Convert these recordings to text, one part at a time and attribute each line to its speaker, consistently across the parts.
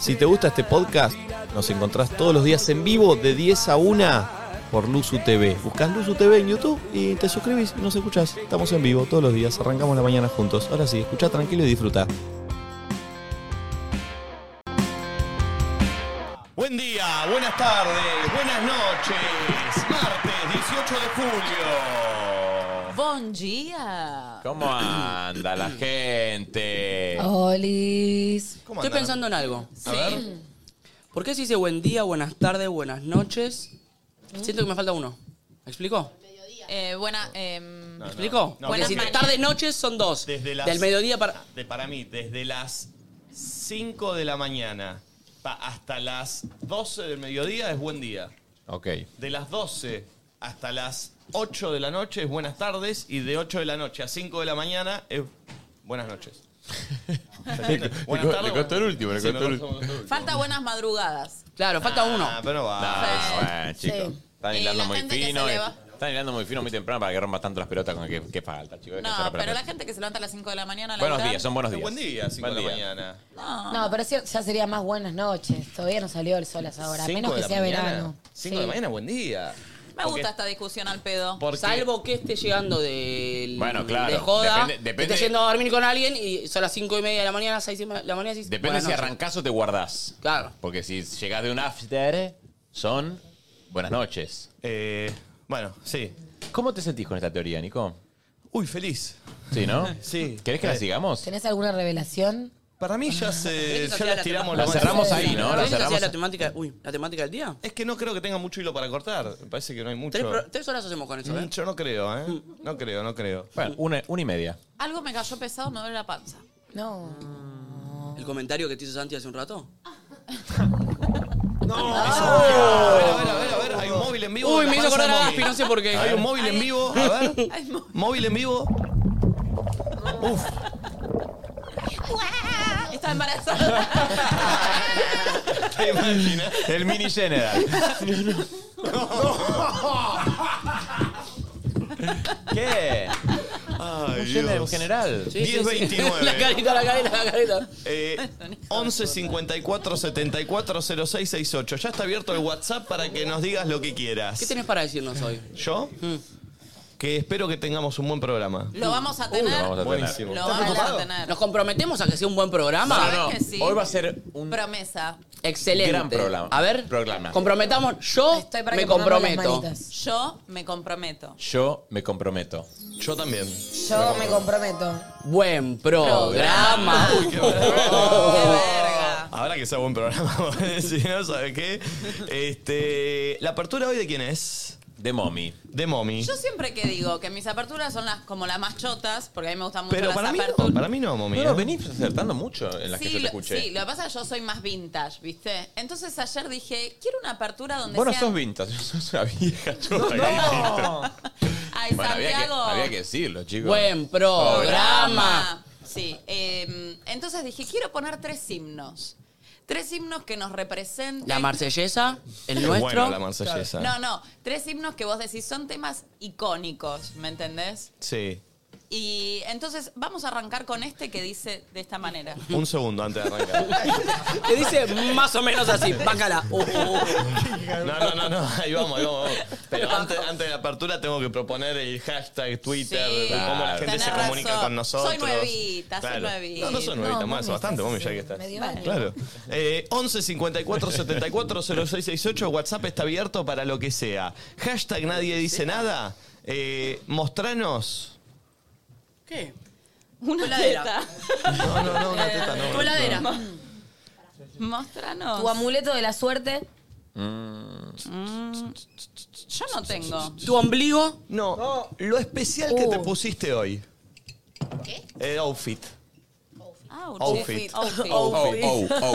Speaker 1: Si te gusta este podcast, nos encontrás todos los días en vivo de 10 a 1 por Luzu TV. Buscás Luzu TV en YouTube y te suscribís y nos escuchás. Estamos en vivo todos los días, arrancamos la mañana juntos. Ahora sí, escucha tranquilo y disfruta. Buen día, buenas tardes, buenas noches. Martes 18 de julio.
Speaker 2: Bon día.
Speaker 3: ¿Cómo anda la gente?
Speaker 2: Olis.
Speaker 3: ¿Cómo
Speaker 4: Estoy
Speaker 3: andan?
Speaker 4: pensando en algo.
Speaker 3: A ver.
Speaker 4: ¿Por qué se dice buen día, buenas tardes, buenas noches?
Speaker 5: ¿Mm?
Speaker 4: Siento que me falta uno. ¿Me explico?
Speaker 2: Eh, buena. Eh,
Speaker 4: ¿Me explico?
Speaker 1: no,
Speaker 4: Porque
Speaker 1: no,
Speaker 4: si
Speaker 1: no.
Speaker 4: tardes, noches son dos.
Speaker 1: Desde las-
Speaker 4: Del mediodía para...
Speaker 1: de- para mí, desde las 5 de la mañana pa- hasta las 12 del mediodía es buen día.
Speaker 3: Ok.
Speaker 1: De las 12 hasta las 8 de la noche es buenas tardes y de 8 de la noche a 5 de la mañana es buenas noches. ¿Se entiende?
Speaker 3: Le co-
Speaker 1: Buenas
Speaker 3: le
Speaker 1: tardes,
Speaker 3: costó el
Speaker 1: buenas-
Speaker 3: último, le
Speaker 1: Sí, me
Speaker 3: costó el
Speaker 1: costó, me costó el último.
Speaker 2: falta buenas madrugadas.
Speaker 4: Claro, falta uno.
Speaker 1: Ah, pero va.
Speaker 3: Nah, bueno, chicos.
Speaker 2: Sí.
Speaker 3: Están
Speaker 2: Y
Speaker 3: hilando
Speaker 2: la
Speaker 3: muy
Speaker 2: gente que
Speaker 3: fino.
Speaker 2: se
Speaker 3: eh.
Speaker 2: eleva.
Speaker 3: Están hilando muy fino, muy temprano para que rompan tanto las pelotas con que, que falta, chicos.
Speaker 2: No, Ah, pero la gente que se levanta a las 5 de la mañana. a
Speaker 3: Buenos
Speaker 2: laburar-
Speaker 3: días, son buenos días.
Speaker 1: Buen día, 5 de la
Speaker 3: Buen día.
Speaker 1: mañana.
Speaker 5: No, pero sí- ya sería más buenas noches. Todavía no salió el sol a esa hora, a
Speaker 1: Cinco
Speaker 5: menos
Speaker 1: de
Speaker 5: que
Speaker 1: la
Speaker 5: sea
Speaker 1: mañana.
Speaker 5: verano.
Speaker 1: 5
Speaker 5: Sí.
Speaker 1: de la mañana, buen día.
Speaker 2: Me
Speaker 1: Porque-
Speaker 2: gusta esta discusión al pedo.
Speaker 1: porque-
Speaker 4: Salvo que esté llegando del,
Speaker 3: Bueno, claro.
Speaker 4: de joda,
Speaker 3: Depende-
Speaker 4: que
Speaker 3: depende-
Speaker 4: esté yendo a dormir con alguien y son las cinco y media de la mañana, seis y media de la mañana. y decís,
Speaker 3: Depende
Speaker 4: buenas
Speaker 3: si
Speaker 4: noches.
Speaker 3: arrancás o te guardás.
Speaker 4: Claro.
Speaker 3: Porque si llegás de un after, son buenas noches.
Speaker 1: Eh, bueno, sí.
Speaker 3: ¿Cómo te sentís con esta teoría, Nico?
Speaker 1: Uy, feliz.
Speaker 3: Sí, ¿no?
Speaker 1: Sí.
Speaker 3: ¿Querés que la
Speaker 1: Eh,
Speaker 3: sigamos?
Speaker 5: ¿Tenés alguna revelación?
Speaker 1: Para mí ya se
Speaker 4: Esa
Speaker 1: Eh, ya
Speaker 4: sea
Speaker 1: las tiramos
Speaker 3: La
Speaker 1: la mano.
Speaker 3: cerramos ahí, ¿no? La
Speaker 4: ¿Ves que hacía
Speaker 3: cerramos.
Speaker 4: la temática, uy, la temática del día?
Speaker 1: Es que no creo que tenga mucho hilo para cortar. Me parece que no hay mucho.
Speaker 4: Tres, pro- tres horas hacemos con eso,
Speaker 1: Mm,
Speaker 4: ¿eh?
Speaker 1: Yo no creo, ¿eh? No creo, no creo.
Speaker 3: Bueno, una, una y media.
Speaker 2: Algo me cayó pesado, me duele la panza.
Speaker 5: No.
Speaker 4: El comentario que te hizo Santi hace un rato.
Speaker 1: Ah, A ver, a ver, a ver, a ver. Hay un móvil en vivo.
Speaker 4: Uy,
Speaker 1: La
Speaker 4: me hizo
Speaker 1: panza
Speaker 4: acordar a
Speaker 1: móvil.
Speaker 4: Gaspi, no sé por qué.
Speaker 1: Hay un móvil en vivo. A ver.
Speaker 2: Ay, mo-
Speaker 1: Móvil en vivo. Uf.
Speaker 2: Está embarazada.
Speaker 1: ¿Te imaginas?
Speaker 3: El mini general. ¿Qué?
Speaker 1: Ay,
Speaker 3: General, un
Speaker 1: Dios.
Speaker 3: general.
Speaker 4: Sí, sí, sí.
Speaker 1: 10.29.
Speaker 4: La carita, la carita, la carita.
Speaker 1: Eh, 11 54 74 06 68. Ya está abierto el WhatsApp para que nos digas lo que quieras.
Speaker 4: ¿Qué tenés para decirnos hoy? Mm.
Speaker 1: ¿Yo? Que espero que tengamos un buen programa.
Speaker 2: Lo vamos a tener.
Speaker 3: Uh, vamos a tener.
Speaker 1: Buenísimo.
Speaker 2: Lo vamos a tener.
Speaker 4: ¿Nos comprometemos a que sea un buen programa?
Speaker 2: ¿Sabes
Speaker 3: No, no,
Speaker 2: que sí?
Speaker 3: Hoy va a ser un
Speaker 2: Promesa.
Speaker 4: Excelente.
Speaker 3: Gran programa.
Speaker 4: A ver,
Speaker 3: Programa.
Speaker 4: comprometamos. Yo
Speaker 5: Estoy para
Speaker 4: me
Speaker 5: que pongamos
Speaker 4: comprometo.
Speaker 5: las manitas.
Speaker 2: Yo me comprometo.
Speaker 3: Yo me comprometo.
Speaker 1: Yo también.
Speaker 5: Yo me comprometo.
Speaker 4: Buen programa.
Speaker 2: ¡Qué verga!
Speaker 1: Ahora que sea buen programa, si no, ¿sabes qué? Este, la apertura hoy de quién es?
Speaker 3: De mommy.
Speaker 1: De Momi.
Speaker 2: Yo siempre que digo que mis aperturas son las como las más chotas, porque a mí me gustan mucho
Speaker 1: Pero
Speaker 2: las
Speaker 1: para mí,
Speaker 2: aperturas.
Speaker 1: no, para mí no, Momi.
Speaker 3: Bueno,
Speaker 1: ¿eh?
Speaker 3: venís acertando mucho en las que yo te
Speaker 2: lo-
Speaker 3: escuché.
Speaker 2: sí, lo que pasa es que yo soy más vintage, ¿viste? Entonces ayer dije, quiero una apertura donde
Speaker 3: Vos no
Speaker 2: sean-
Speaker 3: sos vintage, sos una vieja chota.
Speaker 2: Ay,
Speaker 3: Bueno, había que,
Speaker 2: Santiago.
Speaker 3: había que decirlo, chicos.
Speaker 4: Buen programa.
Speaker 2: Sí. eh, entonces dije, quiero poner tres himnos. Tres himnos que nos representen.
Speaker 4: La marsellesa, el
Speaker 1: Qué
Speaker 4: nuestro.
Speaker 1: buena la marsellesa.
Speaker 2: No, no. Tres himnos que vos decís son temas icónicos, ¿me entendés?
Speaker 1: Sí.
Speaker 2: Y entonces vamos a arrancar con este que dice de esta manera.
Speaker 1: Un segundo antes de arrancar.
Speaker 4: Te dice más o menos así, bácala.
Speaker 1: "Oh,
Speaker 4: Uh, uh, uh.
Speaker 1: No, no, no, no. Ahí vamos, ahí vamos. vamos. Pero antes, antes de la apertura tengo que proponer el hashtag Twitter,
Speaker 2: Sí,
Speaker 1: de cómo la gente
Speaker 2: tenés
Speaker 1: se comunica
Speaker 2: razón.
Speaker 1: con nosotros.
Speaker 2: Soy nuevita, soy nuevita.
Speaker 1: No, no soy nuevita,
Speaker 5: No,
Speaker 1: más,
Speaker 5: mami,
Speaker 1: bastante,
Speaker 5: estás,
Speaker 1: mami, ya
Speaker 5: eh,
Speaker 1: que estás.
Speaker 5: medio año.
Speaker 1: Claro. Eh, 11 54 74 06 68. WhatsApp está abierto para lo que sea. Hashtag nadie dice nada. Eh, mostranos.
Speaker 4: ¿Qué?
Speaker 2: Una
Speaker 4: Coladera.
Speaker 2: teta.
Speaker 1: No, no, no, una teta, no.
Speaker 4: Coladera.
Speaker 2: Mostranos.
Speaker 5: Tu amuleto de la suerte.
Speaker 2: Yo no tengo.
Speaker 4: Mm. Tu ombligo.
Speaker 1: No, lo especial que
Speaker 5: Uh.
Speaker 1: te
Speaker 3: Oh.
Speaker 1: pusiste hoy. ¿Qué? El outfit. Outfit.
Speaker 2: Outfit. Outfit.
Speaker 3: Oh, oh, oh,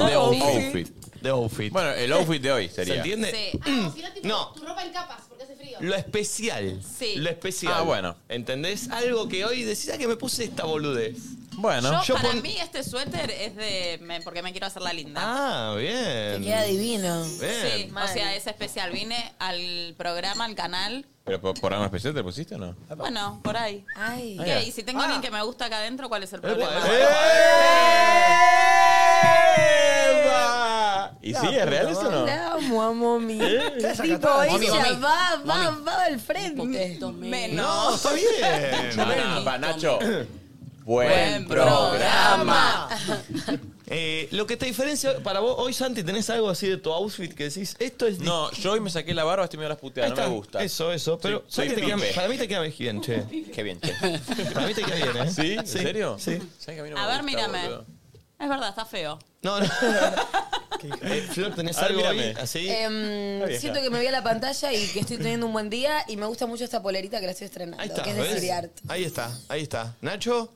Speaker 3: de
Speaker 4: Outfit.
Speaker 3: outfit.
Speaker 1: De outfit.
Speaker 3: Bueno, el outfit de hoy
Speaker 1: ¿Se
Speaker 3: sería.
Speaker 1: entiende?
Speaker 2: Sí.
Speaker 6: Ah, sino tipo
Speaker 1: No.
Speaker 6: tu ropa en capas porque hace frío.
Speaker 1: Lo especial.
Speaker 2: Sí.
Speaker 1: Lo especial.
Speaker 3: Ah, bueno.
Speaker 1: ¿Entendés? Algo que hoy decís "Ah, que me puse esta boludez.
Speaker 3: Bueno,
Speaker 2: Yo, para
Speaker 1: Ah, pon-
Speaker 2: mí este suéter es de... me- porque me quiero hacer la linda.
Speaker 1: Ah,
Speaker 5: Te
Speaker 1: bien.
Speaker 5: queda divino.
Speaker 2: sí,
Speaker 1: Bien.
Speaker 2: o sea, es especial. Vine al programa, al canal.
Speaker 3: ¿pero por, por algo especial te pusiste o no?
Speaker 2: Bueno, por ahí.
Speaker 5: Ay.
Speaker 2: ¿Qué? Y si tengo
Speaker 1: Ah.
Speaker 2: alguien que me gusta acá adentro, ¿cuál es el problema?
Speaker 1: ¡Epa!
Speaker 3: ¿Y sí? ¿Es real eso o no?
Speaker 7: La amo a mommy.
Speaker 1: ¿Eh?
Speaker 7: tipo,
Speaker 4: Mami,
Speaker 7: ella
Speaker 4: mami.
Speaker 7: va, va,
Speaker 4: Mami.
Speaker 7: va al frente.
Speaker 4: Poquito menos.
Speaker 2: Menos.
Speaker 1: está bien.
Speaker 3: Caramba, Nacho.
Speaker 4: Buen
Speaker 3: Buen programa.
Speaker 4: programa.
Speaker 1: Eh, lo que te diferencia para vos, hoy Santi, ¿tenés algo así de tu outfit que decís, esto es... di-
Speaker 3: No, yo hoy me saqué la barba, estoy medio las
Speaker 1: Ahí
Speaker 3: puteadas, no
Speaker 1: está.
Speaker 3: me gusta.
Speaker 1: Eso, eso. Pero
Speaker 3: Sí, soy
Speaker 1: ¿sabés que te queda-
Speaker 3: pibe.
Speaker 1: para mí te queda bien, che.
Speaker 3: Qué bien, che.
Speaker 1: Para mí te queda bien, ¿eh?
Speaker 3: ¿Sí? ¿En serio?
Speaker 1: Sí.
Speaker 3: ¿Sabes que a mí no me
Speaker 2: A ver,
Speaker 3: gusta,
Speaker 2: mírame.
Speaker 3: boludo?
Speaker 2: Es verdad, está feo.
Speaker 1: No, no. ¿Qué- eh, Flor, ¿tenés
Speaker 3: A ver,
Speaker 1: algo ahí
Speaker 3: mírame.
Speaker 1: así?
Speaker 5: Em,
Speaker 3: Está vieja.
Speaker 5: siento que me vi a la pantalla y que estoy teniendo un buen día y me gusta mucho esta polerita que la estoy estrenando,
Speaker 1: ahí está,
Speaker 5: que es
Speaker 1: ¿ves?
Speaker 5: de Siriart.
Speaker 1: Ahí está, ahí está. Nacho,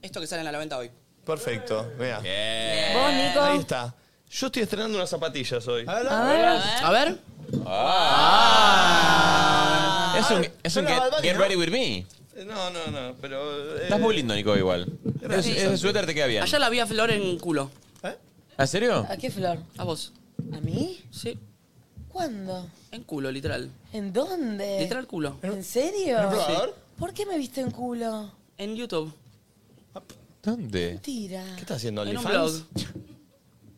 Speaker 4: Esto que sale en la venta hoy.
Speaker 1: perfecto. Vea.
Speaker 3: Bien.
Speaker 7: Vos,
Speaker 1: Ahí
Speaker 7: Nico.
Speaker 1: está. Yo estoy estrenando unas zapatillas hoy.
Speaker 7: A ver.
Speaker 4: A ver.
Speaker 3: Ah. Es un, es un
Speaker 1: Ah,
Speaker 3: get, get
Speaker 1: Pero Bad Bunny, ¿no? Eh,
Speaker 3: ready with me.
Speaker 1: No, no, no, pero... eh, Ah,
Speaker 3: Estás muy lindo, Nico, igual. Es- Ese suéter te queda bien.
Speaker 4: Allá la vi a Flor en culo.
Speaker 3: ¿En serio?
Speaker 5: ¿A qué flor?
Speaker 4: A vos.
Speaker 5: ¿A mí?
Speaker 4: Sí.
Speaker 5: ¿Cuándo?
Speaker 4: En culo, literal.
Speaker 5: ¿En dónde?
Speaker 4: Literal culo.
Speaker 5: Eh, ¿En serio?
Speaker 1: ¿Un probador?
Speaker 5: ¿Por qué me viste en culo?
Speaker 4: En YouTube.
Speaker 3: ¿Dónde?
Speaker 5: Mentira.
Speaker 1: ¿Qué estás haciendo,
Speaker 4: En un
Speaker 1: OnlyFans?
Speaker 4: blog.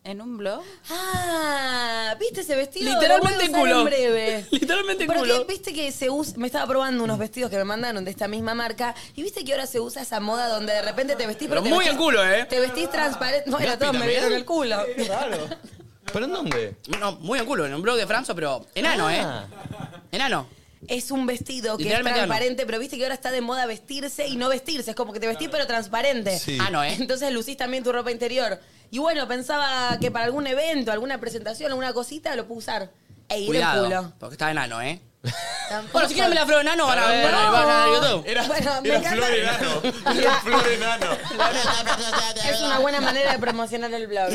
Speaker 2: ¿En un blog?
Speaker 5: Ah, ¿viste ese vestido?
Speaker 4: Literalmente en
Speaker 5: Lo voy a
Speaker 4: culo.
Speaker 5: usar En breve.
Speaker 4: Literalmente en
Speaker 5: Porque
Speaker 4: culo.
Speaker 5: viste que se usa, me estaba probando unos vestidos que me mandaron de esta misma marca y viste que ahora se usa esa moda donde de repente te vestís
Speaker 4: Pero
Speaker 5: te
Speaker 4: muy
Speaker 5: vestís-
Speaker 4: en culo, ¿eh?
Speaker 5: Te vestís transparente. No, era
Speaker 1: Gaspi
Speaker 5: todo, me
Speaker 1: también.
Speaker 5: vieron el culo.
Speaker 1: ¿Pero en dónde?
Speaker 4: No, muy en culo. En un blog de Franzo, pero enano,
Speaker 1: Ah.
Speaker 4: ¿eh? Enano.
Speaker 5: Es un vestido que es
Speaker 4: Literalmente
Speaker 5: transparente, pero viste que ahora está de moda vestirse y no vestirse. Es como que te vestís pero transparente.
Speaker 1: Sí.
Speaker 4: Ah, no, ¿eh?
Speaker 5: Entonces lucís también tu ropa interior. Y bueno, pensaba que para algún evento, alguna presentación, alguna cosita lo puedo usar. E ir en
Speaker 4: Cuidado.
Speaker 5: culo.
Speaker 4: Porque está enano, ¿eh?
Speaker 5: Tampoco-
Speaker 4: Bueno, si quieren me la Ah, flor enano, van a ver. Van a ver YouTube.
Speaker 3: Era,
Speaker 5: Bueno, me
Speaker 3: era
Speaker 5: encanta-
Speaker 3: flor enano. Era flor enano.
Speaker 5: Es una buena manera de promocionar el blog.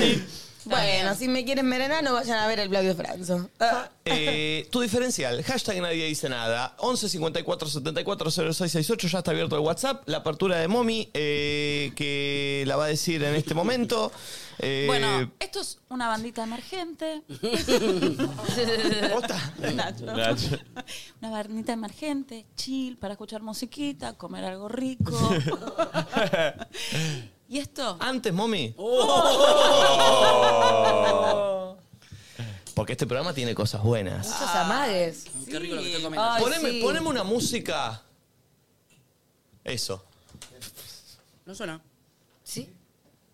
Speaker 5: Bueno, si me quieren merenar, no vayan a ver el blog de Franzo. Ah,
Speaker 1: Eh, tu diferencial, hashtag nadie dice nada, 11 54 74 0668, ya está abierto el WhatsApp, la apertura de Momi, eh, que la va a decir en este momento. Eh,
Speaker 2: Bueno, esto es una bandita emergente. Nacho.
Speaker 3: Nacho.
Speaker 2: Una bandita emergente, chill, para escuchar musiquita, comer algo rico. ¿Y esto?
Speaker 1: Antes, Momi.
Speaker 4: Oh.
Speaker 1: Porque este programa tiene cosas buenas.
Speaker 4: Ah.
Speaker 5: Muchos amagues.
Speaker 4: Qué rico lo que estoy
Speaker 2: Sí.
Speaker 4: comiendo.
Speaker 5: Ay,
Speaker 1: poneme,
Speaker 5: sí.
Speaker 1: poneme una música. Eso.
Speaker 4: No suena.
Speaker 5: ¿Sí?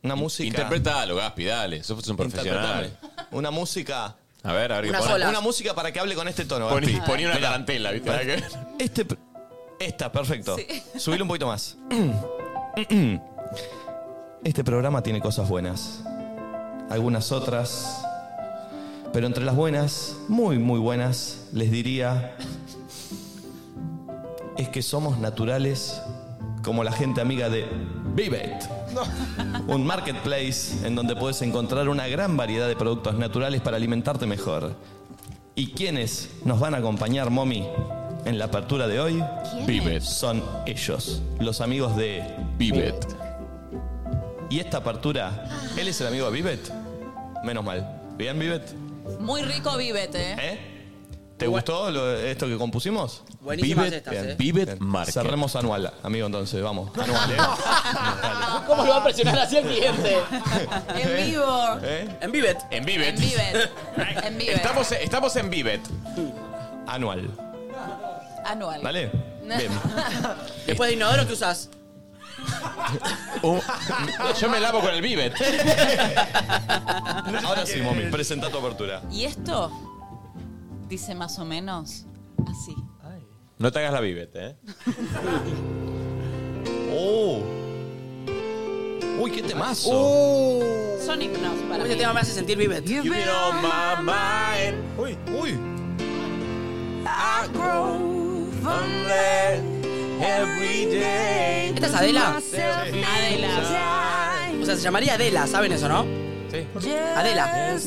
Speaker 1: Una música.
Speaker 3: Interpretalo, Gaspi, dale. Sos un profesional.
Speaker 1: Interpretame. Una música.
Speaker 3: A ver, a ver qué
Speaker 4: Una
Speaker 3: pone.
Speaker 4: sola.
Speaker 1: Una música para que hable con este tono.
Speaker 3: Poní,
Speaker 1: Gaspi.
Speaker 3: poní una tarantela, ¿viste? Para que-
Speaker 1: Este. pr- Esta, perfecto. Subile un poquito más. Este programa tiene cosas buenas. Algunas otras. Pero entre las buenas, muy, muy buenas, les diría. Es que somos naturales como la gente amiga de Vivet. Un marketplace en donde puedes encontrar una gran variedad de productos naturales para alimentarte mejor. ¿Y quiénes nos van a acompañar, Momi, en la apertura de hoy?
Speaker 3: Vivet.
Speaker 1: Son ellos, los amigos de
Speaker 3: Vivet.
Speaker 1: Y esta apertura,
Speaker 4: Ah.
Speaker 1: él es el amigo de Vivet. Menos mal. ¿Bien, Vivet?
Speaker 2: Muy rico vívete. ¿eh?
Speaker 1: ¿Eh? ¿Te gustó lo- esto que compusimos?
Speaker 4: Buenísimas
Speaker 3: Vivet,
Speaker 4: estas, ¿eh?
Speaker 3: Vivet
Speaker 1: Bien.
Speaker 3: Market.
Speaker 1: Cerremos anual, amigo, entonces, vamos. Anual, ¿eh?
Speaker 4: ¿Cómo lo va a presionar así al cliente?
Speaker 5: En vivo.
Speaker 1: ¿Eh?
Speaker 4: En Vivet.
Speaker 3: En Vivet.
Speaker 2: En Vivet. En Vivet.
Speaker 3: Estamos, estamos en Vivet.
Speaker 1: Anual.
Speaker 2: Anual.
Speaker 1: ¿Vale?
Speaker 5: No.
Speaker 1: Bien.
Speaker 4: Después de Inodoro, ¿qué usás?
Speaker 3: Oh. Yo me lavo con el Vivet.
Speaker 1: Ahora sí, Momi, presenta tu apertura.
Speaker 2: ¿Y esto? Dice más o menos así.
Speaker 3: No te hagas la Vivet, ¿eh?
Speaker 1: ¡Oh! ¡Uy, qué temazo!
Speaker 2: Son himnos para
Speaker 4: Este
Speaker 2: mí.
Speaker 4: tema me hace sentir Vivet.
Speaker 3: You've been on my mind.
Speaker 1: ¡Uy! ¡Uy!
Speaker 3: I'm there every day.
Speaker 4: ¿Esta es Adela?
Speaker 2: Adela.
Speaker 4: O sea, se llamaría Adela, ¿saben eso, no?
Speaker 3: Sí.
Speaker 4: Adela.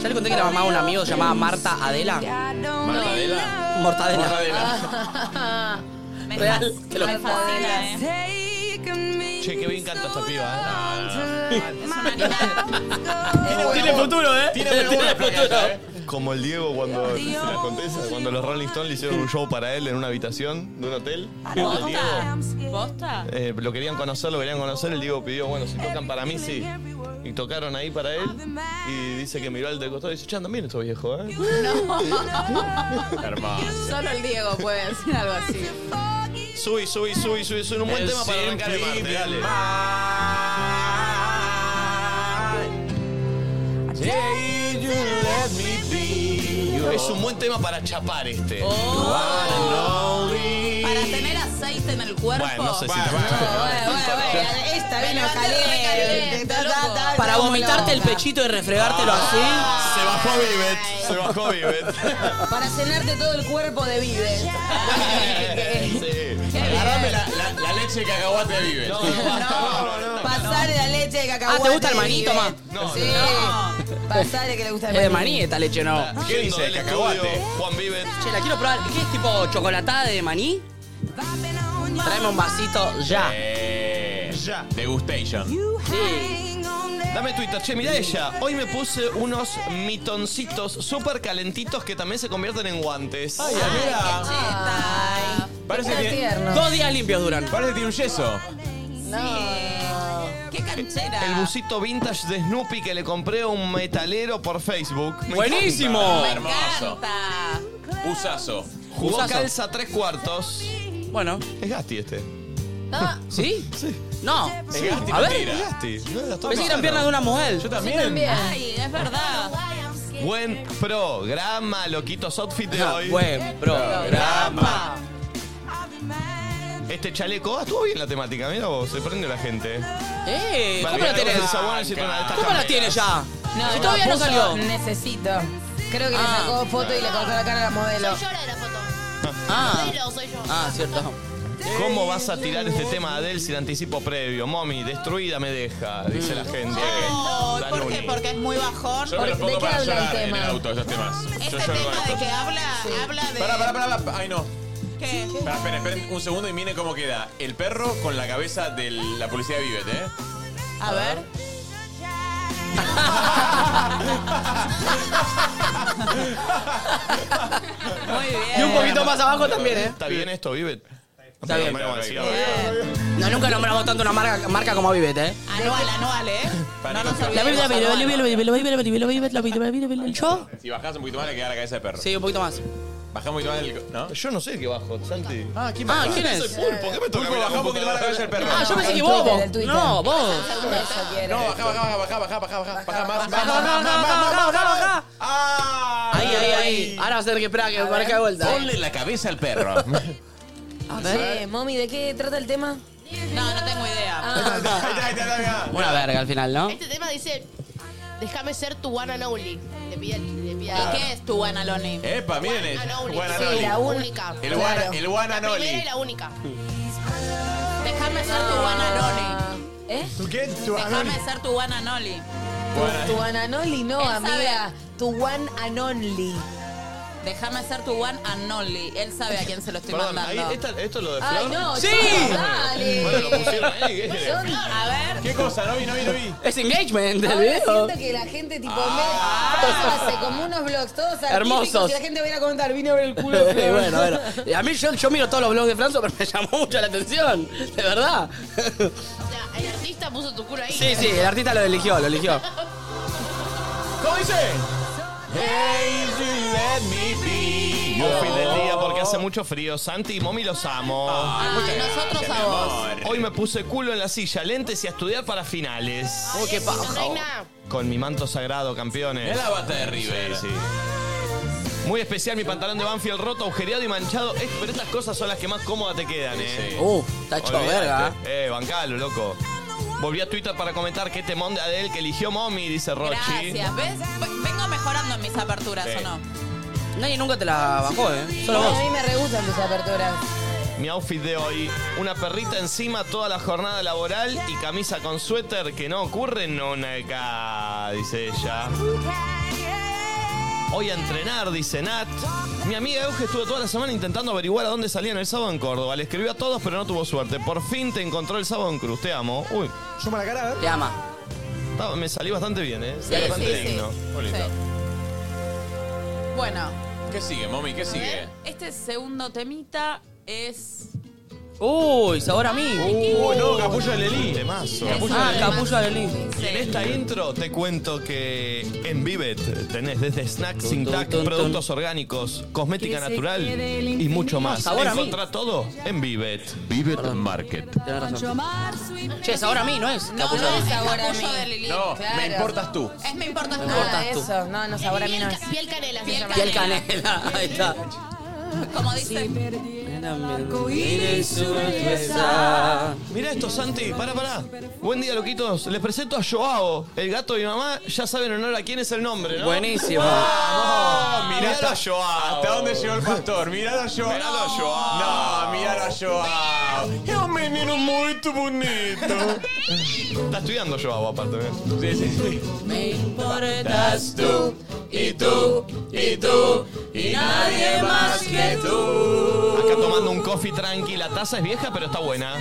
Speaker 4: Ya le conté que la mamá de un amigo se llamaba Marta Adela.
Speaker 3: Marta Adela. Marta
Speaker 4: Mortadela.
Speaker 3: Adela.
Speaker 2: Me
Speaker 4: Real,
Speaker 2: fasc-
Speaker 4: que lo-
Speaker 2: me fascina, ¿eh?
Speaker 1: Che, qué bien canta esta piba, ¿eh?
Speaker 2: Es un animal.
Speaker 4: Tiene futuro, ¿eh?
Speaker 3: Tiene muy buena placa, ¿eh?
Speaker 1: ¿eh? Como el Diego cuando se la contesa, cuando los Rolling Stones le hicieron un show para él en una habitación de un hotel. El Diego,
Speaker 2: ¿Posta? ¿Posta?
Speaker 1: eh, lo querían conocer, lo querían conocer. El Diego pidió, bueno, si tocan para mí, sí. Y tocaron ahí para él. Y dice que miró al del costado y dice, che, andan bien estos viejos, ¿eh? Hermoso.
Speaker 2: Solo el Diego puede decir algo así.
Speaker 1: Subí, subí, subí, subí. Es un buen
Speaker 3: El
Speaker 1: tema para arrancar el
Speaker 3: Simply
Speaker 1: martes, dale.
Speaker 3: Day you let me be your
Speaker 1: Es un buen tema para chapar este.
Speaker 3: one and only.
Speaker 2: Oh. Para tener aceite en el cuerpo.
Speaker 1: Oh. Bueno, no sé si
Speaker 3: Bueno,
Speaker 1: te
Speaker 3: bueno,
Speaker 5: Bueno, bueno, bueno, esta
Speaker 2: Me
Speaker 5: vino
Speaker 2: levanté
Speaker 5: caliente.
Speaker 2: recaliente,
Speaker 5: Ta, ta, ta,
Speaker 4: Para
Speaker 5: ta,
Speaker 4: vomitarte el
Speaker 5: loca.
Speaker 4: pechito y refregártelo así.
Speaker 1: Se bajó Vivet, se bajó Vivet.
Speaker 5: Para cenarte todo el cuerpo de vive.
Speaker 1: Sí.
Speaker 3: Agarrame la, la, la leche de cacahuate de vive.
Speaker 1: No, basta, no, no, no.
Speaker 5: Pasar la leche de cacahuate.
Speaker 4: Ah, ¿te gusta el
Speaker 5: de
Speaker 4: manito,
Speaker 5: Vive.
Speaker 4: ma?
Speaker 1: No,
Speaker 5: sí. Pasar que le gusta el
Speaker 4: Es de
Speaker 5: manito.
Speaker 4: maní esta leche, no.
Speaker 1: ¿Qué
Speaker 3: dice
Speaker 1: dice
Speaker 3: el cacahuate?
Speaker 1: cacahuate? Juan Vivet.
Speaker 4: Che, la quiero probar. ¿Qué es tipo chocolatada de maní? Traeme un vasito ya.
Speaker 3: Eh,
Speaker 1: Ya.
Speaker 3: Degustation.
Speaker 4: Sí.
Speaker 1: Dame Twitter, che, mirá ella. Hoy me puse unos mitoncitos súper calentitos que también se convierten en guantes.
Speaker 3: Ay, amiga. Parece
Speaker 5: Está
Speaker 3: que,
Speaker 5: tierno.
Speaker 4: Dos días limpios duran.
Speaker 3: parece que tiene un yeso.
Speaker 2: Qué canchera.
Speaker 1: El busito vintage de Snoopy que le compré a un metalero por Facebook. Me
Speaker 4: Buenísimo.
Speaker 2: Me
Speaker 3: Hermoso.
Speaker 2: encanta.
Speaker 3: Usazo.
Speaker 1: encanta. Jugó
Speaker 4: Usazo.
Speaker 1: calza tres cuartos.
Speaker 4: Bueno,
Speaker 1: Es Gasti este.
Speaker 2: No,
Speaker 4: ¿sí?
Speaker 1: Sí.
Speaker 4: No.
Speaker 1: Es Gasti,
Speaker 4: A ver.
Speaker 1: mentira. Es Gasti. No, es Gastón
Speaker 4: Pensé que eran
Speaker 1: Manzano.
Speaker 4: piernas de una mujer.
Speaker 3: Yo también.
Speaker 2: Ay, es verdad.
Speaker 1: Buen programa, loquitos outfit de
Speaker 4: Ah,
Speaker 1: hoy.
Speaker 4: Buen programa.
Speaker 1: Este chaleco, ah, estuvo bien la temática, mira vos, se prende la gente.
Speaker 4: Eh,
Speaker 1: Para
Speaker 4: ¿cómo la
Speaker 1: mirar
Speaker 4: tenés?
Speaker 1: el sabor, necesito una de estas
Speaker 4: ¿Cómo la
Speaker 1: camperas.
Speaker 4: tienes ya?
Speaker 5: No,
Speaker 4: Si todavía no
Speaker 5: puso,
Speaker 4: salió.
Speaker 5: Necesito. Creo que
Speaker 4: Ah.
Speaker 5: le sacó foto y le cortó la cara a la modelo.
Speaker 6: Soy yo la de la foto.
Speaker 4: Ah,
Speaker 6: Soy yo, soy yo.
Speaker 4: ah, cierto.
Speaker 1: ¿Cómo vas a tirar este tema Adel sin anticipo previo? Mommy, destruida me deja, dice la gente.
Speaker 2: Oh, ¿Por
Speaker 1: Danuni.
Speaker 2: qué? Porque es muy bajón.
Speaker 3: Yo me lo
Speaker 5: ¿De
Speaker 3: pongo
Speaker 5: qué
Speaker 3: para
Speaker 5: habla el
Speaker 3: llorar en
Speaker 5: tema?
Speaker 3: el auto, esos temas.
Speaker 2: Este
Speaker 3: Yo lloro con
Speaker 2: tema de
Speaker 3: estos.
Speaker 2: que habla, habla de.
Speaker 3: Pará, pará, pará, pará. Ay, no.
Speaker 2: ¿Qué?
Speaker 3: Pará, esperen, esperen un segundo y miren cómo queda. El perro con la cabeza de la policía de Vivet, ¿eh?
Speaker 2: A ver. Muy bien.
Speaker 4: Y un poquito más abajo también, ¿eh?
Speaker 1: ¿Está bien esto, Vive?
Speaker 4: Está bien.
Speaker 1: Bueno, bueno, sí, a ver.
Speaker 2: Bien.
Speaker 4: No, nunca nombramos tanto una marca, marca como Vivet, ¿eh?
Speaker 2: Anual, anual, ¿eh?
Speaker 3: Para
Speaker 2: no
Speaker 3: no
Speaker 2: nos
Speaker 3: chocar.
Speaker 2: olvidemos.
Speaker 4: ¿Yo?
Speaker 3: Si bajás un poquito más, le queda la cabeza de perro.
Speaker 4: Sí, un poquito más.
Speaker 3: Bajá un poquito más del. ¿No?
Speaker 1: Yo no sé qué bajo, Santi.
Speaker 3: Ah, ¿quién
Speaker 4: Ah,
Speaker 3: bajó?
Speaker 4: ¿quién
Speaker 1: Soy
Speaker 4: es?
Speaker 1: pulpo, ¿qué me toca?
Speaker 3: Pulpo,
Speaker 1: mirar
Speaker 3: bajá un poquito más la cabeza del perro.
Speaker 4: Ah, yo pensé que
Speaker 5: El
Speaker 4: vos.
Speaker 5: Twitter,
Speaker 4: vos.
Speaker 5: el Twitter.
Speaker 4: No, vos.
Speaker 5: Eso quiere.
Speaker 3: No, bajá, bajá, bajá, bajá, bajá, bajá, bajá, más, más,
Speaker 4: Baja, baja,
Speaker 3: más,
Speaker 4: baja,
Speaker 3: más, más.
Speaker 4: baja, baja, baja.
Speaker 3: Ah.
Speaker 4: Ahí, ahí, ahí. Ahora vas a tener que esperar a que marque de vuelta.
Speaker 3: Ponle la cabeza al perro.
Speaker 4: A
Speaker 5: Che, mami, ¿de qué trata el tema?
Speaker 2: No, no tengo idea.
Speaker 5: Ah,
Speaker 4: Una verga al final, ¿no?
Speaker 6: Este tema dice, déjame ser tu one and only. Le pide, le pide a-
Speaker 2: ¿Y qué es tu Analoni?
Speaker 3: Epa, miren.
Speaker 6: One and
Speaker 3: es-
Speaker 6: only.
Speaker 3: One and
Speaker 6: Sí,
Speaker 3: only.
Speaker 5: la un-
Speaker 6: única.
Speaker 3: El one,
Speaker 5: Claro.
Speaker 3: el one
Speaker 6: La
Speaker 3: and
Speaker 6: primera y
Speaker 3: only.
Speaker 6: la única.
Speaker 2: Déjame ser tu Analoni.
Speaker 5: ¿Eh?
Speaker 2: Déjame ser tu Analoni.
Speaker 5: Tu one and only, no,
Speaker 2: Él
Speaker 5: amiga. Tu one and only.
Speaker 2: Déjame ser tu one and only. Él sabe a quién se lo estoy
Speaker 1: Perdón, ahí,
Speaker 2: mandando.
Speaker 1: esta- ¿esto es lo de Flor?
Speaker 5: Ay, no,
Speaker 4: Sí.
Speaker 5: chicos, dale.
Speaker 1: Bueno, lo pusieron ahí, ¿qué querés?
Speaker 5: Son-
Speaker 2: A ver.
Speaker 3: ¿Qué cosa? No vi, no vi, no vi.
Speaker 4: Es engagement del
Speaker 5: Ahora
Speaker 4: video.
Speaker 5: siento que la gente tipo me todos hace como unos blogs, todos artísticos,
Speaker 4: Ah. Hermosos.
Speaker 5: Y la gente viene a comentar, vine a ver el culo. de Flor.
Speaker 4: bueno, bueno. A mí yo, yo miro todos los blogs de Franzo, pero me llamó mucho la atención. De verdad.
Speaker 6: O sea, el artista puso tu culo ahí.
Speaker 4: Sí, sí, el artista lo eligió, lo eligió.
Speaker 3: ¿Cómo dice? Hey, you let me be.
Speaker 1: Buen fin del día porque hace mucho frío. Santi y Momi los amo.
Speaker 2: Ay, nosotros a vos.
Speaker 1: Hoy me puse culo en la silla, lentes y a estudiar para finales.
Speaker 4: Oh, qué
Speaker 6: No, no
Speaker 4: paja.
Speaker 6: hay nada.
Speaker 1: Con mi manto sagrado, campeones.
Speaker 3: Es la bata de River.
Speaker 1: Sí, sí. Muy especial mi pantalón de Banfield roto, agujereado y manchado. Es- pero estas cosas son las que más cómodas te quedan, eh.
Speaker 4: Uh, está hecho
Speaker 1: Olvídate.
Speaker 4: verga.
Speaker 1: Eh, bancalo, loco. Volví a Twitter para comentar qué temón de Adel que eligió Momi, dice Rochi.
Speaker 2: Gracias. ¿Ves? V- Vengo mejorando en mis aperturas, ¿o no?
Speaker 4: Nadie nunca te la bajó, ¿eh? Solo
Speaker 5: A
Speaker 4: vos.
Speaker 5: mí me re gustan tus aperturas.
Speaker 1: Mi outfit de hoy, una perrita encima toda la jornada laboral y camisa con suéter que no ocurre en una acá, dice ella. Hoy a entrenar, dice Nat. Mi amiga Euge estuvo toda la semana intentando averiguar a dónde salían el sábado en Córdoba. Le escribió a todos, pero no tuvo suerte. Por fin te encontró el sábado en Cruz. Te amo. Uy,
Speaker 8: Yo me la cara, a ver.
Speaker 4: Te ama.
Speaker 1: estaba- me salí bastante bien, ¿eh?
Speaker 2: Sí, sí,
Speaker 1: bastante
Speaker 2: sí.
Speaker 1: digno.
Speaker 2: Sí. Bueno,
Speaker 3: ¿Qué sigue, mommy? ¿Qué sigue?
Speaker 2: este segundo temita es
Speaker 4: Uy, sabor a mí.
Speaker 1: Uy, no, Capullo de Lelí.
Speaker 9: Temazo.
Speaker 1: Capullo
Speaker 4: Ah,
Speaker 1: de Lelí.
Speaker 4: capullo de Lelí.
Speaker 1: Y en esta intro te cuento que en Vivet tenés desde snacks
Speaker 4: Tun,
Speaker 1: sin
Speaker 4: tun,
Speaker 1: tac,
Speaker 4: tun, tun.
Speaker 1: productos orgánicos, cosmética
Speaker 5: Que se
Speaker 1: natural
Speaker 5: quede el
Speaker 1: y mucho más.
Speaker 4: Sabor a mí.
Speaker 1: Encontrá todo en Vivet.
Speaker 3: Vivet Market.
Speaker 4: Tenés razón. Che, sabor a mí, ¿no es?
Speaker 2: No,
Speaker 4: Capullo
Speaker 2: no
Speaker 4: de
Speaker 2: es
Speaker 4: Lelí.
Speaker 2: sabor a mí.
Speaker 5: Capullo de
Speaker 3: No, me importas tú.
Speaker 2: Es me importa
Speaker 4: importas
Speaker 2: nada.
Speaker 5: Ah,
Speaker 4: tú.
Speaker 5: eso. No, no, sabor a mí no
Speaker 6: Piel,
Speaker 5: es.
Speaker 6: ca- piel canela se
Speaker 2: Piel
Speaker 6: llama.
Speaker 4: Piel canela, ahí está.
Speaker 2: Como dice.
Speaker 1: Mirá esto, Santi, pará, pará. Buen día, loquitos. Les presento a Joao, el gato de mi mamá. Ya saben en honor a quién es el nombre, ¿no?
Speaker 4: Buenísimo.
Speaker 1: ¡Vamos! Mirá
Speaker 9: hasta-
Speaker 1: a Joao.
Speaker 10: ¿Hasta dónde llegó el pastor? Miralo a Joao.
Speaker 1: Miralo a Joao.
Speaker 10: No, miralo a Joao. Es un menino muy bonito.
Speaker 1: Está estudiando Joao, aparte. ¿eh?
Speaker 10: Sí, sí, sí.
Speaker 4: Me importas tú
Speaker 10: Y tú, y tú, y nadie más que tú.
Speaker 1: Acá tomando un coffee tranqui. La taza es vieja, pero está buena.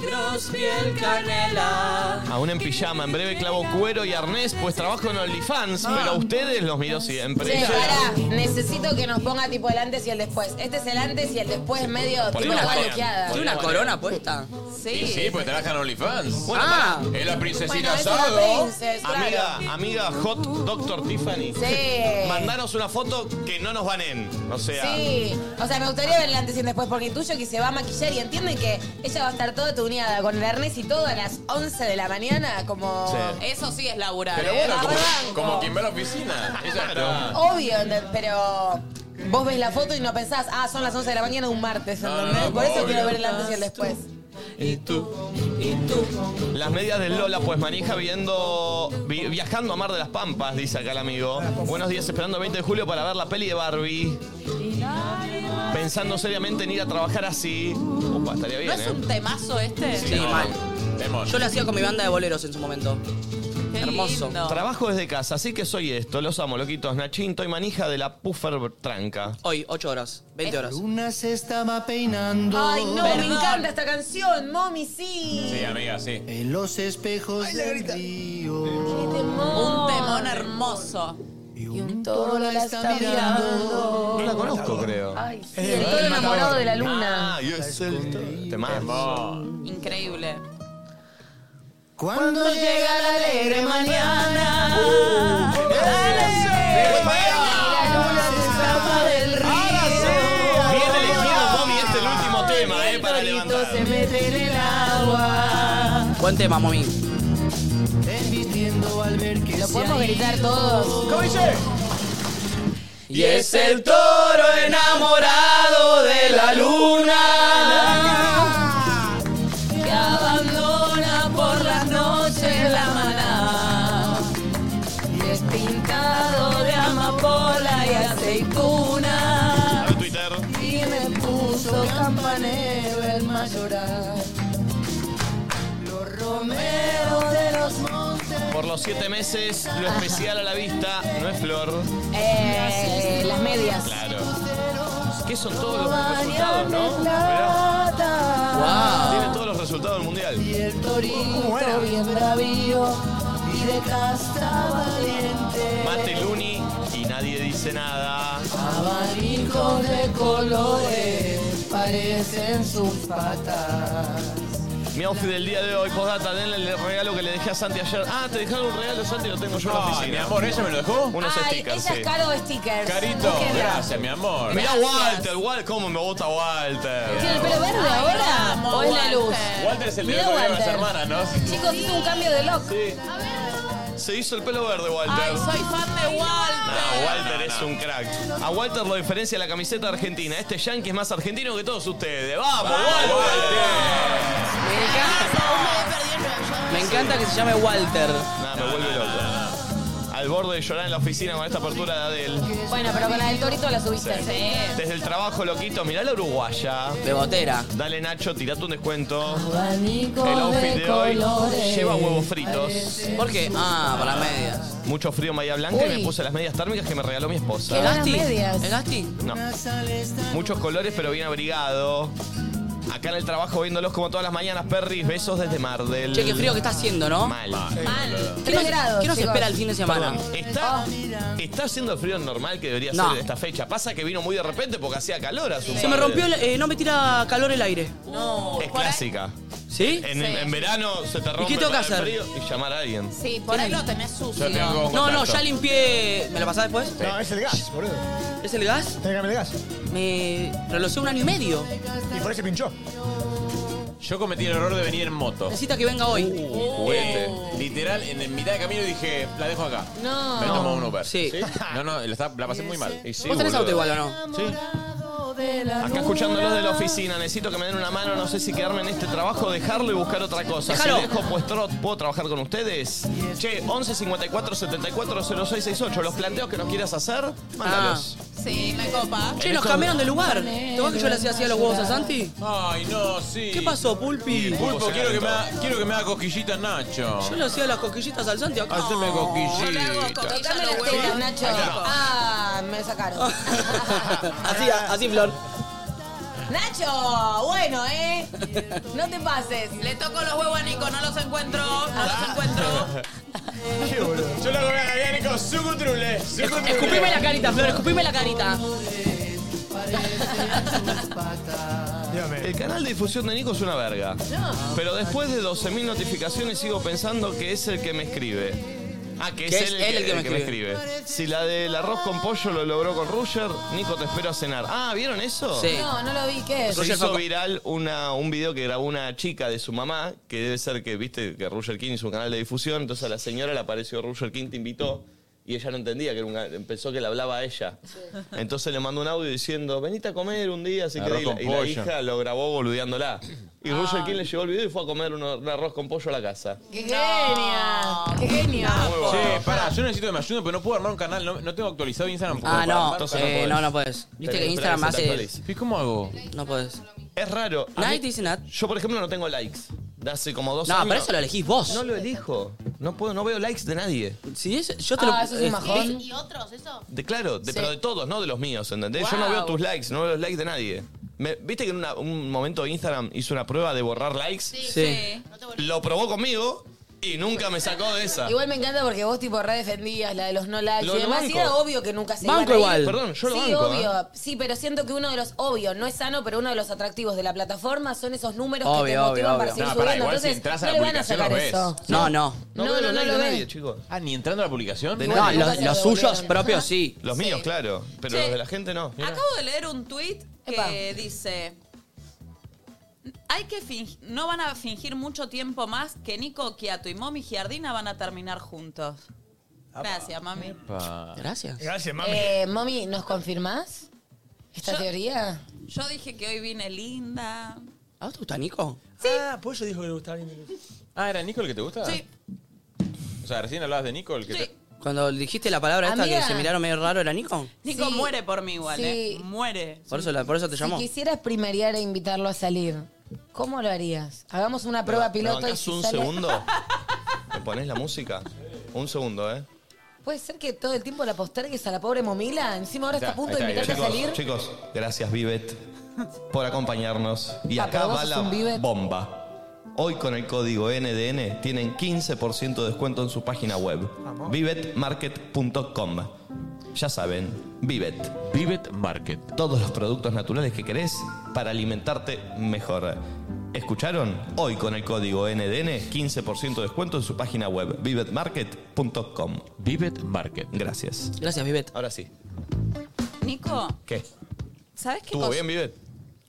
Speaker 4: negros, piel canela.
Speaker 1: Aún en pijama, en breve clavo cuero y arnés, pues trabajo en OnlyFans,
Speaker 5: Ah.
Speaker 1: pero a ustedes los miro siempre.
Speaker 5: Che, pará, necesito que nos ponga tipo el antes y el después. Este es el antes y el después medio
Speaker 1: Por ahí
Speaker 5: tipo
Speaker 1: nos
Speaker 5: la
Speaker 1: ponen.
Speaker 5: bloqueada.
Speaker 4: ¿Tiene una corona puesta?
Speaker 10: Y sí, pues trabajan OnlyFans.
Speaker 4: ah,
Speaker 10: Es la princesita
Speaker 5: Bueno, es
Speaker 10: Sado.
Speaker 5: una princesa,
Speaker 1: Amiga, amiga hot Doctor Tiffany,
Speaker 5: Sí.
Speaker 1: mandanos una foto que no nos banen. O sea,
Speaker 5: Sí, o sea, me gustaría ver el antes y el después porque intuyo que se va a maquillar y entiende que ella va a estar toda tuneada con el arnés y todo a las 11 de la mañana, como
Speaker 1: Sí.
Speaker 2: Eso sí es laburar.
Speaker 10: Pero
Speaker 2: ¿eh?
Speaker 10: bueno, como,
Speaker 5: Barranco.
Speaker 10: como quien va a la oficina. Ella está.
Speaker 3: Oh,
Speaker 5: obvio, ¿entendés? pero vos ves la foto y no pensás, ah, son las 11 de la mañana de un martes,
Speaker 10: No, no,
Speaker 5: ¿entendés?
Speaker 10: no,
Speaker 5: Por eso
Speaker 10: obvio.
Speaker 5: quiero ver el antes y el después.
Speaker 1: Y tú, y tú. Las medias de Lola, pues manija viendo. vi- viajando a Mar de las Pampas, dice acá el amigo. Buenos días, esperando el 20 de julio para ver la peli de Barbie. Pensando seriamente en ir a trabajar así. Opa, estaría bien,
Speaker 2: ¿No es
Speaker 1: ¿eh?
Speaker 2: un temazo este?
Speaker 4: sí, mal.
Speaker 10: Temón.
Speaker 4: Yo lo hacía con mi banda de boleros en su momento.
Speaker 2: Qué
Speaker 4: hermoso.
Speaker 2: lindo.
Speaker 1: Trabajo desde casa, así que soy esto. Los amo, loquitos. Nachinto y manija de la puffer tranca.
Speaker 4: Hoy, 8 horas, 20 horas.
Speaker 11: Luna se estaba peinando
Speaker 5: Ay, no, me
Speaker 2: Perdón.
Speaker 5: encanta esta canción, mami, sí.
Speaker 10: Sí, amiga, sí.
Speaker 11: en los espejos del río.
Speaker 5: Qué temón.
Speaker 2: Un temón hermoso.
Speaker 11: Y un toro la está mirando.
Speaker 1: No la conozco, creo.
Speaker 5: Ay, sí,
Speaker 3: Eh,
Speaker 5: el toro enamorado de la luna.
Speaker 1: Ah, yo es el temazo.
Speaker 10: Temón.
Speaker 2: Ah, Increíble.
Speaker 11: Cuando llega la alegre mañana,
Speaker 1: ¡Bien,
Speaker 5: La luna se escapa del río.
Speaker 1: elegido, Tommy! Este es el último tema, ¿eh? Para levantar.
Speaker 11: se mete en el agua,
Speaker 4: Buen tema, mami.
Speaker 11: embistiendo al ver que
Speaker 5: Lo
Speaker 11: se
Speaker 5: podemos
Speaker 11: ha
Speaker 5: gritar todos.
Speaker 10: ¿Cómo dice?
Speaker 4: Y es el toro enamorado de la luna.
Speaker 5: Que abandona por las noches la maná. Y es pintado de amapola y aceituna.
Speaker 1: Dame Twitter.
Speaker 5: Y me puso campanero el mayoral. Los romeros de los montes.
Speaker 1: Por los siete meses, lo especial a la vista no es flor.
Speaker 5: Eh, las medias.
Speaker 1: Claro. Que son todos los resultados, ¿no? Mirá,
Speaker 5: Plata.
Speaker 1: tiene todos los resultados del mundial.
Speaker 11: Y el torito bien bravío y de casta valiente.
Speaker 1: Mate Luni y nadie dice nada.
Speaker 11: Abanicos de colores parecen sus patas.
Speaker 1: Mi outfit del día de hoy, postdata, denle el regalo que le dejé a Santi ayer. Ah, te dejaron un regalo, Santi, lo tengo yo en la
Speaker 10: Ay, mi
Speaker 1: oficina.
Speaker 10: amor, ella me lo dejó.
Speaker 1: Unos
Speaker 5: Ay,
Speaker 1: stickers,
Speaker 5: ella
Speaker 1: sí.
Speaker 5: es caro de stickers.
Speaker 10: Carito,
Speaker 5: Búsquenla.
Speaker 10: gracias, mi amor.
Speaker 1: Mirá
Speaker 5: Gracias.
Speaker 1: Walter, Walter, cómo me gusta Walter.
Speaker 5: ¿Tiene el pelo verde
Speaker 2: Ay,
Speaker 5: ahora?
Speaker 2: amo,
Speaker 5: ¿O es la luz?
Speaker 2: Walter.
Speaker 10: Walter es el de
Speaker 5: Mirá,
Speaker 10: otro día de las
Speaker 5: Walter.
Speaker 10: hermanas, ¿no?
Speaker 5: Chicos, hizo un cambio de look.
Speaker 1: Se hizo el pelo verde, Walter.
Speaker 2: Ay, soy fan de
Speaker 1: Ah,
Speaker 2: Walter.
Speaker 1: Walter es un crack. A Walter lo diferencia la camiseta argentina. Este yankee es más argentino que todos ustedes. ¡Vamos, Walter!
Speaker 4: Me encanta, me encanta que se llame Walter.
Speaker 1: Nada, me vuelve loco. Al borde de llorar en la oficina con esta apertura de Adel.
Speaker 5: Bueno, pero con la del torito la subiste.
Speaker 1: Desde el trabajo, loquito, mirá la uruguaya.
Speaker 4: De botera.
Speaker 1: Dale, Nacho, tirate un descuento.
Speaker 11: Abanico
Speaker 1: El outfit de hoy
Speaker 11: colores.
Speaker 1: lleva huevos fritos.
Speaker 4: ¿Por qué? Ah, para las medias.
Speaker 1: Mucho frío en Bahía Blanca y me puse las medias térmicas que me regaló mi esposa.
Speaker 4: ¿El
Speaker 5: buenas
Speaker 4: Gasti?
Speaker 5: medias.
Speaker 4: ¿El Gasti?
Speaker 1: No. Muchos colores, pero bien abrigado. Acá Acá en el trabajo viéndolos como todas las mañanas, Perry. Besos desde Mar del...
Speaker 4: Che, qué frío que está haciendo, ¿no? Ah.
Speaker 1: Mal.
Speaker 4: ¿Qué nos, ¿Qué nos espera el fin de semana?
Speaker 1: Ah, eh, Perdón, Está,
Speaker 5: Oh.
Speaker 1: está haciendo el frío normal que debería
Speaker 4: No.
Speaker 1: ser en esta fecha. Pasa que vino muy de repente porque hacía calor a su
Speaker 4: Se me rompió, el- eh, no me tira calor el aire.
Speaker 2: No.
Speaker 1: Es clásica.
Speaker 4: ¿Sí?
Speaker 1: En,
Speaker 4: Sí.
Speaker 1: en verano se te rompe
Speaker 4: qué tengo que
Speaker 1: para el
Speaker 4: hacer?
Speaker 1: frío y llamar a alguien.
Speaker 2: Sí, por ahí lo tenés sucio.
Speaker 1: Yo tengo
Speaker 4: No, no,
Speaker 1: contacto.
Speaker 4: ya limpié. Eh, ¿Me la pasás después?
Speaker 1: No, es
Speaker 4: el gas, boludo. ¿Es el gas? Tráigame el gas. Me relocé un año y medio. Y por eso pinchó.
Speaker 3: Yo cometí el error de venir en moto.
Speaker 4: Necesita que venga hoy.
Speaker 3: Uh. Juguete. Literal, en, en mitad de camino dije, la dejo acá.
Speaker 4: No.
Speaker 3: Me
Speaker 4: No.
Speaker 3: tomo un Uber.
Speaker 4: Sí.
Speaker 3: No, no, la, está- la pasé muy mal.
Speaker 4: ¿Vos tenés auto igual o no?
Speaker 1: Sí. Acá escuchándolos de la oficina, necesito que me den una mano, no sé si quedarme en este trabajo, dejarlo y buscar otra cosa.
Speaker 4: Déjalo.
Speaker 1: Si dejo, pues tro- puedo trabajar con ustedes. Che, 11 54 74 0668, los planteos que nos quieras hacer, mándalos.
Speaker 2: Ah, Sí, me copa.
Speaker 4: Che, nos cambiaron de lugar. ¿Te vas que yo le hacía así a los huevos a Santi?
Speaker 3: Ay, no, sí.
Speaker 4: ¿Qué pasó, Pulpi?
Speaker 3: Pulpo, quiero que, me ha- quiero que me haga cosquillitas, Nacho.
Speaker 4: Yo le hacía las cosquillitas al Santi acá.
Speaker 3: Haceme cosquillitas.
Speaker 5: Tocame las tetas, Nacho. Ah, me sacaron.
Speaker 4: Así, así, Flor.
Speaker 5: Nacho, bueno, ¿eh? No te pases.
Speaker 2: Le toco los huevos a Nico, no los encuentro, no
Speaker 1: Ah.
Speaker 2: los encuentro.
Speaker 3: Yo lo comí a Nico, sucutrule.
Speaker 4: Escupime la carita, Flor, escupime la carita.
Speaker 1: El canal de difusión de Nico es una verga. Pero después de 12.000 notificaciones sigo pensando que es el que me escribe. Ah, que es, él el, que, el que me escribe. Si la del arroz con pollo lo logró con Ruger, Nico te espero a cenar. Ah, ¿vieron eso?
Speaker 5: No, no lo vi. ¿Qué es?
Speaker 1: Se hizo viral una, un video que grabó una chica de su mamá, que debe ser que, viste, que Roger King hizo un canal de difusión, entonces a la señora le apareció Roger King, te invitó, y ella no entendía, que era un ca- pensó que le hablaba a ella. Entonces le mandó un audio diciendo, venite a comer un día, si
Speaker 3: Arroz
Speaker 1: querés, y la,
Speaker 3: con
Speaker 1: y la
Speaker 3: pollo.
Speaker 1: hija lo grabó boludeándola. Y
Speaker 4: Ah.
Speaker 1: Roger King le llevó el video y fue a comer un, un arroz con pollo a la casa.
Speaker 5: ¡Qué genia! ¡Qué genio!
Speaker 3: Che, pará, yo necesito que me ayuden porque no puedo armar un canal, no, no tengo actualizado Instagram.
Speaker 4: Ah, no, eh, no, no podés. Viste que Instagram hace-
Speaker 3: ¿Y cómo hago?
Speaker 4: No podés.
Speaker 1: Es raro. A
Speaker 4: Nadie
Speaker 1: mí-
Speaker 4: te dice nada.
Speaker 1: Yo, por ejemplo, no tengo likes. De hace como dos
Speaker 4: No,
Speaker 1: años.
Speaker 4: pero eso lo elegís vos.
Speaker 1: No lo elijo. No puedo, no veo likes de nadie.
Speaker 4: Sí, es, yo te lo- Ah, eso es un
Speaker 6: ¿Qué? ¿Y otros, eso?
Speaker 1: De, claro, de-
Speaker 6: Sí.
Speaker 1: pero de todos, no de los míos, ¿entendés? Yo no
Speaker 6: Wow.
Speaker 1: veo tus likes, no veo los likes de nadie. Me- ¿Viste que en una- un momento Instagram hizo una prueba de borrar likes?
Speaker 4: Sí.
Speaker 1: Lo probó conmigo y nunca me sacó de esa.
Speaker 5: Igual me encanta porque vos tipo re defendías la de los no likes
Speaker 1: Lo-
Speaker 5: y
Speaker 1: lo
Speaker 5: demás.
Speaker 1: banco.
Speaker 5: y era obvio que nunca se
Speaker 1: Banco
Speaker 5: iba a reír.
Speaker 1: igual. Perdón, yo lo
Speaker 5: sí,
Speaker 1: banco,
Speaker 5: obvio. Sí, pero siento que uno de los obvio, no es sano, pero uno de los atractivos de la plataforma son esos números que te
Speaker 4: Obvio, obvio,
Speaker 5: motivan para
Speaker 4: obvio.
Speaker 5: seguir
Speaker 3: No,
Speaker 5: subiendo.
Speaker 3: pará, igual si
Speaker 5: Entonces,
Speaker 3: entras a la
Speaker 5: no le van a
Speaker 3: publicación lo
Speaker 5: sacar
Speaker 3: ves.
Speaker 5: eso.
Speaker 4: No, no.
Speaker 5: No, no, no, lo ven.
Speaker 1: chicos.
Speaker 3: Ah, ni entrando a la publicación.
Speaker 1: De
Speaker 4: No,
Speaker 1: nadie.
Speaker 4: los, los suyos propios sí.
Speaker 1: Los míos, claro. Pero
Speaker 2: Che.
Speaker 1: los de la gente no. Mirá.
Speaker 2: Acabo de leer un tuit que dice. Hay que fingir, no van a fingir mucho tiempo más que Nico Quiato y Momi Giardina van a terminar juntos. Gracias, mami.
Speaker 4: Gracias.
Speaker 12: Gracias,
Speaker 5: Eh, mami, ¿nos confirmás esta teoría?
Speaker 2: Yo dije que hoy vine linda.
Speaker 4: ¿A ¿Ah, vos te gusta Nico?
Speaker 12: Sí. Ah, Pollo dijo que le gustaba bien.
Speaker 3: Ah, ¿era Nico el que te gusta?
Speaker 2: Sí.
Speaker 3: O sea, recién hablabas de Nico, el que te...
Speaker 4: Cuando dijiste la palabra esta
Speaker 5: Amiga.
Speaker 4: que se miraron medio raro, ¿era Nico?
Speaker 2: Nico
Speaker 5: Sí.
Speaker 2: muere por mí igual,
Speaker 5: Sí.
Speaker 2: ¿eh? Muere.
Speaker 4: Por eso, la- por eso te llamó.
Speaker 5: Si quisieras primerear e invitarlo a salir, ¿cómo lo harías? Hagamos una prueba
Speaker 1: ¿Me
Speaker 5: piloto y
Speaker 1: bancás
Speaker 5: si
Speaker 1: un
Speaker 5: sale-
Speaker 1: segundo? ¿Me pones la música? Un segundo, ¿eh?
Speaker 5: ¿Puede ser que todo el tiempo la postergues a la pobre Momila? Encima ahora está a punto de invitarte a
Speaker 1: Chicos,
Speaker 5: salir.
Speaker 1: chicos, gracias Vivet por acompañarnos. Y
Speaker 5: Ah,
Speaker 1: acá
Speaker 5: pero vos
Speaker 1: va
Speaker 5: sos
Speaker 1: la
Speaker 5: un Vivet.
Speaker 1: bomba. Hoy con el código NDN tienen 15% de descuento en su página web. Vivetmarket.com. Ya saben, Vivet.
Speaker 3: Vivet Market.
Speaker 1: Todos los productos naturales que querés para alimentarte mejor. ¿Escucharon? Hoy con el código NDN 15% de descuento en su página web. Vivetmarket.com.
Speaker 3: Vivet Market.
Speaker 1: Gracias.
Speaker 4: Gracias, Vivet.
Speaker 1: Ahora sí.
Speaker 2: Nico,
Speaker 1: ¿Qué?
Speaker 2: ¿sabes qué
Speaker 1: ¿Estuvo
Speaker 2: cosa?
Speaker 1: bien, Vivet?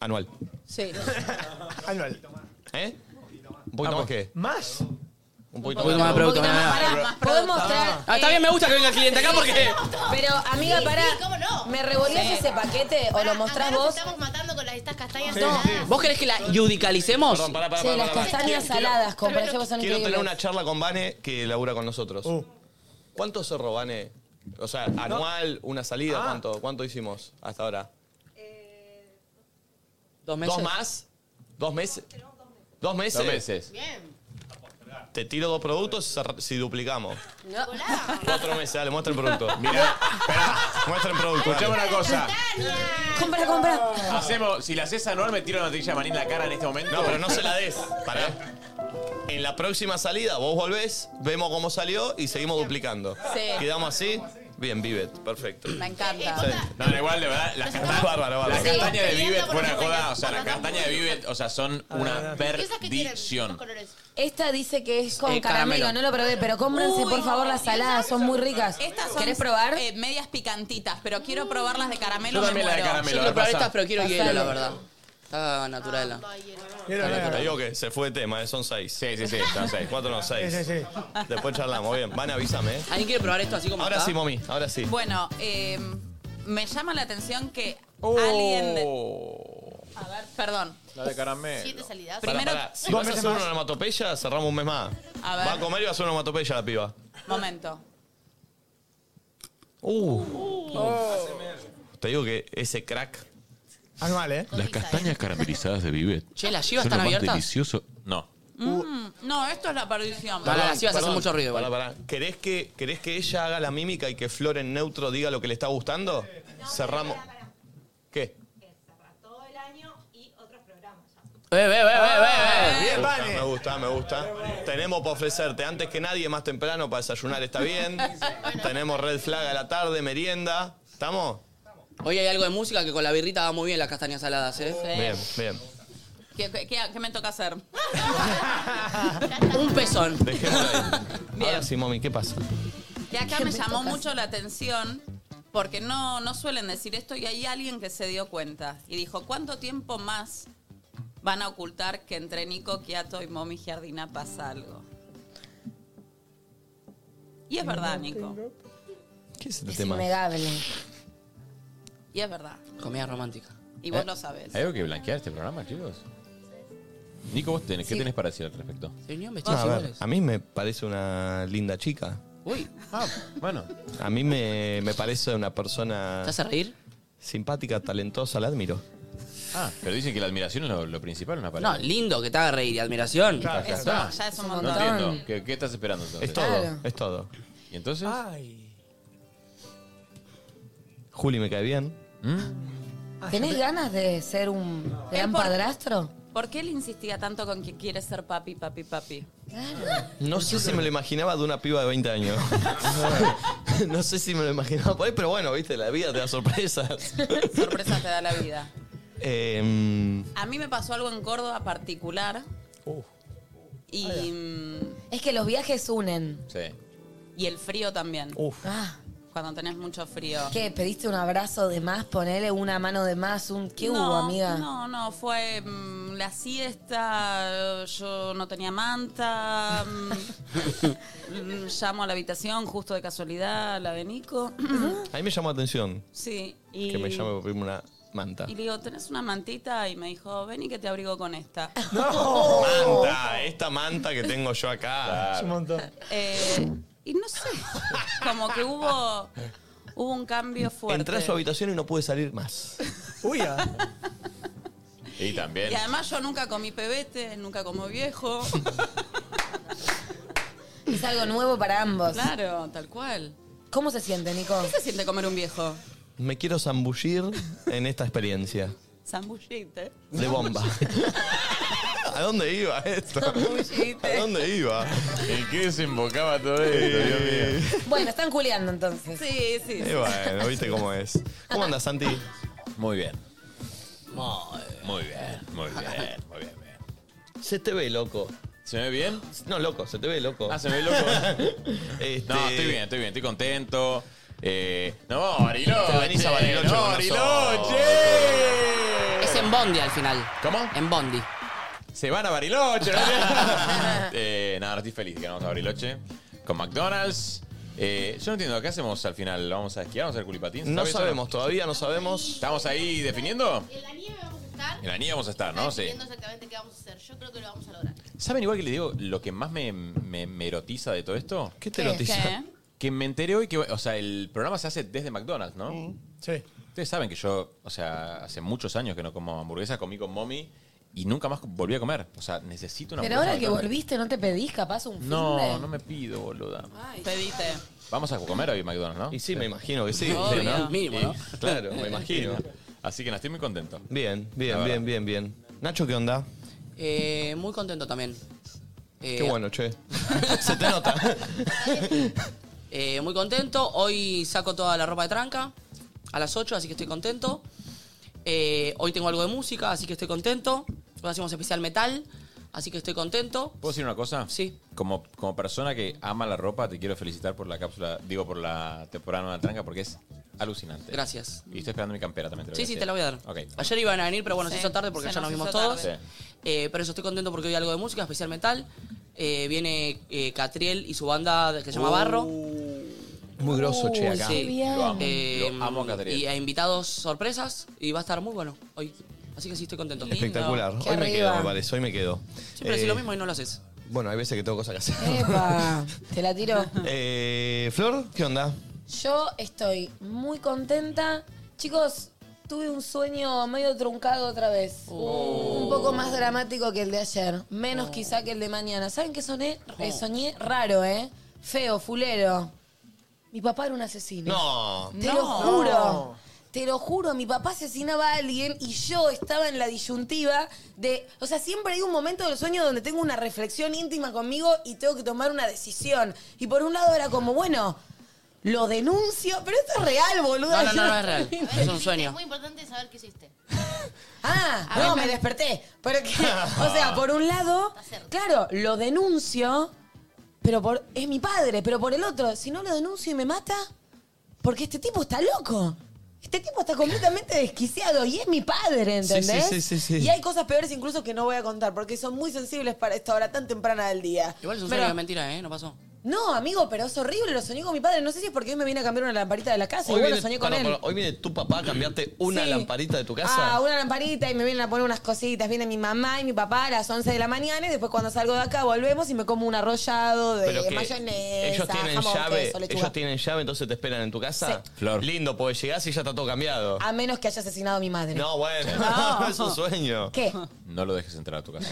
Speaker 1: Anual.
Speaker 2: Sí.
Speaker 12: Anual.
Speaker 1: ¿Eh? ¿Un poquito más qué?
Speaker 12: Ah, pues, ¿Más?
Speaker 1: Un
Speaker 4: Un poquito más de producto, nada, nada.
Speaker 5: ¿Puedo mostrar?
Speaker 4: Ah, está bien, me gusta que venga el cliente acá porque.
Speaker 5: Pero, amiga,
Speaker 6: Sí,
Speaker 5: para.
Speaker 6: sí, ¿cómo no?
Speaker 5: ¿Me revolvías
Speaker 6: Sí.
Speaker 5: ese paquete o lo mostrás
Speaker 6: Acá nos
Speaker 5: vos?
Speaker 6: estamos matando con las, estas castañas.
Speaker 4: No. ¿Vos querés que la judicalicemos?
Speaker 1: Perdón, pará, pará,
Speaker 5: Che,
Speaker 1: pará,
Speaker 5: las
Speaker 1: pará, pará.
Speaker 5: castañas
Speaker 1: Quiero-
Speaker 5: saladas con
Speaker 6: Pero
Speaker 5: parejo son
Speaker 1: Quiero
Speaker 5: increíbles.
Speaker 1: tener una charla con Vane que labura con nosotros.
Speaker 12: Uh.
Speaker 1: ¿Cuánto cerró Vane? O sea, anual, una salida,
Speaker 12: Ah.
Speaker 1: ¿cuánto? ¿Cuánto hicimos hasta ahora?
Speaker 4: Dos
Speaker 1: ¿Dos más? ¿Dos meses? ¿Dos meses?
Speaker 3: Dos meses.
Speaker 6: Bien.
Speaker 1: te tiro dos productos y cer- si duplicamos.
Speaker 5: No.
Speaker 1: Cuatro meses, dale, muestra el producto. Mira, muestra el producto.
Speaker 3: Escuchame una cosa.
Speaker 5: Compra, compra.
Speaker 1: Ah.
Speaker 3: Hacemos, si la haces anual, me tiro la noticia de maní en la cara en este momento.
Speaker 1: No, pero no se la des. Pará. En la próxima salida vos volvés, vemos cómo salió y seguimos duplicando.
Speaker 2: Sí.
Speaker 1: ¿Quedamos así? Bien, Vivet, perfecto.
Speaker 2: Me encanta.
Speaker 1: Sí.
Speaker 3: No, no, igual, de verdad, las castañas,
Speaker 1: Bárbaro, bárbaro.
Speaker 3: la castaña de
Speaker 2: peleando
Speaker 3: Vivet
Speaker 2: por
Speaker 3: fue una
Speaker 2: los
Speaker 3: joda, o sea, la castaña de Vivet, o sea, son una perdición.
Speaker 5: Esta dice que es con
Speaker 3: Eh,
Speaker 5: caramelo.
Speaker 3: caramelo.
Speaker 5: no lo probé, pero cómprense
Speaker 2: Uy.
Speaker 5: por favor las saladas, son muy ricas.
Speaker 2: Estas son
Speaker 5: ¿Querés probar? Mm.
Speaker 2: eh, medias picantitas, pero quiero probar las de caramelo.
Speaker 4: Yo también
Speaker 2: me
Speaker 4: la de
Speaker 2: muero.
Speaker 4: caramelo, Yo quiero a ver, probar pasa. estas, pero quiero hielo, la verdad.
Speaker 1: Está natural. Te digo que se fue de tema, eh, son seis. Sí,
Speaker 3: sí, sí, son seis.
Speaker 1: Cuatro no, seis.
Speaker 12: Sí, sí,
Speaker 2: Ah.
Speaker 1: Después charlamos, bien. Van, avísame. eh.
Speaker 4: ¿Alguien quiere probar esto así como
Speaker 1: Ahora
Speaker 4: está?
Speaker 1: sí, mami, ahora sí.
Speaker 2: Bueno, eh, me llama la atención que alguien. de-
Speaker 3: Oh.
Speaker 2: A ver, perdón.
Speaker 1: Oh. La de caramelo.
Speaker 6: Siete salidas.
Speaker 1: Pará,
Speaker 2: Primero-
Speaker 1: pará, Si
Speaker 2: Dos
Speaker 1: vas a
Speaker 2: meses
Speaker 1: hacer
Speaker 2: más.
Speaker 1: una onomatopeya, cerramos un mes más.
Speaker 2: A ver.
Speaker 1: Va a comer y va a hacer una onomatopeya la piba.
Speaker 2: Momento.
Speaker 1: Uh. Te digo que ese crack.
Speaker 12: Anual, ¿eh?
Speaker 13: Las castañas caramelizadas de Vivet.
Speaker 4: Che, ¿las chivas
Speaker 13: Son lo
Speaker 4: están
Speaker 13: más
Speaker 4: abiertas?
Speaker 13: delicioso. No.
Speaker 2: Mm, no, esto es la perdición.
Speaker 1: perdón, pará, pará. ¿Querés que, ¿Querés que ella haga la mímica y que Flor en neutro diga lo que le está gustando? Cerramos. ¿Qué?
Speaker 4: Eh, ve, ve, ve, ve.
Speaker 1: Me gusta, Me gusta, me gusta. Tenemos para ofrecerte antes que nadie, más temprano para desayunar está bien. Tenemos red flag a la tarde, merienda. ¿Estamos?
Speaker 4: Hoy hay algo de música que con la birrita va muy bien las castañas saladas, ¿eh?
Speaker 1: Bien, bien.
Speaker 2: ¿Qué, qué- qué- qué me toca hacer?
Speaker 4: Un pezón.
Speaker 1: Dejémoslo ahí. Ahora sí, mami, ¿qué pasa?
Speaker 2: Que acá me llamó mucho la atención porque no, no suelen decir esto y hay alguien que se dio cuenta y dijo, ¿cuánto tiempo más van a ocultar que entre Nico Quiato y Momi Giardina pasa algo? Y es verdad, Nico.
Speaker 1: ¿Qué es
Speaker 5: Es innegable.
Speaker 2: Y es verdad.
Speaker 4: Comida romántica.
Speaker 2: Y vos
Speaker 3: Eh,
Speaker 2: lo sabés.
Speaker 3: ¿Hay algo que blanquear este programa, chicos? Nico, vos tenés, ¿qué tenés para decir al respecto?
Speaker 1: No, a, ver, a mí me parece una linda chica.
Speaker 4: Uy.
Speaker 3: bueno.
Speaker 1: A mí me, me parece una persona.
Speaker 4: ¿Te hace reír?
Speaker 1: Simpática, talentosa, la admiro.
Speaker 3: Ah, pero dicen que la admiración es lo, lo principal en una pareja.
Speaker 4: No, lindo que te haga reír y admiración.
Speaker 3: Claro, ya está.
Speaker 2: ya es un
Speaker 3: No
Speaker 2: montón.
Speaker 3: entiendo. ¿Qué, qué estás esperando entonces?
Speaker 1: Es todo, Claro. es todo.
Speaker 3: ¿Y entonces?
Speaker 1: Juli me cae bien.
Speaker 3: ¿Mm?
Speaker 5: ¿Tenés ganas de ser un gran
Speaker 2: por-
Speaker 5: padrastro?
Speaker 2: ¿Por qué él insistía tanto con que quiere ser papi, papi, papi?
Speaker 1: No sé si me lo imaginaba de una piba de 20 años. no sé si me lo imaginaba por ahí, pero bueno, viste, la vida te da sorpresas.
Speaker 2: Sorpresa te da la vida.
Speaker 1: Eh, mm,
Speaker 2: A mí me pasó algo en Córdoba particular. Y, mm,
Speaker 5: Es que los viajes unen.
Speaker 3: Sí.
Speaker 2: y el frío también.
Speaker 5: Ah,
Speaker 2: Cuando tenés mucho frío.
Speaker 5: ¿Qué? ¿Pediste un abrazo de más? Ponele una mano de más. Un... ¿Qué hubo, amiga?
Speaker 2: No, no, fue mm, la siesta, yo no tenía manta, mm, mm, llamo a la habitación justo de casualidad, la de Nico.
Speaker 1: a mí me llamó la atención
Speaker 2: sí, y,
Speaker 1: que me llame por pedirme una manta.
Speaker 2: y le digo, ¿tenés una mantita? Y me dijo, ven y que te abrigo con esta.
Speaker 1: Manta, esta manta que tengo yo acá.
Speaker 2: Eh, y no sé, como que hubo, hubo un cambio fuerte.
Speaker 1: Entré a su habitación y no pude salir más.
Speaker 12: Uy,
Speaker 3: Y también.
Speaker 2: Y además yo nunca comí pebete, nunca como viejo.
Speaker 5: Es algo nuevo para ambos.
Speaker 2: Claro, tal cual.
Speaker 5: ¿Cómo se siente, Nico?
Speaker 2: ¿Qué se siente comer un viejo?
Speaker 1: Me quiero zambullir en esta experiencia.
Speaker 2: Zambullite.
Speaker 1: De bomba. ¿A dónde iba esto? ¿A dónde iba?
Speaker 3: ¿En qué desembocaba todo esto, Dios mío?
Speaker 5: Bueno, están culeando entonces.
Speaker 2: Sí, sí.
Speaker 1: Y bueno, viste cómo es. ¿Cómo andas, Santi?
Speaker 3: Muy bien. Muy bien, muy bien, muy bien.
Speaker 1: Se te ve loco.
Speaker 3: ¿Se me ve bien?
Speaker 1: No, loco, se te ve loco. Este,
Speaker 3: Ah, se me ve loco. No, estoy bien, estoy bien, estoy contento. Eh, no, Bariloche.
Speaker 1: Te venís a Bariloche
Speaker 3: No,
Speaker 1: con
Speaker 3: Bariloche.
Speaker 4: Es en Bondi al final.
Speaker 3: ¿Cómo?
Speaker 4: En Bondi.
Speaker 3: Se van a Bariloche. ¿no? eh, nada, no estoy feliz que vamos a Bariloche. Con McDonald's. Eh, yo no entiendo, ¿qué hacemos al final? ¿Vamos a esquiar? ¿Vamos a hacer culipatín? ¿Se
Speaker 1: No
Speaker 3: sabe eso?
Speaker 1: sabemos, todavía no sabemos.
Speaker 3: ¿Estamos ahí definiendo?
Speaker 6: En la nieve vamos a estar.
Speaker 3: En la nieve vamos a estar, ¿no? Sí.
Speaker 6: Viendo exactamente qué vamos a hacer. Yo creo que lo vamos a lograr.
Speaker 3: ¿Saben igual que les digo lo que más me, me- me erotiza de todo esto?
Speaker 1: ¿Qué te ¿Qué? erotiza? ¿Qué?
Speaker 3: Que me enteré hoy que, o sea, el programa se hace desde McDonald's, ¿no?
Speaker 12: Sí.
Speaker 3: Ustedes saben que yo, o sea, hace muchos años que no como hamburguesas, comí con mommy y nunca más volví a comer. O sea, necesito una
Speaker 5: Pero
Speaker 3: hamburguesa
Speaker 5: ahora que
Speaker 3: de carne.
Speaker 5: volviste, ¿no te pedís capaz un fin
Speaker 3: No, no me pido, boluda.
Speaker 2: Pedite.
Speaker 3: Vamos a comer hoy McDonald's, ¿no? Y
Speaker 1: sí, me imagino que sí.
Speaker 3: Sí,
Speaker 1: Obvio. Mínimo, ¿no?
Speaker 3: Y-
Speaker 1: Claro, me imagino.
Speaker 3: Así que no, estoy muy contento.
Speaker 1: Bien,
Speaker 3: La
Speaker 1: bien,
Speaker 3: verdad.
Speaker 1: bien, bien, bien. Nacho, ¿qué onda?
Speaker 4: Eh, muy contento también. Eh,
Speaker 1: Qué bueno, che. Se te nota.
Speaker 4: eh, muy contento. Hoy saco toda la ropa de tranca a las 8, así que estoy contento. Eh, hoy tengo algo de música, así que estoy contento. Hoy hacemos especial metal, así que estoy contento.
Speaker 3: ¿Puedo decir una cosa?
Speaker 4: Sí.
Speaker 3: Como, como persona que ama la ropa, te quiero felicitar por la cápsula, digo, por la temporada nueva de tranca, porque es alucinante.
Speaker 4: Gracias.
Speaker 3: Y estoy esperando mi campera también.
Speaker 4: Sí, sí, te la voy a dar.
Speaker 3: Ok.
Speaker 4: Ayer iban a venir, pero bueno,
Speaker 3: Sí,
Speaker 4: se hizo tarde porque
Speaker 3: se
Speaker 4: ya
Speaker 3: nos
Speaker 4: nos vimos
Speaker 3: hizo
Speaker 4: todos.
Speaker 3: tarde.
Speaker 4: Eh, pero yo estoy contento porque hoy algo de música, especial metal. Eh, viene eh, Catriel y su banda que se llama
Speaker 1: Uh,
Speaker 4: Barro.
Speaker 1: Muy grosso, che, acá.
Speaker 4: Lo amo,
Speaker 1: Eh,
Speaker 4: a Catriel. Y a invitados sorpresas y va a estar muy bueno hoy. Así que sí, estoy contento.
Speaker 1: Espectacular. Hoy me quedo, me parece. Hoy me quedo.
Speaker 4: Siempre decís
Speaker 1: Eh,
Speaker 4: lo mismo y no lo haces.
Speaker 1: Bueno, hay veces que tengo cosas que hacer.
Speaker 5: Epa, te la tiro.
Speaker 1: Eh, Flor, ¿qué onda?
Speaker 5: Yo estoy muy contenta. Chicos, tuve un sueño medio truncado otra vez.
Speaker 1: Oh.
Speaker 5: Un poco más dramático que el de ayer. Menos quizá que el de mañana. ¿Saben qué soné?
Speaker 1: Oh.
Speaker 5: Eh, soñé raro, ¿eh? Feo, fulero. Mi papá era un asesino.
Speaker 1: No.
Speaker 5: Te
Speaker 1: No.
Speaker 5: lo juro. Te lo juro, mi papá asesinaba a alguien y yo estaba en la disyuntiva de. O sea, siempre hay un momento del sueño donde tengo una reflexión íntima conmigo y tengo que tomar una decisión. Y por un lado era como, bueno, lo denuncio. Pero esto es real, boluda.
Speaker 4: No, no, no,
Speaker 5: Yo-
Speaker 4: no es real. Es un sueño.
Speaker 6: muy importante saber qué hiciste.
Speaker 5: Ah, no, me desperté. Porque, o sea, por un lado, claro, lo denuncio, pero por, es mi padre, pero por el otro, si no lo denuncio y me mata, porque este tipo está loco. Este tipo está completamente desquiciado y es mi padre,
Speaker 1: Sí, sí,
Speaker 5: ¿entendés?
Speaker 1: sí, sí, sí.
Speaker 5: Y hay cosas peores incluso que no voy a contar porque son muy sensibles para esta hora tan temprana del día.
Speaker 4: Igual es un
Speaker 5: Pero-
Speaker 4: sueño de mentira, ¿eh? No pasó.
Speaker 5: No, amigo, pero es horrible, lo soñé con mi padre. No sé si es porque hoy me viene a cambiar una lamparita de la casa, igual lo Ah, soñé con
Speaker 1: pará,
Speaker 5: él.
Speaker 1: pará, hoy viene tu papá a cambiarte una
Speaker 5: Sí.
Speaker 1: lamparita de tu casa.
Speaker 5: Ah, una lamparita y me vienen a poner unas cositas. Viene mi mamá y mi papá a las 11 de la mañana y después cuando salgo de acá volvemos y me como un arrollado de
Speaker 1: Pero que
Speaker 5: mayonesa,
Speaker 1: ellos tienen
Speaker 5: jamón,
Speaker 1: llave,
Speaker 5: queso, lechuga.
Speaker 1: ellos tienen llave, entonces te esperan en tu casa. Flor. Lindo, porque llegás y ya está todo cambiado.
Speaker 5: A menos que haya asesinado a mi madre.
Speaker 1: No, bueno, es un sueño.
Speaker 5: ¿Qué?
Speaker 3: No lo dejes entrar a tu casa.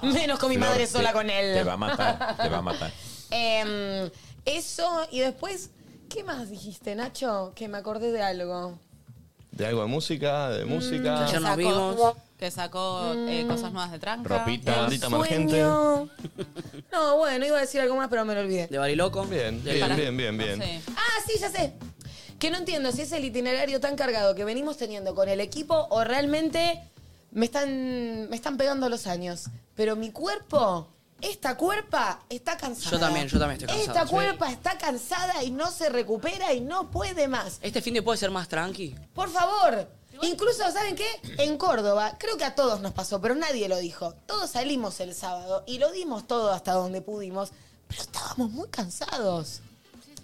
Speaker 5: Menos con mi
Speaker 3: Flor,
Speaker 5: madre
Speaker 3: te-
Speaker 5: sola con él.
Speaker 3: Te va a matar, te va a matar.
Speaker 5: Em, eso y después, ¿qué más dijiste, Nacho? Que me acordé de algo.
Speaker 1: De algo de música, de
Speaker 5: Mm,
Speaker 1: música.
Speaker 2: que sacó- Que sacó eh, cosas nuevas de tranca.
Speaker 1: Ropita. Maldita
Speaker 5: Sueño.
Speaker 1: emergente.
Speaker 5: No, bueno, iba a decir algo más, pero me lo olvidé.
Speaker 4: De Bariloco.
Speaker 1: Bien,
Speaker 4: De-
Speaker 1: bien,
Speaker 4: Pará.
Speaker 1: bien, bien, bien.
Speaker 5: Ah, sí, ya sé. Que no entiendo si es el itinerario tan cargado que venimos teniendo con el equipo o realmente me están, me están pegando los años. Pero mi cuerpo, esta cuerpa, está cansada.
Speaker 4: Yo también, yo también estoy cansado.
Speaker 5: Esta
Speaker 4: Sí.
Speaker 5: cuerpa está cansada y no se recupera y no puede más.
Speaker 4: Este fin de puede ser más tranqui.
Speaker 5: Por favor. Incluso, ¿saben qué? En Córdoba, creo que a todos nos pasó, pero nadie lo dijo. Todos salimos el sábado y lo dimos todo hasta donde pudimos, pero estábamos muy cansados.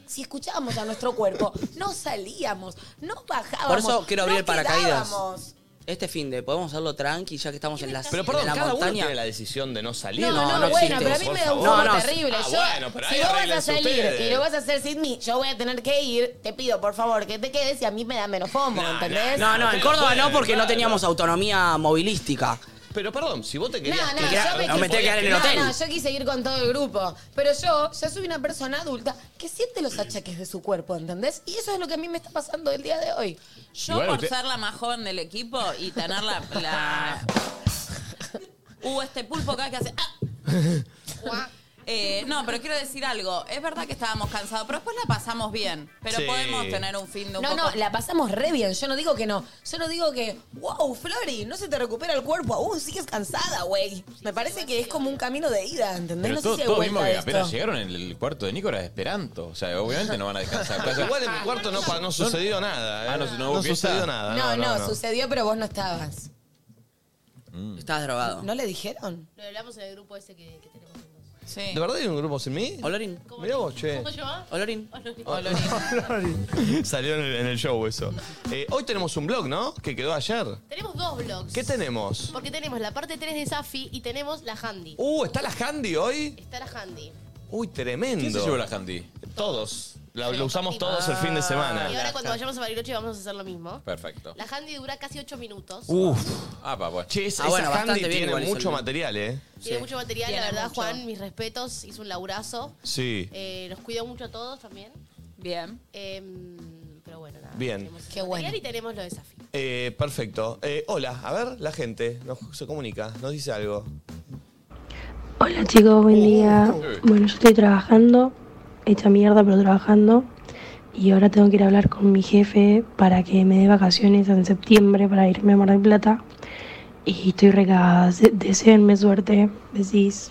Speaker 5: Si escuchábamos a nuestro cuerpo, no salíamos, no bajábamos.
Speaker 4: Por eso quiero abrir
Speaker 5: no
Speaker 4: el paracaídas.
Speaker 5: quedábamos.
Speaker 4: Este fin de podemos hacerlo tranqui ya que estamos en la,
Speaker 1: Pero perdón,
Speaker 4: en la
Speaker 1: cada uno
Speaker 4: montaña.
Speaker 1: tiene la decisión de no salir.
Speaker 4: No, no, No, no bueno, existe pero a eso, mí me por da un favor.
Speaker 5: No,
Speaker 4: No, no,
Speaker 5: terrible.
Speaker 1: ah,
Speaker 5: Yo-
Speaker 1: bueno, pero
Speaker 5: si
Speaker 1: ahí
Speaker 5: vos vas a
Speaker 1: arréglense
Speaker 5: salir
Speaker 1: ustedes.
Speaker 5: y lo vas a hacer sin mí, yo voy a tener que ir. Te pido, por favor, que te quedes y a mí me da menos fomo, ¿entendés?
Speaker 4: No, no, en Córdoba no porque no teníamos autonomía movilística.
Speaker 1: Pero perdón, si vos te querías
Speaker 5: No, no,
Speaker 4: quedar-
Speaker 5: yo me,
Speaker 4: no me tengo que quedar en el
Speaker 5: No,
Speaker 4: hotel.
Speaker 5: No, yo quise ir con todo el grupo. Pero yo ya soy una persona adulta que siente los achaques de su cuerpo, ¿entendés? Y eso es lo que a mí me está pasando el día de hoy.
Speaker 2: Yo por ser la más joven del equipo y tener la... la- Uh, este pulpo acá que hace... ¡Ah! Eh, no, pero quiero decir algo. Es verdad que estábamos cansados, pero después la pasamos bien. Pero
Speaker 5: Sí.
Speaker 2: podemos tener un fin de un
Speaker 5: No,
Speaker 2: poco...
Speaker 5: no, la pasamos re bien. Yo no digo que no. Yo no digo que, wow, Flori, no se te recupera el cuerpo aún, sigues cansada, güey. Me parece que es como un camino de ida, ¿entendés?
Speaker 3: Pero
Speaker 5: no
Speaker 3: todo-
Speaker 5: sé si hay
Speaker 3: todos
Speaker 5: vuelta
Speaker 3: vimos que
Speaker 5: a esto.
Speaker 3: apenas llegaron en el cuarto de Nico era Esperanto. O sea, obviamente no van a descansar.
Speaker 1: Pero igual en mi cuarto no pa- no sucedió nada, ¿eh?
Speaker 3: Ah, no, no hubo
Speaker 1: No
Speaker 3: fiesta.
Speaker 1: sucedió nada,
Speaker 5: No, no, sucedió, pero vos no estabas.
Speaker 4: Estás drogado.
Speaker 5: ¿No le dijeron?
Speaker 6: Lo hablamos en el grupo ese que, que tenemos.
Speaker 2: Sí.
Speaker 1: ¿De verdad hay un grupo sin mí?
Speaker 4: Olorín.
Speaker 1: Mirá vos, che.
Speaker 6: ¿Cómo llevaba?
Speaker 4: Olorín.
Speaker 1: Salió en el, en el show eso. Eh, hoy tenemos un blog, ¿no? Que quedó ayer.
Speaker 6: Tenemos dos blogs.
Speaker 1: ¿Qué tenemos?
Speaker 6: Porque tenemos la parte 3 de Safi y tenemos la Handy.
Speaker 1: Uh, ¿está la Handy hoy?
Speaker 6: Está la Handy.
Speaker 1: Uy, tremendo.
Speaker 3: ¿Quién se llevó la Handy?
Speaker 1: Todos. La- lo usamos todos el fin de semana.
Speaker 6: Ah. Y ahora cuando vayamos a Bariloche vamos a hacer lo mismo.
Speaker 1: Perfecto.
Speaker 6: La handy dura casi 8 minutos.
Speaker 3: Uh,
Speaker 1: Uf. Ah, Che, es-
Speaker 6: Ah,
Speaker 1: esa
Speaker 6: bueno,
Speaker 1: handy
Speaker 6: bastante bien
Speaker 1: tiene
Speaker 6: igual es
Speaker 1: mucho
Speaker 6: el-
Speaker 1: material, ¿eh?
Speaker 6: Tiene mucho material,
Speaker 2: Tiene
Speaker 6: la verdad,
Speaker 2: mucho.
Speaker 6: Juan, mis respetos, hizo un laburazo.
Speaker 1: Sí.
Speaker 6: Eh, los cuidó mucho a todos también.
Speaker 2: Bien.
Speaker 6: pero bueno, nada.
Speaker 1: Bien.
Speaker 6: Qué bueno. Y tenemos los desafíos.
Speaker 1: Eh, perfecto. Eh, hola, a ver, la gente nos, se comunica, nos dice algo.
Speaker 7: Hola chicos, buen día. Bueno, yo estoy trabajando, hecha mierda, pero trabajando. Y ahora tengo que ir a hablar con mi jefe para que me dé vacaciones en septiembre para irme a Mar del Plata. Y estoy recagada. Se- Deseenme suerte. Decís.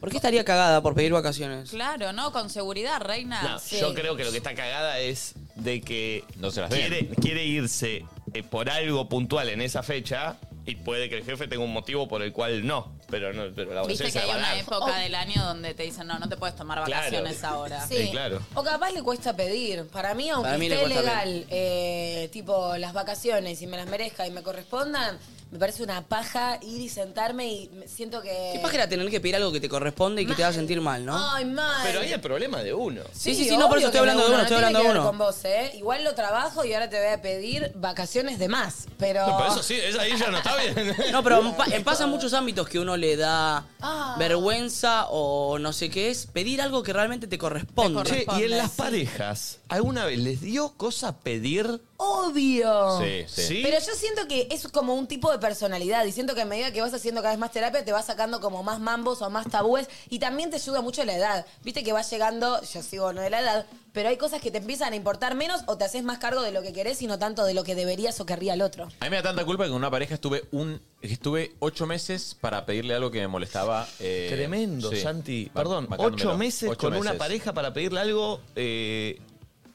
Speaker 4: ¿Por qué estaría cagada por pedir vacaciones?
Speaker 2: Claro, ¿no? Con seguridad, reina.
Speaker 1: No,
Speaker 2: Ah, Sí.
Speaker 1: Yo creo que lo que está cagada es de que
Speaker 3: den.
Speaker 1: quiere, quiere irse eh, por algo puntual en esa fecha y puede que el jefe tenga un motivo por el cual no, pero, no, pero la
Speaker 2: Viste
Speaker 1: bolsilla
Speaker 2: que hay
Speaker 1: va a
Speaker 2: una
Speaker 1: dar.
Speaker 2: época del año donde te dicen, no, no te puedes tomar
Speaker 1: Claro.
Speaker 2: vacaciones ahora.
Speaker 1: Sí, Eh, claro.
Speaker 5: O capaz le cuesta pedir. Para mí, aunque
Speaker 1: Para mí le
Speaker 5: esté
Speaker 1: cuesta
Speaker 5: legal, eh, tipo las vacaciones y me las merezca y me correspondan, me parece una paja ir y sentarme y me- siento que.
Speaker 4: Qué página tener que pedir algo que te corresponde y que te va a sentir mal, ¿no?
Speaker 5: Ay, mal.
Speaker 1: Pero ahí el problema de uno.
Speaker 4: Sí, sí, sí, no, por eso
Speaker 5: obvio
Speaker 4: estoy hablando
Speaker 5: que
Speaker 4: de uno, estoy
Speaker 5: no
Speaker 4: hablando
Speaker 5: tiene
Speaker 4: de
Speaker 5: que ver Con
Speaker 4: uno.
Speaker 5: vos, ¿eh? Igual lo trabajo y ahora te voy a pedir vacaciones de más. Pero.
Speaker 4: No,
Speaker 1: Por eso sí, esa ahí ya no está bien.
Speaker 4: No, pero pa- eh, pasa en muchos ámbitos que uno le da
Speaker 5: Ah.
Speaker 4: vergüenza o no sé qué es, pedir algo que realmente te corresponde.
Speaker 1: Che, y en las parejas, ¿alguna vez les dio cosa pedir?
Speaker 5: Obvio.
Speaker 1: Sí, sí. ¿Sí?
Speaker 5: Pero yo siento que es como un tipo de personalidad y siento que a medida que vas haciendo cada vez más terapia te vas sacando como más mambos o más tabúes y también te ayuda mucho la edad. Viste que vas llegando, yo sigo no de la edad, pero hay cosas que te empiezan a importar menos o te haces más cargo de lo que querés y no tanto de lo que deberías o querría el otro.
Speaker 3: A mí me da tanta culpa que con una pareja estuve un estuve ocho meses para pedirle algo que me molestaba. eh,
Speaker 1: Tremendo,
Speaker 3: sí.
Speaker 1: Santi.
Speaker 3: Va-
Speaker 1: Perdón,
Speaker 3: bancándomelo.
Speaker 1: ocho meses
Speaker 3: Ocho
Speaker 1: con una
Speaker 3: meses.
Speaker 1: pareja para pedirle algo, eh,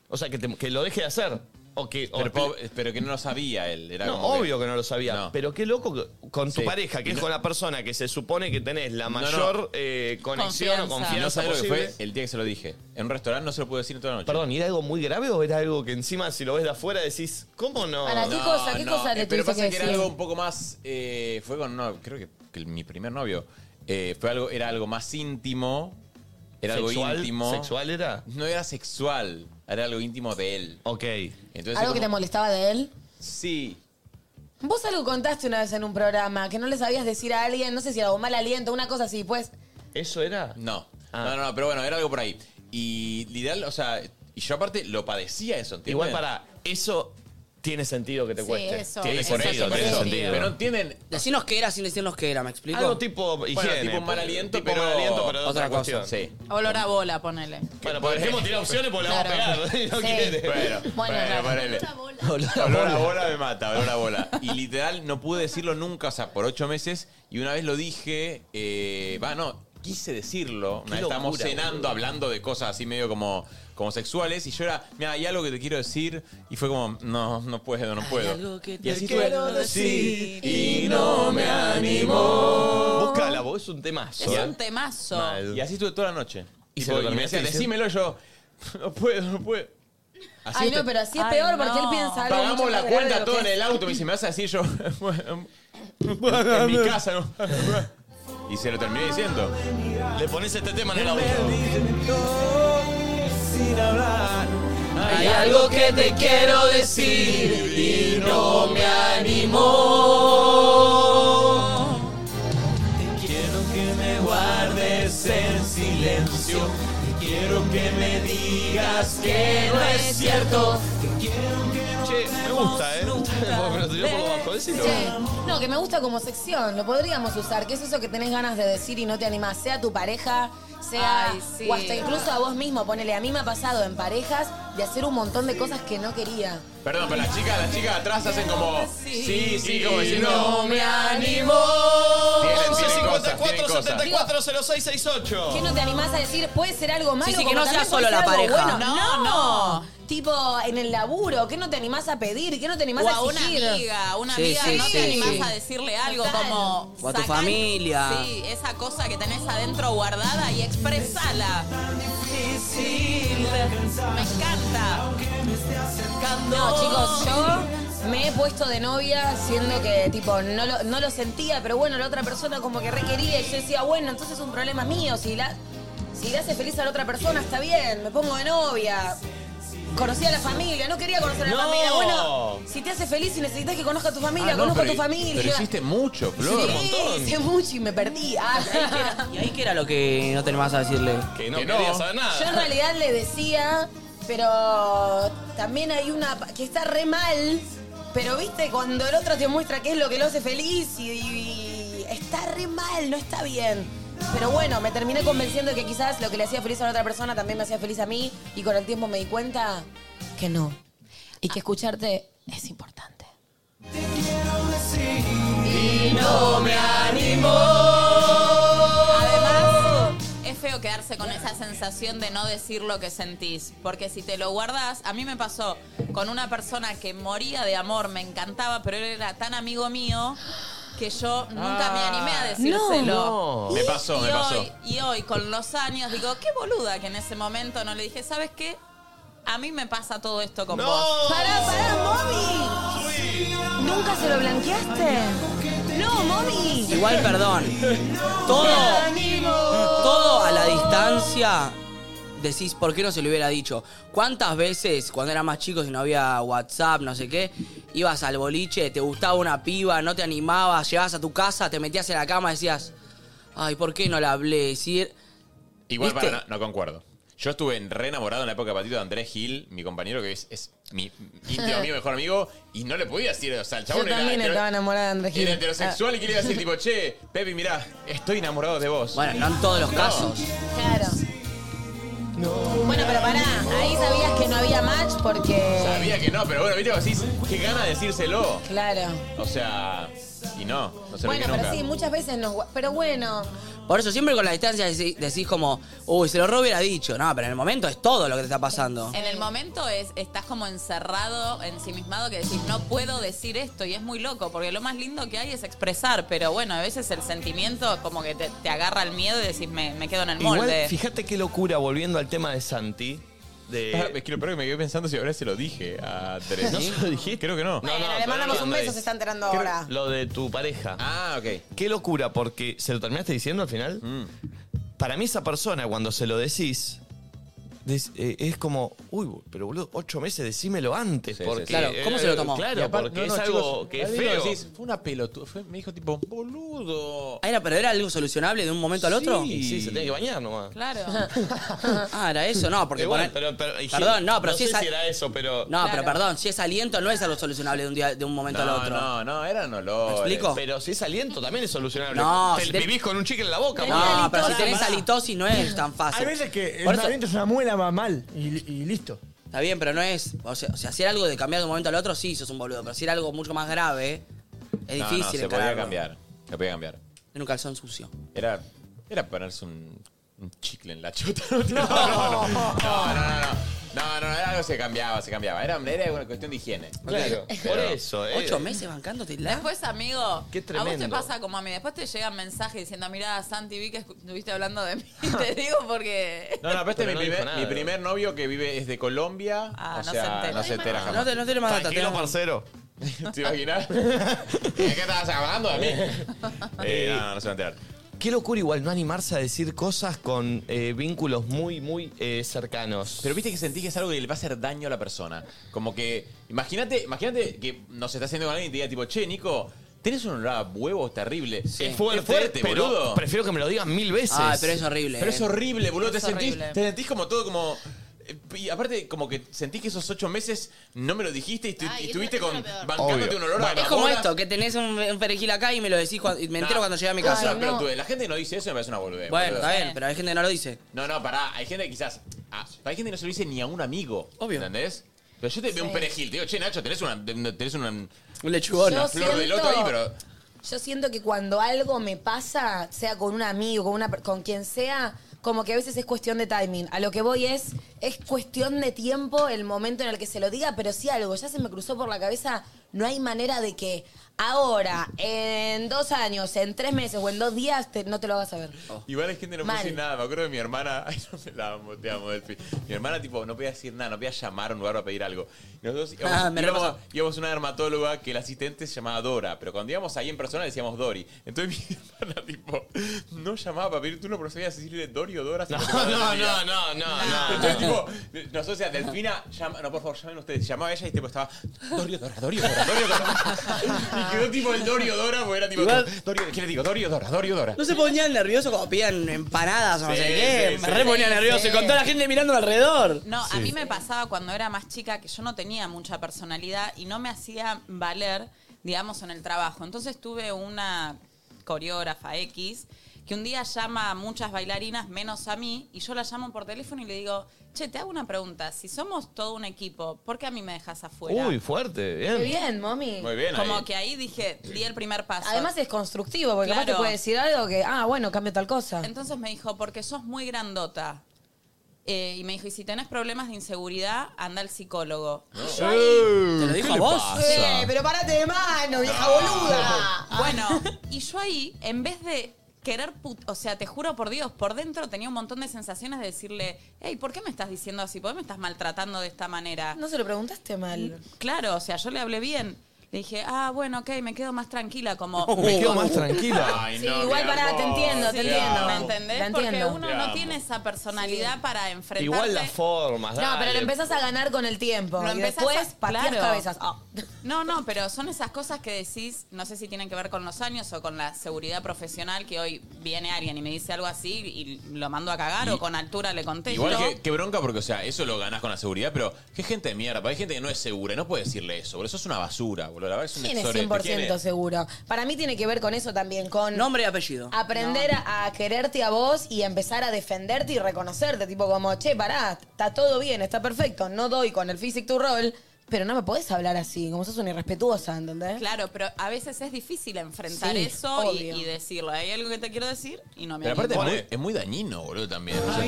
Speaker 1: o sea, que, te- que lo deje de hacer. O que, o-
Speaker 3: Pero, pobre- pero que no lo sabía él. Era
Speaker 1: No,
Speaker 3: como que-
Speaker 1: obvio que no lo sabía. Pero qué loco que- con tu
Speaker 3: Sí.
Speaker 1: pareja, que
Speaker 3: Y
Speaker 1: es
Speaker 3: no-
Speaker 1: con la persona que se supone que tenés la
Speaker 3: No, no.
Speaker 1: mayor eh, conexión o
Speaker 3: Y
Speaker 1: confianza
Speaker 3: no sabés lo que
Speaker 1: posible.
Speaker 3: fue el día que se lo dije. En un restaurante no se lo pude decir en toda la noche.
Speaker 1: Perdón, ¿y era algo muy grave o era algo que encima si lo ves de afuera decís, ¿cómo no?
Speaker 5: Para, ¿qué cosa? ¿Qué cosa le
Speaker 3: eh, Pero
Speaker 5: tuviste
Speaker 3: pasa
Speaker 5: que
Speaker 3: que, era
Speaker 5: decir?
Speaker 3: algo un poco más. eh, fue con. No, creo que, que mi primer novio. eh, fue algo, era algo más íntimo. Era
Speaker 1: ¿Sexual?
Speaker 3: algo íntimo.
Speaker 1: ¿Sexual era?
Speaker 3: No era sexual. Era algo íntimo de él.
Speaker 1: Ok.
Speaker 3: Entonces,
Speaker 5: ¿Algo que te
Speaker 3: como-
Speaker 5: molestaba de él?
Speaker 3: Sí.
Speaker 5: Vos algo contaste una vez en un programa que no le sabías decir a alguien, no sé si era un mal aliento, una cosa así, pues.
Speaker 1: ¿Eso era? Ah.
Speaker 3: No. No, no, no, pero bueno, era algo por ahí. Y literal, o sea, y yo aparte lo padecía eso, ¿entienden?
Speaker 1: Igual para eso tiene sentido que te
Speaker 3: Sí,
Speaker 1: cueste.
Speaker 3: eso.
Speaker 1: Tiene
Speaker 3: Eso
Speaker 1: sentido,
Speaker 3: tiene
Speaker 1: tiene
Speaker 3: sentido.
Speaker 1: sentido.
Speaker 3: Pero no entienden.
Speaker 4: Decinos qué era sin decirnos qué era, ¿me explico?
Speaker 1: Algo tipo
Speaker 4: Bueno,
Speaker 1: higiene.
Speaker 4: tipo un mal
Speaker 1: pues,
Speaker 4: aliento,
Speaker 1: tipo
Speaker 4: pero-
Speaker 1: mal aliento, pero de otra,
Speaker 4: otra cosa.
Speaker 1: cuestión. Sí.
Speaker 2: Olor a bola, ponele.
Speaker 1: Bueno, pues dejemos tirar opciones porque la
Speaker 2: Claro.
Speaker 1: vamos a pegar. No
Speaker 2: Sí.
Speaker 1: quiere.
Speaker 3: Bueno, bueno,
Speaker 1: Bueno,
Speaker 3: ponele.
Speaker 1: Olor a
Speaker 3: Olor a
Speaker 1: bola.
Speaker 3: bola me mata, olor a bola. Y literal, no pude decirlo nunca, o sea, por ocho meses. Y una vez lo dije, eh, va, no, quise decirlo. Una
Speaker 1: Qué
Speaker 3: vez estábamos
Speaker 1: locura,
Speaker 3: cenando,
Speaker 1: boludo.
Speaker 3: hablando de cosas así medio como, como sexuales. Y yo era, mira, hay algo que te quiero decir. Y fue como, no, no puedo, no puedo.
Speaker 4: algo que
Speaker 3: y
Speaker 4: te
Speaker 3: así
Speaker 4: quiero
Speaker 3: fue.
Speaker 4: decir
Speaker 3: y no me animó.
Speaker 1: Búscala, vos es un temazo.
Speaker 2: Es
Speaker 1: ¿eh?
Speaker 2: un temazo.
Speaker 3: Y así estuve toda la noche.
Speaker 1: Y
Speaker 3: Y,
Speaker 1: se lo
Speaker 3: me
Speaker 1: terminaste
Speaker 3: decía,
Speaker 1: diciendo.
Speaker 3: decímelo yo. No puedo, no puedo. Así
Speaker 5: Ay,
Speaker 3: te-
Speaker 5: no, pero así es
Speaker 2: Ay,
Speaker 5: peor
Speaker 2: no.
Speaker 5: porque él piensa algo.
Speaker 3: Pagamos
Speaker 5: mucho
Speaker 3: la
Speaker 5: más grave de
Speaker 3: cuenta
Speaker 5: lo
Speaker 3: todo
Speaker 5: que
Speaker 3: en
Speaker 5: es.
Speaker 3: el auto. Me dice, me vas a decir yo. bueno, en mi casa, ¿no? Y se lo terminé diciendo.
Speaker 1: Le pones este tema en el auto.
Speaker 10: Sin hablar.
Speaker 1: Hay algo que te quiero
Speaker 10: decir y no me animó. Quiero que me guardes en silencio. Te quiero que me digas que no es cierto. Te quiero que no
Speaker 1: Che, me gusta, ¿eh? Me lo tiró por lo bajo, decilo.
Speaker 5: No, que me gusta como sección, lo podríamos usar. ¿Qué es eso que tenés ganas de decir y no te animás? Sea tu pareja, sea.
Speaker 2: Ay, sí.
Speaker 5: O hasta incluso a vos mismo, ponele. A mí me ha pasado en parejas de hacer un montón de cosas que no quería.
Speaker 3: Perdón, pero las chicas, las chicas atrás hacen como. Sí, sí, como diciendo.
Speaker 10: no me animo.
Speaker 3: Tienen, tienen cosas, tienen
Speaker 1: 54
Speaker 3: cosas.
Speaker 1: 74 0668.
Speaker 5: ¿Qué no te animás a decir? Puede ser algo malo.
Speaker 4: sí, que
Speaker 5: como
Speaker 4: no sea
Speaker 5: también
Speaker 4: solo
Speaker 5: puede ser
Speaker 4: la
Speaker 5: algo
Speaker 4: pareja.
Speaker 5: bueno.
Speaker 2: No,
Speaker 5: No,
Speaker 2: no.
Speaker 5: no. Tipo, en el laburo, ¿qué no te animás a pedir? ¿Qué no te animás
Speaker 2: O
Speaker 5: a
Speaker 2: a una
Speaker 5: exigir?
Speaker 2: amiga, a una
Speaker 4: Sí,
Speaker 2: amiga,
Speaker 4: sí,
Speaker 2: no
Speaker 4: sí,
Speaker 2: te animás
Speaker 4: sí.
Speaker 2: a decirle algo
Speaker 5: Total.
Speaker 2: como.
Speaker 4: O a tu
Speaker 2: sacar-
Speaker 4: familia.
Speaker 2: Sí, esa cosa que tenés adentro guardada y expresala. Me encanta.
Speaker 5: No, chicos, yo me he puesto de novia siendo que, tipo, no lo, no lo sentía, pero bueno, la otra persona como que requería y yo decía, bueno, entonces es un problema mío. Si la, Si le hace feliz a la otra persona, está bien, me pongo de novia. Conocí a la familia, no quería conocer a la
Speaker 3: No.
Speaker 5: familia. Bueno, si te hace feliz y necesitas que conozca a tu familia,
Speaker 3: Ah, no,
Speaker 5: conozco a
Speaker 3: pero-
Speaker 5: tu familia.
Speaker 3: Pero hiciste mucho, Flor.
Speaker 5: Sí, hice mucho y me perdí. Ah.
Speaker 4: ¿Y ahí qué era lo que no tenés más a decirle?
Speaker 1: Que no quería saber nada.
Speaker 5: Yo en realidad le decía, pero también hay una pa- que está re mal, pero viste, cuando el otro te muestra qué es lo que lo hace feliz y, y- y está re mal, no está bien. Pero bueno, me terminé convenciendo de que quizás lo que le hacía feliz a la otra persona también me hacía feliz a mí y con el tiempo me di cuenta que no. Y que escucharte es importante.
Speaker 10: Y no me animo.
Speaker 2: Además, es feo quedarse con esa sensación de no decir lo que sentís. Porque si te lo guardas, a mí me pasó con una persona que moría de amor, me encantaba, pero él era tan amigo mío que yo nunca
Speaker 5: Ah.
Speaker 2: me animé a decírselo.
Speaker 3: No. Me pasó,
Speaker 2: Y
Speaker 3: me pasó.
Speaker 2: hoy- y hoy, con los años, digo, qué boluda que en ese momento no le dije, ¿sabes qué? A mí me pasa todo esto con vos.
Speaker 5: ¡Pará, pará, mami! ¿Nunca se lo blanqueaste? No, mami.
Speaker 4: Igual, perdón. Todo, todo a la distancia decís, ¿por qué no se lo hubiera dicho? ¿Cuántas veces cuando eran más chicos y no había WhatsApp, no sé qué, ibas al boliche, te gustaba una piba, no te animabas, llegabas a tu casa, te metías en la cama, decías, ay, ¿por qué no la hablé? Si er-
Speaker 3: Igual,
Speaker 4: ¿Viste?
Speaker 3: para, no, no concuerdo. Yo estuve en- re enamorado en la época de Patito de Andrés Gil, mi compañero que es, es mi íntimo amigo, mejor amigo, y no le podía decir, o sea, el
Speaker 5: Yo
Speaker 3: chabón era,
Speaker 5: también
Speaker 3: hetero-
Speaker 5: estaba enamorada de Andrés Gil.
Speaker 3: era heterosexual y que le iba a decir tipo, che, Pepi, mirá, estoy enamorado de vos.
Speaker 4: Bueno, no en todos los casos.
Speaker 5: Claro. Bueno, pero pará, Ah, ahí sabías que no había match porque.
Speaker 3: Sabía que no, pero bueno, viste, vos decís, qué gana de decírselo.
Speaker 5: Claro.
Speaker 3: O sea, y no, no se lo
Speaker 5: Bueno,
Speaker 3: dije
Speaker 5: pero
Speaker 3: nunca.
Speaker 5: sí, muchas veces nos. gua- Pero bueno.
Speaker 4: Por eso siempre con la distancia decí- decís, como, uy, se lo re hubiera dicho. No, pero en el momento es todo lo que te está pasando.
Speaker 2: En el momento es, estás como encerrado, ensimismado, que decís, no puedo decir esto, y es muy loco, porque lo más lindo que hay es expresar, pero bueno, a veces el sentimiento como que te, te agarra el miedo y decís, me, me quedo en el molde.
Speaker 1: Igual, fíjate qué locura, volviendo al tema de Santi.
Speaker 3: Ah,
Speaker 1: De...
Speaker 3: es que lo peor que me quedé pensando si ahora se lo dije a Andrés.
Speaker 1: ¿No se lo
Speaker 3: dije? Creo que no.
Speaker 1: No, no,
Speaker 5: Eh, le
Speaker 1: pero
Speaker 5: mandamos
Speaker 1: no
Speaker 5: un
Speaker 1: lo
Speaker 5: beso,
Speaker 1: es.
Speaker 5: se está enterando
Speaker 1: Creo-
Speaker 5: ahora.
Speaker 1: Lo de tu pareja.
Speaker 3: Ah, ok. Mm.
Speaker 1: Qué locura, porque ¿se lo terminaste diciendo al final? Para mí esa persona, cuando se lo decís, des- eh, es como, uy, pero boludo, ocho meses, decímelo antes. porque,
Speaker 4: Claro, ¿cómo
Speaker 1: eh,
Speaker 4: se lo tomó?
Speaker 1: Claro,
Speaker 4: Y aparte-
Speaker 1: porque
Speaker 4: no, no,
Speaker 1: es algo
Speaker 4: chicos,
Speaker 1: que es
Speaker 4: ahí lo
Speaker 1: feo.
Speaker 4: decís,
Speaker 3: Fue una pelotuda. fue- Me dijo tipo, boludo.
Speaker 4: Ah, era, pero era algo solucionable de un momento al otro.
Speaker 1: Sí, sí, se tiene que bañar nomás.
Speaker 2: Claro.
Speaker 4: Ah, era eso, no, porque
Speaker 1: Igual,
Speaker 4: poner-
Speaker 1: pero- pero- y-
Speaker 4: Perdón, no, pero si
Speaker 1: sé
Speaker 4: es al-
Speaker 1: si era eso, pero...
Speaker 4: No, pero perdón, si es aliento no es algo solucionable de un día, de un momento
Speaker 1: No,
Speaker 4: al otro.
Speaker 1: no,
Speaker 3: no, eran olores.
Speaker 4: ¿Me explico?
Speaker 1: Pero si es aliento también es solucionable.
Speaker 4: No,
Speaker 1: Te-
Speaker 4: si te-
Speaker 1: vivís con un chicle en la boca. boludo.
Speaker 4: No, pero si tenés halitosis no es tan fácil.
Speaker 12: Hay veces que el
Speaker 4: Por eso-
Speaker 12: aliento es una muela va mal y, y listo.
Speaker 4: Está bien, pero no es. O sea, o sea, si era algo de cambiar de un momento al otro, sí, sos un boludo. Pero si era algo mucho más grave, es
Speaker 3: No, no,
Speaker 4: difícil
Speaker 3: se podía
Speaker 4: encararlo.
Speaker 3: cambiar. Se podía cambiar.
Speaker 4: En un calzón sucio.
Speaker 3: Era, era ponerse un, un chicle en la chota. No, no, no. No, no, no. No, no, no, era algo que se cambiaba, se cambiaba. Era, era una cuestión de higiene.
Speaker 1: Claro, por eso, eh.
Speaker 4: Ocho meses bancándote la.
Speaker 2: Después, amigo,
Speaker 1: Qué
Speaker 2: a vos te
Speaker 1: tremendo.
Speaker 2: pasa como a mí. Después te llegan mensajes diciendo, mirá, Santi, vi que escu- estuviste hablando de mí. te digo porque...
Speaker 3: No, no, pero este
Speaker 1: Pero
Speaker 3: es
Speaker 1: no
Speaker 3: mi,
Speaker 1: dijo
Speaker 3: primer,
Speaker 1: nada.
Speaker 3: mi primer novio que vive es de Colombia.
Speaker 2: Ah,
Speaker 3: o
Speaker 2: no
Speaker 3: sea,
Speaker 2: se entera.
Speaker 3: no se entera jamás.
Speaker 4: No te, no te lo más data, te
Speaker 1: Tranquilo,
Speaker 4: lo-
Speaker 1: parcero.
Speaker 3: ¿Te imaginas? ¿De qué estabas hablando de mí? Eh, no, no se va a enterar.
Speaker 1: Qué locura igual no animarse a decir cosas con eh, vínculos muy, muy eh, cercanos.
Speaker 3: Pero viste que sentís que es algo que le va a hacer daño a la persona. Como que, imagínate, imagínate que nos está haciendo con alguien y te diga tipo, che, Nico, tenés un olor a huevos terrible.
Speaker 1: Es fuerte, pero
Speaker 3: boludo.
Speaker 1: prefiero que me lo digan mil veces.
Speaker 4: Ay, Ah, pero es horrible, eh.
Speaker 3: Pero es horrible, boludo. Te
Speaker 4: Es
Speaker 3: sentís,
Speaker 4: horrible.
Speaker 3: te sentís como todo como. eh, Y aparte, como que sentís que esos ocho meses no me lo dijiste y, tu- y estuviste con bancándote
Speaker 1: Obvio.
Speaker 3: un olor a
Speaker 4: es como
Speaker 3: bola.
Speaker 4: esto, que tenés un, un perejil acá y me lo decís cuando- y me
Speaker 3: Nah. Ah,
Speaker 4: entero cuando llegué a mi
Speaker 3: Es
Speaker 4: casa.
Speaker 3: una pelotude. La gente que no dice eso me parece una boludez.
Speaker 4: Bueno,
Speaker 3: boludo.
Speaker 4: está bien, pero hay gente que no lo dice.
Speaker 3: No, no, pará. Hay gente que quizás. ah, hay gente que no se lo dice ni a un amigo. Obvio. ¿Entendés? Pero yo te veo un perejil, te digo, che, Nacho, tenés una. Tenés una un
Speaker 4: lechugón.
Speaker 3: Una
Speaker 5: Yo
Speaker 3: flor de
Speaker 5: siento-
Speaker 3: loto ahí, pero.
Speaker 5: Yo siento que cuando algo me pasa, sea con un amigo, con, una, per- con quien sea, como que a veces es cuestión de timing. A lo que voy es, es cuestión de tiempo el momento en el que se lo diga, pero sí algo ya se me cruzó por la cabeza, no hay manera de que Ahora, en dos años, en tres meses o en dos días, te- no te lo vas a ver.
Speaker 1: Oh.
Speaker 3: Igual es gente no puede
Speaker 5: Mal.
Speaker 3: decir nada. Me acuerdo de mi hermana. Ay, no me la amo, te amo, Delphi. Mi hermana, tipo, no podía decir nada, no podía llamar a un lugar para pedir algo. Y Nosotros íbamos,
Speaker 4: Ah, me
Speaker 3: íbamos-
Speaker 4: repasó.
Speaker 3: íbamos a una dermatóloga que la asistente se llamaba Dora, pero cuando íbamos ahí en persona le decíamos Dori. Entonces mi hermana, tipo, no llamaba para pedir turno, pero sabía decirle Dori o Dora. No,
Speaker 1: no, no, no, no, no.
Speaker 3: Entonces, tipo, nosotros, o sea, Delfina, llama, no, por favor, llamen ustedes. Llamaba ella y tipo estaba Dorio, Dora, Dorio, Dora, Dorio, Dora. Y quedó tipo el Dorio, Dora, porque era tipo, Dorio, ¿qué le digo? Dorio, Dora, Dorio, Dora.
Speaker 4: No se ponían nerviosos cuando pedían empanadas o no
Speaker 3: Sí,
Speaker 4: sé qué.
Speaker 3: sí,
Speaker 4: Ah, me
Speaker 3: sí.
Speaker 4: re ponía
Speaker 3: Sí,
Speaker 4: nervioso
Speaker 3: sí.
Speaker 4: y con toda la gente mirando alrededor.
Speaker 2: No, a mí me pasaba cuando era más chica que yo no tenía mucha personalidad y no me hacía valer, digamos, en el trabajo. Entonces tuve una coreógrafa X que un día llama a muchas bailarinas menos a mí y yo la llamo por teléfono y le digo, che, te hago una pregunta, si somos todo un equipo, ¿por qué a mí me dejas afuera?
Speaker 1: Uy, fuerte, bien.
Speaker 5: Qué bien, mami.
Speaker 2: Como que ahí dije, di el primer paso.
Speaker 5: Además es constructivo, porque capaz te
Speaker 2: Claro.
Speaker 5: puede decir algo que, ah, bueno, cambio tal cosa.
Speaker 2: Entonces me dijo, porque sos muy grandota. Eh, y me dijo, y si tenés problemas de inseguridad, anda al psicólogo. Y yo ahí-
Speaker 11: ¿Te
Speaker 4: lo dijo a vos?
Speaker 11: Eh, pero
Speaker 2: parate de mano,
Speaker 11: vieja boluda.
Speaker 2: Bueno, y yo ahí, en vez de querer, put- o sea, te juro por Dios, por dentro tenía un montón de sensaciones de decirle, hey, ¿por qué me estás diciendo así? ¿Por qué me estás maltratando de esta manera?
Speaker 5: No se lo preguntaste
Speaker 2: Mm.
Speaker 5: mal.
Speaker 2: Claro, o sea, yo le hablé bien. Le dije, ah, bueno, ok, me quedo más tranquila, como...
Speaker 1: Me
Speaker 11: Uh.
Speaker 1: quedo más tranquila.
Speaker 3: Ay,
Speaker 2: no,
Speaker 5: igual
Speaker 2: mi
Speaker 5: pará, te
Speaker 2: amor.
Speaker 5: entiendo, te
Speaker 2: Sí,
Speaker 5: entiendo.
Speaker 2: ¿Me entendés?
Speaker 5: Te entiendo.
Speaker 2: Porque uno
Speaker 1: Te
Speaker 2: no
Speaker 1: amo.
Speaker 2: tiene esa personalidad para enfrentarse.
Speaker 1: Igual las formas,
Speaker 5: No, pero
Speaker 1: dale.
Speaker 5: lo empezás a ganar con el tiempo.
Speaker 2: Lo
Speaker 5: y
Speaker 2: empezás
Speaker 5: después
Speaker 2: a-
Speaker 5: pateas
Speaker 2: claro.
Speaker 5: cabezas. Ah.
Speaker 2: No, no, pero son esas cosas que decís, no sé si tienen que ver con los años o con la seguridad profesional, que hoy viene alguien y me dice algo así y lo mando a cagar
Speaker 3: Y-
Speaker 2: o con altura le contesto.
Speaker 3: Igual que, qué bronca, porque, o sea, eso lo ganás con la seguridad, pero qué gente de mierda. porque Hay gente que no es segura, y no puede decirle eso, boludo. Eso es una basura, boludo. La verdad es un
Speaker 5: ¿Quién es
Speaker 3: exorete.
Speaker 5: 100%
Speaker 3: ¿Quién es?
Speaker 5: seguro? Para mí tiene que ver con eso también, con...
Speaker 4: Nombre y apellido.
Speaker 5: Aprender a, a quererte a vos y empezar a defenderte y reconocerte. Tipo como, che, pará, está todo bien, está perfecto, no doy con el physic to roll, pero no me podés hablar así, como sos una irrespetuosa, ¿entendés?
Speaker 2: Claro, pero a veces es difícil enfrentar
Speaker 5: Sí,
Speaker 2: eso y,
Speaker 5: obvio.
Speaker 2: y decirlo. ¿Hay algo que te quiero decir? Y no me
Speaker 3: Pero aparte es
Speaker 2: animo.
Speaker 3: muy, es muy dañino, boludo, también. o sea.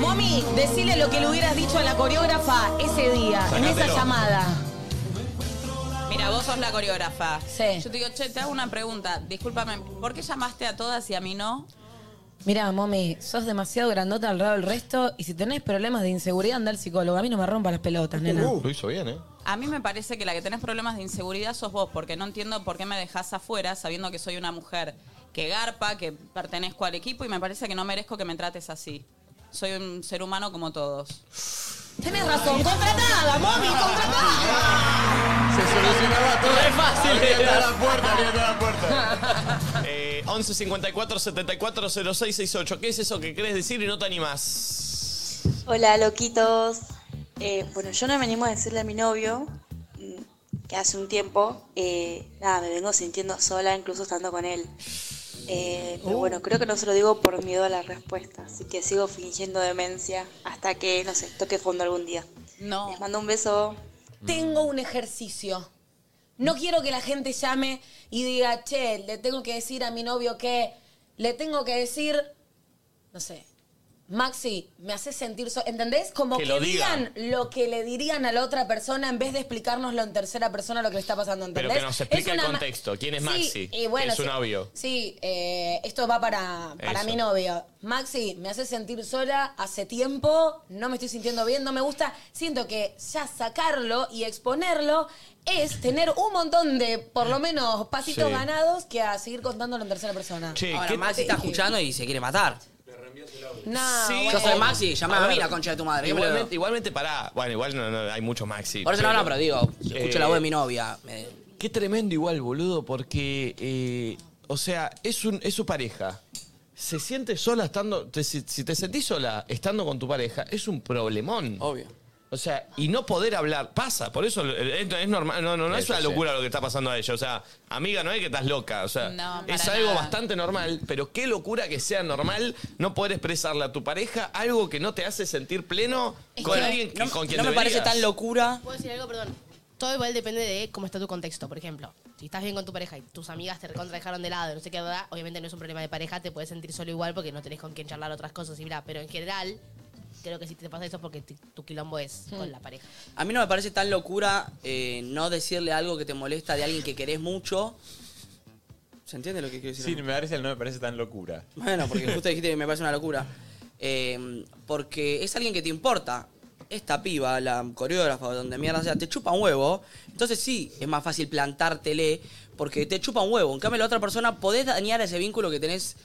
Speaker 5: Mami, decile lo que le hubieras dicho a la coreógrafa ese día, en esa
Speaker 2: Sacátelo.
Speaker 5: llamada.
Speaker 2: Mira, vos sos la coreógrafa.
Speaker 5: Sí.
Speaker 2: Yo te digo, che, te hago una pregunta. Discúlpame, ¿por qué llamaste a todas y a mí no?
Speaker 5: Mirá, mami, sos demasiado grandota al lado del resto y si tenés problemas de inseguridad, anda al psicólogo. A mí no me rompa las pelotas, nena.
Speaker 1: Lo hizo bien, ¿eh?
Speaker 2: A mí me parece que la que tenés problemas de inseguridad sos vos, porque no entiendo por qué me dejás afuera sabiendo que soy una mujer que garpa, que pertenezco al equipo y me parece que no merezco que me trates así. Soy un ser humano como todos.
Speaker 5: Tenés razón, contratada, mami, contratada.
Speaker 3: Se solucionaba
Speaker 1: todo.
Speaker 3: Re fácil.
Speaker 1: Abierta
Speaker 3: la puerta, abierta la puerta.
Speaker 1: Eh, 11 54 74 06 68. ¿Qué es eso que querés decir y no te animás?
Speaker 14: Hola, loquitos. Eh, bueno, yo no me animo a decirle a mi novio mm, que hace un tiempo, eh, nada, me vengo sintiendo sola, incluso estando con él. Eh, pero
Speaker 15: Oh.
Speaker 14: bueno, creo que no se lo digo por miedo a la respuesta, así que sigo fingiendo demencia hasta que, no sé, toque fondo algún día.
Speaker 2: No.
Speaker 14: Les mando un beso.
Speaker 5: Tengo un ejercicio. No quiero que la gente llame y diga, che, le tengo que decir a mi novio que, le tengo que decir, no sé, Maxi, me hace sentir, so ¿entendés? Como
Speaker 11: Que
Speaker 5: que,
Speaker 11: lo diga.
Speaker 5: digan lo que le dirían a la otra persona en vez de explicárnoslo en tercera persona lo que le está pasando, ¿entendés?
Speaker 1: Pero que nos explique
Speaker 5: Es
Speaker 1: el
Speaker 5: una ma-
Speaker 1: contexto. ¿Quién es
Speaker 5: Sí,
Speaker 1: Maxi?
Speaker 5: y bueno,
Speaker 1: es un
Speaker 5: sí.
Speaker 1: novio.
Speaker 5: Sí, eh, esto va para, para
Speaker 1: Eso.
Speaker 5: mi novio. Maxi, me hace sentir sola hace tiempo, no me estoy sintiendo bien, no me gusta. Siento que ya sacarlo y exponerlo es tener un montón de, por lo menos, pasitos
Speaker 4: Sí.
Speaker 5: ganados que a seguir contándolo en tercera persona.
Speaker 4: Ahora Maxi está escuchando y se quiere matar.
Speaker 5: No,
Speaker 4: Yo soy
Speaker 5: bueno.
Speaker 4: Maxi, llamá
Speaker 1: A
Speaker 4: a
Speaker 1: ver,
Speaker 4: mí la concha de tu madre. ¿qué me lo-
Speaker 1: Igualmente, igualmente pará. Bueno, igual no, no, hay muchos Eh, Maxi.
Speaker 4: Por eso no, no, pero digo, yo escucho la voz de mi
Speaker 1: novia. Qué tremendo igual, boludo, porque, eh, o sea, es, un, es su pareja. Se siente sola estando, te- si, si te sentís sola estando con tu pareja, es un problemón. Obvio. O sea, y no poder hablar, pasa, por eso eh, es, es normal, no, no, no es
Speaker 3: Eso
Speaker 1: una
Speaker 3: sí.
Speaker 1: locura lo que está pasando a ella, o sea, amiga, no es que estás loca, o sea,
Speaker 2: No,
Speaker 1: es
Speaker 2: para
Speaker 1: algo
Speaker 2: nada.
Speaker 1: bastante normal, pero qué locura que sea normal no poder expresarle a tu pareja algo que no te hace sentir pleno
Speaker 6: Es
Speaker 1: con
Speaker 6: que
Speaker 1: alguien que-
Speaker 6: no-
Speaker 1: con quien
Speaker 6: no me parece
Speaker 1: deberías.
Speaker 6: tan ¿Puedo decir algo? Perdón. Todo igual depende de cómo está tu contexto. Por ejemplo, si estás bien con tu pareja y tus amigas te recontra dejaron de lado, no sé qué, ¿verdad? obviamente no es un problema de pareja, te puedes sentir solo igual porque no tenés con quién charlar otras cosas y bla. Pero en general, creo que si te pasa eso es porque ti- tu quilombo es con la pareja.
Speaker 4: A mí no me parece tan locura eh, no decirle algo que te molesta de alguien que querés mucho. ¿Se entiende lo que quiero decir?
Speaker 3: Sí, me parece, no me parece tan locura.
Speaker 4: Bueno, porque justo dijiste que me parece una locura. Eh, porque es alguien que te importa. Esta piba, la coreógrafa, o donde mierda sea, te chupa un huevo. Entonces sí, es más fácil plantártele porque te chupa un huevo. En cambio, la otra persona podés dañar ese vínculo que tenés.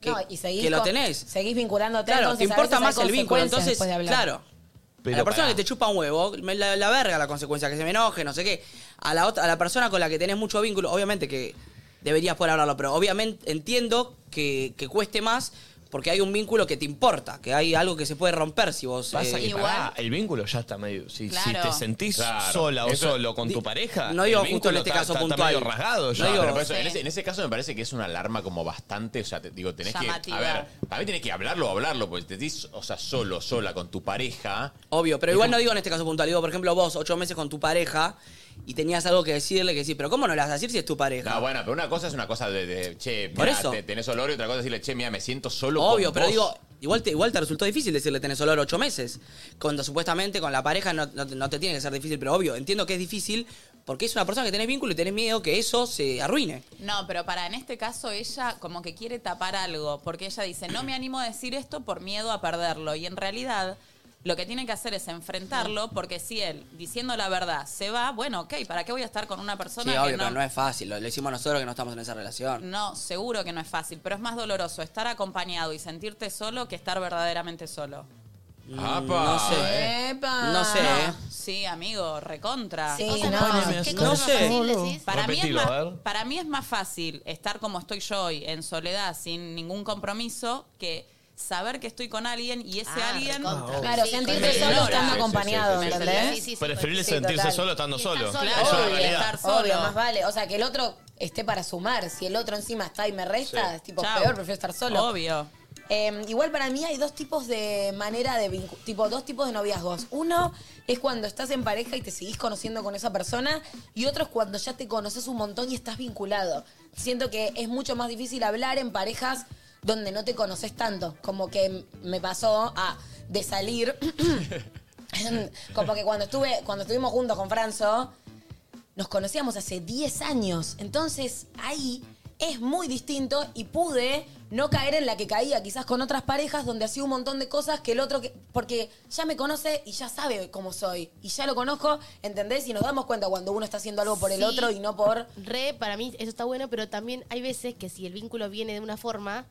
Speaker 4: Que,
Speaker 5: No, y seguís
Speaker 4: que lo
Speaker 5: con-
Speaker 4: tenés.
Speaker 5: Seguís vinculándote.
Speaker 4: Claro,
Speaker 5: entonces
Speaker 4: te
Speaker 5: a
Speaker 4: importa
Speaker 5: veces
Speaker 4: más
Speaker 5: hay
Speaker 4: el vínculo.
Speaker 5: consecuencias
Speaker 4: Entonces,
Speaker 5: después de hablar.
Speaker 4: claro.
Speaker 9: Pero
Speaker 4: a la persona
Speaker 9: pará.
Speaker 4: que te chupa un huevo, me la, la verga la consecuencia, que se me enoje, no sé qué. A la, otra, a la persona con la que tenés mucho vínculo, obviamente que deberías poder hablarlo, pero obviamente entiendo que, que cueste más porque hay un vínculo que te importa, que hay algo que se puede romper si vos...
Speaker 1: Pasa
Speaker 4: eh,
Speaker 1: que pará, el vínculo ya está medio. Si, si
Speaker 4: Claro.
Speaker 1: te sentís
Speaker 4: Claro.
Speaker 1: sola o
Speaker 4: Eso-
Speaker 1: solo con tu pareja,
Speaker 4: No digo
Speaker 1: el
Speaker 4: justo en
Speaker 1: vínculo
Speaker 4: este
Speaker 1: está-
Speaker 4: caso
Speaker 1: está- está
Speaker 4: puntual.
Speaker 1: medio rasgado ya.
Speaker 3: No, pero por eso, en, ese, en ese caso me parece que es una alarma como bastante, o sea, te, digo, tenés
Speaker 4: Llamativa.
Speaker 3: que, a ver, para mí tenés que hablarlo o hablarlo, porque te dis, o sea, solo, sola, con tu pareja.
Speaker 4: Obvio, pero
Speaker 3: Es
Speaker 4: igual
Speaker 3: como-
Speaker 4: no digo en este caso puntual. Digo, por ejemplo, vos, ocho meses con tu pareja y tenías algo que decirle, que decís, pero ¿cómo no le vas a decir si es tu pareja?
Speaker 3: No, bueno, pero una cosa es una cosa de, de, che,
Speaker 4: Por
Speaker 3: mirá,
Speaker 4: eso.
Speaker 3: te- tenés olor y otra cosa es decirle, che, mira, me siento solo
Speaker 4: Obvio,
Speaker 3: con
Speaker 4: pero
Speaker 3: vos.
Speaker 4: digo, igual te, igual te resultó difícil decirle tenés olor ocho meses. Cuando supuestamente con la pareja no, no te- no te tiene que ser difícil, pero obvio, entiendo que es difícil porque es una persona que tenés vínculo y tenés miedo que eso se arruine.
Speaker 2: No, pero para en este caso ella como que quiere tapar algo, porque ella dice, no me animo a decir esto por miedo a perderlo. Y en realidad lo que tiene que hacer es enfrentarlo, porque si él, diciendo la verdad, se va, bueno, ok, ¿para qué voy a estar con una
Speaker 4: Sí,
Speaker 2: persona
Speaker 4: obvio,
Speaker 2: que no... Mm.
Speaker 4: pero no es fácil. Lo, lo hicimos nosotros que no estamos en esa relación.
Speaker 2: No, seguro que no es fácil, pero es más doloroso estar acompañado y sentirte solo que estar verdaderamente solo.
Speaker 4: Mm,
Speaker 3: Apa. eh.
Speaker 4: No sé.
Speaker 2: Epa.
Speaker 4: No sé.
Speaker 2: Sí, amigo, recontra.
Speaker 5: Sí, O sea, no. acompáñame, ¿qué
Speaker 4: No sé.
Speaker 2: Para mí, es
Speaker 4: Repetilo,
Speaker 2: más,
Speaker 4: a ver.
Speaker 2: para mí es más fácil estar como estoy yo hoy, en soledad, sin ningún compromiso, que saber que estoy con alguien y ese alguien...
Speaker 5: obvio. Claro,
Speaker 2: Sí,
Speaker 5: sentirte
Speaker 2: con el
Speaker 5: solo
Speaker 2: dolor.
Speaker 5: estando Sí, sí, acompañado, sí, sí, sí, ¿entendés? sí, sí, sí,
Speaker 1: Preferible
Speaker 5: sí,
Speaker 1: sentirse
Speaker 5: total.
Speaker 1: solo estando solo.
Speaker 5: solo.
Speaker 1: Es una
Speaker 5: Obvio,
Speaker 1: realidad.
Speaker 2: estar
Speaker 5: Obvio, más vale. O sea, que el otro esté para sumar. Si el otro encima está y me resta,
Speaker 2: Sí.
Speaker 5: es tipo
Speaker 2: Chau.
Speaker 5: peor, prefiero estar solo.
Speaker 2: Obvio.
Speaker 5: Eh, igual para mí hay dos tipos de manera de vincu- tipo dos tipos de noviazgos. Uno es cuando estás en pareja y te seguís conociendo con esa persona y otro es cuando ya te conoces un montón y estás vinculado. Siento que es mucho más difícil hablar en parejas donde no te conoces tanto, como que m- me pasó a de salir como que cuando estuve cuando estuvimos juntos con Franzo nos conocíamos hace 10 años. Entonces ahí es muy distinto y pude no caer en la que caía quizás con otras parejas donde hacía un montón de cosas que el otro, que, porque ya me conoce y ya sabe cómo soy. Y ya lo conozco, ¿entendés? Y nos damos cuenta cuando uno está haciendo algo por el
Speaker 6: Sí.
Speaker 5: otro y no por...
Speaker 6: Re, para mí eso está bueno, pero también hay veces que si el vínculo viene de una forma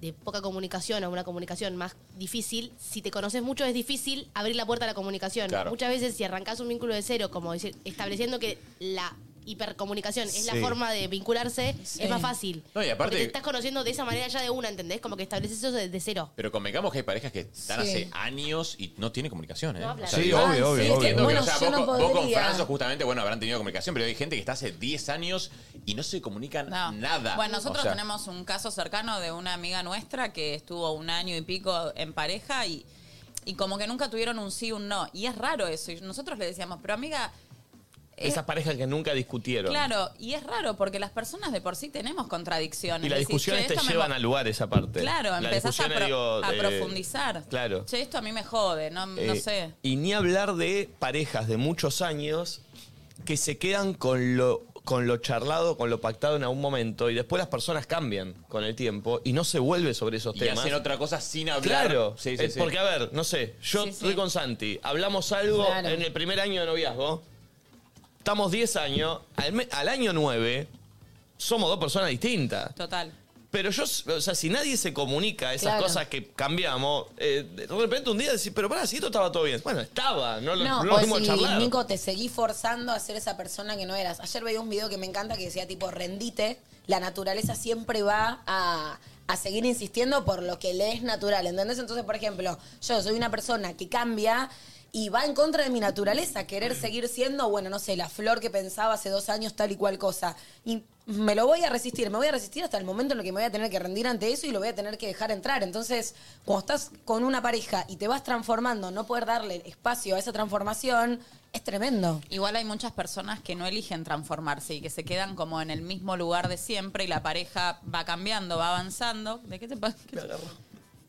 Speaker 6: de poca comunicación o una comunicación más difícil, si te conoces mucho es difícil abrir la puerta a la comunicación.
Speaker 16: Claro.
Speaker 6: Muchas veces si arrancas un vínculo de cero, como decir, estableciendo que la hipercomunicación es la
Speaker 3: Sí.
Speaker 6: forma de vincularse, es más fácil.
Speaker 3: No, y aparte-
Speaker 6: Porque te estás conociendo de esa manera ya de una, ¿entendés? Como que estableces eso desde cero.
Speaker 3: Pero convengamos que hay parejas que están
Speaker 6: Sí.
Speaker 3: hace años y no tienen comunicación, ¿eh?
Speaker 6: No hablan.
Speaker 9: Sí, obvio, obvio, obvio.
Speaker 3: entiendo que,
Speaker 9: Bueno,
Speaker 3: o sea,
Speaker 9: yo
Speaker 3: vos,
Speaker 9: no
Speaker 3: con- vos con
Speaker 9: podría.
Speaker 3: Franzo justamente, bueno, habrán tenido comunicación, pero hay gente que está hace 10 años y no se comunican
Speaker 2: No.
Speaker 3: nada.
Speaker 2: Bueno, nosotros
Speaker 3: O sea,
Speaker 2: tenemos un caso cercano de una amiga nuestra que estuvo un año y pico en pareja y, y como que nunca tuvieron un sí, un no. Y es raro eso. Y nosotros le decíamos, pero amiga, es-
Speaker 1: Esas parejas que nunca discutieron.
Speaker 2: claro, y es raro porque las personas de por sí tenemos contradicciones.
Speaker 1: Y las
Speaker 2: Decís,
Speaker 1: discusiones
Speaker 2: "Che,
Speaker 1: te
Speaker 2: esto me
Speaker 1: llevan
Speaker 2: mo-
Speaker 1: a lugares aparte.
Speaker 2: Claro,
Speaker 1: Las
Speaker 2: empezás a,
Speaker 1: discusiones,
Speaker 2: pro-
Speaker 1: digo,
Speaker 2: a
Speaker 1: eh,
Speaker 2: profundizar.
Speaker 1: claro.
Speaker 2: Che, esto a mí me jode, no, Mm, no
Speaker 1: Eh,
Speaker 2: sé.
Speaker 1: Y ni hablar de parejas de muchos años que se quedan con lo, con lo charlado, con lo pactado en algún momento y después las personas cambian con el tiempo y no se vuelve sobre esos
Speaker 3: y
Speaker 1: temas.
Speaker 3: hacen otra cosa sin hablar.
Speaker 1: Claro,
Speaker 3: Sí, sí,
Speaker 1: Eh,
Speaker 3: sí.
Speaker 1: porque a ver, no sé, yo estoy con Santi, hablamos algo
Speaker 3: Claro.
Speaker 1: en el primer año de noviazgo, estamos 10 años, al, me- al año 9 somos dos personas distintas.
Speaker 2: Total.
Speaker 1: Pero yo, o sea, si nadie se comunica esas
Speaker 5: Claro.
Speaker 1: cosas que cambiamos, eh, de repente un día decís, pero pará, si esto estaba todo bien. Bueno, estaba, no lo
Speaker 5: No,
Speaker 1: no
Speaker 5: o
Speaker 1: lo pudimos
Speaker 5: si,
Speaker 1: charlar.
Speaker 5: Nico, te seguí forzando a ser esa persona que no eras. Ayer veía un video que me encanta que decía tipo, rendite, la naturaleza siempre va a, a seguir insistiendo por lo que le es natural, ¿entendés? Entonces, por ejemplo, yo soy una persona que cambia y va en contra de mi naturaleza, querer seguir siendo, bueno, no sé, la flor que pensaba hace dos años tal y cual cosa. Y me lo voy a resistir, me voy a resistir hasta el momento en el que me voy a tener que rendir ante eso y lo voy a tener que dejar entrar. Entonces, cuando estás con una pareja y te vas transformando, no poder darle espacio a esa transformación, es tremendo.
Speaker 2: Igual hay muchas personas que no eligen transformarse y que se quedan como en el mismo lugar de siempre y la pareja va cambiando, va avanzando. ¿De qué te pasa?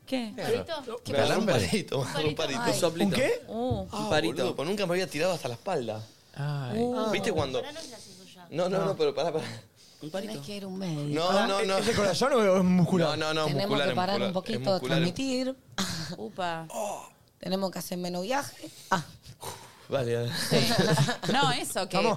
Speaker 2: ¿Qué?
Speaker 1: Me agarró un palito, me agarró un palito.
Speaker 2: Ay.
Speaker 1: soplito.
Speaker 2: ¿Un qué? Uh.
Speaker 1: un parito. Boludo, pues nunca me había tirado hasta la espalda.
Speaker 5: Uh.
Speaker 1: ¿Viste cuando? No, no, no, pero pará, pará.
Speaker 5: Un Tenés que ir a un médico.
Speaker 1: No, no, no.
Speaker 12: ¿Es de e-, corazón o es muscular?
Speaker 1: No, no,
Speaker 5: Tenemos que parar un poquito, transmitir.
Speaker 2: Upa.
Speaker 5: Tenemos que hacer menos viaje.
Speaker 1: Vale, dale.
Speaker 2: No, eso, que,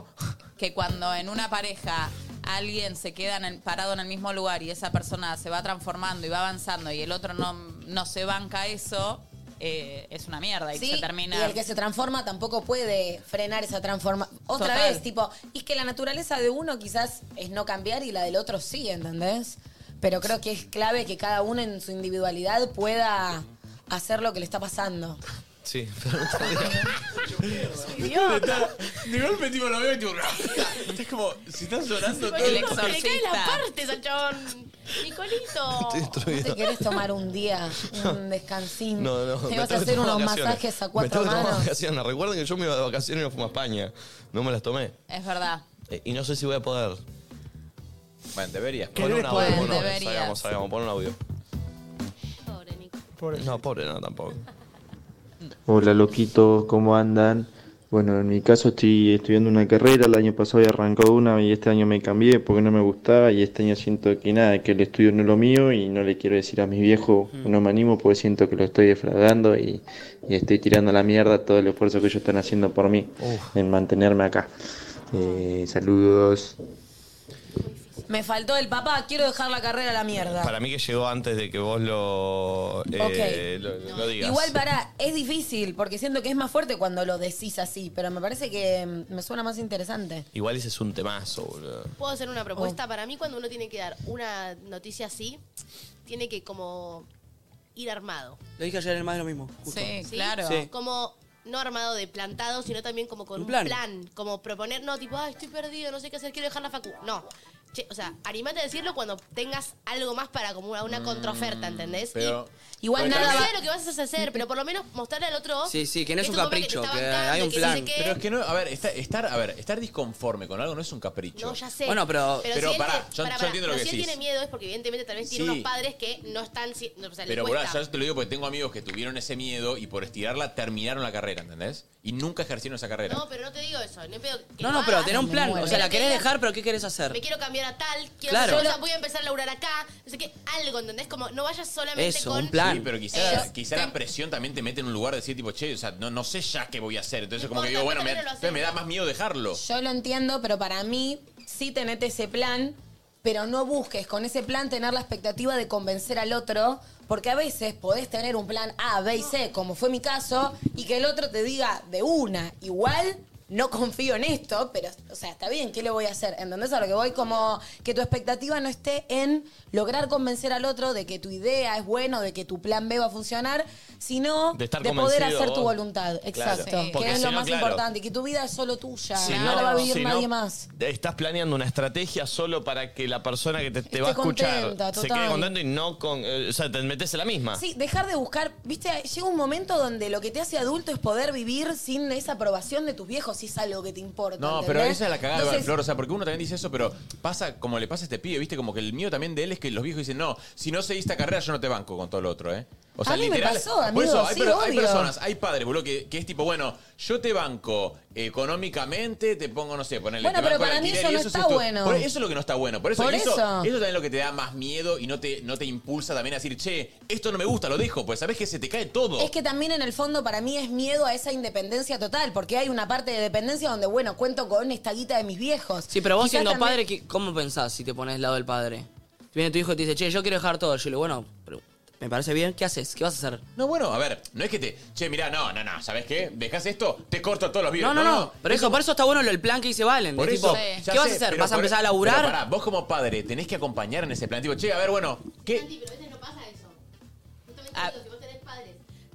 Speaker 2: que cuando en una pareja alguien se queda en el- parado en el mismo lugar y esa persona se va transformando y va avanzando y el otro no, no se banca eso, eh, es una mierda y
Speaker 5: Sí,
Speaker 2: se termina.
Speaker 5: y el que se transforma tampoco puede frenar esa transformación. Otra
Speaker 2: Total.
Speaker 5: vez, tipo, y es que la naturaleza de uno quizás es no cambiar y la del otro sí, ¿entendés? Pero creo que es clave que cada uno en su individualidad pueda hacer lo que le está pasando.
Speaker 1: Sí, pero no sabía.
Speaker 3: Está- De golpe, tipo, lo veo y tipo. Estás como. Si estás llorando todo
Speaker 6: Le cae la parte, Sachón. Nicolito.
Speaker 1: Estoy destruido.
Speaker 5: ¿Te querés tomar un día, un descansín?
Speaker 1: No, no.
Speaker 5: ¿Te
Speaker 1: me
Speaker 5: vas
Speaker 1: tengo
Speaker 5: a
Speaker 1: que
Speaker 5: hacer
Speaker 1: tomar
Speaker 5: unos
Speaker 1: vacaciones.
Speaker 5: masajes a
Speaker 1: Me
Speaker 5: cuatro
Speaker 1: tengo que tomar
Speaker 5: manos?
Speaker 1: vacaciones. Recuerden que yo me iba de vacaciones y no fui a España. No me las tomé.
Speaker 2: Es verdad.
Speaker 1: Eh, Y no sé si voy a poder.
Speaker 3: Bueno, debería.
Speaker 1: Pon un audio,
Speaker 2: poder?
Speaker 1: pon un audio.
Speaker 2: Deberías.
Speaker 1: Salgamos, salgamos, pon un audio.
Speaker 12: Pobre
Speaker 1: No, pobre no, tampoco.
Speaker 16: Hola loquitos, ¿cómo andan? Bueno, en mi caso estoy estudiando una carrera, el año pasado ya arrancó una y este año me cambié porque no me gustaba y este año siento que nada, que el estudio no es lo mío y no le quiero decir a mis viejos,
Speaker 1: Mm.
Speaker 16: no me animo porque siento que lo estoy defraudando y, y estoy tirando a la mierda todo el esfuerzo que ellos están haciendo por mí en mantenerme acá. Eh, saludos.
Speaker 5: Me faltó el papá, quiero dejar la carrera a la mierda.
Speaker 1: Para mí que llegó antes de que vos lo, eh, lo, lo digas.
Speaker 5: Igual para, es difícil, porque siento que es más fuerte cuando lo decís así, pero me parece que mm, me suena más interesante.
Speaker 1: Igual ese es un temazo, boludo.
Speaker 6: ¿Puedo hacer una
Speaker 4: Oh.
Speaker 6: propuesta? Para mí, cuando uno tiene que dar una noticia así, tiene que como ir armado.
Speaker 4: Lo dije ayer en el más de lo mismo. justo.
Speaker 6: ¿sí?
Speaker 4: Sí.
Speaker 6: Como no armado de plantado, sino también como con
Speaker 4: Un
Speaker 6: un
Speaker 4: plan.
Speaker 6: plan. Como proponer, no, tipo, ay, estoy perdido, no sé qué hacer, quiero dejar la facu. No. Che, o sea, animate a decirlo cuando tengas algo más para como una, una contraoferta, ¿entendés?
Speaker 4: Mm, pero-
Speaker 6: Y- Igual
Speaker 4: Pero
Speaker 6: nada
Speaker 4: también-
Speaker 6: va... lo que vas a hacer, pero por lo menos mostrarle al otro...
Speaker 4: Sí, sí, que no es un
Speaker 6: esto papá
Speaker 4: capricho,
Speaker 6: te está
Speaker 4: que
Speaker 6: bancando,
Speaker 4: hay un
Speaker 6: que no
Speaker 4: plan.
Speaker 6: sé qué.
Speaker 4: ¿Qué?
Speaker 3: Pero es que no, a ver, esta- estar, a ver, estar disconforme con algo no es un capricho.
Speaker 6: No, ya sé.
Speaker 4: Bueno, pero-
Speaker 6: Pero,
Speaker 3: pero
Speaker 6: si él
Speaker 3: pará,
Speaker 6: te-
Speaker 3: yo-
Speaker 6: pará,
Speaker 3: yo
Speaker 6: pará.
Speaker 3: entiendo lo
Speaker 6: Pero
Speaker 3: que
Speaker 6: si él
Speaker 3: decís.
Speaker 6: tiene miedo es porque evidentemente tal vez tiene
Speaker 3: Sí.
Speaker 6: unos padres que no están... si- no, o sea, le
Speaker 3: Pero
Speaker 6: cuesta.
Speaker 3: boludo, yo te lo digo porque tengo amigos que tuvieron ese miedo y por estirarla terminaron la carrera, ¿entendés? Y nunca ejercieron esa carrera.
Speaker 6: No, pero no te digo eso. No, pedo que
Speaker 4: No,
Speaker 6: lo
Speaker 4: no, pero
Speaker 6: hagas.
Speaker 4: tener un plan. O sea, la
Speaker 6: Pero que
Speaker 4: querés
Speaker 6: digas,
Speaker 4: dejar, pero ¿qué querés hacer?
Speaker 6: Me quiero cambiar a tal, quiero
Speaker 4: Claro.
Speaker 6: hacer cosas, voy a empezar a laburar acá. No sé qué, algo, ¿entendés? Como no vayas solamente
Speaker 4: Eso,
Speaker 6: con... Eh,
Speaker 4: un plan.
Speaker 3: Sí, pero quizá, quizá la presión también te mete en un lugar de decir, tipo, che, o sea, no, no sé ya qué voy a hacer. Entonces, como que digo, bueno, me,
Speaker 5: pero lo
Speaker 3: entonces me da más miedo dejarlo.
Speaker 5: Yo lo entiendo, pero para mí sí tenete ese plan, pero no busques con ese plan tener la expectativa de convencer al otro, porque a veces podés tener un plan A, B y C, como fue mi caso, y que el otro te diga de una, igual no confío en esto, pero, o sea, está bien, ¿qué le voy a hacer? ¿Entendés a lo que voy? Como que tu expectativa no esté en lograr convencer al otro de que tu idea es buena, o de que tu plan B va a funcionar, sino
Speaker 1: De
Speaker 5: de,
Speaker 1: estar
Speaker 5: poder
Speaker 1: convencido
Speaker 5: hacer tu
Speaker 1: vos.
Speaker 5: voluntad.
Speaker 1: Claro.
Speaker 5: Exacto.
Speaker 1: Sí. Porque
Speaker 5: Que es
Speaker 1: si
Speaker 5: lo
Speaker 1: no,
Speaker 5: más
Speaker 1: claro.
Speaker 5: importante, que tu vida es solo tuya.
Speaker 1: Si
Speaker 5: no, la va a vivir
Speaker 1: si no,
Speaker 5: nadie más.
Speaker 1: Estás planeando una estrategia solo para que la persona que te, te va a escuchar
Speaker 5: contenta,
Speaker 1: se
Speaker 5: total.
Speaker 1: quede contento y no con. eh, o sea, te metes en la misma.
Speaker 5: Sí, dejar de buscar, viste, llega un momento donde lo que te hace adulto es poder vivir sin esa aprobación de tus viejos, si es algo que te importa.
Speaker 3: No, pero
Speaker 5: ¿entendés?
Speaker 3: esa es la cagada de
Speaker 5: Entonces,
Speaker 3: Flor. O sea, porque uno también dice eso, pero pasa como le pasa a este pibe, ¿viste? Como que el mío también de él es que los viejos dicen, no, si no seguís esta carrera yo no te banco con todo lo otro, ¿eh? O sea,
Speaker 5: A mí me
Speaker 3: literal.
Speaker 5: pasó,
Speaker 3: por
Speaker 5: amigo,
Speaker 3: eso hay,
Speaker 5: sí,
Speaker 3: pero- hay
Speaker 5: obvio.
Speaker 3: personas, hay padres, boludo, que, que es tipo, bueno, yo te banco económicamente, te pongo, no sé, ponerle
Speaker 5: Bueno,
Speaker 3: te
Speaker 5: pero
Speaker 3: banco el
Speaker 5: para mí
Speaker 3: alquiler
Speaker 5: eso
Speaker 3: y
Speaker 5: no
Speaker 3: es
Speaker 5: está
Speaker 3: esto-
Speaker 5: bueno.
Speaker 3: por eso es lo que no está bueno. Por eso,
Speaker 5: Por
Speaker 3: y eso,
Speaker 5: eso.
Speaker 3: eso también es lo que te da más miedo y no te, no te impulsa también a decir, che, esto no me gusta, lo dejo, pues sabes que se te cae todo.
Speaker 5: Es que también en el fondo para mí es miedo a esa independencia total, porque hay una parte de dependencia donde, bueno, cuento con esta guita de mis viejos.
Speaker 4: Sí, pero vos
Speaker 5: Quizás
Speaker 4: siendo
Speaker 5: también-
Speaker 4: padre, ¿qué- ¿cómo pensás si te pones del lado del padre? Viene tu hijo y te dice, che, yo quiero dejar todo. Yo le digo, bueno, pero me parece bien, ¿qué haces? ¿Qué vas a hacer?
Speaker 3: No, bueno, a ver, no es que te. Che, mirá, no, no, no, ¿sabes qué? ¿Dejas esto? Te corto todos los videos.
Speaker 4: No, no, no. Pero eso, por eso está bueno el plan que hice Valen.
Speaker 3: Por
Speaker 4: de
Speaker 3: eso,
Speaker 4: tipo,
Speaker 3: ya
Speaker 4: ¿Qué vas a
Speaker 3: sé,
Speaker 4: hacer?
Speaker 3: pero
Speaker 4: ¿Vas a
Speaker 3: por-
Speaker 4: empezar a
Speaker 3: pero pará,
Speaker 4: laburar?
Speaker 3: vos como padre tenés que acompañar en ese plan. Tipo, che, a ver, bueno, ¿qué?
Speaker 4: Ah.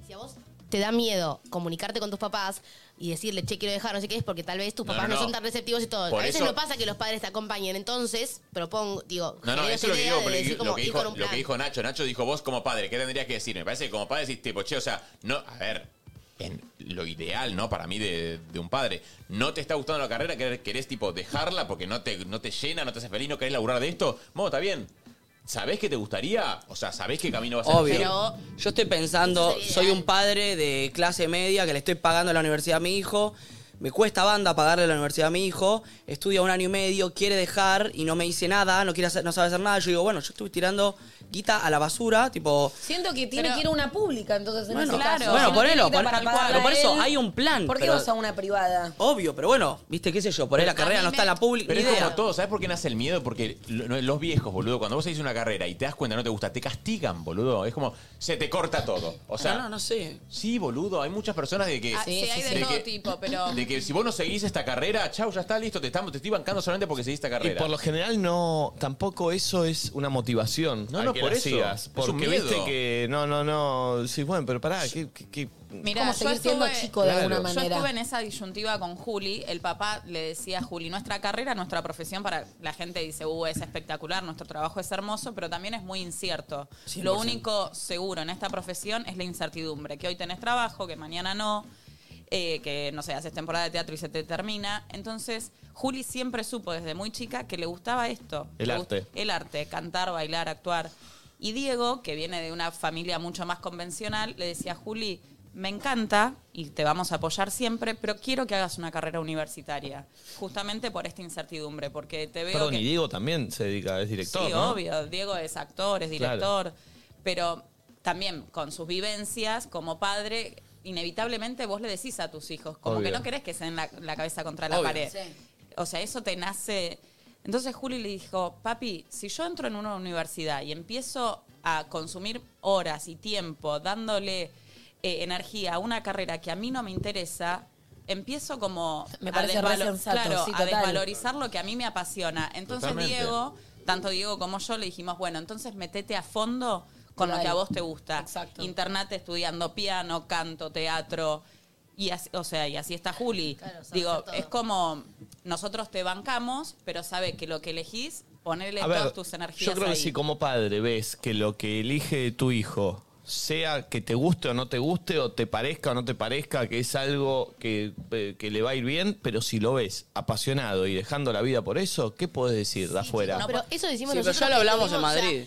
Speaker 6: Si a vos te da miedo comunicarte con tus papás y decirle, che, quiero dejar, no sé qué es, porque tal vez tus
Speaker 3: No,
Speaker 6: papás
Speaker 3: no,
Speaker 6: no,
Speaker 3: no.
Speaker 6: son tan receptivos y todo.
Speaker 3: Por
Speaker 6: a veces
Speaker 3: eso-
Speaker 6: no pasa que los padres te acompañen. Entonces, propongo, digo,
Speaker 3: No, no, eso
Speaker 6: genero esa
Speaker 3: es lo que
Speaker 6: idea
Speaker 3: digo,
Speaker 6: de
Speaker 3: pero
Speaker 6: decir
Speaker 3: lo,
Speaker 6: como,
Speaker 3: que
Speaker 6: ir
Speaker 3: dijo,
Speaker 6: con un
Speaker 3: lo que
Speaker 6: plan.
Speaker 3: dijo Nacho. Nacho dijo, vos como padre, ¿qué tendrías que decir? Me parece que como padre decís, tipo, che, o sea, no, a ver, en lo ideal, ¿no? Para mí de, de un padre, no te está gustando la carrera, querés, querés, tipo, dejarla porque no te, no te llena, no te hace feliz, no querés laburar de esto. Bueno, está bien. ¿Sabés qué te gustaría? O sea, ¿sabés qué camino vas a
Speaker 4: Obvio.
Speaker 3: elegir?
Speaker 4: Pero yo estoy pensando, soy un padre de clase media que le estoy pagando la universidad a mi hijo. Me cuesta banda pagarle la universidad a mi hijo. Estudia un año y medio, quiere dejar y no me dice nada, no, quiere hacer- no sabe hacer nada. Yo digo, bueno, yo estuve tirando guita a la basura, tipo.
Speaker 5: Siento que tiene que ir a una pública, entonces en
Speaker 4: Bueno,
Speaker 5: ese caso.
Speaker 4: bueno,
Speaker 5: Si no
Speaker 4: ponelo,
Speaker 5: tiene guita
Speaker 4: pon-
Speaker 5: para
Speaker 4: pero
Speaker 5: pagarla
Speaker 4: por eso
Speaker 5: él,
Speaker 4: hay un plan,
Speaker 5: ¿Por qué
Speaker 4: pero-
Speaker 5: vas a una privada?
Speaker 4: Obvio, pero bueno, viste, qué sé yo, por ahí la carrera no está en la pública.
Speaker 3: Pero
Speaker 4: ni
Speaker 3: es
Speaker 4: idea.
Speaker 3: como todo, ¿sabes por qué nace el miedo? Porque lo- no- los viejos, boludo, cuando vos haces una carrera y te das cuenta no te gusta, te castigan, boludo. Es como, se te corta todo. O sea,
Speaker 4: no, no, no sé.
Speaker 3: sí, boludo, hay muchas personas de que.
Speaker 2: Ah, sí, hay de,
Speaker 3: de
Speaker 2: todo
Speaker 3: que-
Speaker 2: tipo, pero.
Speaker 3: de que si vos no seguís esta carrera, chau, ya está listo, te, estamos, te estoy bancando solamente porque seguís esta
Speaker 1: Y
Speaker 3: carrera.
Speaker 1: por lo general no, tampoco eso es una motivación.
Speaker 3: No,
Speaker 1: a
Speaker 3: no,
Speaker 1: que
Speaker 3: por
Speaker 1: la
Speaker 3: eso.
Speaker 1: sigas,
Speaker 3: Es un
Speaker 1: porque
Speaker 3: miedo.
Speaker 1: viste que no, no, no. Sí, bueno, pero pará, ¿qué, qué, qué-
Speaker 2: Mira,
Speaker 5: Como
Speaker 2: yo
Speaker 5: seguir siendo
Speaker 2: estuve-
Speaker 5: chico de
Speaker 1: Claro.
Speaker 5: alguna
Speaker 2: Yo
Speaker 5: manera.
Speaker 2: estuve en esa disyuntiva con Juli. El papá le decía a Juli, nuestra carrera, nuestra profesión, para la gente dice, uh, es espectacular, nuestro trabajo es hermoso, pero también es muy incierto.
Speaker 4: 100%.
Speaker 2: Lo único seguro en esta profesión es la incertidumbre, que hoy tenés trabajo, que mañana no, eh, que, no sé, haces temporada de teatro y se te termina. Entonces, Juli siempre supo desde muy chica que le gustaba esto.
Speaker 1: El
Speaker 2: Le gust-
Speaker 1: arte.
Speaker 2: El arte, cantar, bailar, actuar. Y Diego, que viene de una familia mucho más convencional, le decía, Juli, me encanta y te vamos a apoyar siempre, pero quiero que hagas una carrera universitaria, justamente por esta incertidumbre, porque te veo
Speaker 1: Perdón,
Speaker 2: que...
Speaker 1: y Diego también se dedica, es director,
Speaker 2: sí,
Speaker 1: ¿no?
Speaker 2: obvio, Diego es actor, es director, pero también con sus vivencias como padre, inevitablemente vos le decís a tus hijos, como
Speaker 4: Obvio.
Speaker 2: que no querés que se den la, la cabeza contra la
Speaker 4: Obvio.
Speaker 2: pared.
Speaker 4: Sí.
Speaker 2: O sea, eso te nace. Entonces Juli le dijo, papi, si yo entro en una universidad y empiezo a consumir horas y tiempo dándole eh, energía a una carrera que a mí no me interesa, empiezo como
Speaker 5: Me
Speaker 2: a
Speaker 5: parece re
Speaker 2: desvalo-
Speaker 5: sensato,
Speaker 2: claro,
Speaker 5: sí,
Speaker 2: a
Speaker 5: total.
Speaker 2: desvalorizar lo que a mí me apasiona. Entonces
Speaker 5: Totalmente.
Speaker 2: Diego, tanto Diego como yo le dijimos, bueno, entonces metete a fondo con lo
Speaker 5: Claro.
Speaker 2: que a vos te gusta. Internate estudiando piano, canto, teatro. Y así, o sea, y así está Juli. Digo, es como nosotros te bancamos, pero sabe que lo que elegís, ponele
Speaker 1: A ver,
Speaker 2: todas tus energías
Speaker 1: Yo creo
Speaker 2: ahí.
Speaker 1: que si como padre ves que lo que elige tu hijo, sea que te guste o no te guste, o te parezca o no te parezca, que es algo que, eh, que le va a ir bien, pero si lo ves apasionado y dejando la vida por eso, ¿qué podés decir de afuera?
Speaker 6: No, pero eso decimos
Speaker 4: Sí, pero
Speaker 6: nosotros.
Speaker 4: ya lo
Speaker 6: que
Speaker 4: hablamos en
Speaker 6: tuvimos, o sea,
Speaker 4: Madrid.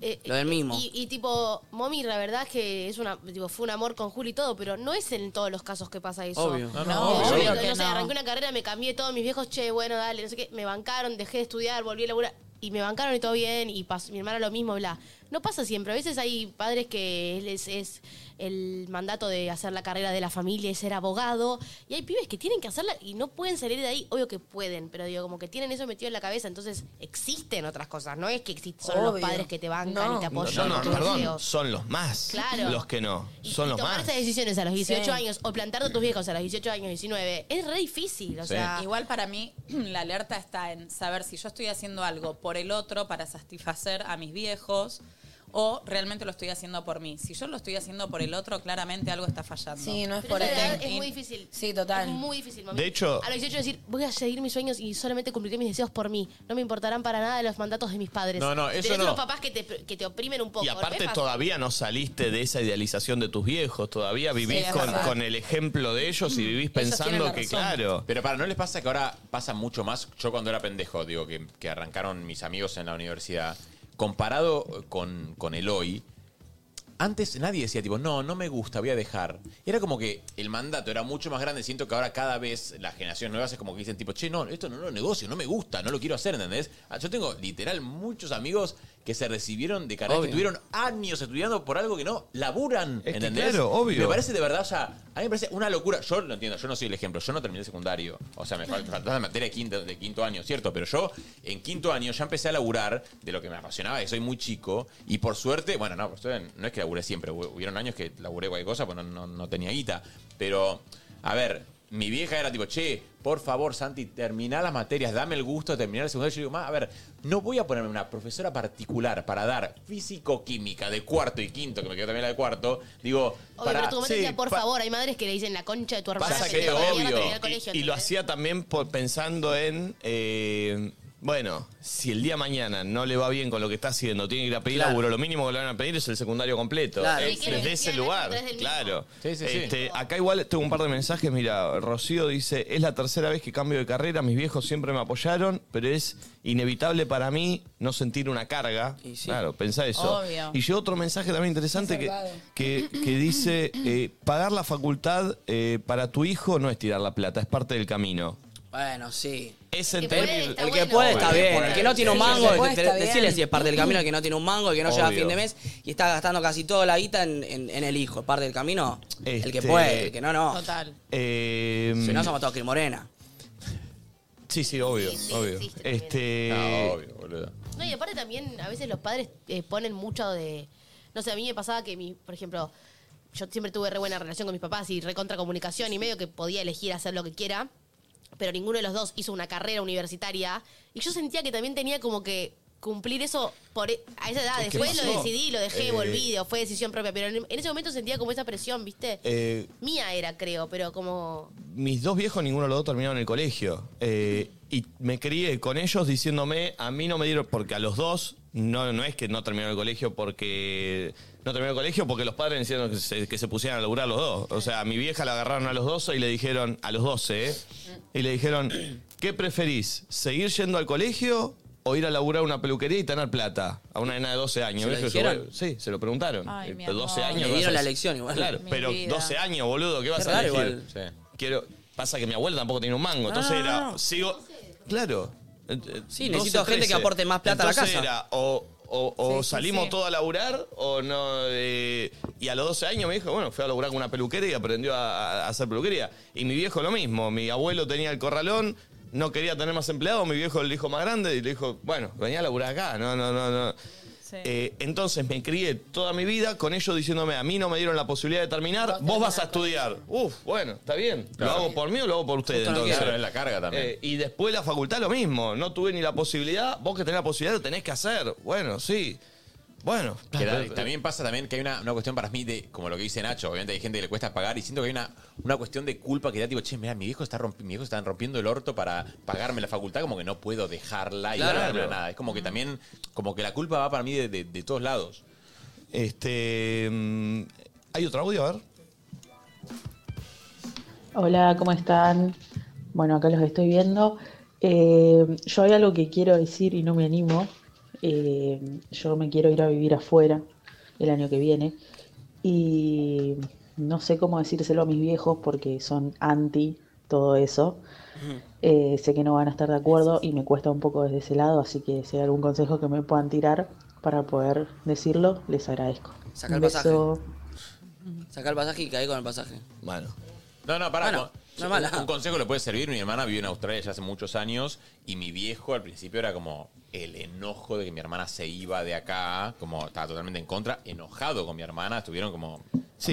Speaker 6: eh,
Speaker 4: Lo del mismo.
Speaker 6: Y, y tipo, Momi, la verdad es que es una, digo, fue un amor con Juli y todo, pero no es en todos los casos que pasa eso.
Speaker 4: Obvio. No, no,
Speaker 6: Digo,
Speaker 4: obvio.
Speaker 6: yo digo,
Speaker 4: Obvio que
Speaker 6: no sé,
Speaker 4: no.
Speaker 6: arranqué una carrera, me cambié todo, mis viejos, che, bueno, dale, no sé qué, me bancaron, dejé de estudiar, volví a laburar. Y me bancaron y todo bien, y pasó- mi hermana lo mismo, bla. No pasa siempre. A veces hay padres que es, es el mandato de hacer la carrera de la familia y ser abogado. Y hay pibes que tienen que hacerla y no pueden salir de ahí. Obvio que pueden, pero digo, como que tienen eso metido en la cabeza. Entonces existen otras cosas. No es que existen, son los
Speaker 5: Obvio.
Speaker 6: padres que te bancan
Speaker 5: No.
Speaker 6: y te
Speaker 1: No,
Speaker 6: apoyan.
Speaker 1: no, no,
Speaker 6: y todo eso.
Speaker 1: perdón, son los más
Speaker 6: Claro.
Speaker 1: los que no, son
Speaker 6: Y
Speaker 1: los
Speaker 6: tomar
Speaker 1: más.
Speaker 6: esas decisiones a los 18
Speaker 2: Sí.
Speaker 6: años o plantarte a tus viejos a los 18 años, 19, es re difícil. O
Speaker 1: Sí.
Speaker 6: sea,
Speaker 2: Igual para mí la alerta está en saber si yo estoy haciendo algo por el otro para satisfacer a mis viejos o realmente lo estoy haciendo por mí. Si yo lo estoy haciendo por el otro, claramente algo está fallando.
Speaker 5: Sí, no es
Speaker 6: Pero
Speaker 5: por
Speaker 6: esa
Speaker 5: ahí.
Speaker 6: edad es muy difícil.
Speaker 5: Sí, total.
Speaker 6: Es muy difícil, mami.
Speaker 1: De hecho-
Speaker 6: A los 18 decir, voy a seguir mis sueños y solamente cumpliré mis deseos por mí. No me importarán para nada los mandatos de mis padres.
Speaker 1: No, no,
Speaker 6: Si
Speaker 1: eso
Speaker 6: tenés
Speaker 1: no.
Speaker 6: unos papás que te, que te oprimen un poco.
Speaker 1: Y
Speaker 6: ¿no? Es
Speaker 1: aparte
Speaker 6: fácil.
Speaker 1: todavía no saliste de esa idealización de tus viejos, todavía vivís
Speaker 6: es
Speaker 1: con,
Speaker 6: verdad.
Speaker 1: con el ejemplo de ellos y vivís pensando que, claro,
Speaker 3: Pero para, ¿no les pasa que ahora pasa mucho más? Yo cuando era pendejo, digo, que, que arrancaron mis amigos en la universidad, comparado con, con el hoy, antes nadie decía, tipo, no, no me gusta, voy a dejar. Era como que el mandato era mucho más grande. Siento que ahora cada vez las generaciones nuevas es como que dicen, tipo, che, no, esto no lo negocio, no me gusta, no lo quiero hacer, ¿entendés? Ah, Yo tengo literal muchos amigos que se recibieron de carrera, que
Speaker 1: Obvio.
Speaker 3: tuvieron años estudiando por algo que no laburan,
Speaker 1: Es que
Speaker 3: ¿entendés?
Speaker 1: claro, obvio.
Speaker 3: Me parece de verdad, o sea, a mí me parece una locura. Yo lo entiendo, yo no soy el ejemplo, yo no terminé el secundario. O sea, me fal- faltaba la materia de quinto, de quinto año, ¿cierto? Pero yo en quinto año ya empecé a laburar de lo que me apasionaba, que soy muy chico. Y por suerte, bueno, no, por suerte no es que laburé siempre, hubo- hubieron años que laburé cualquier cosa, pues no, no- no tenía guita. Pero, a ver, mi vieja era tipo, che, por favor, Santi, termina las materias, dame el gusto de terminar el secundario. Yo digo, ma, a ver, no voy a ponerme una profesora particular para dar físico-química de cuarto y quinto, que me quedó también la de cuarto. Digo,
Speaker 6: Obvio,
Speaker 3: para-
Speaker 6: pero tu mamá te
Speaker 3: Sí,
Speaker 6: decía, por
Speaker 3: pa-
Speaker 6: favor, hay madres que le dicen la concha de tu hermana.
Speaker 1: pasa
Speaker 6: te
Speaker 1: que
Speaker 6: mando a la mierda,
Speaker 1: obvio.
Speaker 6: terminar el colegio,
Speaker 1: Y, y lo hacía también por, pensando en eh, Bueno, si el día de mañana no le va bien con lo que está haciendo, tiene que ir a pedir
Speaker 3: Claro.
Speaker 1: laburo, lo mínimo que le van a pedir es el secundario completo.
Speaker 3: Claro.
Speaker 1: Es
Speaker 3: Sí, que
Speaker 1: desde
Speaker 3: le
Speaker 1: ese
Speaker 3: decían,
Speaker 1: lugar,
Speaker 3: "Encontrás el mismo".
Speaker 1: claro.
Speaker 3: Sí, sí, sí.
Speaker 1: Este, Acá igual tengo un par de mensajes, mira, Rocío dice, es la tercera vez que cambio de carrera, mis viejos siempre me apoyaron, pero es inevitable para mí no sentir una carga. Claro, pensá eso.
Speaker 10: Obvio.
Speaker 1: Y llegó otro mensaje también interesante que,
Speaker 10: Reservado.
Speaker 1: que, que dice, eh, pagar la facultad eh, para tu hijo no es tirar la plata, es parte del camino.
Speaker 4: Bueno, sí.
Speaker 1: Es
Speaker 4: el
Speaker 1: entender-
Speaker 4: que
Speaker 1: está
Speaker 4: puede,
Speaker 1: bueno.
Speaker 4: está
Speaker 1: El que
Speaker 4: bien.
Speaker 1: puede.
Speaker 4: El que no tiene un
Speaker 1: Sí, el
Speaker 4: mango,
Speaker 1: que puede
Speaker 4: de-
Speaker 1: está
Speaker 4: de-
Speaker 1: bien.
Speaker 4: decirle si es parte del camino, el que no tiene un mango, el que no llega a
Speaker 1: Obvio.
Speaker 4: fin de mes y está gastando casi toda la guita en, en- en el hijo. Parte del camino, el que
Speaker 1: Este-
Speaker 4: puede, el que no, no.
Speaker 2: Total.
Speaker 1: Eh,
Speaker 4: Si no, somos todos Cris Morena.
Speaker 1: Sí, sí, obvio, obvio. Este...
Speaker 3: No, Ah, obvio, boludo.
Speaker 6: No, y aparte también a veces los padres eh, ponen mucho de. No sé, a mí me pasaba que, mi, por ejemplo, yo siempre tuve re buena relación con mis papás y re contra comunicación y medio que podía elegir hacer lo que quiera, pero ninguno de los dos hizo una carrera universitaria y yo sentía que también tenía como que cumplir eso por e- a esa edad.
Speaker 1: Es que
Speaker 6: Después lo
Speaker 1: pasó.
Speaker 6: decidí, lo dejé,
Speaker 1: Eh.
Speaker 6: volví, o fue decisión propia, pero en, en ese momento sentía como esa presión, ¿viste?
Speaker 1: eh,
Speaker 6: Mía era, creo, pero como.
Speaker 1: mis dos viejos, ninguno de los dos terminaron el colegio. Eh, y me crié con ellos diciéndome, a mí no me dieron, porque a los dos, no, no es que no terminaron el colegio porque. No terminaron el colegio porque los padres hicieron que se, que se pusieran a laburar los dos. O sea, a mi vieja la agarraron a los 12 y le dijeron, a los 12, ¿eh? Y le dijeron, ¿qué preferís? ¿Seguir yendo al colegio o ir a laburar a una peluquería y tener plata? A una nena de 12 años.
Speaker 4: ¿Se lo
Speaker 1: ¿Ves que yo-
Speaker 4: dijeron?
Speaker 1: Sí, se lo preguntaron.
Speaker 4: Ay,
Speaker 1: Eh,
Speaker 4: mi
Speaker 1: 12
Speaker 4: amor.
Speaker 1: años.
Speaker 4: Le dieron
Speaker 1: vas a-
Speaker 4: la lección igual.
Speaker 1: Claro,
Speaker 4: Mi
Speaker 1: pero
Speaker 4: vida.
Speaker 1: 12 años, boludo, ¿qué vas
Speaker 4: Qué
Speaker 1: a
Speaker 4: raro
Speaker 1: elegir?
Speaker 4: igual.
Speaker 1: Quiero. Pasa que mi abuela tampoco tenía un mango,
Speaker 4: Ah,
Speaker 1: entonces
Speaker 4: no,
Speaker 1: era.
Speaker 4: no, no.
Speaker 1: Sigo. Claro. Eh, eh,
Speaker 4: Sí,
Speaker 1: 12,
Speaker 4: necesito gente
Speaker 1: 13.
Speaker 4: que aporte más plata a la
Speaker 1: Entonces
Speaker 4: casa.
Speaker 1: era, o, o- o
Speaker 4: Sí, sí,
Speaker 1: salimos
Speaker 4: sí.
Speaker 1: todos a laburar, o no. eh, y a los 12 años me dijo, bueno, fui a laburar con una peluquería y aprendió a, a hacer peluquería. Y mi viejo lo mismo. Mi abuelo tenía el corralón. No quería tener más empleados, mi viejo el hijo más grande y le dijo, bueno, venía a laburar acá, no, no, no, no. Eh, entonces me crié toda mi vida con ellos diciéndome, a mí no me dieron la posibilidad de terminar, vos vas a estudiar. Uf, bueno, está bien.
Speaker 3: Claro.
Speaker 1: ¿Lo hago por mí o lo hago por ustedes?
Speaker 3: Justo no
Speaker 1: entonces?
Speaker 3: quiero. Claro, es la carga también.
Speaker 1: Eh, y después la facultad lo mismo, no tuve ni la posibilidad, vos que tenés la posibilidad lo tenés que hacer. Bueno, sí. Bueno.
Speaker 3: Que da- también pasa también que hay una, una cuestión para mí de, como lo que dice Nacho, obviamente hay gente que le cuesta pagar y siento que hay una, una cuestión de culpa que da tipo, che, mira, mi viejo está rompi- mi viejo están rompiendo el orto para pagarme la facultad, como que no puedo dejarla y
Speaker 1: Claro.
Speaker 3: no darme nada. Es como
Speaker 6: Mm.
Speaker 3: que también, como que la culpa va para mí de, de- de todos lados.
Speaker 1: Este. mm, Hay otro audio, a ver.
Speaker 17: Hola, ¿cómo están? Bueno, acá los estoy viendo. Eh, yo hay algo que quiero decir y no me animo. Eh, yo me quiero ir a vivir afuera el año que viene. Y no sé cómo decírselo a mis viejos porque son anti todo eso. Eh, sé que no van a estar de acuerdo y me cuesta un poco desde ese lado, así que si hay algún consejo que me puedan tirar para poder decirlo, les agradezco.
Speaker 4: Saca el
Speaker 17: Un beso.
Speaker 4: pasaje. Saca el pasaje y caí con el pasaje.
Speaker 1: Bueno.
Speaker 3: No, no, pará.
Speaker 4: Bueno,
Speaker 3: con-
Speaker 4: no es
Speaker 3: un-
Speaker 4: mala.
Speaker 3: Un, consejo le puede servir. Mi hermana vivió en Australia ya hace muchos años y mi viejo al principio era como el enojo de que mi hermana se iba de acá, como estaba totalmente en contra, enojado con mi hermana, estuvieron como...
Speaker 1: Sí,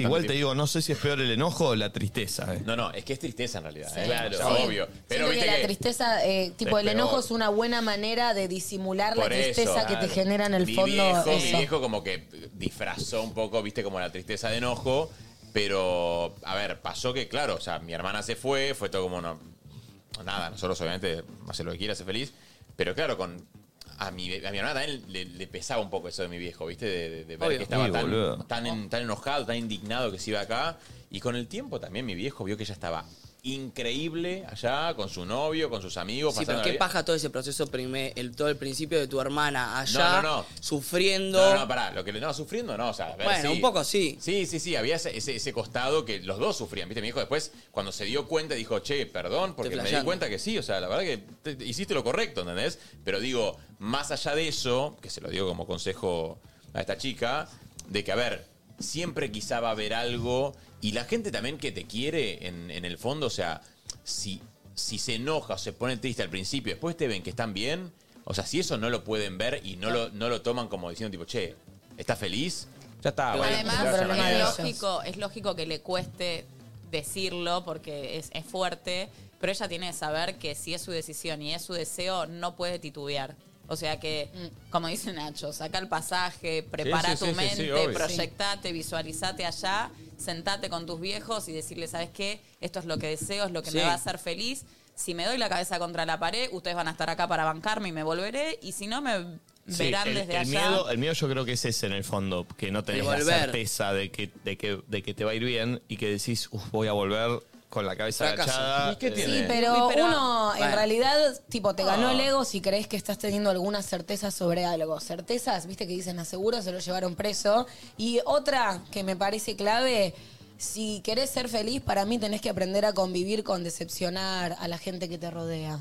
Speaker 3: bastante
Speaker 1: igual te
Speaker 3: tiempo.
Speaker 1: digo, no sé si es peor el enojo o la tristeza. eh.
Speaker 3: No, no, es que es tristeza en realidad.
Speaker 1: Sí.
Speaker 3: ¿eh?
Speaker 1: Claro.
Speaker 3: O sea,
Speaker 1: Sí.
Speaker 3: obvio. Pero
Speaker 5: Siento que
Speaker 3: viste
Speaker 5: la
Speaker 3: que-
Speaker 5: tristeza, eh, tipo,
Speaker 3: Es
Speaker 5: el enojo
Speaker 3: peor.
Speaker 5: es una buena manera de disimular la
Speaker 3: Por eso,
Speaker 5: tristeza que
Speaker 3: claro.
Speaker 5: te genera en el
Speaker 3: mi
Speaker 5: fondo.
Speaker 3: Viejo,
Speaker 5: eso.
Speaker 3: Mi viejo como que disfrazó un poco, viste, como la tristeza de enojo. Pero, a ver, pasó que, claro, o sea, mi hermana se fue, fue todo como no. Nada, nosotros obviamente, hace lo que quiera, sé feliz. Pero claro, con. A mi, a mi hermana también le, le pesaba un poco eso de mi viejo, ¿viste? De, de- de ver
Speaker 1: Obvio.
Speaker 3: que estaba
Speaker 1: Sí, boludo.
Speaker 3: tan, tan, en- tan enojado, tan indignado que se iba acá. Y con el tiempo también mi viejo vio que ella estaba increíble allá, con su novio, con sus amigos.
Speaker 4: Sí, pero
Speaker 3: pasándola
Speaker 4: qué
Speaker 3: bien.
Speaker 4: paja todo ese proceso, primer, el, todo el principio de tu hermana
Speaker 3: No,
Speaker 4: allá,
Speaker 3: no, no.
Speaker 4: sufriendo.
Speaker 3: No, no, pará, lo que le no, sufriendo no, o sea, a ver,
Speaker 4: Bueno,
Speaker 3: sí.
Speaker 4: un poco sí.
Speaker 3: Sí, sí, sí, había ese, ese- ese costado que los dos sufrían, ¿viste? Mi hijo después, cuando se dio cuenta, dijo, che, perdón, porque
Speaker 4: Estoy
Speaker 3: me di
Speaker 4: flasheando.
Speaker 3: cuenta que sí, o sea, la verdad que te- te hiciste lo correcto, ¿entendés? Pero digo, más allá de eso, que se lo digo como consejo a esta chica, de que, a ver, siempre quizá va a haber algo, y la gente también que te quiere en, en el fondo, o sea, si, si se enoja o se pone triste al principio, después te ven que están bien, o sea, si eso no lo pueden ver y no, lo, no lo toman como diciendo, tipo, che, ¿estás feliz? Ya está, bueno,
Speaker 2: Además,
Speaker 3: gracias, manera.
Speaker 2: es lógico, es lógico que le cueste decirlo porque es, es fuerte, pero ella tiene que saber que si es su decisión y es su deseo, no puede titubear. O sea que, como dice Nacho, saca el pasaje,
Speaker 15: sí,
Speaker 2: prepara tu
Speaker 15: sí, sí,
Speaker 2: mente,
Speaker 15: sí, obvio.
Speaker 2: proyectate, visualizate allá, sentate con tus viejos y decirle, ¿sabes qué? Esto es lo que deseo, es lo que
Speaker 15: Sí.
Speaker 2: me va a hacer feliz. si me doy la cabeza contra la pared, ustedes van a estar acá para bancarme y me volveré. Y si no, me
Speaker 1: Sí,
Speaker 2: verán
Speaker 1: el,
Speaker 2: desde
Speaker 1: el
Speaker 2: allá.
Speaker 1: Miedo, el miedo yo creo que es ese en el fondo, que no tenés
Speaker 2: De
Speaker 1: la
Speaker 2: volver.
Speaker 1: certeza de que, de, que, de que te va a ir bien y que decís, "Uf, voy a volver con la cabeza
Speaker 4: Fracaso.
Speaker 1: agachada.
Speaker 4: ¿Y qué
Speaker 1: eh,
Speaker 5: Sí, pero,
Speaker 4: Uy, pero-
Speaker 5: uno en
Speaker 4: Bueno. Oh.
Speaker 5: realidad, tipo, te ganó
Speaker 1: Ah.
Speaker 5: el ego si crees que estás teniendo alguna certeza sobre algo. Certezas, viste que dicen aseguro, se lo llevaron preso. Y otra que me parece clave, si querés ser feliz, para mí tenés que aprender a convivir con decepcionar a la gente que te rodea.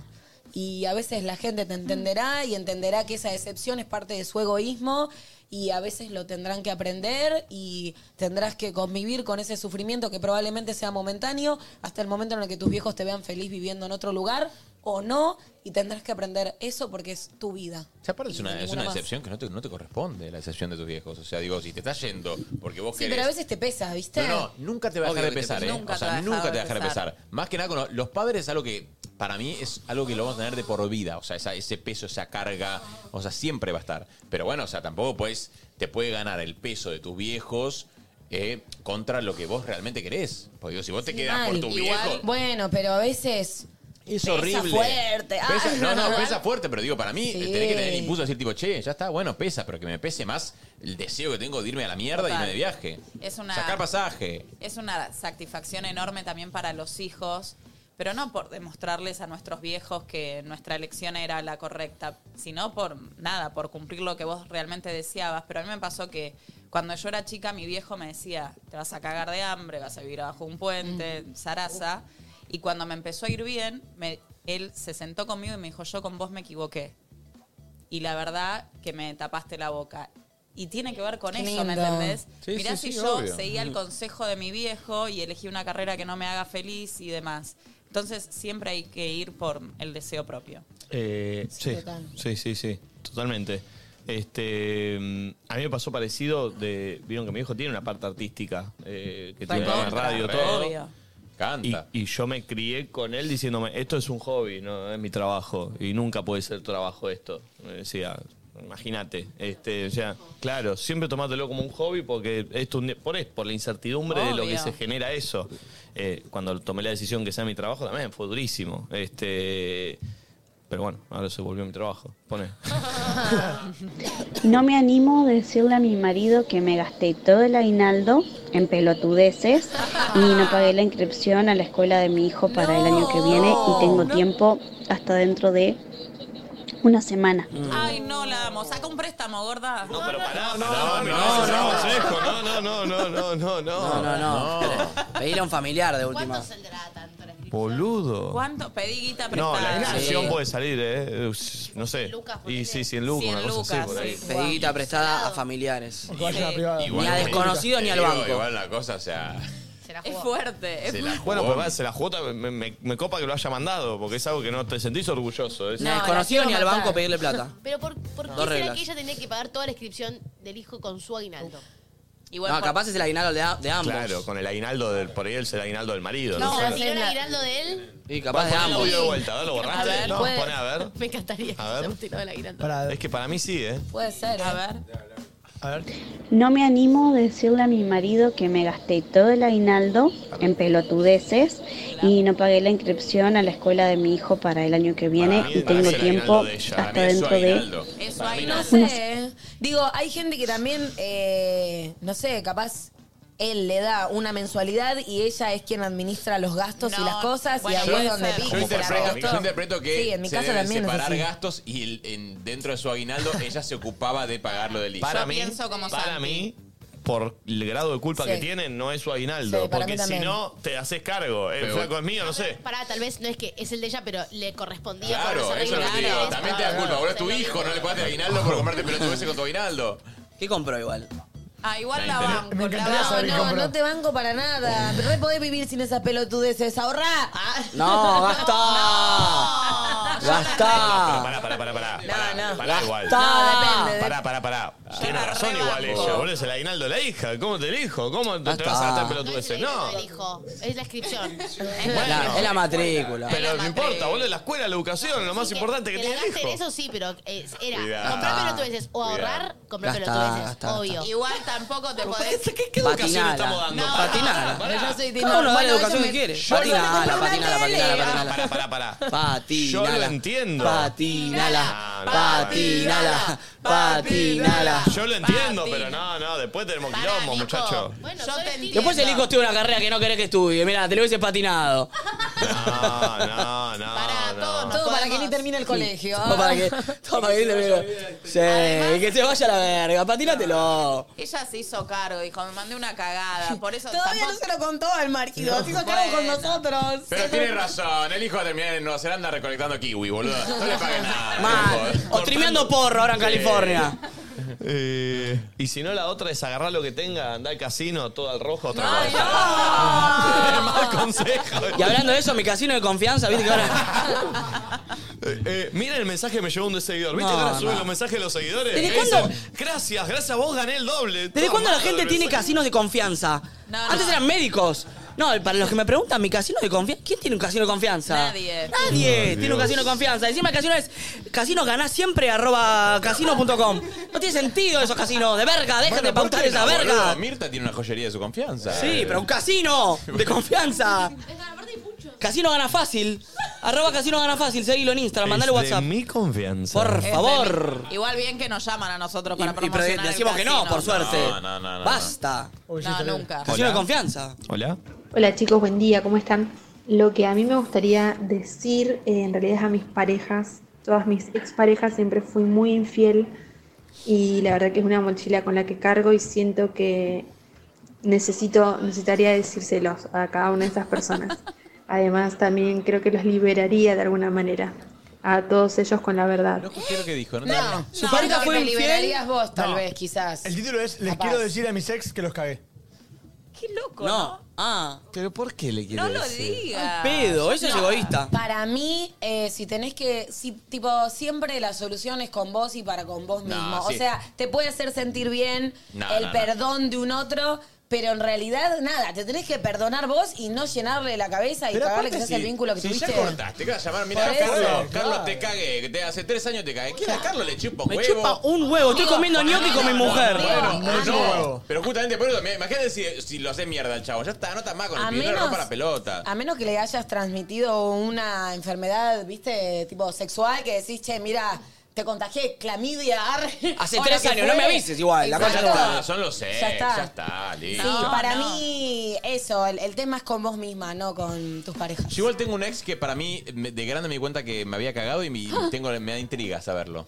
Speaker 5: Y a veces la gente te entenderá y entenderá que esa decepción es parte de su egoísmo y a veces lo tendrán que aprender y tendrás que convivir con ese sufrimiento que probablemente sea momentáneo hasta el momento en el que tus viejos te vean feliz viviendo en otro lugar o no y tendrás que aprender eso porque es tu vida.
Speaker 3: O sea, aparte es una, es una
Speaker 5: Ninguna más.
Speaker 3: decepción que no te, no te corresponde, la decepción de tus viejos. O sea, digo, si te estás yendo porque vos
Speaker 5: Sí,
Speaker 3: querés...
Speaker 5: pero a veces te pesa, ¿viste?
Speaker 3: No, no, nunca te va a dejar de
Speaker 5: Obvio que te
Speaker 3: pesar, ¿eh?
Speaker 5: pesa.
Speaker 3: o
Speaker 5: Nunca te va a
Speaker 3: sea,
Speaker 5: dejar
Speaker 3: nunca te va
Speaker 5: de
Speaker 3: a dejar de
Speaker 5: pesar.
Speaker 3: pesar. Más que nada con los, los padres es algo que, para mí, es algo que lo vamos a tener de por vida. O sea, esa- ese peso, esa carga, o sea, siempre va a estar. Pero bueno, o sea, tampoco puedes, te puede ganar el peso de tus viejos eh, contra lo que vos realmente querés. Porque digo, si vos te quedas por
Speaker 5: Mal.
Speaker 3: tu
Speaker 5: Igual,
Speaker 3: viejo...
Speaker 5: Bueno, pero a veces
Speaker 3: Es
Speaker 5: pesa
Speaker 3: horrible.
Speaker 5: fuerte. Ah.
Speaker 3: Pesa- no, no, pesa fuerte, pero digo, para mí,
Speaker 5: Sí.
Speaker 3: tenés que tener el impulso de decir, tipo, che, ya está, bueno, pesa, pero que me pese más el deseo que tengo de irme a la mierda y
Speaker 2: Total.
Speaker 3: irme de viaje.
Speaker 2: Es una-
Speaker 3: Sacar pasaje.
Speaker 2: Es una satisfacción enorme también para los hijos, pero no por demostrarles a nuestros viejos que nuestra elección era la correcta, sino por nada, por cumplir lo que vos realmente deseabas. Pero a mí me pasó que cuando yo era chica, mi viejo me decía, te vas a cagar de hambre, vas a vivir abajo un puente, zaraza. Y cuando me empezó a ir bien, me- él se sentó conmigo y me dijo, yo con vos me equivoqué. Y la verdad que me tapaste la boca. Y tiene que ver con
Speaker 5: Qué
Speaker 2: eso, ¿me
Speaker 5: lindo.
Speaker 2: entendés?
Speaker 5: Sí,
Speaker 2: Mirá
Speaker 5: sí,
Speaker 2: si
Speaker 5: sí,
Speaker 2: yo
Speaker 5: obvio.
Speaker 2: seguía
Speaker 1: Mm.
Speaker 2: el consejo de mi viejo y elegí una carrera que no me haga feliz y demás. Entonces siempre hay que ir por el deseo propio.
Speaker 1: Eh, sí,
Speaker 2: total.
Speaker 1: sí, sí, sí, totalmente. Este, mm, a mí me pasó parecido de, vieron que mi hijo tiene una parte artística, eh, que
Speaker 3: Está
Speaker 1: tiene
Speaker 3: en
Speaker 1: en
Speaker 3: contra,
Speaker 1: radio,
Speaker 3: re.
Speaker 1: todo.
Speaker 3: Obvio. Canta.
Speaker 1: Y, y yo me crié con él diciéndome, esto es un hobby, no es mi trabajo, y nunca puede ser trabajo esto. Me decía, imagínate, este, o sea, claro, siempre tomátelo como un hobby porque esto un día- por, es- por la incertidumbre de lo que
Speaker 3: Obvio.
Speaker 1: se genera eso. Eh, cuando tomé la decisión que sea mi trabajo también fue durísimo. Este, pero bueno, ahora se volvió mi trabajo. Pone.
Speaker 15: No me animo a decirle a mi marido que me gasté todo el aguinaldo en pelotudeces y no pagué la inscripción a la escuela de mi hijo para el año que viene y tengo tiempo hasta dentro de una semana.
Speaker 1: Mm.
Speaker 2: Ay, no la amo. Saca un préstamo, gorda. No, pero
Speaker 1: pará. No, no, no, consejo, no, no, no, no, no, no, no.
Speaker 4: No, no, no. Pedir a un familiar de última.
Speaker 1: Boludo.
Speaker 2: ¿Cuánto? Pedí guita
Speaker 1: No,
Speaker 2: prestada.
Speaker 1: la inscripción
Speaker 4: Sí.
Speaker 1: puede salir, ¿eh? Us- No sé. y sí, 100 lucas,
Speaker 4: 100
Speaker 1: una cosa así
Speaker 4: lucas,
Speaker 1: por ahí.
Speaker 4: sí. Pedí guita prestada a familiares.
Speaker 3: Igual,
Speaker 4: Ni a
Speaker 3: te-
Speaker 4: desconocido
Speaker 3: te
Speaker 4: ni al
Speaker 3: digo,
Speaker 4: banco.
Speaker 3: Igual la cosa, o sea...
Speaker 2: Es fuerte.
Speaker 1: Se
Speaker 2: Es fuerte.
Speaker 1: la jugó. Bueno, pues va, se la jota, me, me- me copa que lo haya mandado, porque es algo que no te sentís orgulloso. Es
Speaker 4: Ni a desconocido ni al banco pedirle plata.
Speaker 6: Pero ¿por, por
Speaker 1: Dos
Speaker 6: qué será
Speaker 1: reglas.
Speaker 6: que ella tenía que pagar toda la inscripción del hijo con su aguinaldo?
Speaker 4: No, capaz es el aguinaldo de, a- de ambos.
Speaker 1: Claro, con el aguinaldo del, por ahí es el aguinaldo del marido.
Speaker 6: No,
Speaker 1: No, sé.
Speaker 6: si no era aguinaldo de él,
Speaker 4: Y
Speaker 1: capaz de ambos. de vuelta, ¿lo
Speaker 6: A
Speaker 1: borraste?
Speaker 6: ver,
Speaker 1: No,
Speaker 6: puede-
Speaker 1: pone a ver.
Speaker 6: me encantaría
Speaker 1: A ver.
Speaker 6: que se tiró el aguinaldo.
Speaker 1: Es que para mí sí, ¿eh?
Speaker 5: Puede ser. A ver.
Speaker 15: No me animo a decirle a mi marido que me gasté todo el aguinaldo en pelotudeces y no pagué la inscripción a la escuela de mi hijo para el año que viene
Speaker 1: Para mí
Speaker 15: y tengo
Speaker 1: es el
Speaker 15: tiempo
Speaker 1: aguinaldo de ella.
Speaker 15: hasta
Speaker 1: Para mí es su
Speaker 15: dentro de
Speaker 1: aguinaldo.
Speaker 5: Eso
Speaker 1: Para
Speaker 5: ahí
Speaker 1: mí
Speaker 5: no
Speaker 1: no.
Speaker 5: sé. Digo, hay gente que también, eh, no sé, capaz él le da una mensualidad y ella es quien administra los gastos y las cosas
Speaker 3: Bueno,
Speaker 5: y ahí
Speaker 3: puede
Speaker 5: es donde
Speaker 3: ser.
Speaker 5: pica.
Speaker 3: Yo interpreto, yo interpreto que
Speaker 5: Sí, en mi
Speaker 3: se
Speaker 5: casa
Speaker 3: deben
Speaker 5: también es
Speaker 3: separar
Speaker 5: así.
Speaker 3: gastos y el- en- dentro de su aguinaldo ella se ocupaba de pagar lo del hijo.
Speaker 1: Para mí, para mí, por el grado de culpa
Speaker 6: Sí.
Speaker 1: que tiene, no es su aguinaldo.
Speaker 6: Sí, para mí
Speaker 1: porque si
Speaker 6: también.
Speaker 1: no, te haces cargo. ¿eh? El
Speaker 3: Pero-
Speaker 1: flaco es mío, no sé.
Speaker 6: Pará, tal vez no es que es el de ella, pero le correspondía. por
Speaker 3: Claro,
Speaker 6: esa
Speaker 3: eso es lo que te
Speaker 6: regla.
Speaker 3: digo. También te da culpa, boludo, es tu hijo, no le pagaste el aguinaldo por comprarte pelotudeces con tu aguinaldo.
Speaker 4: ¿Qué compró igual?
Speaker 2: Ah, igual
Speaker 3: La
Speaker 2: la
Speaker 3: interés.
Speaker 2: banco.
Speaker 3: Me
Speaker 2: la
Speaker 3: encantaría
Speaker 2: banco.
Speaker 5: No,
Speaker 4: saber
Speaker 5: no, no te banco para nada. Re podés vivir sin esas pelotudeces. ¡Ahorrá! Ah.
Speaker 4: No, basta. Basta.
Speaker 1: Pará, pará, pará, pará. Pará,
Speaker 5: no.
Speaker 1: pará igual.
Speaker 5: No, depende, depende.
Speaker 1: Pará, pará, pará. Tiene razón igual ella, boludo. Es el aguinaldo de la hija. ¿Cómo te elijo? ¿Cómo te, te vas a gastar pelotudeces? No.
Speaker 6: El hijo. Es la inscripción. ¿Eh?
Speaker 1: Bueno.
Speaker 4: es la matrícula.
Speaker 1: Pero no importa, boludo. La escuela, la educación, lo más importante que
Speaker 6: Te la
Speaker 1: tiene el
Speaker 6: gasten,
Speaker 1: hijo.
Speaker 6: eso sí, pero eh, era
Speaker 1: Cuidá.
Speaker 6: comprar
Speaker 4: Ah,
Speaker 6: pelotudeces o
Speaker 1: Cuidá.
Speaker 6: ahorrar, comprar
Speaker 1: Gastá,
Speaker 6: pelotudeces,
Speaker 1: gastá, gastá.
Speaker 6: obvio.
Speaker 2: Igual tampoco te podés.
Speaker 1: ¿Qué, qué educación
Speaker 4: Patinala.
Speaker 1: estamos dando?
Speaker 4: No, patinala.
Speaker 1: Pará, pará.
Speaker 4: Yo soy Cada uno da la educación que quiere. Patinala, patinala, patinala,
Speaker 1: Pará, pará, pará. Yo lo entiendo.
Speaker 4: Patinala, patinala, patinala.
Speaker 1: Yo lo entiendo, pero no, no, después tenemos quilombo, muchachos.
Speaker 4: Después el hijo estudia una carrera que no querés que estudie. Mirá, te lo hubiese patinado.
Speaker 1: No, no, no.
Speaker 5: Todo para que ni termine el colegio.
Speaker 4: Todo para que. Todo para que ni termine. Sí, que se vaya a la verga. Patinatelo.
Speaker 2: Ella se hizo cargo, dijo, me mandé una cagada. Por eso
Speaker 5: Todavía no se lo contó al marido. Se hizo cargo
Speaker 2: Bueno.
Speaker 5: con nosotros.
Speaker 3: Pero tiene razón, el hijo va a terminar en Nueva Zelanda recolectando kiwi, boludo. No le paguen nada.
Speaker 4: Mal. O trimeando porro ahora en
Speaker 1: Sí.
Speaker 4: California.
Speaker 1: Eh, y si no, la otra es agarrar lo que tenga, andar al casino, todo al rojo, otra cosa. Mal consejo.
Speaker 4: Y hablando de eso, mi casino de confianza, viste que ahora.
Speaker 1: Eh, eh, mira el mensaje que me llegó un de seguidor. ¿Viste
Speaker 4: No,
Speaker 1: que ahora suben
Speaker 4: no.
Speaker 1: los mensajes de los seguidores?
Speaker 4: ¿Desde
Speaker 1: Que
Speaker 4: cuándo?
Speaker 1: dicen, Gracias, gracias a vos gané el doble.
Speaker 4: ¿Desde
Speaker 1: Todo
Speaker 4: cuándo la
Speaker 1: malo
Speaker 4: gente
Speaker 1: el
Speaker 4: tiene
Speaker 1: mensaje.
Speaker 4: casinos de confianza? Antes eran médicos. No, para los que me preguntan, mi casino de confianza. ¿Quién tiene un casino de confianza? Nadie
Speaker 2: Nadie.
Speaker 4: Este,
Speaker 2: No,
Speaker 4: tiene un
Speaker 2: Dios.
Speaker 4: casino de confianza. Encima el casino es casino ganás siempre arroba casino.com. No tiene sentido esos casinos de verga, déjate
Speaker 3: Bueno, ¿por
Speaker 4: pautar
Speaker 3: qué no,
Speaker 4: esa
Speaker 3: boludo?
Speaker 4: verga.
Speaker 3: Mirta tiene una joyería de su confianza.
Speaker 4: Sí, pero un casino de confianza. Casino gana fácil. Arroba casino gana fácil, seguilo en Instagram, mandale
Speaker 1: Es de
Speaker 4: WhatsApp.
Speaker 1: mi confianza.
Speaker 4: Por
Speaker 2: Es
Speaker 4: favor.
Speaker 2: de- Este, Igual bien que nos llaman a nosotros para
Speaker 4: Y pero
Speaker 2: promocionar el
Speaker 4: decimos que no,
Speaker 2: casino.
Speaker 4: por suerte.
Speaker 1: No, no, no, no.
Speaker 4: Basta.
Speaker 2: No, nunca.
Speaker 4: Casino de confianza.
Speaker 1: Hola.
Speaker 7: Hola chicos, buen día, ¿cómo están? Lo que a mí me gustaría decir eh, en realidad es a mis parejas, todas mis exparejas siempre fui muy infiel y la verdad que es una mochila con la que cargo y siento que necesito, necesitaría decírselos a cada una de esas personas. Además también creo que los liberaría de alguna manera Ah, a todos ellos con la verdad.
Speaker 3: ¿Qué es lo que dijo? No,
Speaker 5: No,
Speaker 3: te-
Speaker 5: no,
Speaker 4: pareja
Speaker 5: no,
Speaker 4: fue
Speaker 5: te
Speaker 4: infiel?
Speaker 5: liberarías vos, tal
Speaker 12: No.
Speaker 5: vez, quizás.
Speaker 12: El título es Les
Speaker 5: Capaz.
Speaker 12: quiero decir a mis ex que los cagué.
Speaker 2: Qué loco,
Speaker 4: No. Ah.
Speaker 1: ¿Pero por qué le
Speaker 2: No lo digas.
Speaker 4: Pedo, eso es
Speaker 5: No.
Speaker 4: egoísta.
Speaker 5: Para mí, eh, si tenés que. Si, tipo, siempre la solución es con vos y para con vos
Speaker 3: No,
Speaker 5: mismo.
Speaker 3: sí.
Speaker 5: O sea, te puede hacer sentir bien
Speaker 3: No,
Speaker 5: el
Speaker 3: no, no.
Speaker 5: perdón de un otro. Pero en realidad, nada, te tenés que perdonar vos y no llenarle la cabeza y cagarle quizás el vínculo que
Speaker 3: si
Speaker 5: tuviste.
Speaker 3: ya cortaste, ¿qué vas a llamar? Mira,
Speaker 5: Por eso,
Speaker 3: Carlos,
Speaker 5: claro.
Speaker 3: Carlos, te cagué. que te- hace tres años te cagué. ¿Quién a Carlos le chupa un
Speaker 4: Me
Speaker 3: huevo?
Speaker 4: chupa un huevo, estoy comiendo gnocchi con mi mujer.
Speaker 3: Bueno,
Speaker 4: Me
Speaker 3: no,
Speaker 4: chupa un huevo.
Speaker 3: Pero justamente por eso, me- imagínate si, si lo hace mierda el chavo. Ya está, no está más con el
Speaker 5: A
Speaker 3: pibe, no le
Speaker 5: menos-
Speaker 3: rompa la pelota.
Speaker 5: A menos que le hayas transmitido una enfermedad, viste, tipo sexual, que decís, che, mira, te contagié clamidia. arre".
Speaker 4: Hace
Speaker 5: O lo
Speaker 4: tres
Speaker 5: que
Speaker 4: años,
Speaker 5: fue.
Speaker 4: no me avises igual, la
Speaker 3: Ya
Speaker 4: concha de tu
Speaker 3: está,
Speaker 4: madre.
Speaker 3: son los ex,
Speaker 5: Ya
Speaker 3: ya
Speaker 5: está.
Speaker 3: está, listo.
Speaker 5: Sí, para mí, eso, el, el tema es con vos misma, no con tus parejas.
Speaker 3: Yo igual tengo un ex que para mí, me- de grande me di cuenta que me había cagado y me, tengo, me da intriga saberlo.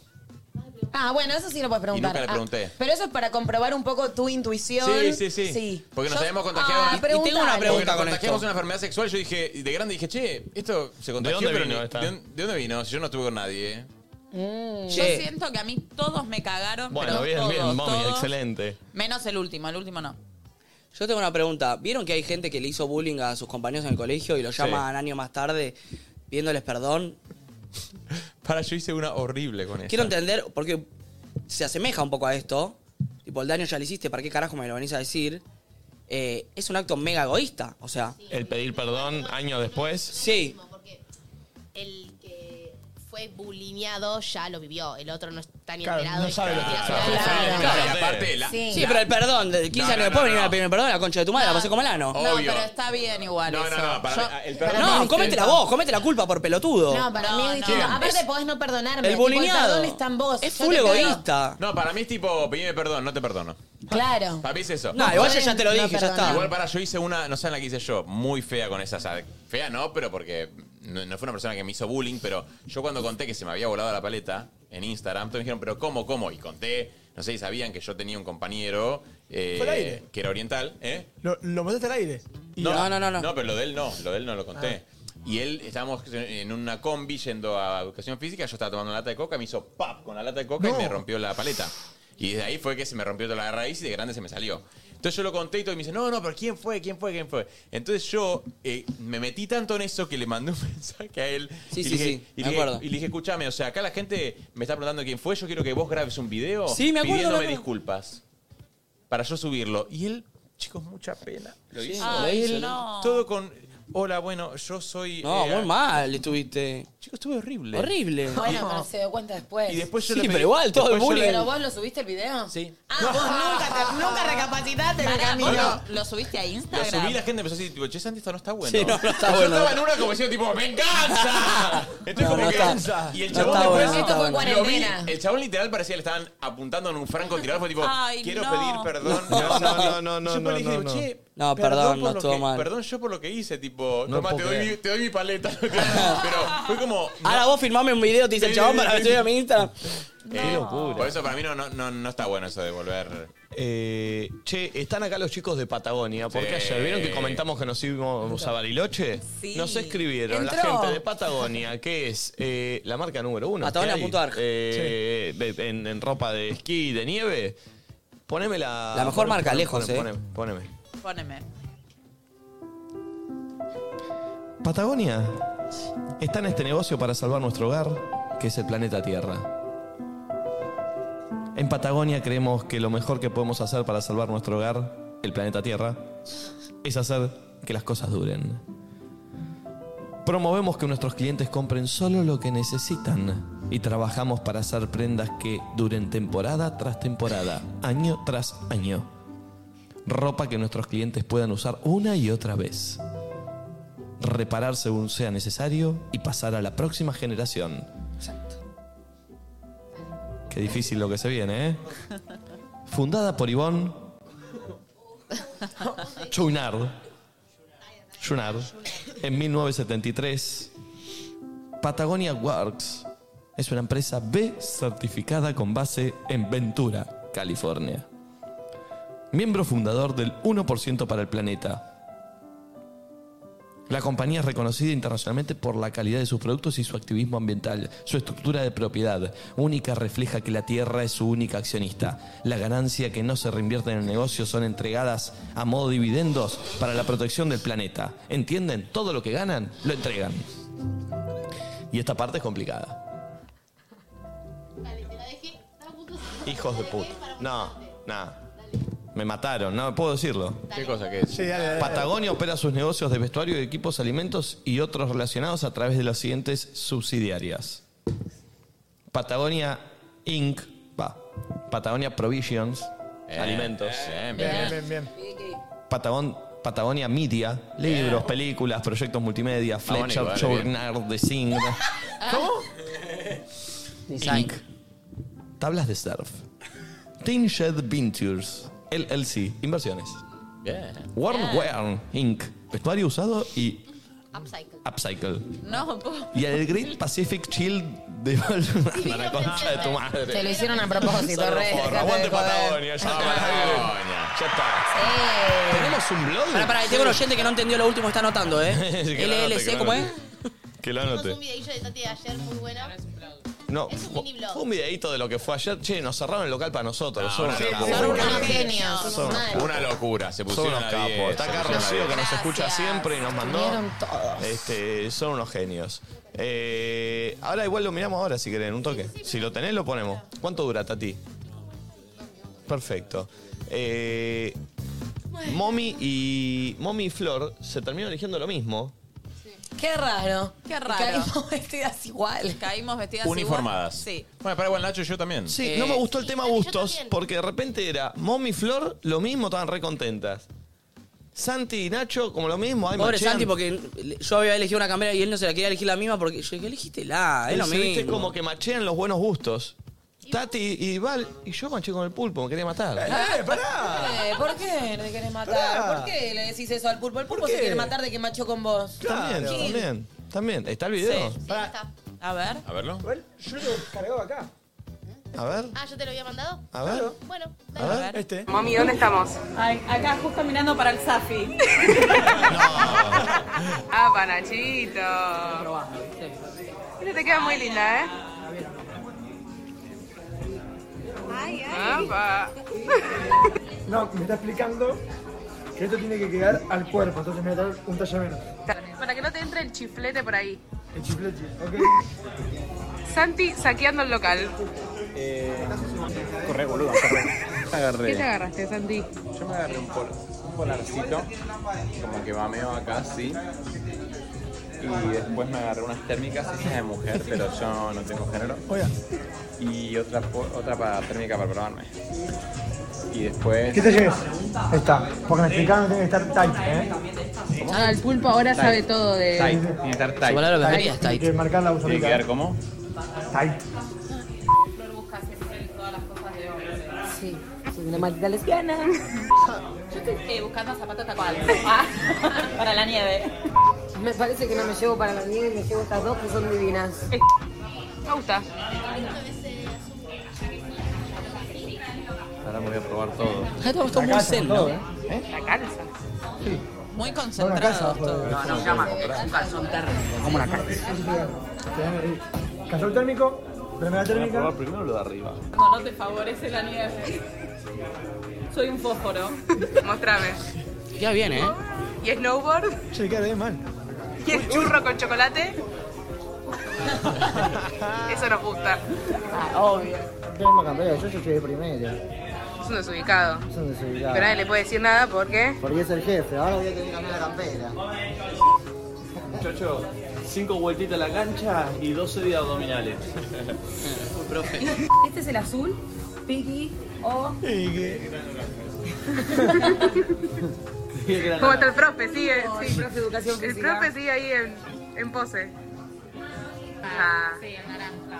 Speaker 5: Ah, bueno, eso sí lo puedes preguntar.
Speaker 3: nunca le
Speaker 5: Ah,
Speaker 3: pregunté.
Speaker 5: pero eso es para comprobar un poco tu intuición.
Speaker 3: Sí, sí, sí, Porque nos
Speaker 5: Yo-
Speaker 3: habíamos contagiado.
Speaker 5: Ah,
Speaker 3: Y- y tengo
Speaker 5: preguntale.
Speaker 3: una pregunta
Speaker 4: con
Speaker 3: nos contagiamos
Speaker 4: esto.
Speaker 3: una enfermedad sexual. Yo dije, y de grande dije, che, esto se contagió.
Speaker 1: dónde
Speaker 3: pero
Speaker 1: vino
Speaker 3: ni-
Speaker 1: esta?
Speaker 3: ¿De, dónde- de dónde vino? Si yo no estuve con nadie. eh".
Speaker 5: Mm.
Speaker 2: Yo
Speaker 3: Che.
Speaker 2: siento que a mí todos me cagaron,
Speaker 1: Bueno,
Speaker 2: pero
Speaker 1: bien,
Speaker 2: todos,
Speaker 1: bien, mami,
Speaker 2: todos.
Speaker 1: excelente.
Speaker 2: Menos el último, el último no.
Speaker 4: Yo tengo una pregunta. ¿Vieron que hay gente que le hizo bullying a sus compañeros en el colegio y lo llaman años más tarde pidiéndoles perdón?
Speaker 3: Para, yo hice una horrible con eso.
Speaker 4: Quiero entender, porque se asemeja un poco a esto. Tipo, el daño ya lo hiciste, ¿para qué carajo me lo venís a decir? Eh, es un acto mega egoísta, o sea.
Speaker 1: El pedir perdón años después.
Speaker 4: Sí.
Speaker 6: El que fue bulineado ya lo vivió. El otro no está ni
Speaker 12: Claro,
Speaker 6: enterado.
Speaker 12: no sabe lo que
Speaker 6: Claro.
Speaker 3: Claro,
Speaker 4: Claro.
Speaker 3: y aparte, la-
Speaker 4: Sí,
Speaker 3: la-
Speaker 4: pero el perdón, de 15
Speaker 3: No,
Speaker 4: años
Speaker 3: no,
Speaker 4: después
Speaker 3: no,
Speaker 4: venir
Speaker 3: no.
Speaker 4: a pedirme perdón, la concha de tu madre, la pasé como el ano.
Speaker 2: No, pero está bien igual
Speaker 3: No, no,
Speaker 2: eso.
Speaker 3: no, para mí, el perdón-
Speaker 4: No, cómetela vos, comete la culpa por pelotudo.
Speaker 5: No, para mí es distinto. Aparte, podés no perdonarme.
Speaker 4: El
Speaker 5: tipo,
Speaker 4: bulineado.
Speaker 5: perdón está en vos.
Speaker 4: Es
Speaker 5: yo
Speaker 4: full
Speaker 5: te creo.
Speaker 4: egoísta.
Speaker 3: No, para mí es tipo, pedime perdón, no te perdono.
Speaker 5: Claro.
Speaker 3: Para mí es eso.
Speaker 4: No, igual yo ya te lo
Speaker 5: No,
Speaker 4: dije, ya
Speaker 5: perdón.
Speaker 4: está.
Speaker 3: Igual para yo hice una, no saben la que hice yo, muy fea con esa. o sea, fea no, pero porque no, no fue una persona que me hizo bullying, pero yo cuando conté que se me había volado la paleta en Instagram, todos me dijeron, pero ¿cómo, cómo? Y conté, no sé si sabían que yo tenía un compañero eh,
Speaker 12: Fue al aire.
Speaker 3: que era oriental, ¿eh?
Speaker 12: Lo, lo mandaste al aire.
Speaker 3: No, pero lo de él no, lo de él no lo conté.
Speaker 4: Ah.
Speaker 3: Y él, estábamos en una combi yendo a educación física, yo estaba tomando una lata de coca, me hizo pap con la lata de coca y me rompió la paleta. Y desde ahí fue que se me rompió toda la raíz y de grande se me salió. Entonces yo lo conté y todo y me dice, no, no, pero ¿quién fue? ¿Quién fue? ¿Quién fue? Entonces yo eh, me metí tanto en eso que le mandé un mensaje a él.
Speaker 4: Sí,
Speaker 3: y
Speaker 4: sí,
Speaker 3: le dije,
Speaker 4: sí,
Speaker 3: y
Speaker 4: me
Speaker 3: le dije-
Speaker 4: acuerdo.
Speaker 3: Y le dije, escúchame, o sea, acá la gente me está preguntando quién fue, yo quiero que vos grabes un video
Speaker 4: Sí, me acuerdo, me
Speaker 3: pidiéndome
Speaker 4: acuerdo.
Speaker 3: disculpas para yo subirlo. Y él, chicos, mucha pena. Lo
Speaker 4: Sí,
Speaker 3: hizo.
Speaker 4: Ay,
Speaker 3: Él,
Speaker 4: no.
Speaker 3: Todo con, hola, bueno, yo soy...
Speaker 4: No,
Speaker 3: eh,
Speaker 4: muy mal estuviste.
Speaker 3: Chico, estuve horrible.
Speaker 4: Horrible.
Speaker 5: Bueno, pero se dio cuenta después.
Speaker 3: Y después yo
Speaker 4: Sí,
Speaker 3: le pedí-
Speaker 4: pero igual, todo el
Speaker 3: después yo le-
Speaker 5: ¿Pero vos lo subiste el video?
Speaker 4: Sí.
Speaker 5: Ah, vos nunca, te- nunca recapacitaste en el
Speaker 2: Pará,
Speaker 5: camino.
Speaker 2: ¿vos lo, lo subiste a
Speaker 3: Lo
Speaker 2: Instagram?
Speaker 3: subí y la gente empezó a decir, tipo, che, Santi, esto no está bueno.
Speaker 4: Sí, no, no está
Speaker 3: Yo
Speaker 4: bueno.
Speaker 3: estaba en una como diciendo, tipo, ¡me
Speaker 4: Ah.
Speaker 3: encanta! Entonces,
Speaker 4: No,
Speaker 3: como
Speaker 4: no
Speaker 3: que-
Speaker 4: está-
Speaker 3: y el
Speaker 4: no
Speaker 3: chabón
Speaker 4: está
Speaker 3: después-
Speaker 4: bueno, no Esto fue está
Speaker 3: lo
Speaker 4: bueno.
Speaker 3: vi,
Speaker 4: cuarentena.
Speaker 3: El chabón literal parecía que le estaban apuntando en un franco tirador. Fue tipo,
Speaker 2: Ay,
Speaker 3: quiero
Speaker 2: no.
Speaker 3: pedir perdón.
Speaker 1: No, no, no, no,
Speaker 3: Yo
Speaker 1: no,
Speaker 3: le dije,
Speaker 1: no,
Speaker 3: tipo,
Speaker 1: no.
Speaker 3: che,
Speaker 4: No, perdón,
Speaker 3: por
Speaker 4: no
Speaker 3: lo
Speaker 4: estuvo
Speaker 3: que-
Speaker 4: mal.
Speaker 3: Perdón yo por lo que hice, tipo,
Speaker 4: No
Speaker 3: tomá, te
Speaker 4: puedo
Speaker 3: doy, mi,
Speaker 4: creer.
Speaker 3: te doy mi paleta. Pero fue como...
Speaker 4: Ahora vos filmame un video, te dice el
Speaker 3: Sí,
Speaker 4: chabón,
Speaker 3: sí,
Speaker 4: para que
Speaker 3: sí.
Speaker 4: suba a mi Instagram.
Speaker 3: Qué locura. Por eso para mí no, no, no, no está bueno eso de volver...
Speaker 1: Eh, che, están acá los chicos de Patagonia, porque
Speaker 3: Sí.
Speaker 1: ayer vieron que comentamos que nos íbamos a Bariloche.
Speaker 3: Sí.
Speaker 1: Nos escribieron la
Speaker 3: Entró.
Speaker 1: gente de Patagonia, que es eh, la marca número uno.
Speaker 4: Patagonia
Speaker 1: que hay,
Speaker 4: punto arg.
Speaker 1: eh, de- en, en ropa de esquí, de nieve. Ah, Poneme la.
Speaker 4: La mejor marca, lejos, eh.
Speaker 1: poneme, poneme.
Speaker 2: Poneme.
Speaker 1: Patagonia está en este negocio para salvar nuestro hogar, que es el planeta Tierra. En Patagonia creemos que lo mejor que podemos hacer para salvar nuestro hogar, el planeta Tierra, es hacer que las cosas duren. Promovemos que nuestros clientes compren solo lo que necesitan y trabajamos para hacer prendas que duren temporada tras temporada, año tras año. Ropa que nuestros clientes puedan usar una y otra vez reparar según sea necesario y pasar a la próxima generación. Exacto. Qué difícil lo que se viene, ¿eh? Fundada por Ivonne Chouinard. Chouinard. En 1973, Patagonia Works es una empresa B certificada con base en Ventura, California. Miembro fundador del 1% para el planeta, la compañía es reconocida internacionalmente por la calidad de sus productos y su activismo ambiental. Su estructura de propiedad única refleja que la tierra es su única accionista. La ganancia que no se reinvierte en el negocio son entregadas a modo dividendos para la protección del planeta. ¿Entienden? Todo lo que ganan, lo entregan. Y esta parte es complicada. Hijos de puta. No, nada. Me mataron, no puedo decirlo.
Speaker 3: ¿Qué cosa que es?
Speaker 1: Patagonia opera sus negocios de vestuario, de equipos, alimentos y otros relacionados a través de las siguientes subsidiarias. Patagonia Inc. Va. Patagonia Provisions.
Speaker 3: Bien,
Speaker 1: alimentos.
Speaker 3: eh, bien,
Speaker 12: bien, bien.
Speaker 1: Patagón- Patagonia Media. Libros, películas, proyectos multimedia. Fletcher,
Speaker 3: igual,
Speaker 1: Journal, The Sing. Inc. Tablas de surf. Team Shed Ventures. LLC. Inversiones.
Speaker 3: Bien.
Speaker 1: Warm
Speaker 2: Bien.
Speaker 1: Wear Inc. Vestuario usado y
Speaker 2: Upcycle.
Speaker 1: upcycle.
Speaker 2: No, po.
Speaker 1: Y el Great Pacific Chill de la concha de tu madre.
Speaker 5: Te lo hicieron a propósito,
Speaker 1: Solo
Speaker 5: re,
Speaker 1: forro.
Speaker 5: dejate de
Speaker 1: Aguante
Speaker 5: joder.
Speaker 1: Patagonia. Ya está. Ya está. Tenemos un blog.
Speaker 4: Pará, pará, tengo un oyente que no entendió lo último, está anotando, ¿eh?
Speaker 1: Que lo anote, que
Speaker 4: LLC,
Speaker 1: lo
Speaker 4: ¿cómo es?
Speaker 1: anote. Que lo anote.
Speaker 6: Un videillo de Tati de ayer muy buena.
Speaker 1: No,
Speaker 6: Es un
Speaker 1: fue-
Speaker 6: mini blog. Ah,
Speaker 1: fue un videito de lo que fue ayer. Che, nos cerraron el local para nosotros. Son
Speaker 3: no,
Speaker 1: unos
Speaker 3: no,
Speaker 1: capos.
Speaker 3: no, no, no,
Speaker 5: Unos genios.
Speaker 1: Son unos
Speaker 5: Mal.
Speaker 1: capos.
Speaker 3: Una locura, se
Speaker 1: Son
Speaker 3: pusieron
Speaker 1: unos
Speaker 3: a
Speaker 1: capos.
Speaker 3: 10,
Speaker 1: Está
Speaker 3: se
Speaker 1: acá
Speaker 3: pusieron a
Speaker 1: Rocío que
Speaker 3: 10.
Speaker 1: nos escucha siempre y nos mandó.
Speaker 5: Vinieron todos.
Speaker 1: Este, son unos genios. Eh, ahora igual lo miramos ahora si quieren, un toque. Si lo tenés, lo ponemos. ¿Cuánto dura, Tati? Perfecto. Eh, Momi y. Momi y Flor se terminaron eligiendo lo mismo.
Speaker 5: Qué raro.
Speaker 2: Qué raro.
Speaker 5: Caímos vestidas igual.
Speaker 2: Caímos vestidas
Speaker 1: Uniformadas.
Speaker 2: igual. Sí.
Speaker 3: Bueno, para igual Nacho y yo también.
Speaker 1: Sí, no me
Speaker 5: Eh,
Speaker 1: gustó el tema gustos, porque de repente era Momi y Flor lo mismo, estaban re contentas. Santi y Nacho, como lo mismo, ay,
Speaker 4: Pobre
Speaker 1: machean.
Speaker 4: Santi, porque yo había elegido una campera y él no se la quería elegir la misma porque yo dije, elegiste la, es lo
Speaker 1: Sí, viste,
Speaker 4: mismo.
Speaker 1: como que machean los buenos gustos. Tati y Val, y yo maché con el pulpo, me quería matar.
Speaker 5: ¡Eh, pará! ¿Por qué le querés matar?
Speaker 1: Pará.
Speaker 5: ¿Por qué le decís eso al pulpo? El pulpo se
Speaker 1: qué?
Speaker 5: quiere matar de que machó con vos.
Speaker 1: También,
Speaker 5: Gil.
Speaker 1: también, también. ¿Está el video?
Speaker 2: A ver.
Speaker 1: A verlo.
Speaker 12: Yo lo cargaba acá.
Speaker 1: A ver,
Speaker 6: Ah, yo te lo había mandado.
Speaker 1: a ver.
Speaker 6: Bueno,
Speaker 1: A ver, este.
Speaker 18: Mami, ¿dónde estamos? acá, justo mirando para el Safi. ah, panachito. Este Pero te queda muy linda, ¿eh?
Speaker 7: No, me está explicando que esto tiene que quedar al cuerpo, entonces me voy a traer un talle menos.
Speaker 6: Para que no te entre el chiflete por ahí.
Speaker 7: El chiflete, ok.
Speaker 6: Santi saqueando el local.
Speaker 19: Corre, boludo, corre.
Speaker 6: ¿Qué te
Speaker 19: Agarré.
Speaker 6: agarraste, Santi?
Speaker 19: Yo me agarré un, pol- un polarcito, como que mameo acá así. Y después me agarré unas térmicas, esa es de mujer, pero yo no tengo género. Y otra, po- otra para, térmica para probarme. Y después.
Speaker 7: ¿Qué te lleves? Ahí está. Porque me explicaron que tiene que estar tight, ¿eh?
Speaker 6: Ah, el pulpo ahora
Speaker 19: Tight.
Speaker 6: sabe todo de.
Speaker 19: Tight, tiene que estar tight.
Speaker 7: palabra preferida es tight. Tiene que marcar la
Speaker 19: Tiene que
Speaker 7: usualidad.
Speaker 19: quedar como.
Speaker 7: Tight.
Speaker 2: Sí, soy una maldita lesbiana. Yo estoy eh, buscando zapatos tapados. para la nieve.
Speaker 20: Me parece que no me llevo para la nieve, me llevo estas dos que son divinas.
Speaker 6: Me gusta.
Speaker 1: Ahora me voy a probar todo.
Speaker 4: Acá estamos todos muy zen, ¿no?
Speaker 7: ¿eh?
Speaker 4: La
Speaker 6: calza.
Speaker 21: Muy
Speaker 7: casa,
Speaker 21: concentrados todos.
Speaker 7: No, no,
Speaker 4: llama.
Speaker 7: Como una carne. Calzón térmico, remera térmica.
Speaker 1: probar primero lo de arriba.
Speaker 2: No, no te favorece la nieve. Soy un fósforo.
Speaker 6: Mostrame.
Speaker 4: Queda bien, ¿eh?
Speaker 6: ¿Y snowboard?
Speaker 7: Che, qué bien, mal.
Speaker 6: ¿Y el churro con chocolate? Eso nos gusta.
Speaker 7: Ah, obvio. Tengo campeón, yo yo llegué primero.
Speaker 6: Es un desubicado.
Speaker 7: Eso no se
Speaker 6: Pero nadie le puede decir nada porque.
Speaker 7: Porque es el jefe, ahora voy a tener que cambiar la campera.
Speaker 19: Muchacho, cinco vueltitas a la cancha y 12 días abdominales.
Speaker 2: Este es el azul, Piggy o.
Speaker 6: ¿Cómo está el profe? Sigue.
Speaker 2: No, el
Speaker 6: sí.
Speaker 2: profe de educación
Speaker 6: El
Speaker 2: física.
Speaker 6: profe sigue ahí en, en pose. Ah. Sí, el naranja.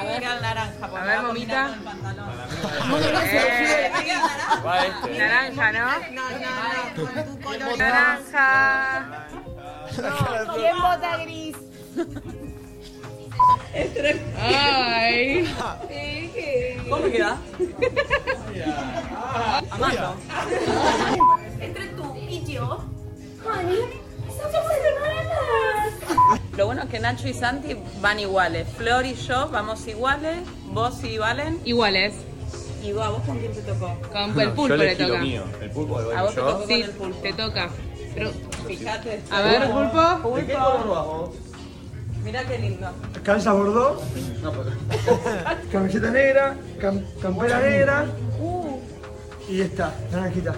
Speaker 21: A ver, el naranja, porque
Speaker 6: A ver,
Speaker 21: va
Speaker 6: momita.
Speaker 21: combinando el
Speaker 6: Eh, Naranja, ¿no? Naranja.
Speaker 20: ¿Quién vota gris?
Speaker 6: Ay.
Speaker 2: ¿Cómo queda?
Speaker 6: Amado.
Speaker 2: Entre tú y yo. Lo bueno es que Nacho y Santi van iguales. Flor y yo vamos iguales. Vos y Valen.
Speaker 6: Iguales.
Speaker 2: ¿Y vos, a vos con quién te tocó?
Speaker 6: Con el pulpo le toca.
Speaker 19: El pulpo de
Speaker 6: ¿A vos te tocó
Speaker 2: Sí,
Speaker 6: con el pulpo? Te toca. Pero,
Speaker 2: Fíjate.
Speaker 6: a ver, pulpo.
Speaker 2: ¿De qué color vamos? Mirá qué lindo.
Speaker 7: Calza bordó. Camiseta negra, cam- campera negra. Y esta, naranjita.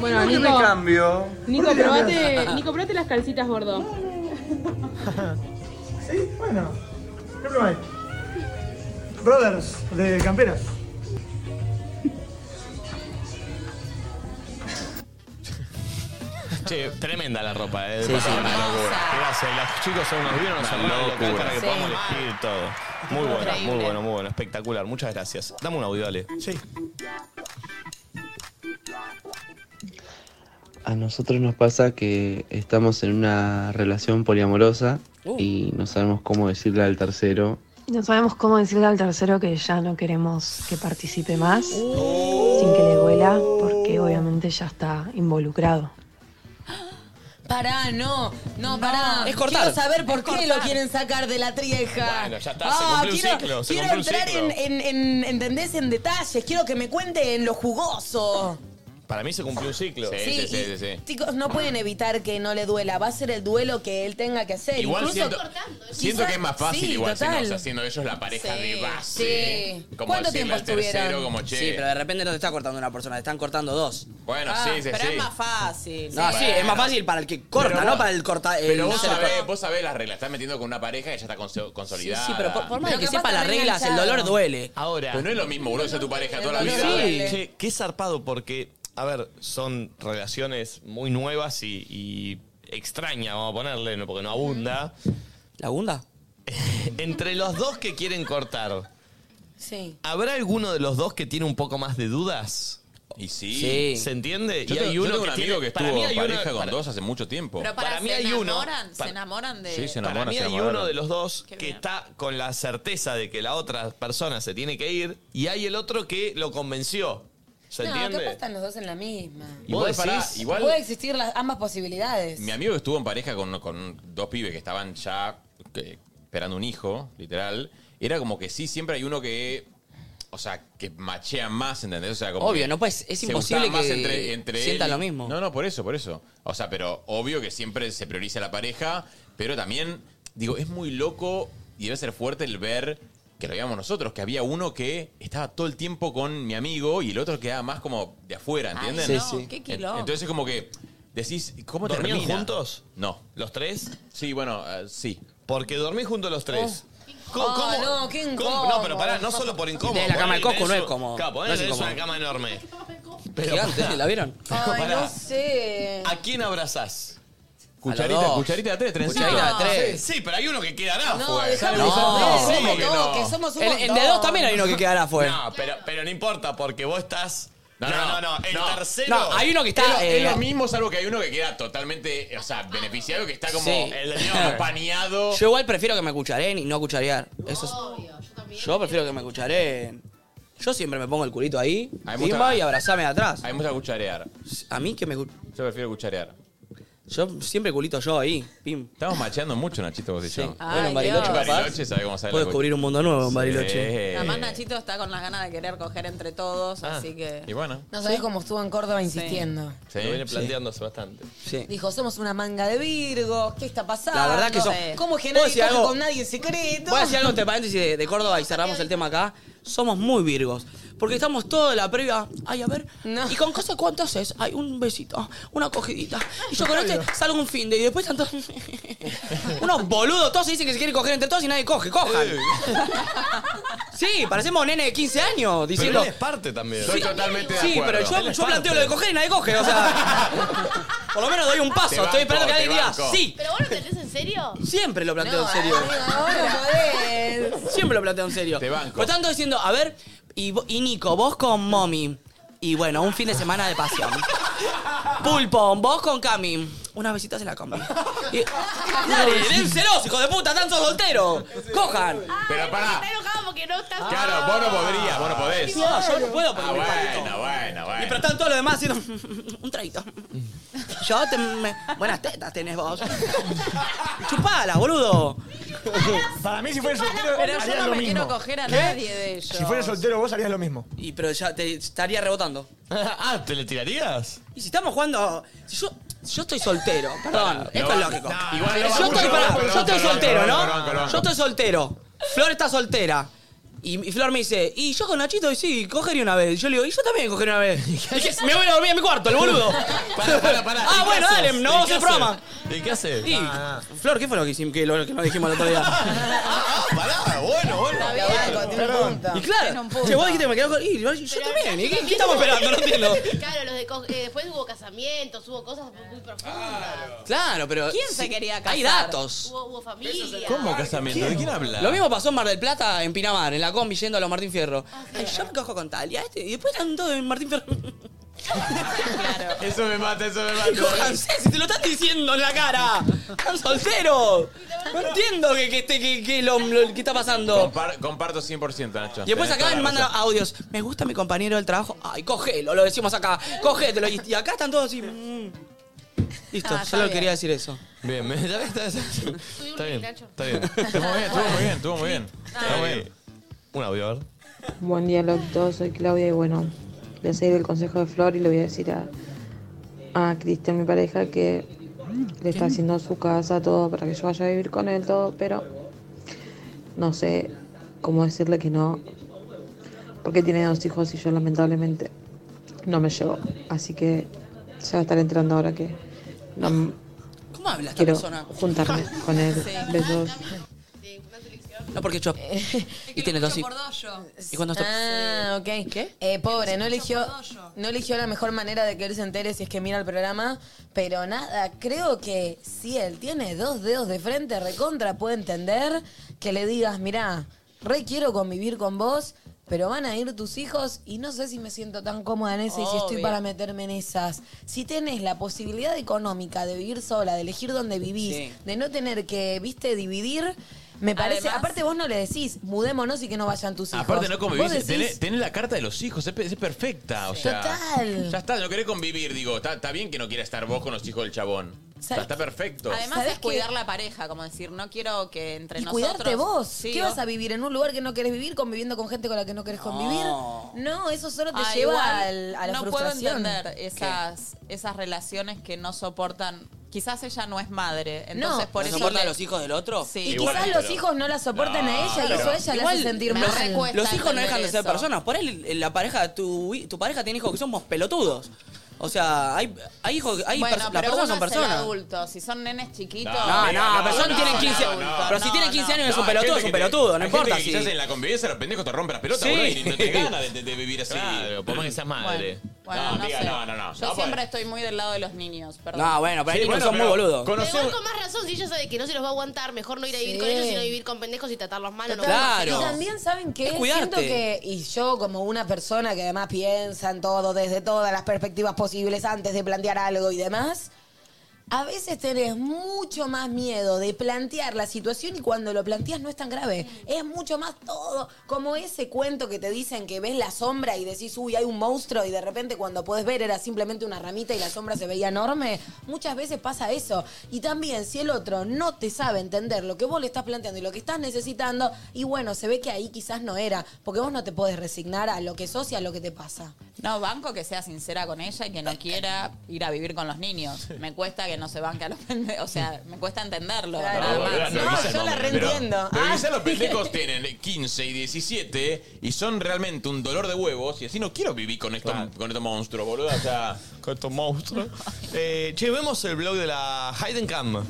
Speaker 6: Bueno,
Speaker 7: ¿Por qué
Speaker 6: Nico.
Speaker 7: me cambio?
Speaker 6: Nico,
Speaker 7: ¿Por qué me
Speaker 6: probate,
Speaker 7: cambias?
Speaker 6: Nico, probate las calcitas gordo.
Speaker 7: Sí, bueno. ¿Qué problema hay? Brothers, de camperas.
Speaker 1: Che, tremenda la ropa, eh.
Speaker 22: Sí,
Speaker 1: Pasó
Speaker 22: sí.
Speaker 1: una locura. Gracias. y Los chicos son unos vinos, unos
Speaker 22: Una
Speaker 1: hermanos locos,
Speaker 22: locura.
Speaker 1: para que
Speaker 22: Sí.
Speaker 1: podamos elegir todo. Muy bueno,
Speaker 22: Increíble.
Speaker 1: muy bueno, muy bueno. Espectacular. Muchas gracias. Dame un audio, dale. Sí.
Speaker 23: A nosotros nos pasa que estamos en una relación poliamorosa
Speaker 6: Uh.
Speaker 23: y no sabemos cómo decirle al tercero.
Speaker 24: No sabemos cómo decirle al tercero que ya no queremos que participe más, sin que le duela, porque obviamente ya está involucrado.
Speaker 5: Pará, no, no, pará.
Speaker 4: es cortar.
Speaker 5: Quiero saber por
Speaker 4: Es
Speaker 5: qué
Speaker 4: cortar.
Speaker 5: lo quieren sacar de la trieja.
Speaker 1: Bueno, ya está, se
Speaker 5: Ah,
Speaker 1: cumplió un
Speaker 5: quiero,
Speaker 1: ciclo, se
Speaker 5: quiero
Speaker 1: cumplió un
Speaker 5: entrar
Speaker 1: ciclo.
Speaker 5: En, en, en, ¿entendés? En detalles, quiero que me cuente en lo jugoso.
Speaker 1: Para mí se cumplió un ciclo.
Speaker 3: Sí,
Speaker 5: Sí, sí, sí, y- Chicos, no pueden evitar que no le duela. Va a ser el duelo que él tenga que hacer.
Speaker 3: Igual
Speaker 5: Incluso-
Speaker 3: siento, siento
Speaker 5: Quizá-
Speaker 3: que es más fácil
Speaker 5: sí,
Speaker 3: igual, siendo,
Speaker 5: total.
Speaker 3: o sea, siendo ellos la pareja
Speaker 5: Sí,
Speaker 3: de base.
Speaker 4: Eh, Sí.
Speaker 3: Como decirle al tercero, como che.
Speaker 4: Sí, pero de repente no te está cortando una persona, te están cortando dos.
Speaker 3: Bueno,
Speaker 21: Ah,
Speaker 3: sí, sí,
Speaker 21: pero
Speaker 3: sí.
Speaker 21: es más fácil.
Speaker 4: No, sí, es más fácil para el que corta,
Speaker 3: Pero
Speaker 4: ¿no?
Speaker 3: vos-
Speaker 4: Para el corta. el-
Speaker 3: Pero vos
Speaker 4: el-
Speaker 3: sabés, vos sabés las reglas. Estás metiendo con una pareja que ya está conso-
Speaker 4: Sí,
Speaker 3: consolidada.
Speaker 4: sí, pero por, por más de
Speaker 3: Pero
Speaker 4: que
Speaker 3: capaz
Speaker 4: sepa las
Speaker 3: está
Speaker 4: reglas, el
Speaker 3: enganchado.
Speaker 4: dolor duele.
Speaker 1: Ahora.
Speaker 3: Pues no es lo mismo, boludo, que sea tu pareja toda la vida.
Speaker 1: Sí, che, qué zarpado porque, a ver, son relaciones muy nuevas y, y extrañas, vamos a ponerle, no, porque no abunda.
Speaker 4: ¿La abunda?
Speaker 1: Entre los dos que quieren cortar,
Speaker 5: Sí.
Speaker 1: ¿habrá alguno de los dos que tiene un poco más de dudas?
Speaker 3: Y sí.
Speaker 1: ¿Se entiende?
Speaker 3: Yo
Speaker 1: y
Speaker 3: tengo-
Speaker 1: hay
Speaker 3: yo
Speaker 1: uno
Speaker 3: tengo
Speaker 1: que
Speaker 3: un
Speaker 1: tiene-
Speaker 3: amigo que
Speaker 1: para mí
Speaker 3: estuvo
Speaker 1: hay uno-
Speaker 3: pareja con
Speaker 1: para-
Speaker 3: dos hace mucho tiempo.
Speaker 21: Pero para,
Speaker 1: Para mí
Speaker 21: se
Speaker 1: hay uno-
Speaker 21: enamoran,
Speaker 1: para-
Speaker 21: se enamoran de.
Speaker 3: Sí, se
Speaker 1: Para
Speaker 3: enamoran,
Speaker 1: mí
Speaker 3: se
Speaker 1: hay
Speaker 3: enamoran.
Speaker 1: uno de los dos que está con la certeza de que la otra persona se tiene que ir y hay el otro que lo convenció. ¿Se
Speaker 5: no, capaz
Speaker 1: entiende?
Speaker 5: están los dos en la misma.
Speaker 3: Igual,
Speaker 1: ¿Vos
Speaker 3: pará,
Speaker 1: decís?
Speaker 3: igual
Speaker 5: Puede existir las ambas posibilidades.
Speaker 3: Mi amigo que estuvo en pareja con, con dos pibes que estaban ya que, esperando un hijo, literal. Era como que sí, siempre hay uno que O sea, que machean más, ¿entendés? O sea, como
Speaker 4: Obvio,
Speaker 3: que
Speaker 4: no, pues, es
Speaker 3: se
Speaker 4: imposible
Speaker 3: gustaban más
Speaker 4: que
Speaker 3: entre, entre
Speaker 4: sientan
Speaker 3: él y-
Speaker 4: lo mismo.
Speaker 3: No, no, por eso, por eso. O sea, pero obvio que siempre se prioriza la pareja, pero también, digo, es muy loco y debe ser fuerte el ver que lo veíamos nosotros, que había uno que estaba todo el tiempo con mi amigo y el otro quedaba más como de afuera,
Speaker 2: Ay,
Speaker 3: ¿entienden?
Speaker 2: no, Sí, sí. qué quilombo.
Speaker 3: Entonces es como que decís, ¿cómo
Speaker 1: ¿Dormían
Speaker 3: termina?
Speaker 1: juntos?
Speaker 3: No.
Speaker 1: ¿Los tres?
Speaker 3: Sí, bueno, eh, sí.
Speaker 1: Porque dormí juntos los tres. ¿Cómo-
Speaker 5: Oh,
Speaker 1: cómo-
Speaker 5: no, qué
Speaker 1: cómo-
Speaker 5: incómodo.
Speaker 1: No, pero pará, no solo por incómodo.
Speaker 4: De la cama
Speaker 1: ponele
Speaker 4: del coco
Speaker 1: eso-
Speaker 4: no es cómodo.
Speaker 1: Claro, ponele
Speaker 4: No es
Speaker 1: eso,
Speaker 4: incómodo.
Speaker 1: ¿eh? una cama enorme.
Speaker 4: Gigante,
Speaker 1: pará.
Speaker 4: ¿la vieron?
Speaker 1: Pero
Speaker 5: Ay,
Speaker 1: pará,
Speaker 5: no sé.
Speaker 1: ¿A quién abrazás?
Speaker 3: Cucharita,
Speaker 1: dos.
Speaker 3: cucharita de tres, trencito.
Speaker 4: Cucharita de tres.
Speaker 1: Sí, sí, pero hay uno que quedará
Speaker 5: No,
Speaker 1: afuera.
Speaker 5: dejame
Speaker 4: No,
Speaker 5: sorprender,
Speaker 4: ¿cómo
Speaker 5: somos
Speaker 4: que
Speaker 5: todos,
Speaker 4: no?
Speaker 5: que somos un
Speaker 4: El- el de dos
Speaker 5: montón.
Speaker 4: también hay uno que quedará afuera.
Speaker 1: No, pero, pero no importa, porque vos estás. No, no, no. El tercero.
Speaker 4: No, hay uno que está,
Speaker 3: Es lo, es
Speaker 4: eh,
Speaker 3: lo mismo, salvo que hay uno que queda totalmente, o sea, beneficiado, que está como
Speaker 4: Sí.
Speaker 3: el digamos, paneado.
Speaker 4: Yo igual prefiero que me cuchareen y no cucharear. Eso es... yo prefiero que me cuchareen. Yo siempre me pongo el culito ahí,
Speaker 3: Hay mucha-
Speaker 4: pimba, y abrazame de atrás.
Speaker 3: A mí me gusta cucharear.
Speaker 4: A mí que me... Yo
Speaker 3: prefiero cucharear.
Speaker 4: Yo siempre culito yo ahí, pim.
Speaker 3: Estamos macheando mucho, Nachito, vos y yo.
Speaker 4: Bueno, en Bariloche,
Speaker 3: En
Speaker 4: capaz.
Speaker 3: Bariloche sabe cómo sale la
Speaker 4: Puedo
Speaker 3: cosa.
Speaker 4: descubrir un mundo nuevo en
Speaker 3: Sí.
Speaker 4: Bariloche.
Speaker 2: Además, Nachito está con las ganas de querer coger entre todos, así que.
Speaker 3: Y bueno.
Speaker 5: No sabés cómo estuvo en Córdoba insistiendo.
Speaker 3: Sí,
Speaker 1: lo viene planteando hace bastante.
Speaker 4: Sí.
Speaker 5: Dijo, somos una manga de Virgo, ¿qué está pasando?
Speaker 4: La verdad que son-
Speaker 5: ¿Cómo es que
Speaker 4: ¿Puedo
Speaker 5: nadie
Speaker 4: decir
Speaker 5: coge
Speaker 4: algo?
Speaker 5: con nadie en secreto?
Speaker 4: Voy a decir algo entre paréntesis de, de Córdoba y cerramos el tema acá. Somos muy virgos. Porque estamos todos en la previa. Ay, a ver. ¿Y con cosas cuánto haces? Ay, un besito, una cogidita. Y yo con este salgo un fin de. Y después tanto. Unos boludos, todos se dicen que se quieren coger entre todos y nadie coge. Cojan. Sí, parecemos nene de 15 años
Speaker 1: Pero
Speaker 4: diciendo.
Speaker 1: él es parte también.
Speaker 4: Sí, Sí, pero yo, yo
Speaker 1: Él es
Speaker 4: planteo
Speaker 1: parte.
Speaker 4: lo de coger y nadie coge. O sea. Por lo menos doy un paso.
Speaker 1: Te
Speaker 4: Estoy esperando
Speaker 1: banco,
Speaker 4: que alguien
Speaker 1: te
Speaker 4: diga
Speaker 1: banco.
Speaker 4: sí.
Speaker 6: ¿Pero vos lo planteás en serio?
Speaker 4: Siempre lo planteo
Speaker 6: No, eh.
Speaker 4: en serio. Siempre lo planteo en serio.
Speaker 3: Te banco.
Speaker 4: Por tanto, diciendo, a ver, y, vo- y Nico, vos con mommy. Y bueno, un fin de semana de pasión. Pulpo, vos con Cami. Unas besitas en la combi. Y, Ah, dale, dénselos, hijo de puta, tan son solteros. Cojan.
Speaker 3: Pero
Speaker 6: Está
Speaker 3: pará.
Speaker 6: enojado porque no está...
Speaker 3: Claro, vos no podrías, vos no podés.
Speaker 4: No, yo no puedo porque
Speaker 3: Ah,
Speaker 4: me
Speaker 3: bueno, bueno,
Speaker 4: Y
Speaker 3: bueno.
Speaker 4: pero están todos los demás haciendo un traguito. Yo te, me- buenas tetas tenés vos. Chupala, boludo.
Speaker 12: Para mí, si fuera soltero,
Speaker 2: Pero yo
Speaker 12: haría
Speaker 2: no
Speaker 12: lo
Speaker 2: me
Speaker 12: mismo.
Speaker 2: quiero coger a
Speaker 12: ¿Qué?
Speaker 2: nadie de ellos.
Speaker 12: Si fuera soltero, vos harías lo mismo.
Speaker 4: Y pero ya te estaría rebotando.
Speaker 1: ah, ¿te le tirarías?
Speaker 4: Y si estamos jugando. Si yo, yo estoy soltero, perdón,
Speaker 1: No,
Speaker 4: esto
Speaker 1: no,
Speaker 4: es lógico.
Speaker 1: no, igual
Speaker 4: Pero
Speaker 1: no,
Speaker 4: yo
Speaker 1: mucho,
Speaker 4: estoy, pará,
Speaker 1: no,
Speaker 4: yo
Speaker 1: no,
Speaker 4: estoy
Speaker 1: no, no,
Speaker 4: soltero, ¿no?
Speaker 1: no, no, no.
Speaker 4: Yo estoy soltero. Flor está soltera. Y, y Flor me dice, y yo con Nachito, y sí, cogería una vez. Y yo le digo, y yo también cogería una vez. Y dije, me voy a dormir a mi cuarto, el boludo.
Speaker 1: Pará, pará, pará. ¿Y
Speaker 4: Ah,
Speaker 1: qué
Speaker 4: bueno,
Speaker 1: haces?
Speaker 4: dale,
Speaker 1: ¿Y
Speaker 4: no vamos a
Speaker 1: qué
Speaker 4: hacer programa.
Speaker 1: haces? ¿Y qué haces?
Speaker 4: Y,
Speaker 1: Ah,
Speaker 4: Flor, ¿qué fue lo que, hicimos, que, lo que nos dijimos el otro día?
Speaker 1: pará, bueno, bueno.
Speaker 4: y claro, che, vos dijiste que me quedaba con... Y yo, yo también, ¿y qué, qué estamos esperando? No entiendo.
Speaker 6: Claro, los de co- eh, después hubo casamientos, hubo cosas muy profundas.
Speaker 4: Claro, pero...
Speaker 6: ¿Quién se
Speaker 4: sí,
Speaker 6: quería
Speaker 4: Hay
Speaker 6: casar?
Speaker 4: datos.
Speaker 6: Hubo, hubo familia.
Speaker 1: ¿Cómo casamiento? ¿De quién habla?
Speaker 4: Lo mismo pasó en Mar del Plata, en Pinamar, en la combi yendo a los Martín Fierro.
Speaker 1: Ah.
Speaker 4: Ay, yo me cojo con Talia, este, y después eran todos en Martín Fierro.
Speaker 3: Eso me mata, eso me
Speaker 4: Y cójanse, si te lo están diciendo en la cara. Están solteros. No entiendo qué que, este- que- que lo- lo- que está pasando.
Speaker 3: Compar- comparto 100%, Nacho.
Speaker 4: Y después
Speaker 3: Tenés
Speaker 4: acá
Speaker 3: toda la
Speaker 4: mandan
Speaker 3: razón.
Speaker 4: audios. Me gusta mi compañero del trabajo. Ay, cógelo, lo decimos acá. Cógetelo. Y, y acá están todos así. mm. Listo,
Speaker 1: Ah, está
Speaker 4: solo
Speaker 1: bien.
Speaker 4: quería decir eso.
Speaker 1: Bien, me- está bien, está bien. Está bien, está bien.
Speaker 3: Estuvo bien, estuvo muy bien, estuvo muy bien.
Speaker 1: Está bien. Un audio, a ver.
Speaker 13: Buen día los dos, soy Claudia y bueno, voy a seguir el consejo de Flor y le voy a decir a, a Cristian, mi pareja, que le está haciendo su casa, todo, para que yo vaya a vivir con él, todo, pero no sé cómo decirle que no, porque tiene dos hijos y yo lamentablemente no me llevo, así que se va a estar entrando ahora que no
Speaker 4: ¿Cómo habla esta
Speaker 13: quiero
Speaker 4: persona?
Speaker 13: juntarme con él. Besos.
Speaker 4: No, porque yo. Y tiene dos hijos. Y cuando esto-
Speaker 5: Ah, ok. ¿Qué? pobre, no eligió, no eligió la mejor manera de que él se entere si es que mira el programa, pero nada, creo que si él tiene dos dedos de frente, recontra, puede entender que le digas, mirá, re quiero convivir con vos, pero van a ir tus hijos y no sé si me siento tan cómoda en esa y si estoy
Speaker 18: Obvio.
Speaker 5: para meterme en esas. Si tenés la posibilidad económica de vivir sola, de elegir dónde vivís,
Speaker 18: Sí.
Speaker 5: de no tener que, viste, dividir... Me parece,
Speaker 2: Además-
Speaker 5: aparte vos no le decís, mudémonos y que no vayan tus hijos.
Speaker 3: Aparte no
Speaker 5: Vos
Speaker 3: convivís,
Speaker 5: decís-
Speaker 3: tenés, tenés la carta de los hijos, es, pe- es perfecta, o sea.
Speaker 5: Total.
Speaker 3: Ya está, no querés convivir, digo, está, está bien que no quiera estar vos con los hijos del chabón. O sea, está perfecto.
Speaker 2: Además
Speaker 5: ¿Sabés
Speaker 2: es
Speaker 5: qué?
Speaker 2: cuidar la pareja, como decir, no quiero que entre
Speaker 5: Y
Speaker 2: nosotros.
Speaker 5: cuidarte vos.
Speaker 2: Sí,
Speaker 5: ¿Qué
Speaker 2: o-
Speaker 5: vas a vivir? ¿En un lugar que no querés vivir, conviviendo con gente con la que no querés convivir? No, eso solo te
Speaker 2: Ah,
Speaker 5: lleva al-
Speaker 2: igual,
Speaker 5: a la
Speaker 2: no puedo
Speaker 5: frustración.
Speaker 2: entender esas, esas relaciones que no soportan. Quizás ella no es madre, entonces por
Speaker 4: ¿No
Speaker 2: eso.
Speaker 4: soporta
Speaker 2: le-
Speaker 4: a los hijos del otro?
Speaker 2: Sí.
Speaker 5: Y quizás los hijos no la soportan a ella y eso a ella la hace sentir
Speaker 4: los,
Speaker 5: mal.
Speaker 4: Los hijos no dejan de ser
Speaker 5: eso.
Speaker 4: personas. Por ahí la pareja, tu, tu pareja tiene hijos que somos pelotudos. O sea, hay, hay hijos, hay
Speaker 2: bueno,
Speaker 4: pers- las
Speaker 2: pero
Speaker 4: personas son
Speaker 2: uno es el
Speaker 4: personas.
Speaker 2: adulto. Si son nenes chiquitos.
Speaker 4: No, no, pero son- tienen 15 pero si tienen 15 años es un pelotudo, es un pelotudo, no importa
Speaker 3: Si
Speaker 4: si-
Speaker 3: quizás en la convivencia los pendejos te rompen las pelotas,
Speaker 4: Sí.
Speaker 3: boludo, y no te gana de, de- de vivir así. Claro,
Speaker 1: por más que seas madre.
Speaker 2: Bueno,
Speaker 3: no,
Speaker 2: no
Speaker 3: amiga,
Speaker 2: sé.
Speaker 3: no, no, no.
Speaker 2: Yo
Speaker 3: No,
Speaker 2: siempre
Speaker 3: pues.
Speaker 2: estoy muy del lado de los niños, perdón.
Speaker 4: No, bueno, pero hay
Speaker 3: Sí,
Speaker 4: niños que
Speaker 3: bueno,
Speaker 4: son muy
Speaker 3: pero
Speaker 4: boludos.
Speaker 6: Pero igual con más razón, si ella sabe que no se los va a aguantar, mejor no ir a vivir
Speaker 5: Sí.
Speaker 6: con ellos, sino vivir con pendejos y tratarlos mal. o no
Speaker 5: Y también saben que
Speaker 6: Es
Speaker 5: siento
Speaker 6: cuidarte.
Speaker 5: que, y yo como una persona que además piensa en todo desde todas las perspectivas posibles antes de plantear algo y demás, a veces tenés mucho más miedo de plantear la situación y cuando lo planteas no es tan grave. Es mucho más todo, como ese cuento que te dicen que ves la sombra y decís, uy, hay un monstruo y de repente cuando puedes ver era simplemente una ramita y la sombra se veía enorme. Muchas veces pasa eso. Y también si el otro no te sabe entender lo que vos le estás planteando y lo que estás necesitando, y bueno, se ve que ahí quizás no era, porque vos no te podés resignar a lo que sos y a lo que te pasa.
Speaker 2: No, banco que sea sincera con ella y que no quiera ir a vivir con los niños. Me cuesta que no se banque a los pendejos. O sea, me cuesta entenderlo. nada más.
Speaker 3: boluda,
Speaker 5: No,
Speaker 3: quizás
Speaker 5: yo la
Speaker 3: pero-
Speaker 5: reentiendo.
Speaker 3: Pero
Speaker 5: Ah.
Speaker 3: quizás los pendejos tienen 15 y 17 y son realmente un dolor de huevos y así no quiero vivir con estos, con estos monstruos, boludo. O sea,
Speaker 1: Con estos monstruos. Eh, che, vemos el blog de la Hidden Cam.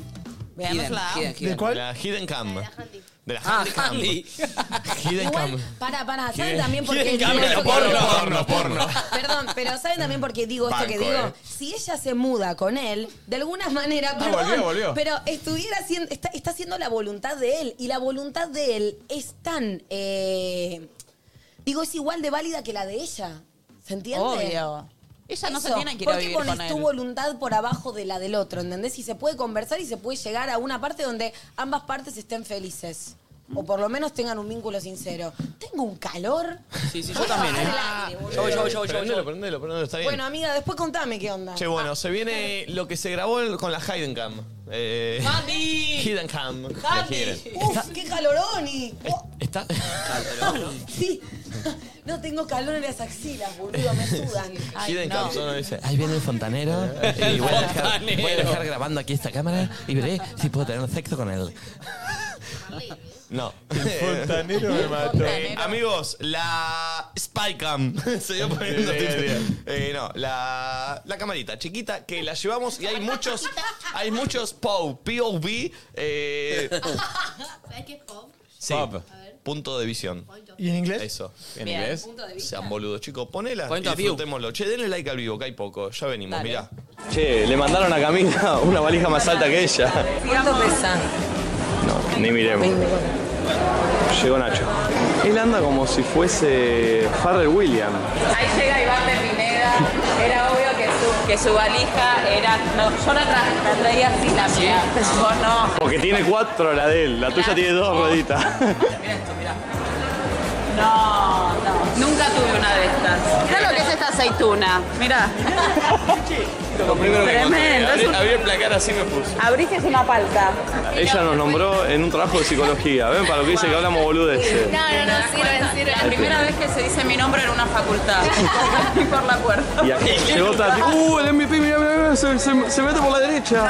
Speaker 2: Veámosla.
Speaker 1: ¿De cuál? La Hidden Cam. De la
Speaker 4: Ah,
Speaker 1: Hidden Cam.
Speaker 4: Handy.
Speaker 1: Hidden Cam.
Speaker 5: Para, para, ¿saben
Speaker 1: Hidden-
Speaker 5: también por qué
Speaker 1: Hidden Cam
Speaker 5: digo
Speaker 1: era
Speaker 5: esto que-
Speaker 1: porno, porno, porno.
Speaker 5: Perdón, pero ¿saben también por qué digo esto
Speaker 1: Banco,
Speaker 5: que digo?
Speaker 1: eh.
Speaker 5: Si ella se muda con él, de alguna manera,
Speaker 11: Ah,
Speaker 5: perdón,
Speaker 11: volvió, volvió.
Speaker 5: pero estuviera haciendo, está, está haciendo la voluntad de él. Y la voluntad de él es tan, eh, digo, es igual de válida que la de ella. ¿Se entiende?
Speaker 2: Obvio. Ella no se tiene que ir a
Speaker 5: ¿Por qué
Speaker 2: vivir con
Speaker 5: pones tu
Speaker 2: él?
Speaker 5: voluntad por abajo de la del otro? ¿Entendés? Y se puede conversar y se puede llegar a una parte donde ambas partes estén felices. O por lo menos tengan un vínculo sincero. Tengo un calor.
Speaker 4: Sí, sí, yo también, ¿eh?
Speaker 1: Ah, Yo voy, yo voy, yo voy. Prendelo, prendelo, prendelo, está bien.
Speaker 5: Bueno, amiga, después contame qué onda.
Speaker 1: Che, bueno, se viene lo que se grabó el- con la Hidden Cam. Eh, Hidden Cam.
Speaker 5: Handy. Uf, qué caloroni. Oh,
Speaker 1: Está.
Speaker 5: sí. No tengo calor en las axilas, boludo, me sudan.
Speaker 1: Hidden Cam solo dice, ahí viene el fontanero. Y voy a, dejar, voy a dejar grabando aquí esta cámara y veré si puedo tener sexo con él. No. El fontanero
Speaker 10: me mató.
Speaker 1: amigos, la Spycam. Se dio poniendo
Speaker 10: Bien, bien,
Speaker 1: tipo- Eh, no, la, la camarita chiquita que la llevamos y hay muchos hay muchos POV, POV eh,
Speaker 6: ¿Sabes qué es pop?
Speaker 1: sí, punto de visión.
Speaker 12: ¿Y en inglés?
Speaker 1: Eso.
Speaker 6: ¿En Bien. inglés? Punto de vista.
Speaker 1: Sean boludos, chicos. Ponela
Speaker 4: Point
Speaker 1: y
Speaker 4: of view.
Speaker 1: disfrutémoslo. Che, denle like al vivo, que hay poco. Ya venimos,
Speaker 4: Dale.
Speaker 1: mirá. Che, le mandaron a Camila una valija más alta que ella.
Speaker 5: ¿Cuánto pesa?
Speaker 16: No, ni miremos. Llegó Nacho. Él anda como si fuese Farrell Williams.
Speaker 2: Ahí llega Iván de Pineda. Era obvio que su, que su valija era. No, yo la, tra- la traía así la mía. Vos no.
Speaker 16: Porque tiene cuatro la de él, la tuya tiene dos rueditas.
Speaker 2: No, no. Nunca tuve una de estas. Mirá lo que es esta aceituna. Mirá.
Speaker 16: Lo primero
Speaker 2: que Tremendo, encontré. es Abrí- un-
Speaker 16: el placar así me puso.
Speaker 2: Abrís es una palta.
Speaker 16: Ella nos nombró en un trabajo de psicología, ¿ven? Para lo que dice que hablamos boludeces.
Speaker 2: no, no, sirve, sirve. La primera vez que se dice mi nombre en una facultad. por la puerta.
Speaker 16: Y aquí llegó Tati. ¡Uh, el MVP! Mirá, mirá, mirá, se, se- se mete por la derecha.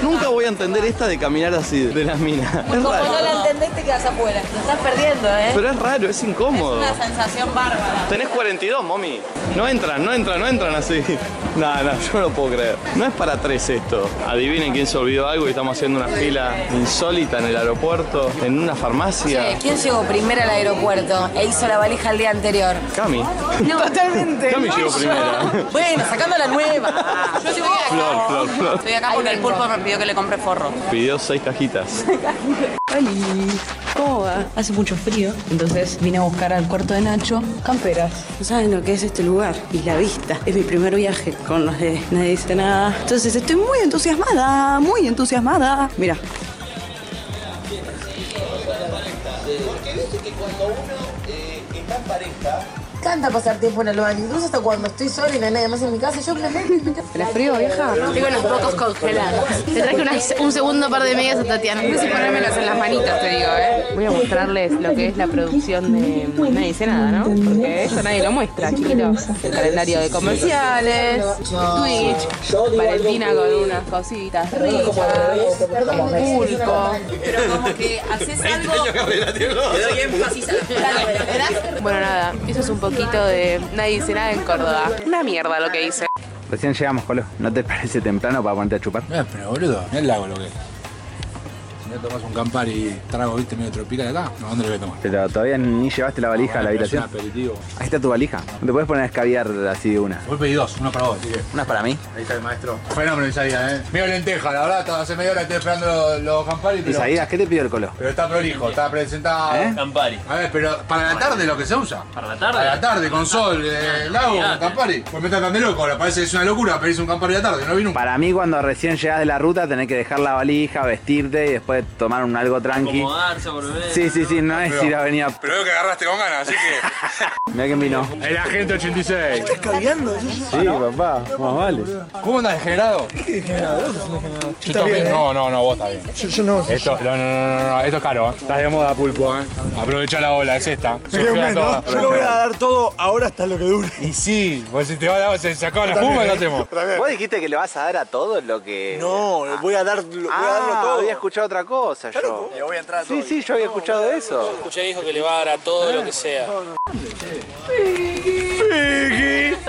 Speaker 16: Nunca voy a entender esta de caminar así, de las minas. Es raro.
Speaker 5: entendés, te quedas afuera. Te estás perdiendo, ¿eh?
Speaker 16: Pero es raro, es incómodo.
Speaker 2: sensación bárbara.
Speaker 16: Tenés 42, mami. No entran, no entran, no entran así. No, no, yo no lo puedo creer. No es para tres esto. Adivinen quién se olvidó algo y estamos haciendo una fila insólita en el aeropuerto, en una farmacia.
Speaker 5: Eh, ¿Quién llegó primero al aeropuerto e hizo la valija el día anterior?
Speaker 16: Cami.
Speaker 5: Totalmente.
Speaker 16: Cami llegó primero.
Speaker 2: Bueno, sacando la nueva. Yo llegué acá.
Speaker 16: Flor, Flor, Flor.
Speaker 2: Estoy acá porque el pulpo me pidió que le compre forro.
Speaker 16: Pidió seis cajitas.
Speaker 17: Oli, ¿cómo va? Hace mucho frío, entonces vine a buscar al cuarto de Nacho camperas. No saben lo que es este lugar y la vista. Es mi primer viaje con los de Nadie dice nada. Entonces estoy muy entusiasmada, muy entusiasmada. Mira,
Speaker 10: Porque viste que cuando uno eh, está en pareja,
Speaker 5: encanta pasar tiempo en el baño, incluso hasta cuando estoy sola y no hay nadie más en mi casa, yo me meto.
Speaker 6: ¿Tenés frío, vieja?
Speaker 5: Tengo los pocos congelados.
Speaker 6: Te traje unas- un segundo par de medias a Tatiana. No sé si ponérmelos en las manitas, te digo, ¿eh?
Speaker 7: Voy a mostrarles lo que es la producción de Nadie dice nada, ¿no? Porque eso nadie lo muestra, chiquito. El calendario de comerciales, Twitch, Valentina con unas cositas ricas, pulpo.
Speaker 2: Pero como que haces algo.
Speaker 7: Bueno, nada, eso es un poquito de Nadie dice nada en Córdoba. Una mierda lo que hice.
Speaker 25: Recién llegamos, Colo. ¿No te parece temprano para ponerte a chupar?
Speaker 3: Eh, pero boludo, en el lago lo que es. Si no tomás un campar y trago, viste, medio tropical acá, ¿a dónde le voy a tomar?
Speaker 25: Pero todavía ni llevaste la valija a la
Speaker 3: Bueno, pero es un
Speaker 25: habitación.
Speaker 3: aperitivo.
Speaker 25: Ahí está tu valija. No te puedes poner a escabiar así de una.
Speaker 3: Vos pedí dos, una para vos, así que.
Speaker 25: ¿Una para mí?
Speaker 3: Ahí está el maestro. Fenómeno Isaías, eh. Mío lenteja, la verdad, estaba hace media hora estoy esperando los los Campari, pero.
Speaker 25: Isaías, ¿qué te pidió el Colo?
Speaker 3: Pero está prolijo, está presentado.
Speaker 25: ¿Eh?
Speaker 3: Campari. A ver, pero Ah, para la tarde lo que se usa. Para la
Speaker 25: tarde?
Speaker 3: Para la tarde, con sol, eh, lago,
Speaker 25: Mirá.
Speaker 3: con Campari. Pues me está tan de loco, ahora parece que es una locura pedirse un Campari a la tarde, no vino
Speaker 25: Para mí, cuando recién llegas de la ruta, tenés que dejar la valija, vestirte y después tomar un algo tranqui.
Speaker 3: Acomodarse, volver,
Speaker 25: Sí, sí, sí, no es
Speaker 3: Pero-
Speaker 25: ir a venir a.
Speaker 3: Pero veo que agarraste con ganas, así que.
Speaker 25: Mirá quién vino.
Speaker 3: El agente 86.
Speaker 26: ¿Estás caviando?
Speaker 25: Sí, papá, más Ah, vale.
Speaker 3: ¿Cómo andas degenerado?
Speaker 26: ¿Qué degenerado? Vos sos un degenerado.
Speaker 3: Yo también, no, no, no, vos también. Yo, no. Esto, no, no, no, no, no, esto es caro, ¿eh? Estás de moda, pulpo, ¿eh? Aprovecha la ola, es esta.
Speaker 26: Sí, hombre, ¿no? Yo lo voy a dar todo ahora hasta lo que dure.
Speaker 3: Y sí, pues si te va a se sacó la
Speaker 26: También,
Speaker 3: fuma, ¿qué
Speaker 26: ¿eh?
Speaker 3: hacemos?
Speaker 25: ¿Vos dijiste que le vas a dar a todo lo que.?
Speaker 26: No, voy a, dar, voy a darlo
Speaker 25: Ah,
Speaker 26: todo.
Speaker 25: había escuchado otra cosa yo. Le voy a entrar Sí, sí, yo había escuchado eso.
Speaker 1: Escuché dijo que le va a dar a todo lo que sea.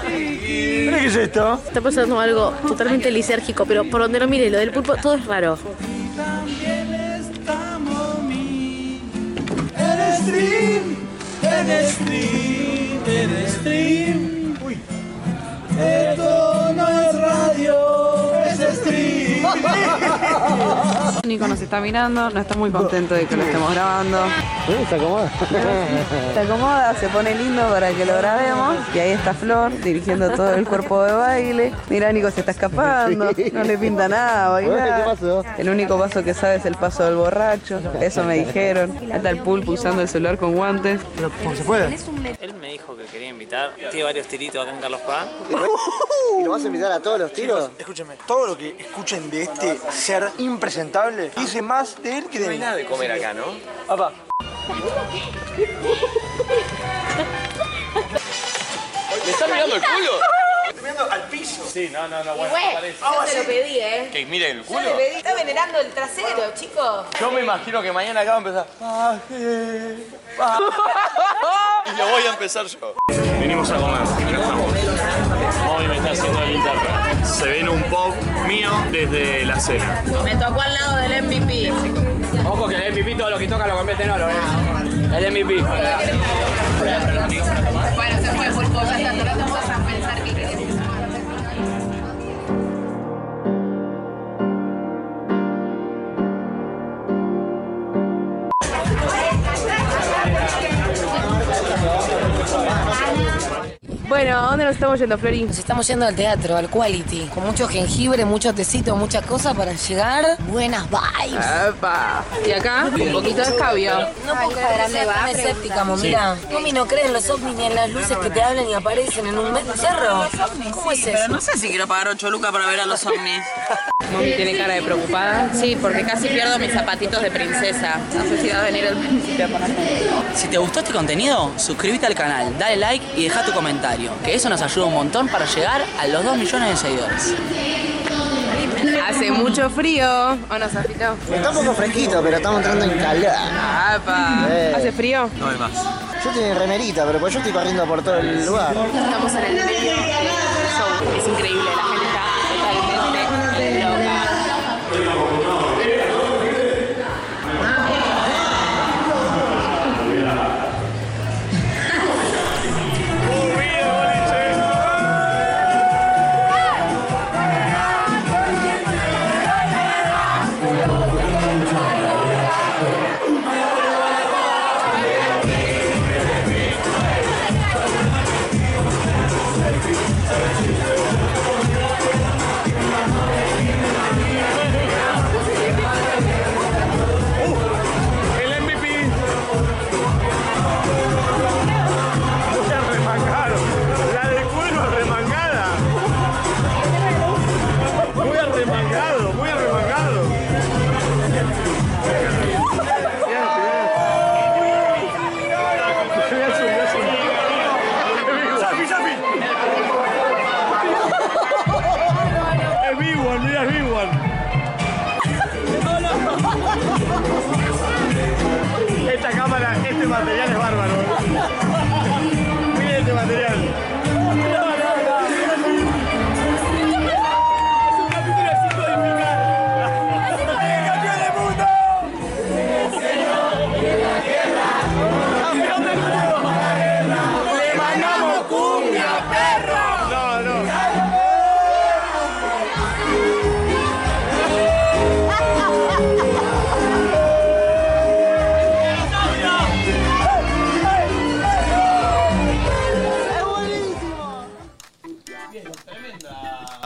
Speaker 26: Mira qué es esto.
Speaker 7: Está pasando algo totalmente lisérgico, pero por donde lo mire, lo del pulpo, todo es raro.
Speaker 10: En stream, en stream, en stream. Esto no es radio, es stream.
Speaker 7: Nico nos está mirando, no está muy contento de que lo estemos grabando.
Speaker 25: Se acomoda.
Speaker 7: Se acomoda, se pone lindo para que lo grabemos. Y ahí está Flor dirigiendo todo el cuerpo de baile. Mirá, Nico se está escapando, no le pinta nada bailar. El único paso que sabe es el paso del borracho, eso me dijeron. Ahí Está el pulpo usando el celular con guantes.
Speaker 26: ¿Se puede?
Speaker 1: Él me dijo que quería invitar. Tiene varios tiritos acá en Carlos Paz.
Speaker 26: ¿Y lo vas a invitar a todos los tiros? Escúchame, todo lo que escuchen de este ser impresentable dice más de él que de mí.
Speaker 25: ¿no?
Speaker 26: Papá.
Speaker 1: ¿Le está mirando el culo?
Speaker 26: Estoy mirando al piso.
Speaker 1: Sí, no, no, no, Ah,
Speaker 7: pedí, ¿eh?
Speaker 1: Que mire el
Speaker 7: Está venerando el trasero, chicos.
Speaker 1: Yo me imagino que mañana acá va a empezar. Y lo voy a empezar yo. Venimos a comer, acá estamos. Hoy me está haciendo la guitarra. Se viene un pop mío desde la cena.
Speaker 7: Me tocó al lado del MVP.
Speaker 1: Ojo que el MVP todo lo que toca lo convierte en oro, ¿eh? El MVP.
Speaker 7: Bueno, se fue el pulpo, ya está, te lo vamos a pensar que
Speaker 5: Bueno, ¿a dónde nos estamos yendo, Flori? Nos estamos yendo al teatro, al Quality, con mucho jengibre, mucho tecito, muchas cosas para llegar. Buenas vibes.
Speaker 7: Y acá, un poquito de escabio.
Speaker 5: No puedo creer que va escéptica, mo, mira. Mami no cree en los ovnis ni en las luces que te hablan y aparecen en un mes cerro. ¿Cómo es eso?
Speaker 4: Pero no sé si quiero pagar 8 lucas para ver a los ovnis.
Speaker 7: Mami tiene cara de preocupada. Sí, porque casi pierdo mis zapatitos de princesa. No sé si va a venir el príncipe a ponerme.
Speaker 4: Si te gustó este contenido, suscríbete al canal, dale like y deja tu comentario, que eso nos ayuda un montón para llegar a los 2 millones de seguidores.
Speaker 7: Hace mucho frío. Oh, ¿O nos afiló?
Speaker 13: Está un poco fresquito, pero estamos entrando en calor.
Speaker 7: ¡Apa!
Speaker 13: Eh.
Speaker 7: ¿Hace frío?
Speaker 13: No hay más. Yo estoy en remerita, pero pues yo estoy corriendo por todo el lugar.
Speaker 7: Estamos en el medio del show. Es increíble, la gente está totalmente loca.
Speaker 10: Quiero que me digas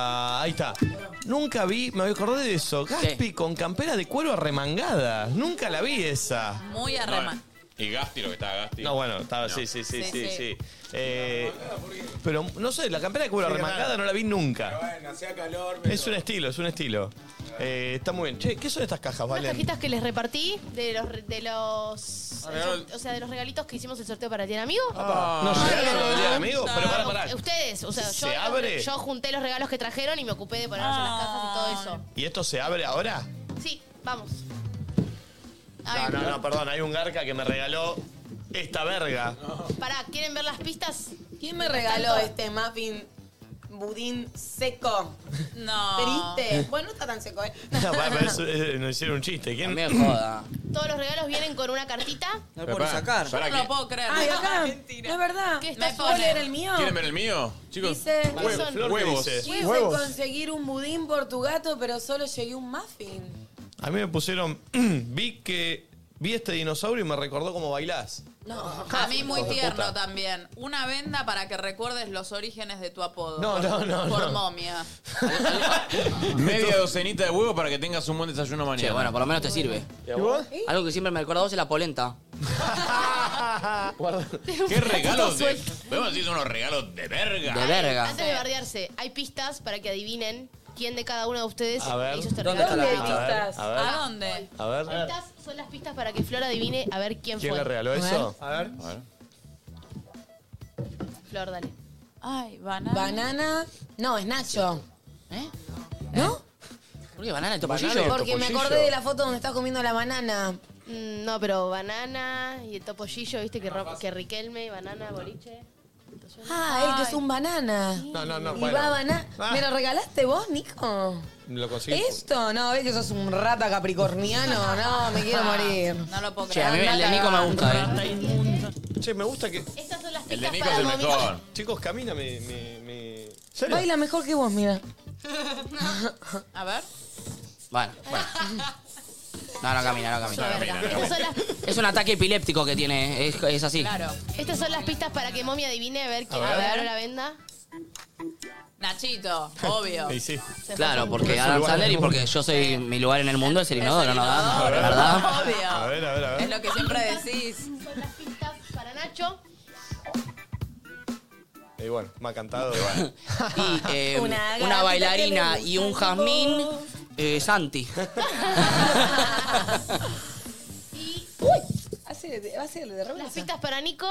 Speaker 1: Ah, nunca vi, me acordé de eso, Gaspi con campera de cuero arremangada. Nunca la vi esa.
Speaker 2: Muy arrema.
Speaker 1: Y Gasti lo que estaba Gasti. No, bueno, estaba, sí, sí, sí,
Speaker 2: Sí,
Speaker 1: sí, sí.
Speaker 2: sí.
Speaker 1: Eh, pero no sé, la campera de cuero
Speaker 27: Sí,
Speaker 1: arremangada
Speaker 27: claro.
Speaker 1: no la vi nunca.
Speaker 27: Bueno, hacía calor.
Speaker 1: Es un estilo, es un estilo. Eh, está muy bien. Che, ¿qué son estas cajas,
Speaker 6: Unas
Speaker 1: Valen?
Speaker 6: cajitas que les repartí de los re- de los
Speaker 1: Ah, regalo-
Speaker 6: o sea, de los regalitos que hicimos el sorteo para el Día del Amigo.
Speaker 1: No llegaron los días, amigo, pero para, para.
Speaker 6: Ustedes, o sea,
Speaker 1: Ah. ¿Se
Speaker 6: yo, los-
Speaker 1: abre?
Speaker 6: yo junté los regalos que trajeron y me ocupé de ponerlos en las cajas y todo
Speaker 1: ¿Y esto se abre ahora?
Speaker 6: eso. Sí, vamos.
Speaker 1: No, no, no, perdón, hay un garca que me regaló esta verga.
Speaker 6: Pará, ¿quieren ver las pistas?
Speaker 5: ¿Quién me regaló este muffin budín seco?
Speaker 6: No.
Speaker 5: Triste. Bueno, no está tan seco, ¿eh?
Speaker 1: No, para, pero eso, eh, nos hicieron un chiste. ¿Quién? me
Speaker 4: joda.
Speaker 6: Todos los regalos vienen con una cartita.
Speaker 1: No
Speaker 4: puedo sacar.
Speaker 2: Yo no lo puedo creer.
Speaker 5: Ay, acá.
Speaker 2: Mentira.
Speaker 5: Es verdad.
Speaker 6: ¿Qué
Speaker 5: ¿Me
Speaker 6: estás
Speaker 5: puedo
Speaker 6: poniendo?
Speaker 5: leer el mío?
Speaker 3: ¿Quieren ver el mío? Chicos,
Speaker 5: Dice-
Speaker 3: hue-
Speaker 5: Flor,
Speaker 1: ¿qué
Speaker 3: huevos.
Speaker 1: dice?
Speaker 5: Quise conseguir un budín por tu gato, pero solo llegué un muffin.
Speaker 1: A mí me pusieron. vi que. Vi este dinosaurio y me recordó cómo bailás.
Speaker 5: No.
Speaker 2: A mí muy
Speaker 1: Hijo de
Speaker 2: tierno
Speaker 1: puta.
Speaker 2: también. Una venda para que recuerdes los orígenes de tu apodo.
Speaker 1: No, no, no,
Speaker 2: Por
Speaker 1: no.
Speaker 2: momia.
Speaker 3: Media docenita de huevos para que tengas un buen desayuno mañana.
Speaker 4: Che, bueno, por lo menos te sirve. Algo que siempre me recuerda a vos es la polenta.
Speaker 7: Ah.
Speaker 3: ¿Qué regalos? De, podemos decir son unos regalos de verga.
Speaker 4: De verga.
Speaker 6: Antes de bardearse, hay pistas para que adivinen quién de cada uno de ustedes
Speaker 3: A ver.
Speaker 6: hizo este
Speaker 3: ¿Dónde
Speaker 6: regalo.
Speaker 3: están las ¿Dónde hay pistas? pistas? A ver, a ver.
Speaker 6: ¿A dónde?
Speaker 1: A ver.
Speaker 6: Estas son las pistas para que Flor adivine a ver quién,
Speaker 1: ¿Quién
Speaker 6: fue.
Speaker 1: le regaló eso? A ver.
Speaker 6: Flor, dale.
Speaker 2: Ay, banana.
Speaker 5: Banana. No, es Nacho.
Speaker 4: ¿Por qué banana y
Speaker 5: Porque
Speaker 4: topollillo?
Speaker 5: me acordé de la foto donde estás comiendo la banana.
Speaker 6: Mm, No, pero banana y el topollillo, viste que, ro- que Riquelme, banana, boliche.
Speaker 5: Ah, él que es un banana.
Speaker 1: No, no, no.
Speaker 5: Y
Speaker 1: bueno, Ah,
Speaker 5: va banana. ¿Me lo regalaste vos, Nico?
Speaker 1: Lo conseguí.
Speaker 5: Esto, no, ves que sos un rata capricorniano, no, me quiero morir.
Speaker 2: No lo puedo
Speaker 4: Che, a mí el de Nico me gusta, eh.
Speaker 1: Che, me gusta que.
Speaker 6: Estas son las
Speaker 1: El de Nico
Speaker 6: para
Speaker 1: es el
Speaker 6: momiar.
Speaker 1: mejor. Chicos, camina mi. mi, mi... ¿Serio?
Speaker 5: Baila mejor que vos, mira.
Speaker 2: A ver.
Speaker 4: Bueno, bueno. No, no camina, no camina.
Speaker 6: No camina, no camina. Estas son
Speaker 4: Es un ataque epiléptico que tiene, es, es así.
Speaker 6: Claro. Estas son las pistas para que Momia adivine a ver quién
Speaker 4: ver.
Speaker 6: regaló la venda.
Speaker 2: Nachito, obvio.
Speaker 1: Y sí.
Speaker 4: Claro, porque
Speaker 1: Es un
Speaker 4: Adam
Speaker 1: lugar
Speaker 4: Sandler
Speaker 1: en
Speaker 4: y
Speaker 1: el
Speaker 4: porque yo soy mi lugar en el mundo es el inodoro, ¿no?
Speaker 1: A ver,
Speaker 4: ¿Verdad?
Speaker 2: Obvio.
Speaker 1: A ver, a ver, a ver.
Speaker 2: Es lo que siempre decís.
Speaker 6: Son las pistas para Nacho.
Speaker 1: Y eh, bueno, me ha cantado. Bueno.
Speaker 4: Y eh,
Speaker 6: Una
Speaker 4: una,
Speaker 6: gata
Speaker 4: bailarina
Speaker 6: que le
Speaker 4: y un
Speaker 6: gusta el
Speaker 4: jazmín, eh, Santi.
Speaker 5: Hacele, hacele de
Speaker 6: Las pistas para Nico.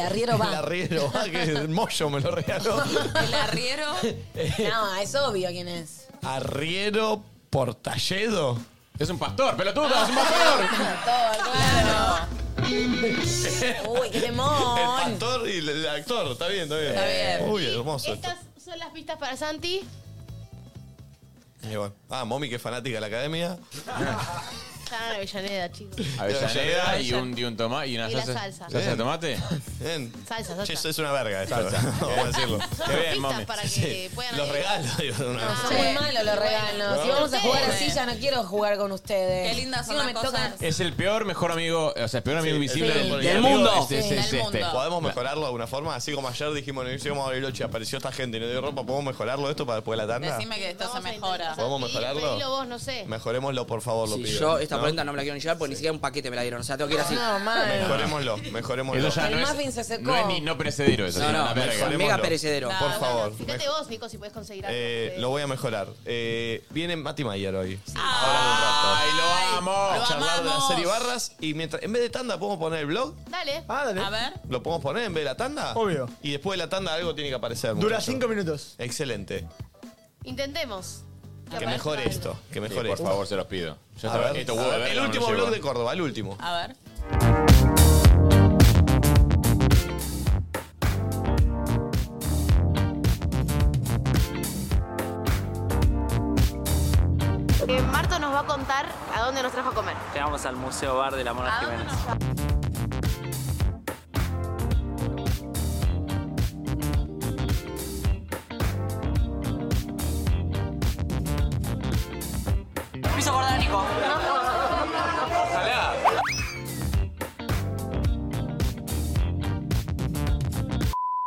Speaker 5: arriero
Speaker 1: El
Speaker 5: va.
Speaker 1: arriero va, que el mollo me lo regaló.
Speaker 5: ¿El arriero? No, es obvio quién es.
Speaker 1: Arriero Portalledo.
Speaker 3: Es un pastor, pelotudo, es un pastor.
Speaker 5: claro. Uy, qué temor.
Speaker 1: El pastor y el- el actor, está bien, está bien.
Speaker 6: Está bien.
Speaker 1: Eh, Uy, hermoso. esto.
Speaker 6: Estas son las pistas para Santi.
Speaker 1: Y bueno. Ah, Momi, que es fanática de la academia.
Speaker 6: Están en Avellaneda, chicos.
Speaker 3: Avellaneda y un, y un tomate y una
Speaker 6: Y la
Speaker 3: salsa.
Speaker 6: salsa.
Speaker 3: ¿Salsa de
Speaker 1: Bien.
Speaker 3: tomate?
Speaker 1: Bien.
Speaker 6: Salsa, salsa.
Speaker 1: Che, eso es una verga esto.
Speaker 3: Salsa.
Speaker 1: Vamos a decirlo.
Speaker 6: Son
Speaker 1: Qué
Speaker 6: las
Speaker 1: bien,
Speaker 6: pistas
Speaker 1: mami.
Speaker 6: para que
Speaker 1: Sí.
Speaker 6: puedan Ah,
Speaker 1: Los
Speaker 6: adivinar.
Speaker 1: regalos, digo, de una vez.
Speaker 5: Son muy malos los regalos. Si vamos a jugar así, ya no quiero jugar con ustedes. Qué lindas son me tocan.
Speaker 3: Es el peor mejor amigo, o sea, el peor amigo invisible
Speaker 1: Sí,
Speaker 3: del,
Speaker 1: porque
Speaker 3: del
Speaker 1: el
Speaker 3: mundo.
Speaker 1: amigo
Speaker 3: Este, este, este, este.
Speaker 1: ¿Podemos mejorarlo de alguna forma? Así como ayer dijimos, no hicimos a Bariloche, apareció esta gente y no dio ropa, ¿podemos mejorarlo esto para después de la tanda?
Speaker 2: Decime que esto se mejora.
Speaker 1: ¿Podemos mejorarlo?
Speaker 6: Pedilo vos, no sé.
Speaker 1: Mejorémoslo, por favor, lo
Speaker 4: Sí,
Speaker 1: pido.
Speaker 4: yo esta polenta no me la quiero ni llevar porque ni siquiera un paquete me la dieron. O sea, tengo que ir así.
Speaker 5: No, mal.
Speaker 1: Mejorémoslo, mejorémoslo.
Speaker 3: Eso ya
Speaker 5: El muffin se secó.
Speaker 3: No es ni no perecedero eso.
Speaker 4: No,
Speaker 3: es
Speaker 4: no,
Speaker 3: una verga.
Speaker 4: es mega
Speaker 1: Mejorémoslo.
Speaker 4: perecedero.
Speaker 1: Por favor.
Speaker 6: Fíjate vos, Nico, si puedes conseguir algo.
Speaker 1: Eh, lo voy a mejorar. Eh, viene Mati Mayer hoy.
Speaker 3: ¡Ay, lo amo!
Speaker 1: a charlar de la serie Barras. Y mientras, en vez de tanda, ¿podemos poner el blog?
Speaker 6: Dale.
Speaker 1: A
Speaker 2: ver.
Speaker 1: ¿Lo podemos poner en vez de la tanda? Obvio. Y después de la tanda algo tiene que aparecer.
Speaker 28: Dura
Speaker 1: muchacho.
Speaker 28: cinco minutos.
Speaker 1: Excelente.
Speaker 6: Intentemos.
Speaker 1: Que mejore esto. Que mejore
Speaker 3: por
Speaker 1: esto.
Speaker 3: favor, se los pido. Ya
Speaker 1: A
Speaker 3: está,
Speaker 1: ver,
Speaker 3: esto
Speaker 1: a
Speaker 3: huevo de
Speaker 1: ver, el
Speaker 3: verga no
Speaker 1: último
Speaker 3: lo
Speaker 1: blog
Speaker 3: llevo.
Speaker 1: de Córdoba, el último.
Speaker 2: A ver.
Speaker 6: Eh, Marto nos va a contar a dónde nos trajo a comer.
Speaker 9: Llegamos al Museo Bar de la Mona
Speaker 6: ¿A dónde
Speaker 9: Jiménez.
Speaker 6: nos trajo?
Speaker 9: Me hizo acordar a Nico.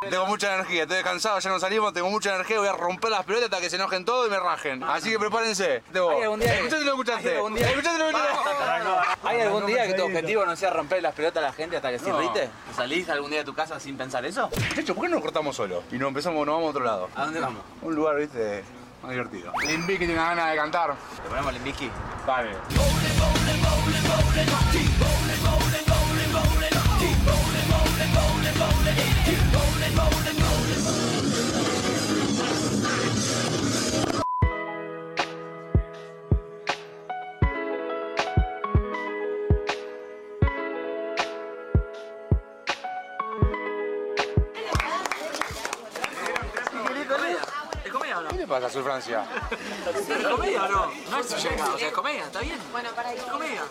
Speaker 7: Tengo mucha energía, estoy descansado, ya no salimos, tengo mucha energía, voy a romper las pelotas hasta que se enojen todos y me rajen. Así que prepárense. Debo.
Speaker 4: Hay algún día que-
Speaker 7: Escuchate lo que escuchaste.
Speaker 4: hay algún día-
Speaker 7: Escuchate lo que escuchaste.
Speaker 4: ¿Hay algún día que tu objetivo no sea romper las pelotas a la gente hasta que se
Speaker 7: No.
Speaker 4: irrite? ¿Te ¿Salís algún día de tu casa sin pensar eso?
Speaker 7: Chacho, ¿por qué no nos cortamos solo? Y nos empezamos, nos vamos a otro lado.
Speaker 4: ¿A dónde vamos?
Speaker 7: Un lugar, viste, más divertido. Limbiki tiene ganas de cantar. ¿Le ponemos Limbiki? Vale.
Speaker 4: ¿Es comedia o no?
Speaker 7: ¿Qué le pasa a su Francia?
Speaker 4: ¿Es comedia o no? No
Speaker 3: Ah,
Speaker 4: es suya, o sea, es comedia, ¿está bien?
Speaker 10: Bueno, para
Speaker 4: Es comedia.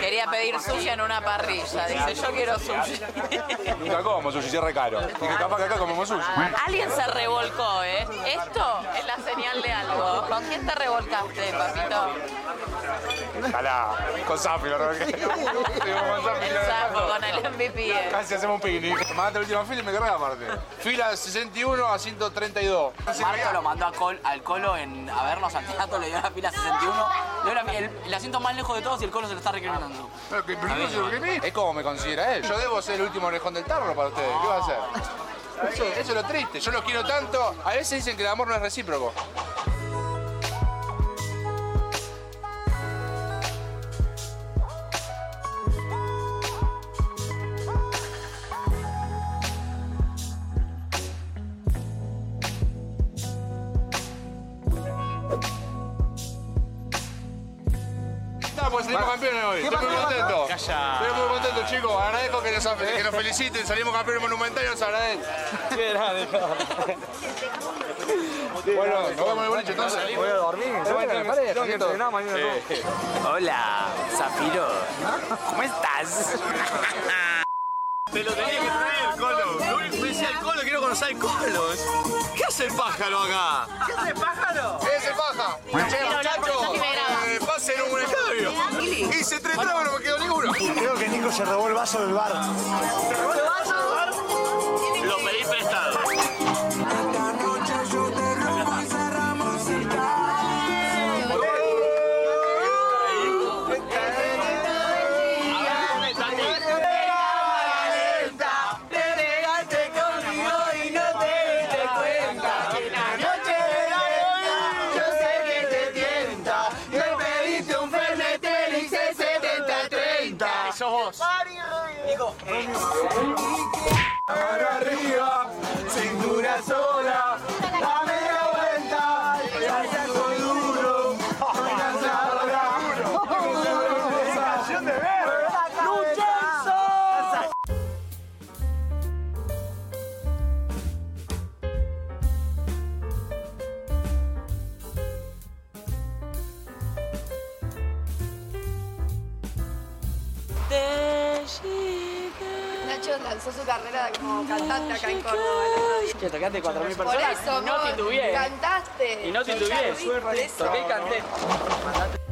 Speaker 2: Quería pedir sushi en una parrilla. Dice, yo quiero sushi.
Speaker 7: Nunca como sushi, se re caro. Y que capaz que acá comemos sushi.
Speaker 2: Alguien se revolcó, ¿eh? Esto es la señal de algo. ¿Con quién te revolcaste, papito?
Speaker 7: Ojalá, con Safi, lo revolqué.
Speaker 2: El sapo con el MVP. ¿eh?
Speaker 7: Casi hacemos un picnic. Mandate la última fila y me cargas aparte. Fila de 61 a 132.
Speaker 4: Marco lo mandó a Col- al Colo en a vernos al teatro, le dio la fila 61. Le dio la- el, el asiento más lejos de todos y el Colo se lo está recriminando.
Speaker 7: Pero que primero se lo que me- Es como me considera él. Yo debo ser el último orejón del tarro para ustedes. ¿Qué va a hacer? Eso, eso es lo triste. Yo los quiero tanto. A veces dicen que el amor no es recíproco. Está, pues salimos campeones hoy.
Speaker 13: ¿Qué
Speaker 7: Estoy muy
Speaker 13: pasó?
Speaker 7: contento.
Speaker 13: Calla.
Speaker 7: Estoy muy contento, chicos. Agradezco que nos, que nos feliciten. Salimos campeones monumentales. Agradezco. Qué grande, Bueno, nos vemos en el boliche entonces. Voy a dormir.
Speaker 13: Tengo que entrenar mañana todo.
Speaker 4: Hola, Zafiro. ¿Cómo estás?
Speaker 13: Te lo tenía que traer, Colo. Luis, me decía el Colo, quiero conocer al Colo. ¿Qué hace el pájaro acá?
Speaker 7: ¿Qué es el pájaro? ¿Qué es el pájaro? Che, muchachos, eh, pasen un escabio. Hice tres tragos, no me quedó ninguno.
Speaker 13: Creo que Nico se robó el vaso del bar. ¿Se robó el vaso del bar?
Speaker 3: Lo pedí prestado.
Speaker 10: Te negaste conmigo y no te diste cuenta. La noche de la boda, yo sé que te tienta. Me pediste un fernetel y hice 70-30.
Speaker 13: Sos vos.
Speaker 10: Digo. eh. Ahora arriba, cintura sola, la media vuelta, ya ya soy duro, soy lanzadora. Sensación de ver, ¡Luchenzo!
Speaker 6: Nacho lanzó su carrera como cantante acá en Córdoba.
Speaker 4: Che, tocaste 4.000
Speaker 6: Por
Speaker 4: personas.
Speaker 6: eso,
Speaker 4: no
Speaker 6: vos
Speaker 4: titubeé.
Speaker 6: Cantaste.
Speaker 4: Y no
Speaker 6: Ya
Speaker 4: titubeé.
Speaker 6: lo vi, por eso.
Speaker 4: Toqué y canté.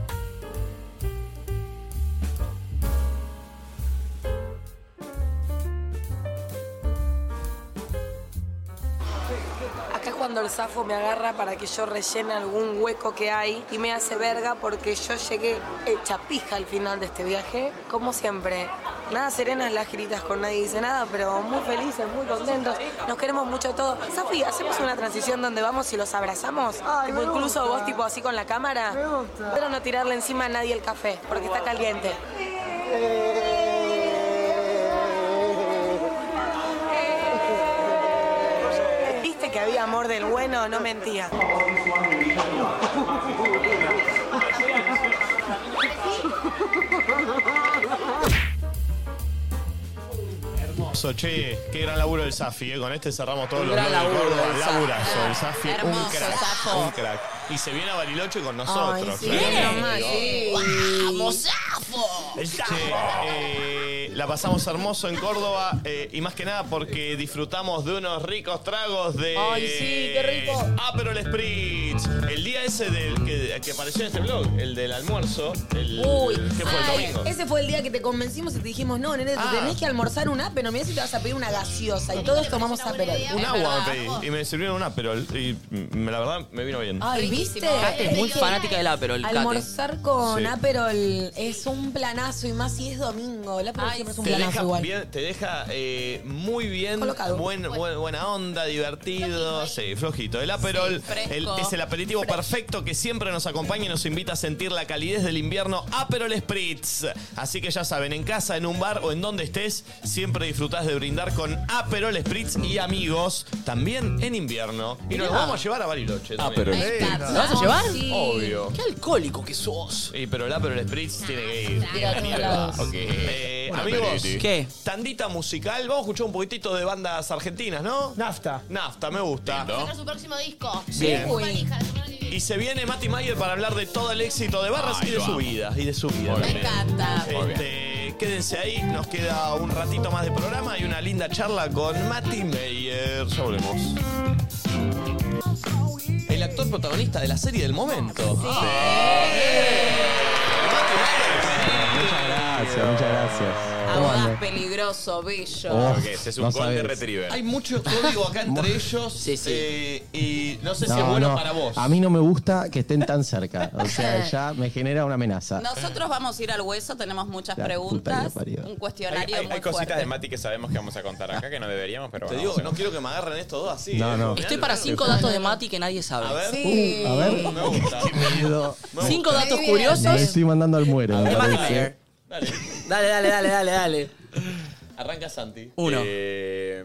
Speaker 5: Acá es cuando el zafo me agarra para que yo rellene algún hueco que hay y me hace verga porque yo llegué hecha pija al final de este viaje. Como siempre, nada serenas las giritas con nadie dice nada, pero muy felices, muy contentos. Nos queremos mucho todos. Zafi, ¿hacemos una transición donde vamos y los abrazamos? Tipo,
Speaker 13: me
Speaker 5: incluso
Speaker 13: gusta.
Speaker 5: vos tipo así con la cámara.
Speaker 13: Me gusta.
Speaker 5: Pero no tirarle encima a nadie el café porque está caliente. Viste que había amor del bueno, no mentía.
Speaker 1: Hermoso, che, qué gran laburo el Safi, eh. con este cerramos todos
Speaker 4: Un
Speaker 1: los
Speaker 4: gran
Speaker 1: blogs de
Speaker 4: laburo
Speaker 1: Córdoba.
Speaker 4: del Safi.
Speaker 1: Laburazo, el Safi, un
Speaker 4: Hermoso,
Speaker 1: crack,
Speaker 4: Safo.
Speaker 1: un crack. Y se viene a Bariloche con nosotros. ¿eh?
Speaker 4: sí.
Speaker 1: claramente,
Speaker 4: Viene.
Speaker 1: digo.
Speaker 4: Sí.
Speaker 10: ¡Vamos, Zafo!
Speaker 2: zafo!
Speaker 1: Che, eh, la pasamos hermoso en Córdoba eh, y más que nada porque disfrutamos de unos ricos tragos de.
Speaker 7: Ay, sí, qué rico.
Speaker 1: Aperol Spritz. El día ese del que, que apareció en este blog, el del almuerzo. El,
Speaker 5: Uy,
Speaker 1: que fue el
Speaker 5: ay,
Speaker 1: domingo.
Speaker 5: ese fue el día que te convencimos y te dijimos, no, nene, te
Speaker 1: Ah.
Speaker 5: tenés que almorzar un ape, no mirá si te vas a pedir una gaseosa. Y todos tomamos aperol.
Speaker 1: Un agua me pedí y me sirvieron un Aperol y mm, la verdad me vino bien.
Speaker 5: Ay, ¿viste?
Speaker 4: Kate es muy fanática del Aperol, Kate.
Speaker 5: Almorzar con
Speaker 1: Sí.
Speaker 5: Aperol es un planazo, y más si es domingo. El Aperol siempre es un
Speaker 1: Te
Speaker 5: planazo
Speaker 1: deja,
Speaker 5: igual.
Speaker 1: bien- te deja eh, muy bien,
Speaker 5: Colocado.
Speaker 1: buen- buen- buena onda, divertido, sí, flojito. El Aperol
Speaker 7: Sí, fresco.
Speaker 1: el- es el aperitivo perfecto que siempre nos acompaña y nos invita a sentir la calidez del invierno Aperol Spritz. Así que ya saben, en casa, en un bar o en donde estés, siempre disfrutás de brindar con Aperol Spritz y amigos, también en invierno. Y nos
Speaker 7: Mirá.
Speaker 1: lo vamos a llevar a Bariloche.
Speaker 7: Aperol. Me
Speaker 1: también.
Speaker 7: encanta. ¿Lo vas a llevar? Sí.
Speaker 1: Obvio.
Speaker 7: Qué
Speaker 1: alcohólico que sos. Sí, pero el Aperol Spritz tiene que ir.
Speaker 7: Tiene que ir a todos lados.
Speaker 1: Ok. Eh,
Speaker 7: Bueno,
Speaker 1: amigos,
Speaker 7: Peretti.
Speaker 1: ¿qué? Tandita musical. Vamos a escuchar un poquitito de bandas argentinas, ¿no? Nafta. Nafta, me gusta.
Speaker 6: Sacar su próximo disco.
Speaker 1: Bien.
Speaker 6: Uy. Manija,
Speaker 1: Y se viene Mati Mayer para hablar de todo el éxito de Barras
Speaker 7: Ay,
Speaker 1: y de
Speaker 7: lo
Speaker 1: su
Speaker 7: amo.
Speaker 1: vida. Y de su vida.
Speaker 7: Me
Speaker 1: también.
Speaker 7: encanta. Muy
Speaker 1: Este, quédense ahí, nos queda un ratito más de programa y una linda charla con Mati Mayer. Ya volvemos. El actor protagonista de la serie del momento.
Speaker 10: Muchas gracias, muchas gracias.
Speaker 2: Audaz, peligroso, bello.
Speaker 10: Oh,
Speaker 1: Creo que ese este es un
Speaker 10: no
Speaker 1: golden
Speaker 10: sabés.
Speaker 1: retriever. Hay mucho código acá entre ellos. eh, y no sé si es
Speaker 10: No,
Speaker 1: bueno
Speaker 10: no,
Speaker 1: para vos.
Speaker 10: A mí no me gusta que estén tan cerca. O sea, ya me genera una amenaza.
Speaker 2: Nosotros vamos a ir al hueso, tenemos muchas
Speaker 10: La puta que
Speaker 2: preguntas,
Speaker 10: lo parió.
Speaker 2: un cuestionario muy fuerte.
Speaker 3: Mati que sabemos que vamos a contar acá que no deberíamos, pero
Speaker 1: Te digo, no quiero que me agarren estos dos así.
Speaker 10: No,
Speaker 1: eh.
Speaker 10: no.
Speaker 4: Estoy para cinco
Speaker 1: Claro.
Speaker 4: datos de Mati que nadie sabe.
Speaker 1: A ver.
Speaker 10: Uh, a ver.
Speaker 1: Me gusta.
Speaker 10: Miedo.
Speaker 4: Cinco datos
Speaker 10: Me
Speaker 4: curiosos.
Speaker 10: estoy mandando al muere. me
Speaker 4: Es Mati
Speaker 10: parece.
Speaker 4: Mayer. Dale, dale, dale, dale, dale.
Speaker 1: Arranca Santi.
Speaker 4: Uno.
Speaker 1: Eh,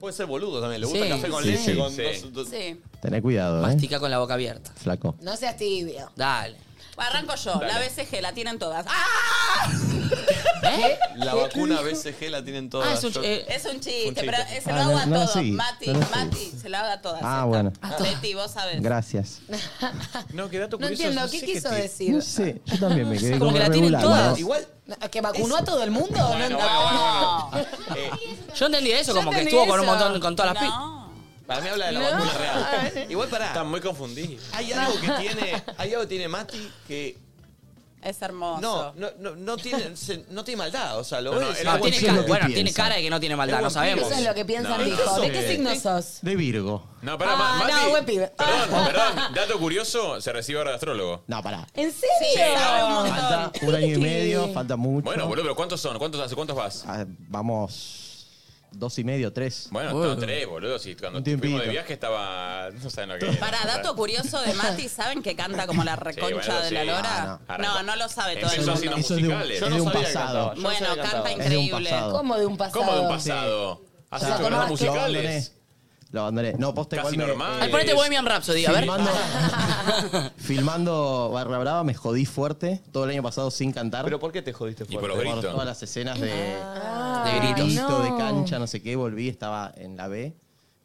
Speaker 1: puede ser boludo también. Le gusta
Speaker 4: Sí,
Speaker 1: el café con
Speaker 10: sí,
Speaker 1: leche.
Speaker 10: sí.
Speaker 1: Con
Speaker 10: Sí.
Speaker 1: dos- dos-
Speaker 2: Sí.
Speaker 10: Tené cuidado, eh.
Speaker 4: Mastica con la boca abierta.
Speaker 10: Flaco.
Speaker 5: No seas tibio.
Speaker 4: Dale.
Speaker 2: Arranco yo, la
Speaker 1: Dale.
Speaker 2: BCG, la tienen todas. ¡Ah!
Speaker 1: La vacuna BCG la tienen todas.
Speaker 2: Ah, es un
Speaker 1: Yo-
Speaker 2: ch- eh, es un chiste,
Speaker 1: Un chiste.
Speaker 2: pero eh, se lo
Speaker 10: Ah,
Speaker 2: hago
Speaker 10: no-
Speaker 2: a
Speaker 10: no la
Speaker 2: todos.
Speaker 10: seguí,
Speaker 2: Mati,
Speaker 10: no la seguí.
Speaker 2: Mati, se lo hago a todas.
Speaker 10: Ah, bueno.
Speaker 2: Betty, vos sabés.
Speaker 10: Gracias.
Speaker 1: No, qué dato
Speaker 5: No
Speaker 1: curioso,
Speaker 5: entiendo,
Speaker 1: no
Speaker 5: ¿qué
Speaker 1: sé
Speaker 5: quiso
Speaker 1: te-
Speaker 5: decir?
Speaker 10: No sé, yo también me quedé
Speaker 1: Como que la tienen
Speaker 10: regular,
Speaker 4: todas.
Speaker 10: ¿no?
Speaker 1: Igual.
Speaker 5: ¿Que vacunó a todo el mundo? No,
Speaker 1: Bueno,
Speaker 5: no.
Speaker 1: bueno, bueno, bueno.
Speaker 3: Eh,
Speaker 4: Yo entendí eso,
Speaker 5: Yo
Speaker 4: como que
Speaker 5: entendí
Speaker 4: estuvo con un
Speaker 5: eso.
Speaker 4: montón, con todas las pi.
Speaker 1: Para mí habla de la
Speaker 4: No.
Speaker 1: vacuna real. Igual para.
Speaker 3: Están muy confundidos.
Speaker 1: Hay algo que tiene. Hay algo que tiene Mati que.
Speaker 2: Es hermoso.
Speaker 1: No, no, no, no tiene, se- no tiene maldad. O sea, lo
Speaker 4: No, no,
Speaker 1: ves.
Speaker 3: ah,
Speaker 4: no, tiene Eso es cara- lo que bueno, piensa. tiene cara de que no tiene maldad,
Speaker 1: Es
Speaker 4: no
Speaker 1: buen
Speaker 4: sabemos.
Speaker 1: pibe.
Speaker 5: Eso es lo que piensan,
Speaker 3: No,
Speaker 5: dijo.
Speaker 3: no,
Speaker 5: ¿De
Speaker 3: no,
Speaker 5: qué
Speaker 3: eh,
Speaker 5: signo sos?
Speaker 10: De Virgo.
Speaker 3: No, pará, Ma-
Speaker 5: Ah,
Speaker 3: Mati.
Speaker 5: no, buen pibe.
Speaker 3: Perdón,
Speaker 5: Ah.
Speaker 3: perdón. Dato curioso, se recibe ahora de astrólogo.
Speaker 10: No, pará.
Speaker 5: ¿En serio?
Speaker 2: Sí, sabe un montón.
Speaker 10: Falta un año y medio, falta mucho.
Speaker 3: Bueno, boludo, pero ¿cuántos son? ¿Cuántos, ¿Hace cuántos vas?
Speaker 10: Ah, vamos. Dos y medio, tres.
Speaker 3: Bueno,
Speaker 10: Bueno.
Speaker 3: no, tres, boludo. Si cuando
Speaker 10: Un tiempito.
Speaker 3: fuimos de viaje estaba. No saben lo que era.
Speaker 2: Para dato curioso de Mati, ¿saben que canta como la reconcha
Speaker 3: bueno,
Speaker 2: de la
Speaker 3: sí.
Speaker 2: lora?
Speaker 3: Ah, no.
Speaker 2: no. no, lo sabe todo el
Speaker 3: Empezó
Speaker 2: mundo.
Speaker 3: haciendo
Speaker 10: Eso es de un-
Speaker 3: musicales.
Speaker 10: es de un pasado.
Speaker 2: Bueno, canta
Speaker 10: Es de un
Speaker 2: increíble.
Speaker 10: pasado.
Speaker 5: ¿Cómo de un pasado?
Speaker 3: ¿Cómo de un pasado? ¿Has
Speaker 10: Ya,
Speaker 3: hecho
Speaker 10: lo-
Speaker 3: bandas
Speaker 10: Lo abandoné.
Speaker 3: musicales?
Speaker 10: Lo abandoné. No, posta
Speaker 3: Casi
Speaker 10: igual me-
Speaker 3: normal.
Speaker 4: Ay, ponete Bohemian Rhapsody, a ver.
Speaker 10: Filmando, filmando Barra Brava me jodí fuerte todo el año pasado sin cantar. ¿Pero
Speaker 1: por qué te jodiste
Speaker 10: fuerte? por
Speaker 3: los gritos.
Speaker 10: todas las escenas de,
Speaker 5: Ah.
Speaker 4: de
Speaker 10: de
Speaker 4: gritos.
Speaker 10: grito,
Speaker 4: no.
Speaker 10: de cancha, no sé qué. Volví, estaba en la B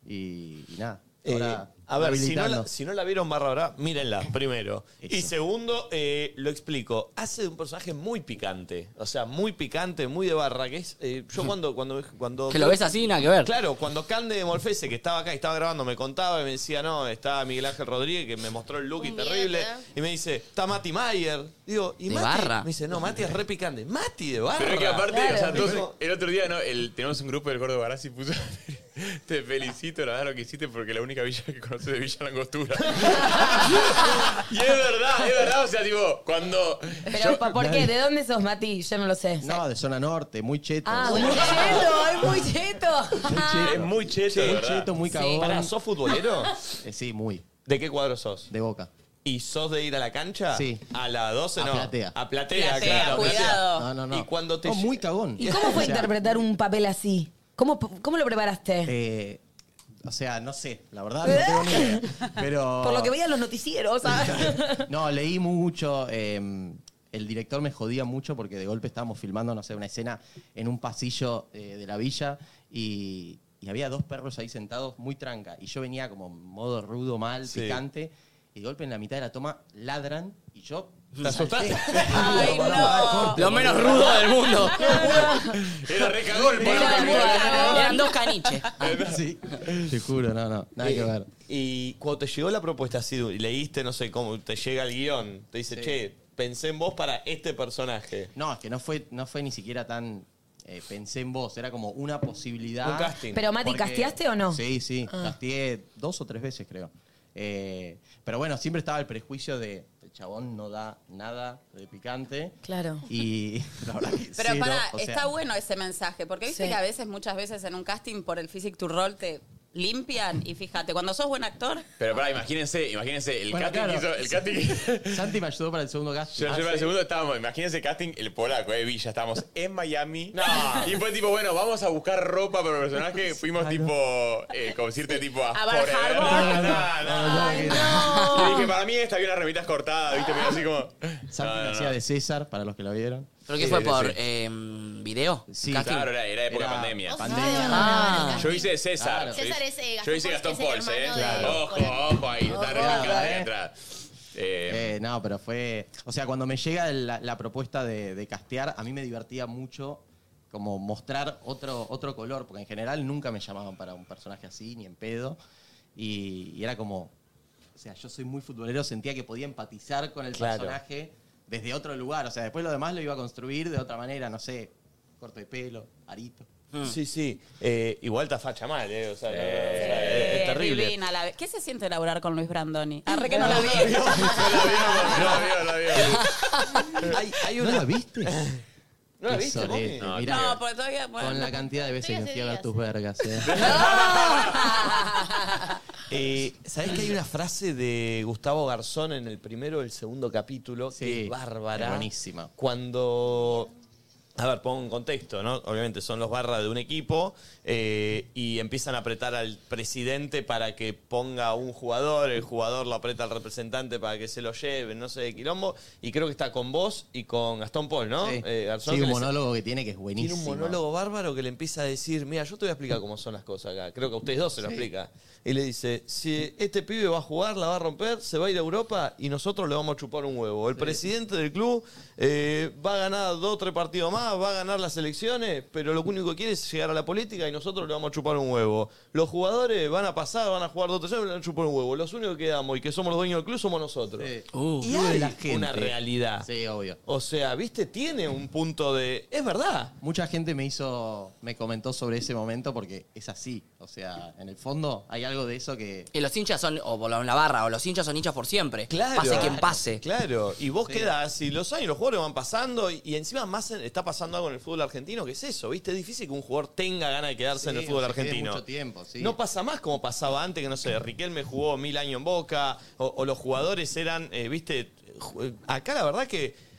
Speaker 10: y, y nada. Ahora,
Speaker 1: Eh, A ver, si no, la,
Speaker 10: habilitando.
Speaker 1: si no la vieron barra brava, mírenla, primero. Y segundo, eh, lo explico. Hace de un personaje muy picante. O sea, muy picante, muy de barra. Que es, eh, yo cuando, cuando, cuando.
Speaker 4: Que lo ves así, nada que ver.
Speaker 1: Claro, cuando Cande de Morfese, que estaba acá y estaba grabando, me contaba y me decía, no, está Miguel Ángel Rodríguez, que me mostró el look y terrible. Y me dice, está Mati Mayer. Digo, ¿y
Speaker 4: De
Speaker 1: Mati?
Speaker 4: barra.
Speaker 1: Me dice, no, Mati es re picante. Mati de barra.
Speaker 3: Pero es que aparte, o sea,
Speaker 1: Claro.
Speaker 3: todos- el otro día, ¿no? El, tenemos un grupo del Gordo Barassi y puso. Te felicito, la verdad, lo que hiciste porque la única villa que conoces de Villa Langostura. y es verdad, es verdad, o sea, tipo, cuando.
Speaker 5: Pero, pa- ¿por qué? ¿De dónde sos, Mati? Yo no lo sé.
Speaker 10: No, de zona norte, muy cheto.
Speaker 5: Ah, muy cheto, es muy cheto.
Speaker 3: Es muy cheto,
Speaker 10: Muy
Speaker 1: ¿verdad?
Speaker 10: cheto, muy
Speaker 1: Sí.
Speaker 10: cagón.
Speaker 1: Pará, ¿sos futbolero?
Speaker 10: Eh, sí, muy.
Speaker 1: ¿De qué cuadro sos?
Speaker 10: De boca.
Speaker 1: ¿Y sos de ir a la cancha?
Speaker 10: Sí.
Speaker 1: A las 12
Speaker 10: A
Speaker 1: no.
Speaker 10: platea.
Speaker 1: A platea,
Speaker 10: Platea,
Speaker 1: claro.
Speaker 10: cuidado.
Speaker 1: platea.
Speaker 10: No, no, no.
Speaker 1: Y cuando te.
Speaker 10: No, muy cagón.
Speaker 5: ¿Y cómo fue interpretar un papel así? ¿Cómo, cómo lo preparaste?
Speaker 10: Eh, o sea, no sé, la verdad no tengo ni idea. Pero.
Speaker 5: Por lo que veía en los noticieros, ¿sabes?
Speaker 10: No, leí mucho. eh, el director me jodía mucho porque de golpe estábamos filmando, no sé, una escena en un pasillo eh, de la villa y, y había dos perros ahí sentados muy tranca. Y yo venía como en modo rudo, mal,
Speaker 1: Sí.
Speaker 10: picante. y de golpe en la mitad de la toma ladran y yo.
Speaker 1: ¿Te asustaste?
Speaker 10: salté.
Speaker 1: Ay,
Speaker 10: Pará,
Speaker 1: no.
Speaker 10: pará, corte.
Speaker 1: Lo menos rudo del mundo.
Speaker 3: Era re cagón, por lo que-
Speaker 4: Eran dos caniches. Ah.
Speaker 10: Sí. Te juro, no, no. Nada que ver.
Speaker 1: Y cuando te llegó la propuesta así, y leíste, no sé cómo, te llega el guión, te dice,
Speaker 10: Sí.
Speaker 1: che, pensé en vos para este personaje.
Speaker 10: No, es que no fue, no fue ni siquiera tan. eh, pensé en vos, era como una posibilidad.
Speaker 1: Un casting.
Speaker 5: Pero, Mati, ¿casteaste o no?
Speaker 10: Sí, sí,
Speaker 5: Ah.
Speaker 10: casteé dos o tres veces, creo. Eh, pero bueno, siempre estaba el prejuicio de el chabón no da nada de picante.
Speaker 5: Claro.
Speaker 10: Y la verdad que
Speaker 2: Pero
Speaker 10: cero,
Speaker 2: pará,
Speaker 10: o sea,
Speaker 2: está bueno ese mensaje, porque viste
Speaker 5: Sí.
Speaker 2: que a veces, muchas veces en un casting por el physique to roll te limpian y fíjate, cuando sos buen actor,
Speaker 3: Pero pará, imagínense, imagínense, el
Speaker 10: Bueno,
Speaker 3: casting
Speaker 10: claro.
Speaker 3: que hizo. El casting.
Speaker 10: Santi me ayudó para el segundo casting.
Speaker 3: Yo, yo para el segundo estábamos, imagínense el casting, el polaco de Villa, estábamos en Miami. Y fue tipo, bueno, vamos a buscar ropa para el personaje. Fuimos tipo, eh, como decirte, tipo a,
Speaker 2: A Bar
Speaker 3: Forever.
Speaker 2: Harbor.
Speaker 3: No, no, no.
Speaker 2: no.
Speaker 3: Y dije, para mí esta había unas remitas cortadas, viste, medio así como.
Speaker 10: Santi me hacía de César, para los que lo vieron.
Speaker 4: ¿Pero qué
Speaker 3: Sí,
Speaker 4: fue
Speaker 3: sí,
Speaker 4: por
Speaker 3: sí.
Speaker 4: eh, video?
Speaker 10: Sí,
Speaker 4: ¿Casting?
Speaker 3: Claro, era, era época
Speaker 10: Era
Speaker 3: pandemia.
Speaker 10: pandemia.
Speaker 4: Ah.
Speaker 3: Yo hice de César.
Speaker 4: Claro.
Speaker 3: Yo hice-
Speaker 6: César es, eh, Gastón
Speaker 3: Yo hice
Speaker 6: Pauls,
Speaker 3: Gastón
Speaker 6: que es el
Speaker 3: Pauls, ¿eh?
Speaker 6: hermano de-
Speaker 3: Ojo, ojo, ahí está re
Speaker 10: Ojo,
Speaker 3: marcada
Speaker 10: eh.
Speaker 3: ahí atrás. Eh,
Speaker 10: Eh, no, pero fue. O sea, cuando me llega la, la propuesta de, de castear, a mí me divertía mucho como mostrar otro, otro color, porque en general nunca me llamaban para un personaje así, ni en pedo. Y, y era como. O sea, yo soy muy futbolero, sentía que podía empatizar con el
Speaker 1: Claro.
Speaker 10: personaje desde otro lugar. O sea, después lo demás lo iba a construir de otra manera, no sé, corto de pelo, arito.
Speaker 1: Sí, sí. Eh, igual te facha mal, ¿eh? O sea, no, no, no, o sea,
Speaker 2: eh,
Speaker 1: es, es terrible.
Speaker 2: divina la- ¿Qué se siente laburar con Luis Brandoni? Arre que no la vi.
Speaker 10: Hay, hay una... ¿No la viste?
Speaker 1: ¿No la viste, Momi?
Speaker 10: No,
Speaker 2: No, porque todavía. bueno,
Speaker 10: Con la cantidad de veces que fui a ver tus vergas, eh.
Speaker 1: Eh, ¿Sabés que hay una frase de Gustavo Garzón en el primero o el segundo capítulo? que es bárbara.
Speaker 10: es buenísima.
Speaker 1: Cuando. A ver, pongo un contexto, ¿no? Obviamente son los barras de un equipo eh, y empiezan a apretar al presidente para que ponga un jugador, el jugador lo aprieta al representante para que se lo lleve, no sé, quilombo. Y creo que está con vos y con Gastón Paul, ¿no?
Speaker 10: Sí.
Speaker 1: Eh, Garzón,
Speaker 10: Sí,
Speaker 1: que
Speaker 10: un
Speaker 1: les-
Speaker 10: monólogo que tiene que es buenísimo.
Speaker 1: tiene un monólogo bárbaro que le empieza a decir, mira, yo te voy a explicar cómo son las cosas acá. Creo que a ustedes dos se lo
Speaker 10: Sí.
Speaker 1: explica. Y le dice, si este pibe va a jugar, la va a romper, se va a ir a Europa y nosotros le vamos a chupar un huevo. El presidente del club eh, va a ganar dos o tres partidos más, va a ganar las elecciones, pero lo único que quiere es llegar a la política y nosotros le vamos a chupar un huevo. Los jugadores van a pasar, van a jugar dos o tres años, le van a chupar un huevo. Los únicos que quedamos y que somos los dueños del club somos nosotros.
Speaker 4: Uh,
Speaker 1: y
Speaker 10: Club de
Speaker 1: hay
Speaker 10: Uh, la gente.
Speaker 1: una realidad.
Speaker 10: Sí, obvio.
Speaker 1: O sea, viste, tiene un punto de... Es verdad.
Speaker 10: Mucha gente me hizo, me comentó sobre ese momento porque es así. O sea, en el fondo hay algo de eso que.
Speaker 4: Y los hinchas son, o por lo menos la barra, o los hinchas son hinchas por siempre.
Speaker 1: Claro.
Speaker 4: Pase quien pase.
Speaker 1: Claro, y vos
Speaker 10: Sí.
Speaker 1: quedás, y los años, los jugadores van pasando, y, y encima más en- está pasando algo en el fútbol argentino, que es eso, ¿viste? Es difícil que un jugador tenga ganas de quedarse en el
Speaker 10: Sí,
Speaker 1: fútbol
Speaker 10: o se quede
Speaker 1: argentino.
Speaker 10: mucho tiempo, sí.
Speaker 1: No pasa más como pasaba antes, que no sé, Riquelme jugó mil años en Boca, o, o los jugadores eran, eh, ¿viste? Ju- eh, Acá la verdad que.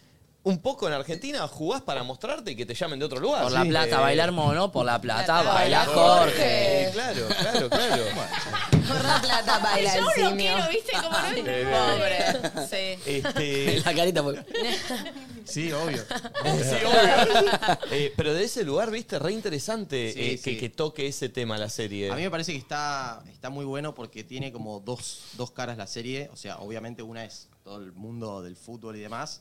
Speaker 1: Un poco en Argentina jugás para mostrarte y que te llamen de otro lugar.
Speaker 4: Por la
Speaker 1: Sí.
Speaker 4: plata,
Speaker 1: Eh,
Speaker 4: bailar mono, por la plata,
Speaker 1: Plata,
Speaker 4: baila
Speaker 1: baila Jorge.
Speaker 4: Jorge.
Speaker 1: Claro, claro, claro.
Speaker 5: Por la plata baila el
Speaker 6: Yo lo
Speaker 5: simio.
Speaker 6: quiero, ¿viste? Como no es
Speaker 1: Eh,
Speaker 2: Pobre. Sí.
Speaker 1: Este,
Speaker 4: La carita pues. fue.
Speaker 10: Sí, obvio.
Speaker 1: Eh, pero de ese lugar, viste, re interesante eh, Que, que toque ese tema la serie.
Speaker 10: A mí me parece que está, está muy bueno porque tiene como dos, dos caras la serie. O sea, obviamente una es todo el mundo del fútbol y demás.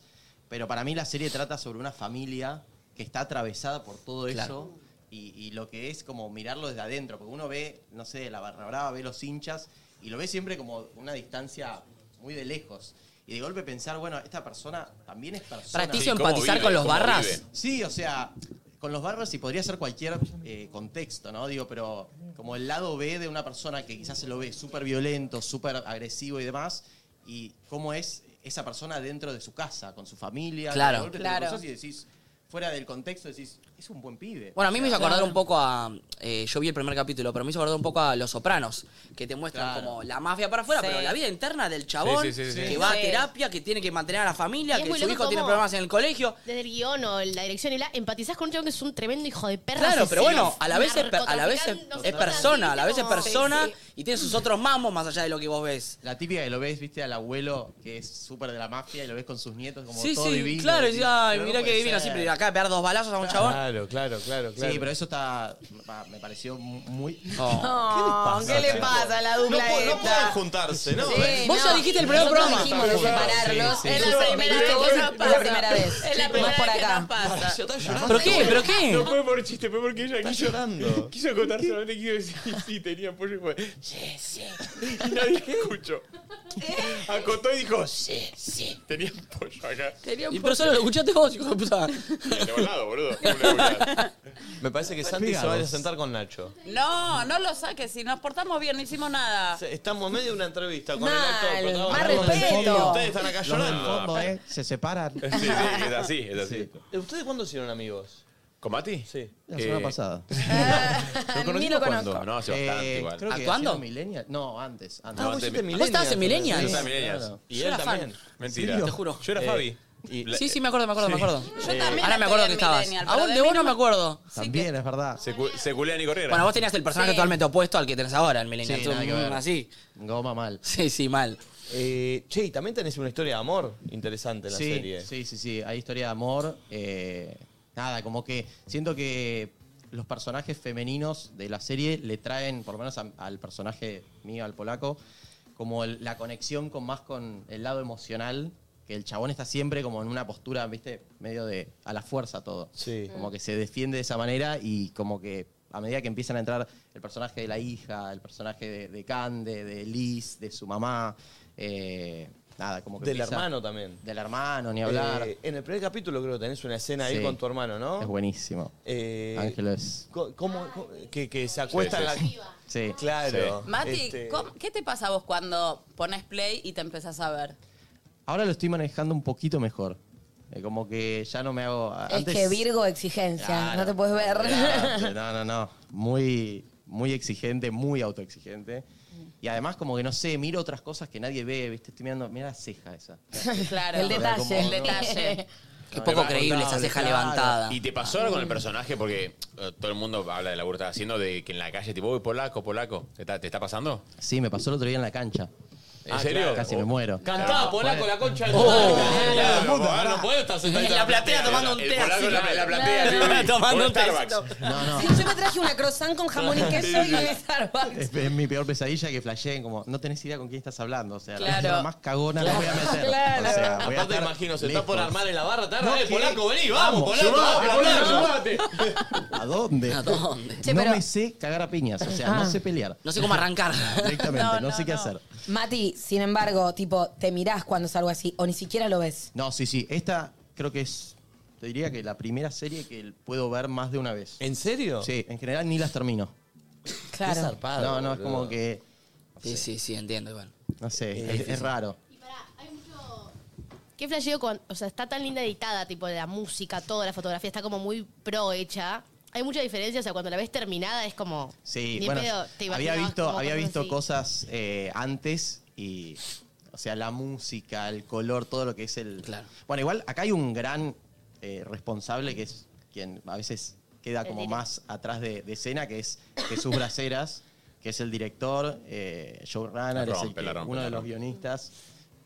Speaker 10: Pero para mí la serie trata sobre una familia que está atravesada por todo
Speaker 4: Claro.
Speaker 10: eso. Y, y lo que es como mirarlo desde adentro. Porque uno ve, no sé, la barra brava, ve los hinchas y lo ve siempre como una distancia muy de lejos. Y de golpe pensar, bueno, esta persona también es persona.
Speaker 4: ¿Para ti hizo Sí, ¿cómo empatizar vive? con los ¿Cómo barras? vive?
Speaker 10: Sí, o sea, con los barbas y podría ser cualquier eh, contexto, ¿no? Digo, pero como el lado B de una persona que quizás se lo ve súper violento, súper agresivo y demás, y cómo es esa persona dentro de su casa, con su familia.
Speaker 4: Claro.
Speaker 10: de golpe te lo
Speaker 4: Claro.
Speaker 10: cruzás y decís, fuera del contexto, decís, es un buen pibe.
Speaker 4: Bueno, a mí me hizo acordar
Speaker 10: Claro.
Speaker 4: un poco a. eh, yo vi el primer capítulo, pero me hizo acordar un poco a Los Sopranos, que te muestran
Speaker 10: Claro.
Speaker 4: como la mafia para afuera,
Speaker 10: Sí.
Speaker 4: pero la vida interna del chabón,
Speaker 10: Sí, sí, sí, sí,
Speaker 4: que
Speaker 10: sí.
Speaker 4: va a
Speaker 10: Sí.
Speaker 4: terapia, que tiene que mantener a la familia,
Speaker 6: Y es
Speaker 4: que
Speaker 6: muy
Speaker 4: su
Speaker 6: loco
Speaker 4: hijo tiene
Speaker 6: cómo-
Speaker 4: problemas en el colegio.
Speaker 6: Desde el guión o la dirección y la empatizás con un chabón que es un tremendo hijo de perra.
Speaker 4: Claro, pero
Speaker 6: asesino,
Speaker 4: bueno, a la vez es, per- a la vez es,
Speaker 6: narcotraficante, no sé
Speaker 4: es
Speaker 6: cosas así,
Speaker 4: persona, a la vez es
Speaker 6: como-
Speaker 4: persona
Speaker 6: Sí,
Speaker 4: y tiene sus otros mamos más allá de lo que vos ves.
Speaker 10: La típica que lo ves, viste, al abuelo que es súper de la mafia y lo ves con sus nietos como
Speaker 4: Sí,
Speaker 10: todo
Speaker 4: sí,
Speaker 10: divino.
Speaker 4: claro,
Speaker 10: decís,
Speaker 4: y ay,
Speaker 10: pero no
Speaker 4: mirá
Speaker 10: puede
Speaker 4: que divino,
Speaker 10: ser.
Speaker 4: siempre acá pegar dos balazos a un chabón.
Speaker 29: Claro, claro, claro, claro.
Speaker 10: Sí, pero eso está. pa- Me pareció muy.
Speaker 5: Oh, ¿qué les pasa, ¿qué le pasa a la
Speaker 10: No
Speaker 5: dupla
Speaker 10: puedo- no
Speaker 5: esta?
Speaker 10: pueden juntarse, ¿no?
Speaker 5: Sí,
Speaker 4: Vos ya dijiste el primer
Speaker 5: Nosotros
Speaker 4: programa.
Speaker 5: dijimos de separarlos.
Speaker 4: Sí, sí,
Speaker 5: Es
Speaker 4: sí.
Speaker 5: la primera vez que vos es la primera vez.
Speaker 2: Es la
Speaker 5: Más
Speaker 2: primera
Speaker 5: por
Speaker 2: vez que
Speaker 5: acá.
Speaker 2: nos pasa.
Speaker 4: ¿Pero qué? ¿Pero qué?
Speaker 29: No fue por chiste, fue porque ella quiso, llorando. quiso contar solamente quiso decir sí, tenía pollo y fue sí, sí. Y nadie escuchó. Acotó y dijo sí, sí. Tenía pollo acá.
Speaker 4: Tenía Y pero solo lo escuchaste vos, hijo de puta.
Speaker 29: De volado, boludo. Me parece que Santi se va a sentar con Nacho.
Speaker 2: No, no lo saques. Si nos portamos bien, no hicimos nada.
Speaker 29: Estamos en medio de una entrevista con el
Speaker 2: Mal,
Speaker 29: actor. protagonista.
Speaker 2: más
Speaker 29: Estamos en el
Speaker 2: respeto.
Speaker 29: fondo, Ustedes están acá
Speaker 10: Los del
Speaker 29: llorando.
Speaker 10: fondo, ¿eh? Se separan.
Speaker 29: Sí, sí, es así, es así.
Speaker 1: Eh,
Speaker 29: ¿Ustedes cuándo se hicieron amigos? ¿Con Mati? Eh, Sí.
Speaker 10: La semana pasada.
Speaker 29: ¿Lo conocimos cuándo? No, hace bastante
Speaker 10: Eh,
Speaker 29: igual.
Speaker 10: creo
Speaker 29: ¿A
Speaker 10: que
Speaker 29: cuándo?
Speaker 10: hacía Millennial. No, antes. antes.
Speaker 29: No, Ah, vos hiciste
Speaker 4: ¿Vos estabas en Millennials?
Speaker 29: Yo
Speaker 4: Sí,
Speaker 29: estaba en Millennials.
Speaker 4: claro.
Speaker 29: Y
Speaker 4: Yo
Speaker 29: él
Speaker 4: era
Speaker 29: también.
Speaker 4: fan.
Speaker 29: Mentira.
Speaker 4: serio? Te juro.
Speaker 29: Yo era
Speaker 4: Eh,
Speaker 29: Fabi. Y-
Speaker 4: Sí, sí, me acuerdo, me acuerdo, me acuerdo. Eh,
Speaker 29: Yo también
Speaker 4: Ahora me
Speaker 29: estoy
Speaker 4: acuerdo
Speaker 29: en
Speaker 4: que estabas.
Speaker 29: Millennial, pero
Speaker 4: Aún
Speaker 29: de
Speaker 4: de
Speaker 29: mí
Speaker 4: uno me acuerdo.
Speaker 10: También, es verdad.
Speaker 29: Se, cu- se culean y corrieron.
Speaker 4: Bueno, vos tenías el personaje
Speaker 29: Sí.
Speaker 4: totalmente opuesto al que tenés ahora, el Millennial.
Speaker 29: Sí,
Speaker 4: Tú,
Speaker 29: nada que ver.
Speaker 4: Así.
Speaker 10: Goma mal.
Speaker 4: Sí, sí, mal.
Speaker 29: Eh, che, y también tenés una historia de amor interesante en la
Speaker 10: sí,
Speaker 29: serie.
Speaker 10: Sí, sí, sí. Hay historia de amor. eh, nada, como que siento que los personajes femeninos de la serie le traen, por lo menos a- al personaje mío, al polaco, como el- la conexión con más con el lado emocional. Que el chabón está siempre como en una postura, viste, medio de a la fuerza todo.
Speaker 29: Sí.
Speaker 10: Como que se defiende de esa manera y como que a medida que empiezan a entrar el personaje de la hija, el personaje de, de Cande, de Liz, de su mamá, eh, nada, como que
Speaker 29: Del
Speaker 10: empieza-
Speaker 29: hermano también.
Speaker 10: del hermano, ni hablar.
Speaker 29: Eh, en el primer capítulo creo que tenés una escena ahí
Speaker 10: Sí.
Speaker 29: con tu hermano, ¿no?
Speaker 10: es buenísimo.
Speaker 29: Eh,
Speaker 10: Ángelo es.
Speaker 29: co- ¿Cómo? co- que, que se acuesta
Speaker 10: Sí,
Speaker 29: en la...
Speaker 10: sí, Sí.
Speaker 29: Claro.
Speaker 2: Mati,
Speaker 29: Este-
Speaker 2: ¿cómo- ¿qué te pasa a vos cuando pones play y te empezás a ver?
Speaker 10: Ahora lo estoy manejando un poquito mejor. Eh, como que ya no me hago.
Speaker 5: Es que Virgo exigencia, no te puedes ver.
Speaker 10: Claro, No, no, no. Muy, muy exigente, muy autoexigente. Y además, como que no sé, miro otras cosas que nadie ve, ¿viste? Estoy mirando, mira la ceja esa.
Speaker 2: Claro.
Speaker 5: El detalle.
Speaker 10: Como-
Speaker 2: El detalle.
Speaker 4: Qué poco creíble esa ceja levantada.
Speaker 3: ¿Y te pasó ahora con el personaje? Porque eh, todo el mundo habla de la burla que estás haciendo, de que en la calle, tipo, uy, polaco, polaco. ¿Te está, te está pasando?
Speaker 10: Sí, me pasó el otro día en la cancha. Ah,
Speaker 3: ¿En serio?
Speaker 10: Casi me muero.
Speaker 3: Cantá,
Speaker 29: polaco, Ah, la concha del
Speaker 10: Oh.
Speaker 29: Claro,
Speaker 10: Puta,
Speaker 29: vos
Speaker 10: pará.
Speaker 29: no podés estar sentado
Speaker 4: En la platea tomando un
Speaker 29: El
Speaker 4: té
Speaker 29: polaco
Speaker 4: así.
Speaker 29: en la, la platea.
Speaker 4: Claro.
Speaker 29: sí, sí.
Speaker 4: Tomando
Speaker 29: Con
Speaker 4: un té.
Speaker 29: Starbucks.
Speaker 5: Sí, yo me traje una croissant con jamón y queso y un Starbucks.
Speaker 10: Es, es mi peor pesadilla que flasheen como, no tenés idea con quién estás hablando. O sea, la
Speaker 5: Claro.
Speaker 10: persona más cagona la voy a meter.
Speaker 5: Claro.
Speaker 10: O sea, voy a
Speaker 29: Aparte,
Speaker 10: estar
Speaker 29: imagino, se está
Speaker 10: lejos.
Speaker 29: por armar en la barra. Está
Speaker 10: No,
Speaker 29: re,
Speaker 10: ¿qué?
Speaker 29: polaco, vení, vamos,
Speaker 10: Vamos,
Speaker 29: polaco,
Speaker 10: sumate,
Speaker 29: vamos, polaco.
Speaker 10: polaco.
Speaker 29: sumate.
Speaker 10: ¿A dónde?
Speaker 4: ¿A dónde?
Speaker 5: Che,
Speaker 10: no
Speaker 5: pero-
Speaker 10: me sé cagar a piñas, o sea, no
Speaker 5: Ah.
Speaker 10: sé pelear.
Speaker 4: No sé cómo arrancar.
Speaker 10: Directamente, no, sé qué hacer.
Speaker 5: Mati, sin embargo, tipo, te mirás cuando es algo así o ni siquiera lo ves.
Speaker 10: No, sí, sí. Esta creo que es, te diría que la primera serie que puedo ver más de una vez.
Speaker 29: ¿En serio?
Speaker 10: Sí, en general ni las termino.
Speaker 5: Claro.
Speaker 10: No, no, es como que,
Speaker 4: Sí, sí, sí, entiendo, Iván.
Speaker 10: no sé,
Speaker 4: Es
Speaker 10: es,
Speaker 4: difícil.
Speaker 10: es raro.
Speaker 6: Qué flasheo con. O sea, está tan linda editada, tipo de la música, toda la fotografía, está como muy pro hecha. Hay mucha diferencia, o sea, cuando la ves terminada es como.
Speaker 10: Sí,
Speaker 6: ni
Speaker 10: bueno,
Speaker 6: pedo, te
Speaker 10: había
Speaker 6: imaginabas
Speaker 10: visto,
Speaker 6: como
Speaker 10: había
Speaker 6: cosas
Speaker 10: visto
Speaker 6: así.
Speaker 10: cosas eh, antes y, o sea, la música, el color, todo lo que es el... Bueno, igual acá hay un gran eh, responsable que es quien a veces queda
Speaker 29: El
Speaker 10: como
Speaker 29: director.
Speaker 10: más atrás de, de escena, que es Jesús Braceras, que es el director, eh, showrunner,
Speaker 29: La
Speaker 10: es el
Speaker 29: rompe,
Speaker 10: que-
Speaker 29: la rompe,
Speaker 10: uno
Speaker 29: la
Speaker 10: de los
Speaker 29: rompe.
Speaker 10: guionistas.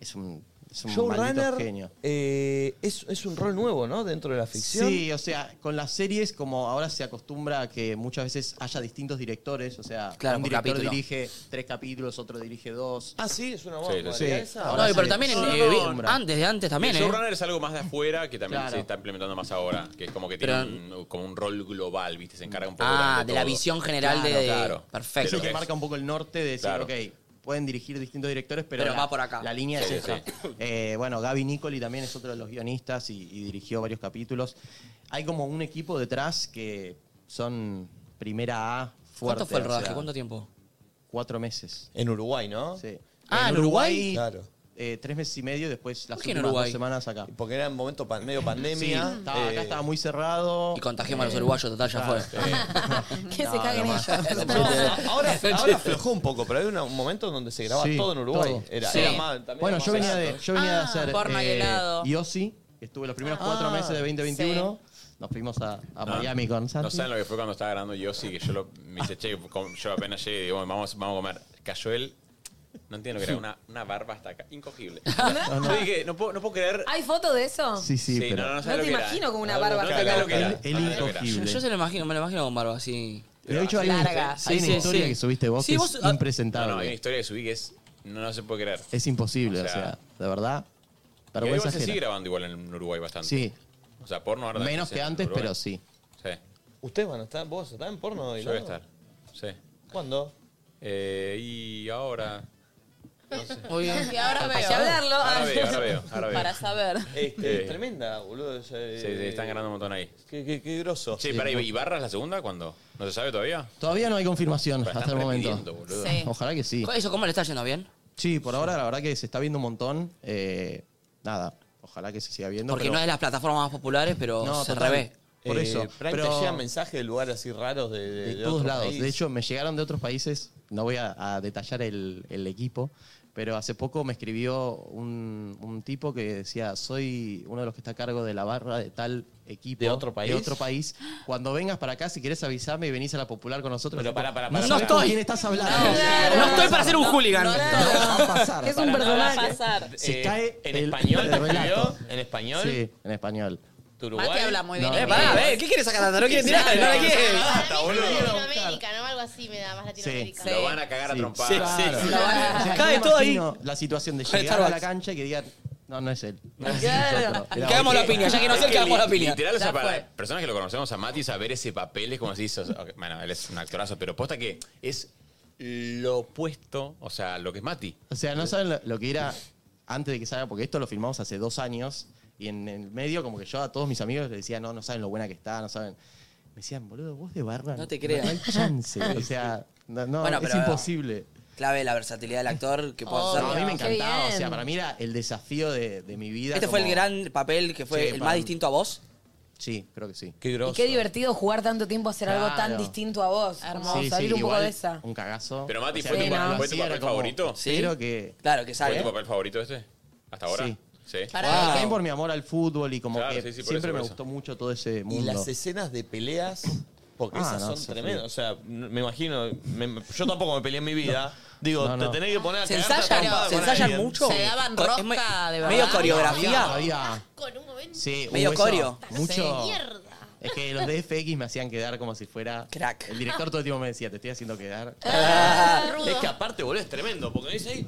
Speaker 10: Es un, es un maldito
Speaker 29: Showrunner
Speaker 10: genio.
Speaker 29: eh, es, es un rol nuevo, ¿no? Dentro de la ficción.
Speaker 10: Sí, o sea, con las series, como ahora se acostumbra a que muchas veces haya distintos directores, o sea,
Speaker 4: Claro,
Speaker 10: un
Speaker 4: por
Speaker 10: director
Speaker 4: capítulo.
Speaker 10: dirige tres capítulos, otro dirige dos.
Speaker 29: Ah, sí, es una
Speaker 3: Sí, lo sé.
Speaker 4: No, pero también en- eh, vi- antes de antes también,
Speaker 3: el
Speaker 4: ¿eh?
Speaker 3: showrunner es algo más de afuera que también
Speaker 4: Claro.
Speaker 3: se está implementando más ahora, que es como que
Speaker 4: Pero-
Speaker 3: tiene un, como un rol global, ¿viste? Se encarga un poco
Speaker 4: Ah,
Speaker 3: de
Speaker 4: de la
Speaker 3: todo.
Speaker 4: visión general
Speaker 3: Claro,
Speaker 4: de.
Speaker 3: claro.
Speaker 4: Perfecto.
Speaker 3: De lo
Speaker 10: que
Speaker 3: es.
Speaker 10: marca un poco el norte de decir,
Speaker 3: Claro.
Speaker 10: ok, pueden dirigir distintos directores, pero,
Speaker 4: Pero
Speaker 10: la,
Speaker 4: va por acá.
Speaker 10: la línea
Speaker 4: Sí,
Speaker 10: es
Speaker 4: sí,
Speaker 10: esta. Eh, bueno, Gaby Nicoli también es otro de los guionistas y, y dirigió varios capítulos. Hay como un equipo detrás que son primera A fuerte.
Speaker 4: ¿Cuánto fue el
Speaker 10: o
Speaker 4: rodaje?
Speaker 10: sea,
Speaker 4: ¿Cuánto tiempo?
Speaker 10: Cuatro meses.
Speaker 29: En Uruguay, ¿no?
Speaker 10: Sí.
Speaker 4: Ah, ¿en Uruguay?
Speaker 10: Claro. eh, tres meses y medio y después las
Speaker 4: qué en
Speaker 10: últimas dos
Speaker 4: Uruguay?
Speaker 10: semanas acá.
Speaker 29: Porque era en momento pan- medio pandemia.
Speaker 10: Sí, estaba-
Speaker 29: eh,
Speaker 10: acá estaba muy cerrado.
Speaker 4: Y contagiamos a los uruguayos, total, ya
Speaker 10: claro.
Speaker 4: fue.
Speaker 5: que
Speaker 10: No,
Speaker 5: se
Speaker 10: no
Speaker 5: caguen
Speaker 10: más.
Speaker 5: ellos.
Speaker 29: Ahora, ahora aflojó un poco, pero había una- un momento donde se grababa
Speaker 10: Sí,
Speaker 29: todo en Uruguay.
Speaker 10: todo.
Speaker 29: Era,
Speaker 10: Sí.
Speaker 29: era más- también
Speaker 10: bueno,
Speaker 29: era
Speaker 10: yo
Speaker 29: más
Speaker 10: venía, de,
Speaker 29: barato.
Speaker 10: yo
Speaker 4: Ah,
Speaker 10: venía de hacer eh,
Speaker 29: porno y helado.
Speaker 10: Yossi, que estuve los primeros cuatro
Speaker 29: Ah,
Speaker 10: meses de 2021. Nos fuimos a, a Miami con Santi. Ah.
Speaker 3: No saben lo que fue cuando estaba grabando yo, sí, que yo lo, me dice, che, com- yo apenas llegué, digo, vamos, vamos a comer. Cayó él No entiendo lo que era. Una, una barba hasta acá. Incogible.
Speaker 5: No, no.
Speaker 3: Yo dije, no puedo, no puedo creer.
Speaker 5: ¿Hay foto de eso?
Speaker 10: Sí, sí, pero.
Speaker 3: no, no,
Speaker 5: No
Speaker 3: sabes lo
Speaker 5: te
Speaker 3: que era,
Speaker 5: imagino
Speaker 3: ¿eh?
Speaker 5: con una
Speaker 3: No,
Speaker 5: barba
Speaker 3: no
Speaker 5: acá.
Speaker 3: sabía lo que era.
Speaker 10: El- el
Speaker 3: No sabía lo que era.
Speaker 4: Yo, yo se lo imagino, me lo imagino con barba así.
Speaker 10: De hecho, hay, una, hay una historia que subiste vos que es impresentable.
Speaker 3: No, no, hay una historia que subí que es. No, no se puede creer.
Speaker 10: Es imposible,
Speaker 3: O
Speaker 10: o
Speaker 3: sea,
Speaker 10: sea, de
Speaker 3: Y
Speaker 10: verdad.
Speaker 3: ahí
Speaker 10: Vergüenza
Speaker 3: igual se sigue
Speaker 10: ajena.
Speaker 3: grabando igual en Uruguay bastante.
Speaker 10: Sí.
Speaker 3: O sea, porno ahora también
Speaker 10: Menos
Speaker 3: se
Speaker 10: que
Speaker 3: hace en
Speaker 10: antes,
Speaker 3: Uruguay.
Speaker 10: pero sí.
Speaker 3: Sí.
Speaker 29: Ah,
Speaker 1: ¿Ustedes van a estar? ¿Vos estás en porno? hoy,
Speaker 3: Yo voy a
Speaker 1: no?
Speaker 3: estar. Sí.
Speaker 1: ¿Cuándo?
Speaker 3: Eh, y ahora.
Speaker 1: Muy bien.
Speaker 2: Y ahora
Speaker 1: Hay
Speaker 2: veo.
Speaker 1: que hablarlo.
Speaker 3: Ahora veo, ahora veo, ahora veo.
Speaker 2: Para saber.
Speaker 1: Este,
Speaker 3: Eh.
Speaker 1: es tremenda, boludo. Sí,
Speaker 3: Sí, sí,
Speaker 29: eh,
Speaker 3: están ganando un montón ahí.
Speaker 4: Eh,
Speaker 1: Qué, qué, qué groso.
Speaker 3: Che, pará, ¿y Barras la segunda cuándo? ¿No se sabe todavía?
Speaker 10: Todavía no hay confirmación
Speaker 3: Pero
Speaker 10: hasta el
Speaker 3: están
Speaker 10: momento.
Speaker 3: repitiendo, boludo.
Speaker 4: Sí.
Speaker 10: Ojalá que sí.
Speaker 4: ¿Eso cómo le está yendo bien?
Speaker 10: Sí, por ahora la verdad que se está viendo un montón. Eh, nada, ojalá que se siga viendo.
Speaker 4: Porque no es de las plataformas más populares, pero se
Speaker 10: total.
Speaker 4: revé.
Speaker 10: Por
Speaker 1: Eh,
Speaker 10: eso.
Speaker 1: Frank,
Speaker 10: pero
Speaker 1: te llegan mensajes de lugares así raros de, de-
Speaker 10: de
Speaker 1: de
Speaker 10: todos
Speaker 1: otro
Speaker 10: lados.
Speaker 1: país.
Speaker 10: De hecho, me llegaron de otros países. No voy a, a detallar el, el equipo. Pero hace poco me escribió un, un tipo que decía, soy uno de los que está a cargo de la barra de tal equipo.
Speaker 1: ¿De otro país?
Speaker 10: De otro país. Cuando vengas para acá, si quieres avisarme y venís a la popular con nosotros.
Speaker 1: Pero
Speaker 10: Tipo,
Speaker 1: pará, pará,
Speaker 10: no
Speaker 1: pará,
Speaker 10: sé
Speaker 1: pará.
Speaker 10: con
Speaker 1: No.
Speaker 10: quién estás hablando.
Speaker 1: Claro. No estoy para ser un No, hooligan. no,
Speaker 10: No va a pasar.
Speaker 1: Es un Para nada. personaje.
Speaker 10: Va a pasar.
Speaker 1: Eh,
Speaker 10: Se cae
Speaker 1: ¿en
Speaker 10: el-
Speaker 1: español
Speaker 10: el
Speaker 1: te escribió?
Speaker 10: relato.
Speaker 1: ¿En español?
Speaker 10: Sí, en español.
Speaker 1: ¿Tu
Speaker 2: Mati habla muy bien
Speaker 10: No.
Speaker 1: Eh, pará, ve, ¿qué quieres sacar tanta? No quiere tirar, no la quiere.
Speaker 10: Ah,
Speaker 6: Para mí es
Speaker 1: boludo.
Speaker 6: más Latinoamérica, ¿no? Algo así me da más Latinoamérica.
Speaker 3: Lo van a cagar a trompadas.
Speaker 10: Sí,
Speaker 3: Sí,
Speaker 10: claro.
Speaker 3: sí, sí.
Speaker 10: Lo van a-
Speaker 3: O sea,
Speaker 10: Cae
Speaker 3: yo
Speaker 10: todo ahí.
Speaker 3: imagino
Speaker 10: La situación de
Speaker 3: Con el
Speaker 10: llegar a la
Speaker 3: Starbucks.
Speaker 10: cancha y que digan, no, no es él.
Speaker 3: Claro.
Speaker 10: Cagamos la
Speaker 4: piña, ya que no es él, cagamos la piña.
Speaker 3: Literal, o
Speaker 4: Ya
Speaker 3: sea, para
Speaker 4: fue.
Speaker 3: personas que lo conocemos a Mati, saber ese papel es como si sos- ok, bueno, él es un actorazo, pero posta que es lo opuesto, o sea, lo que es Mati.
Speaker 10: O sea, no saben lo, lo que era antes de que salga, porque esto lo filmamos hace dos años y en el medio como que yo a todos mis amigos les decía, no, no saben lo buena que está, no saben. Me decían, boludo, vos de barra.
Speaker 4: No te creas.
Speaker 10: No hay chance. o sea, no, no,
Speaker 4: Bueno,
Speaker 10: es
Speaker 4: pero-
Speaker 10: imposible.
Speaker 4: Clave la versatilidad del actor que puede
Speaker 10: No,
Speaker 4: hacer.
Speaker 10: a mí me encantaba. O sea, para mí era el desafío de, de mi vida.
Speaker 4: Este fue el gran papel que fue el más distinto a vos.
Speaker 10: Sí, creo que sí.
Speaker 1: Qué
Speaker 5: Y qué divertido jugar tanto tiempo a hacer algo tan
Speaker 10: Claro.
Speaker 5: distinto a vos. Hermoso,
Speaker 10: Sí, sí,
Speaker 5: salir un poco
Speaker 10: igual,
Speaker 5: de esa.
Speaker 10: Un cagazo.
Speaker 3: Pero Mati,
Speaker 10: O sea,
Speaker 3: ¿fue, tu,
Speaker 10: sí,
Speaker 3: pa-
Speaker 10: no.
Speaker 3: fue tu
Speaker 10: Sí, era
Speaker 3: papel
Speaker 10: como-
Speaker 3: favorito?
Speaker 10: Sí. Espero que-
Speaker 4: Claro, que
Speaker 3: ¿Fue
Speaker 10: salga.
Speaker 3: tu papel favorito este? ¿Hasta ahora?
Speaker 10: Sí.
Speaker 3: Sí.
Speaker 10: También por mi amor al fútbol y como
Speaker 3: Claro,
Speaker 10: que
Speaker 3: sí, sí, por
Speaker 10: siempre
Speaker 3: eso, por
Speaker 10: me
Speaker 3: eso.
Speaker 10: gustó mucho todo ese
Speaker 1: Y
Speaker 10: mundo.
Speaker 1: las escenas de peleas, porque
Speaker 10: Ah,
Speaker 1: esas
Speaker 10: no,
Speaker 1: son
Speaker 10: se
Speaker 1: tremendas.
Speaker 10: fue.
Speaker 1: O sea, n- me imagino, me- yo tampoco me peleé en mi vida. Digo,
Speaker 10: No,
Speaker 1: te
Speaker 10: no.
Speaker 1: tenés que poner a
Speaker 4: ¿Se
Speaker 1: cagarte a
Speaker 4: ensayan,
Speaker 1: trompadas
Speaker 4: se
Speaker 1: con
Speaker 4: ensayan
Speaker 1: alguien.
Speaker 4: mucho?
Speaker 2: Se daban
Speaker 4: Co-
Speaker 2: rosca,
Speaker 4: es me-
Speaker 2: de verdad.
Speaker 4: Medio coreografía.
Speaker 10: Había- había- Sí,
Speaker 4: Medio
Speaker 10: hubo eso,
Speaker 4: corio.
Speaker 10: Mucho.
Speaker 4: Sí.
Speaker 10: Es que los de FX me hacían quedar como si fuera. Crack. El director todo el tiempo me decía, te estoy haciendo quedar.
Speaker 2: Ah,
Speaker 1: Es que aparte, boludo, es tremendo, porque me dice ahí.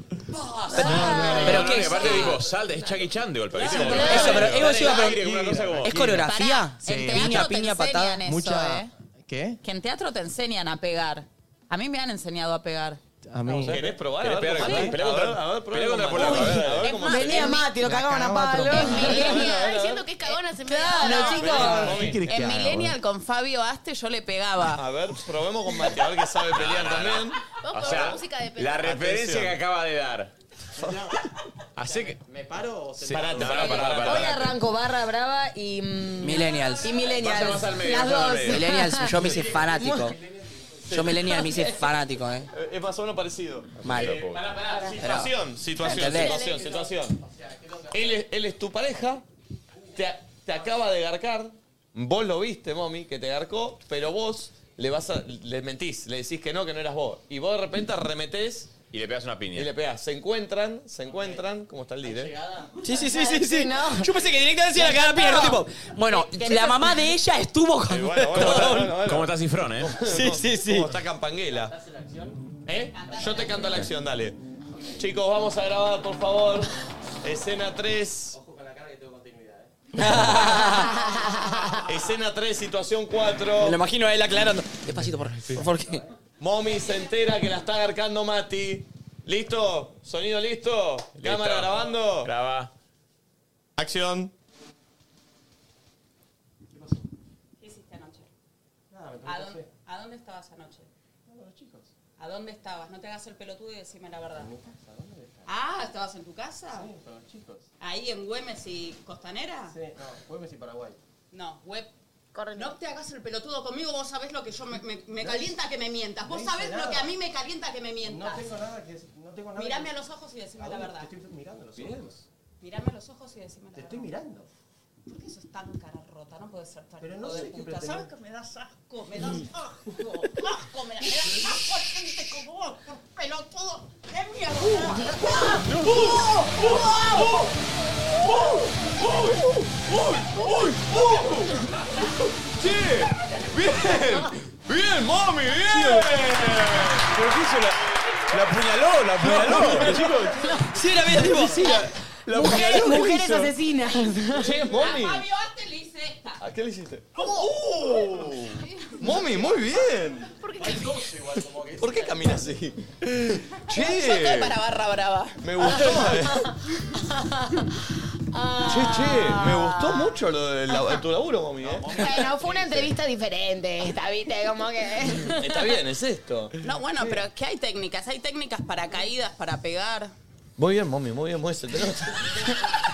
Speaker 3: Pero
Speaker 1: qué
Speaker 3: que
Speaker 1: es-
Speaker 3: aparte tipo, sal, es Chucky Chan de golpe. ¿viste? Como-
Speaker 4: Eso, pero
Speaker 3: Dale,
Speaker 4: Evo se iba a
Speaker 3: dale,
Speaker 4: preguntar-
Speaker 3: una cosa como-
Speaker 4: ¿Es coreografía?
Speaker 2: En teatro te enseñan eso,
Speaker 10: Mucha.
Speaker 2: ¿eh?
Speaker 10: ¿Qué?
Speaker 2: Que en teatro te enseñan a pegar. A mí me han enseñado a pegar.
Speaker 10: A mí.
Speaker 1: ¿Querés probar?
Speaker 3: ¿Querés
Speaker 1: A ver,
Speaker 3: pegar
Speaker 1: cómo-
Speaker 3: con-
Speaker 1: sí.
Speaker 3: pelea
Speaker 1: A ver,
Speaker 3: contra-
Speaker 1: a ver,
Speaker 3: pelea
Speaker 1: probá
Speaker 3: contra
Speaker 1: cómo se-
Speaker 3: Polaco, a ver,
Speaker 1: a ver
Speaker 2: Es
Speaker 1: cómo
Speaker 2: más,
Speaker 1: se-
Speaker 2: venía
Speaker 30: A Mati lo cagaban a palo.
Speaker 2: En
Speaker 6: Estaba
Speaker 2: Millennial.
Speaker 6: diciendo que es cagona se me
Speaker 2: Claro,
Speaker 6: da.
Speaker 2: chicos.
Speaker 10: ¿Qué querés que
Speaker 2: En
Speaker 10: haga,
Speaker 2: Millennial con Fabio Aste yo le
Speaker 1: Ah,
Speaker 2: pegaba.
Speaker 1: A ver, probemos con Mati, a ver que sabe pelear también.
Speaker 6: Vamos
Speaker 3: O
Speaker 6: con
Speaker 3: sea,
Speaker 6: una música de
Speaker 3: la
Speaker 6: pelea.
Speaker 3: referencia
Speaker 1: Atención.
Speaker 3: que acaba de dar. Así que...
Speaker 10: ¿Me paro o se
Speaker 3: Sí,
Speaker 1: Parate,
Speaker 3: no,
Speaker 1: pará,
Speaker 3: pará,
Speaker 1: pará,
Speaker 3: pará.
Speaker 5: Hoy arranco barra brava y. mm,
Speaker 4: Millennials.
Speaker 5: Y millennials.
Speaker 4: Vaya más al medio,
Speaker 5: Las
Speaker 4: vaya más al
Speaker 5: dos.
Speaker 4: medio. Millennials, yo me hice fanático. Yo Millennial me hice fanático, ¿eh?
Speaker 1: Eh, pasó uno parecido.
Speaker 4: Mal.
Speaker 1: Eh, pará, pará, Situación, situación,
Speaker 4: ¿Entendés?
Speaker 1: situación, situación. Él es, él es tu pareja, te, te acaba de garcar, vos lo viste, mami, que te garcó, pero vos le vas a, le mentís, le decís que no, que no eras vos. Y vos de repente arremetés
Speaker 3: Y le pegas una piña.
Speaker 1: y le pegás. Se encuentran, se encuentran, ¿cómo está el líder?
Speaker 4: Sí, sí, sí, sí, sí. Yo pensé que directamente era cada pierna, tipo. Bueno, la mamá de ella estuvo con.
Speaker 3: ¿Cómo está Cifrón, eh?
Speaker 1: Sí, sí, sí. está Campanguela? ¿Eh? Yo te canto la acción, dale. Chicos, vamos a grabar, por favor. Escena 3. eh. Escena 3, situación 4.
Speaker 4: Me lo imagino a él aclarando. Despacito, por favor. ¿Por qué?
Speaker 1: Momi se entera que la está agarcando Mati. ¿Listo? ¿Sonido listo? ¿Cámara
Speaker 3: Listo.
Speaker 1: grabando?
Speaker 3: Graba.
Speaker 1: Acción.
Speaker 2: ¿Qué hiciste anoche? ¿A dónde, ¿A dónde estabas anoche? ¿A dónde estabas? No te hagas el pelotudo y decime la verdad. Ah, ¿estabas en tu casa? ¿Ahí en Güemes y Costanera?
Speaker 10: Güemes y Paraguay.
Speaker 2: No, web. No te hagas el pelotudo conmigo, vos sabés lo que yo me, me- me
Speaker 10: No
Speaker 2: calienta
Speaker 10: hice-
Speaker 2: que me mientas.
Speaker 10: no
Speaker 2: Vos
Speaker 10: hice
Speaker 2: sabés lo
Speaker 10: nada.
Speaker 2: que a mí me calienta que me mientas.
Speaker 10: nada que. No tengo
Speaker 2: Mírame a los ojos y decime la verdad.
Speaker 10: mirando los
Speaker 1: Bien.
Speaker 2: Mírame a los ojos y decime la verdad.
Speaker 10: mirando.
Speaker 2: ¿Por qué sos tan cara rota? No puede ser tan
Speaker 7: Pero
Speaker 2: hijo
Speaker 7: no
Speaker 2: de
Speaker 7: sé qué
Speaker 2: puta. ¿Sabes
Speaker 7: pretendés.
Speaker 2: que me das asco? Me das asco. asco, me, da- me das asco a gente como vos, por pelotudo.
Speaker 1: Uh,
Speaker 2: ¡Qué mierda!
Speaker 7: ¡Sí!
Speaker 1: ¡Bien! ¡Bien, mami! ¡Bien! ¿Pero qué hizo la.? La apuñaló, la apuñaló.
Speaker 7: Sí, la vida tipo.
Speaker 1: Sí, la- la
Speaker 7: mujeres,
Speaker 1: apuñaló,
Speaker 7: mujeres
Speaker 1: hizo.
Speaker 7: asesinas.
Speaker 1: Che, mami.
Speaker 2: A Fabio antes le hice esta.
Speaker 1: ¿A qué le hiciste? ¡Oh! Mami, muy bien. ¿Por qué camina así?
Speaker 2: Yo estoy para
Speaker 1: Che,
Speaker 2: barra brava.
Speaker 1: me gustó. Che, che, me gustó mucho lo de la- tu laburo, mami. ¿eh?
Speaker 31: Bueno, fue una entrevista diferente esta, ¿viste? Como que...
Speaker 1: Está bien, es esto.
Speaker 2: No, bueno, pero es que hay técnicas. Hay técnicas para caídas, para pegar.
Speaker 1: Muy bien, mami, muy bien, muy bien.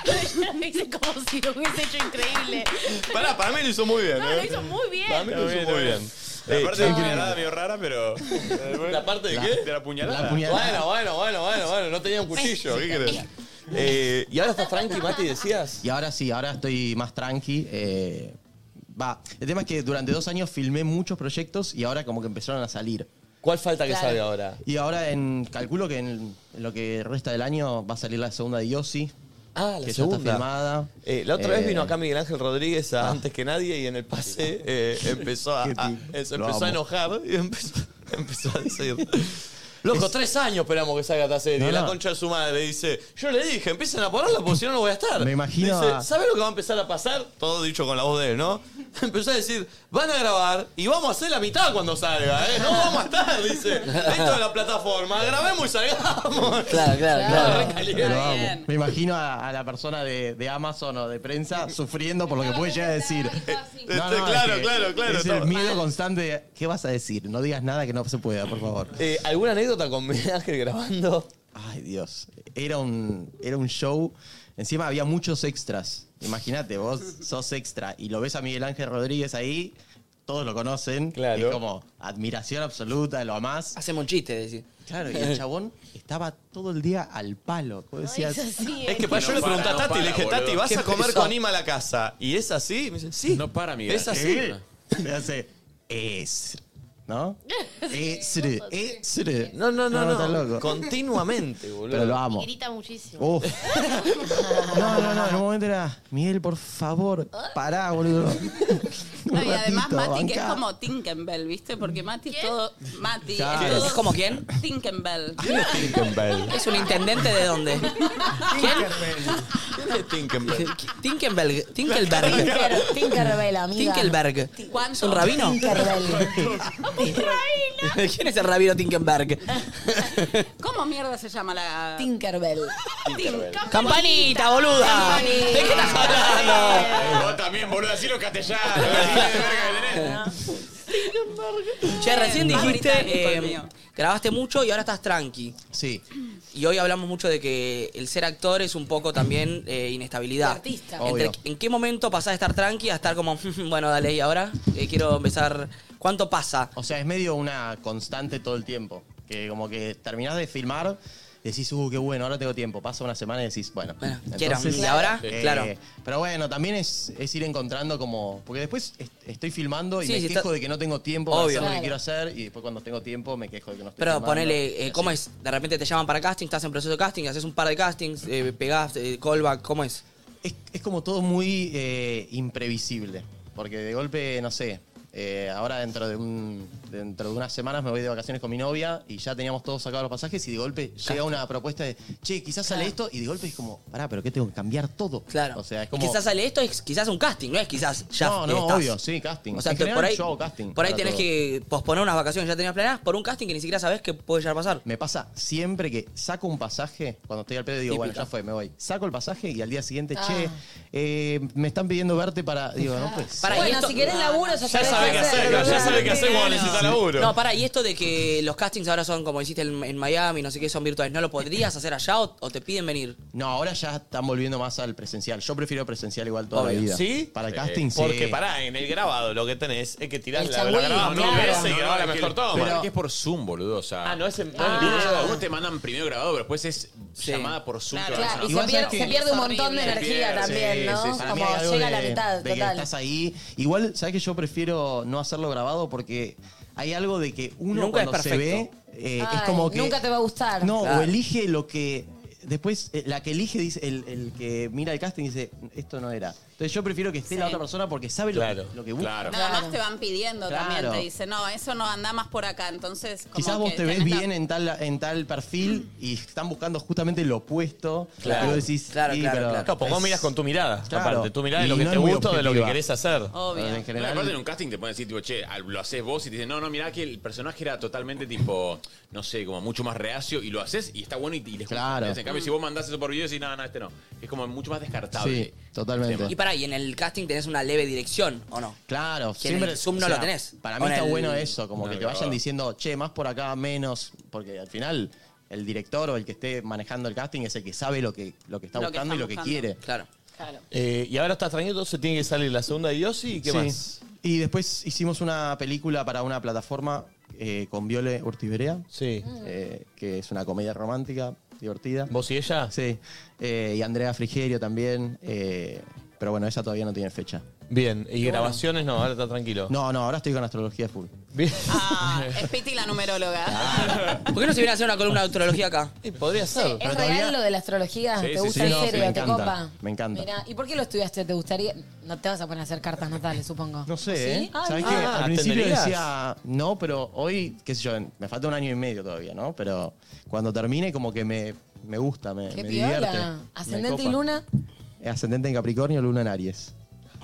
Speaker 6: Yo lo hice como si lo hubiese hecho increíble.
Speaker 1: Pará, para mí lo hizo muy bien.
Speaker 6: No,
Speaker 1: ¿eh?
Speaker 6: lo hizo muy bien.
Speaker 1: Para mí lo hizo muy bien. Eh,
Speaker 3: La parte de la puñalada
Speaker 1: medio rara, pero. ¿La parte de
Speaker 3: eh, La-
Speaker 1: qué?
Speaker 3: de la puñalada. La
Speaker 1: Bueno,
Speaker 3: puñalada.
Speaker 1: Ah, bueno, bueno, bueno, bueno. No tenía un cuchillo, ¿qué querés? Eh, y ahora está Frankie, Mati, decías.
Speaker 10: Y ahora sí, ahora estoy más tranqui. eh, Va, el tema es que durante dos años filmé muchos proyectos y ahora como que empezaron a salir.
Speaker 1: ¿Cuál falta
Speaker 10: que
Speaker 1: que
Speaker 10: Claro.
Speaker 1: salga
Speaker 10: salga
Speaker 1: ahora?
Speaker 10: Y ahora en, calculo que en, en lo que resta del año va a salir la segunda de Yossi.
Speaker 1: Ah,
Speaker 10: que ya está filmada.
Speaker 1: Eh, la otra vez
Speaker 10: Eh, ah.
Speaker 1: vino acá Miguel Ángel Rodríguez a antes que nadie y en el pase eh, empezó a,
Speaker 10: Qué
Speaker 1: a-
Speaker 10: tipo.
Speaker 1: eh, se
Speaker 10: Lo
Speaker 1: empezó a
Speaker 10: amo.
Speaker 1: enojar y empezó, empezó a decir. Loco, tres años esperamos que salga esta serie.
Speaker 10: No,
Speaker 1: La
Speaker 10: no.
Speaker 1: concha de su madre dice, yo le dije, empiecen a ponerla porque si no no voy a estar.
Speaker 10: Me imagino
Speaker 1: Dice,
Speaker 10: a-
Speaker 1: ¿sabes lo que va a empezar a pasar? Todo dicho con la voz de él, ¿no? Empezó a decir, van a grabar y vamos a hacer la mitad cuando salga, ¿eh? No vamos a estar, dice. Esto de la plataforma, grabemos y salgamos.
Speaker 10: Claro,
Speaker 1: Estaba re
Speaker 10: Lo
Speaker 1: caliente.
Speaker 10: amo. Me imagino a, a la persona de, de Amazon o de prensa sufriendo por lo que puede llegar a decir.
Speaker 1: Este, claro,
Speaker 10: es que
Speaker 1: claro, claro,
Speaker 10: Es
Speaker 1: todo.
Speaker 10: el miedo constante de, ¿qué vas a decir? No digas nada que no se pueda, por favor.
Speaker 1: Eh, ¿Alguna anécdota con Miguel Ángel grabando?
Speaker 10: Ay, Dios. Era un, era un show. Encima había muchos extras. Imagínate, vos sos extra y lo ves a Miguel Ángel Rodríguez ahí. Todos lo conocen. Claro. Es como admiración absoluta, lo amás. Hacemos un chiste, decir. Claro, y el chabón estaba todo el día al palo. Vos decías,
Speaker 1: Es que pa, yo le pregunté a Tati, le dije, Tati, ¿vas a comer con Ima a la casa? ¿Y es así? Me dice, sí. No para,
Speaker 10: Miguel.
Speaker 1: Es así.
Speaker 10: Me hace, es. ¿No? Eh, Es. Es.
Speaker 1: No, no, no,
Speaker 10: estás
Speaker 1: no.
Speaker 10: loco.
Speaker 1: Continuamente, boludo.
Speaker 10: Pero lo amo.
Speaker 6: Y grita muchísimo.
Speaker 10: Uf. No, no, no. En un momento era, Miguel, por favor, pará, boludo. Un
Speaker 2: No, y además
Speaker 10: ratito,
Speaker 2: Mati, que es
Speaker 10: bancá.
Speaker 2: como Tinkerbell, ¿viste? Porque Mati es todo. Mati
Speaker 10: Claro.
Speaker 2: es todo.
Speaker 10: ¿Es como
Speaker 2: quién? Tinkerbell.
Speaker 1: Tinkerbell.
Speaker 4: ¿Es un intendente de dónde?
Speaker 1: ¿Quién es Tinkerbell?
Speaker 4: Tinkerbell. Tinkelberg.
Speaker 5: Tinkerbell, amiga.
Speaker 4: Tinkelberg.
Speaker 2: ¿Cuánto?
Speaker 4: ¿Es un rabino? ¿Quién es el rabino Tinkenberg?
Speaker 2: ¿Cómo mierda se llama la.
Speaker 5: Tinkerbell.
Speaker 2: Tinkerbell.
Speaker 4: ¡Campanita, boluda! ¿De qué estás hablando?
Speaker 3: Eh, Vos también, boludo, así lo castellano.
Speaker 4: Che, recién
Speaker 2: Más
Speaker 4: dijiste,
Speaker 2: británico el
Speaker 4: eh,
Speaker 2: mío.
Speaker 4: grabaste mucho y ahora estás tranqui.
Speaker 10: Sí.
Speaker 4: Y hoy hablamos mucho de que el ser actor es un poco también eh, inestabilidad.
Speaker 5: artista.
Speaker 4: Entre-
Speaker 10: Obvio.
Speaker 4: ¿En qué momento pasás de estar tranqui a estar como, bueno, dale, y ahora Eh, quiero empezar? ¿Cuánto pasa?
Speaker 10: O sea, es medio una constante todo el tiempo. Que como que terminás de filmar, decís, uh, qué bueno, ahora tengo tiempo. Pasa una semana y decís, bueno,
Speaker 4: quiero. ¿Y ahora?
Speaker 10: eh,
Speaker 4: Claro.
Speaker 10: Pero bueno, también es, es ir encontrando como. Porque después est- estoy filmando y
Speaker 4: Sí,
Speaker 10: me
Speaker 4: si
Speaker 10: quejo
Speaker 4: está-
Speaker 10: de que no tengo tiempo para
Speaker 4: Obvio.
Speaker 10: hacer lo
Speaker 4: Claro.
Speaker 10: que quiero hacer. Y después cuando tengo tiempo me quejo de que no estoy
Speaker 4: Pero
Speaker 10: filmando.
Speaker 4: ponele, eh, ¿cómo es? De repente te llaman para casting, estás en proceso de casting, haces un par de castings, eh, pegás, eh, callback, ¿cómo es?
Speaker 10: es como todo muy eh, imprevisible. Porque de golpe, no sé, eh, ahora dentro de, un, dentro de unas semanas me voy de vacaciones con mi novia y ya teníamos todos sacados los pasajes y de golpe llega una propuesta de, che, quizás sale esto y de golpe es como, pará, pero ¿qué tengo que cambiar todo? Claro. O sea, es como...
Speaker 4: Quizás sale esto, es quizás un casting, no es quizás ya
Speaker 10: no, no,
Speaker 4: estás.
Speaker 10: obvio, sí, casting.
Speaker 4: O sea,
Speaker 10: En
Speaker 4: que
Speaker 10: general,
Speaker 4: por ahí,
Speaker 10: yo hago casting
Speaker 4: por ahí
Speaker 10: para
Speaker 4: tenés
Speaker 10: todo.
Speaker 4: que posponer unas vacaciones que ya tenías planeadas por un casting que ni siquiera sabés que puede llegar a pasar.
Speaker 10: Me pasa siempre que saco un pasaje, cuando estoy al pedo digo, bueno,
Speaker 4: Típica.
Speaker 10: ya fue, me voy. Saco el pasaje y al día siguiente,
Speaker 5: Ah.
Speaker 10: che, eh, me están pidiendo verte para... Digo, no, pues...
Speaker 4: Para,
Speaker 5: bueno,
Speaker 4: y esto-
Speaker 5: si querés laburo, ya, sabés
Speaker 1: sabe
Speaker 5: qué
Speaker 1: qué
Speaker 5: hacer.
Speaker 1: hacer, ya sabe qué hacer cuando necesita laburo.
Speaker 4: No, para, y esto de que los castings ahora son como hiciste en, en Miami, no sé qué, son virtuales, ¿no lo podrías hacer allá o, o te piden venir?
Speaker 10: No, ahora ya están volviendo más al presencial. Yo prefiero presencial igual toda
Speaker 1: Obvio.
Speaker 10: la vida.
Speaker 1: ¿Sí?
Speaker 10: Para el
Speaker 1: Eh,
Speaker 10: casting, sí.
Speaker 1: Porque pará, en el grabado lo que tenés es que tirás
Speaker 10: El
Speaker 1: la, la grabás
Speaker 10: changüí,
Speaker 1: mil
Speaker 10: claro.
Speaker 1: veces y
Speaker 10: No,
Speaker 1: grabás la
Speaker 10: no,
Speaker 1: mejor
Speaker 10: que-
Speaker 1: toma.
Speaker 10: pero-
Speaker 1: es por Zoom, boludo.
Speaker 3: Ah,
Speaker 1: no es en
Speaker 3: Ah.
Speaker 1: video.
Speaker 3: Algunos te mandan primero grabado, pero después es llamada por Zoom.
Speaker 5: Claro,
Speaker 3: que va a
Speaker 5: claro,
Speaker 3: ser
Speaker 5: y
Speaker 3: una
Speaker 5: se
Speaker 3: cosa.
Speaker 5: pierde- se pierde un montón de
Speaker 3: Se
Speaker 5: energía
Speaker 3: pierde,
Speaker 5: también,
Speaker 3: sí,
Speaker 5: ¿no?
Speaker 3: sí, sí.
Speaker 10: Para mí
Speaker 5: Como
Speaker 10: hay algo
Speaker 5: llega a la
Speaker 10: de-
Speaker 5: mitad,
Speaker 10: de que
Speaker 5: total.
Speaker 10: estás ahí. Igual, ¿sabes que yo prefiero no hacerlo grabado? Porque hay algo de que uno
Speaker 5: Nunca es
Speaker 10: cuando se ve
Speaker 5: perfecto.
Speaker 10: eh,
Speaker 5: Ay,
Speaker 10: es como que.
Speaker 5: Nunca te va a gustar.
Speaker 10: No, o elige lo que. Después, eh, la que elige, dice el, el que mira el casting dice, esto no era. Entonces yo prefiero que esté la
Speaker 2: Sí.
Speaker 10: otra persona porque sabe lo que- lo, que, busca.
Speaker 2: Nada más te van pidiendo también,
Speaker 10: Claro.
Speaker 2: te dicen, no, eso no anda más por acá. Entonces, como
Speaker 10: Quizás vos
Speaker 2: que
Speaker 10: te ves
Speaker 2: tenés la-
Speaker 10: bien en, tal, en tal perfil y están buscando justamente lo opuesto.
Speaker 29: Claro.
Speaker 10: Y vos decís,
Speaker 29: Claro,
Speaker 10: sí,
Speaker 29: claro,
Speaker 10: pero-
Speaker 29: claro. No, porque vos miras con tu mirada, aparte. Tu mirada de
Speaker 10: Y
Speaker 29: lo que te
Speaker 10: es muy
Speaker 29: gusta o de lo que
Speaker 10: objetiva.
Speaker 29: querés hacer. Obvio.
Speaker 10: En
Speaker 3: No,
Speaker 10: general,
Speaker 3: aparte en un casting te pueden decir, tipo, che, al- lo haces vos y te dicen, no, no, mirá que el personaje era totalmente tipo, no sé, como mucho más reacio y lo haces y está bueno y, y les gusta.
Speaker 10: Claro.
Speaker 3: En cambio, si vos mandás eso por video y decís, no, no, este no. Es como mucho más descartable.
Speaker 10: Sí, totalmente.
Speaker 4: Y para, y en el casting tenés una leve dirección, ¿o no?
Speaker 10: Claro,
Speaker 4: Que en el Zoom no lo tenés.
Speaker 10: Para mí
Speaker 4: O en
Speaker 10: está
Speaker 4: el-
Speaker 10: bueno eso, como
Speaker 4: No,
Speaker 10: que te
Speaker 4: claro.
Speaker 10: vayan diciendo, che, más por acá, menos, porque al final el director o el que esté manejando el casting es el que sabe lo que, lo que está
Speaker 29: Lo que
Speaker 10: buscando
Speaker 29: está
Speaker 10: y lo que
Speaker 29: buscando.
Speaker 10: quiere.
Speaker 4: Claro.
Speaker 29: Eh, y ahora estás tranquilo, se tiene que salir la segunda de Yossi y qué
Speaker 10: Sí.
Speaker 29: más.
Speaker 10: Y después hicimos una película para una plataforma eh, con Viole Urtiberea. eh,
Speaker 29: Sí.
Speaker 10: que es una comedia romántica, divertida.
Speaker 29: ¿Vos y ella?
Speaker 10: Sí. Eh, y Andrea Frigerio también. eh, pero bueno, esa todavía no tiene fecha.
Speaker 29: Bien, y
Speaker 10: Qué
Speaker 29: grabaciones no, ahora está tranquilo.
Speaker 10: No, no, ahora estoy con astrología full.
Speaker 2: Ah, es Piti la numeróloga.
Speaker 4: ¿Por qué no se viene a hacer una columna de astrología acá?
Speaker 29: podría ser.
Speaker 5: ¿Es real lo de la astrología?
Speaker 4: Sí,
Speaker 5: ¿Te
Speaker 4: sí,
Speaker 5: gusta
Speaker 4: sí,
Speaker 5: en
Speaker 4: no, sí,
Speaker 5: serio?
Speaker 4: me
Speaker 5: ¿Te
Speaker 4: encanta,
Speaker 5: copa?
Speaker 10: me encanta.
Speaker 5: Mirá, ¿y por qué lo estudiaste? ¿Te gustaría? No te vas a poner a hacer cartas natales, supongo.
Speaker 10: No sé,
Speaker 5: ¿Ah, ¿Sí?
Speaker 10: ¿eh? ¿Sabés
Speaker 5: Ay, no.
Speaker 10: qué? Al principio
Speaker 29: ¿atenderías?
Speaker 10: decía no, pero hoy, qué sé yo, me falta un año y medio todavía, ¿no? Pero cuando termine, como que me, me gusta, Eh, me,
Speaker 5: Qué
Speaker 10: me
Speaker 5: piola.
Speaker 10: divierte.
Speaker 5: Ascendente
Speaker 10: me
Speaker 5: y
Speaker 10: copa.
Speaker 5: luna.
Speaker 10: Eh, Ascendente en Capricornio, luna en Aries.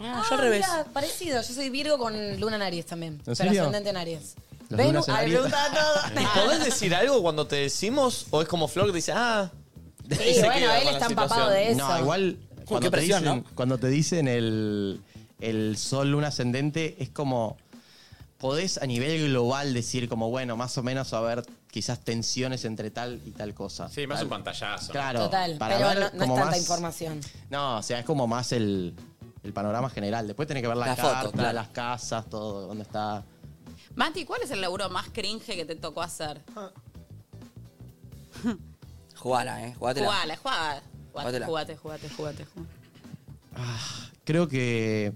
Speaker 5: Ah,
Speaker 4: yo al revés.
Speaker 5: mirá, parecido. Yo soy Virgo con luna en Aries también. pero
Speaker 10: serio?
Speaker 5: ascendente en Aries.
Speaker 10: Las
Speaker 5: Venus,
Speaker 10: lunas en
Speaker 5: ay,
Speaker 10: Aries.
Speaker 5: me gusta todo.
Speaker 29: ¿Podés decir algo cuando te decimos? ¿O es como Flor que dice, ah?
Speaker 5: Sí,
Speaker 29: se
Speaker 5: bueno,
Speaker 29: queda
Speaker 5: él
Speaker 29: con la
Speaker 5: está empapado
Speaker 29: situación?
Speaker 5: de eso.
Speaker 10: No, igual
Speaker 5: Uy,
Speaker 10: cuando,
Speaker 5: qué presión,
Speaker 10: te dicen, cuando te dicen el, el sol, luna ascendente, es como. Podés a nivel global decir, como bueno, más o menos a ver, quizás tensiones entre tal y tal cosa.
Speaker 3: Sí, más
Speaker 10: Tal-
Speaker 3: un pantallazo.
Speaker 10: Claro.
Speaker 5: Total,
Speaker 10: para
Speaker 5: pero
Speaker 10: ver
Speaker 5: no, no es
Speaker 10: como
Speaker 5: tanta
Speaker 10: más-
Speaker 5: información.
Speaker 10: No, o sea, es como más el, el panorama general. Después tenés que ver la,
Speaker 4: La foto,
Speaker 10: carta,
Speaker 4: claro.
Speaker 10: las casas, todo, dónde está.
Speaker 2: Mati, ¿cuál es el laburo más cringe que te tocó hacer?
Speaker 4: Jugala, eh. Jugatela.
Speaker 2: Jugala, jugala. Jugate,
Speaker 4: Jugátela.
Speaker 2: jugate, jugate, jugate.
Speaker 10: Creo que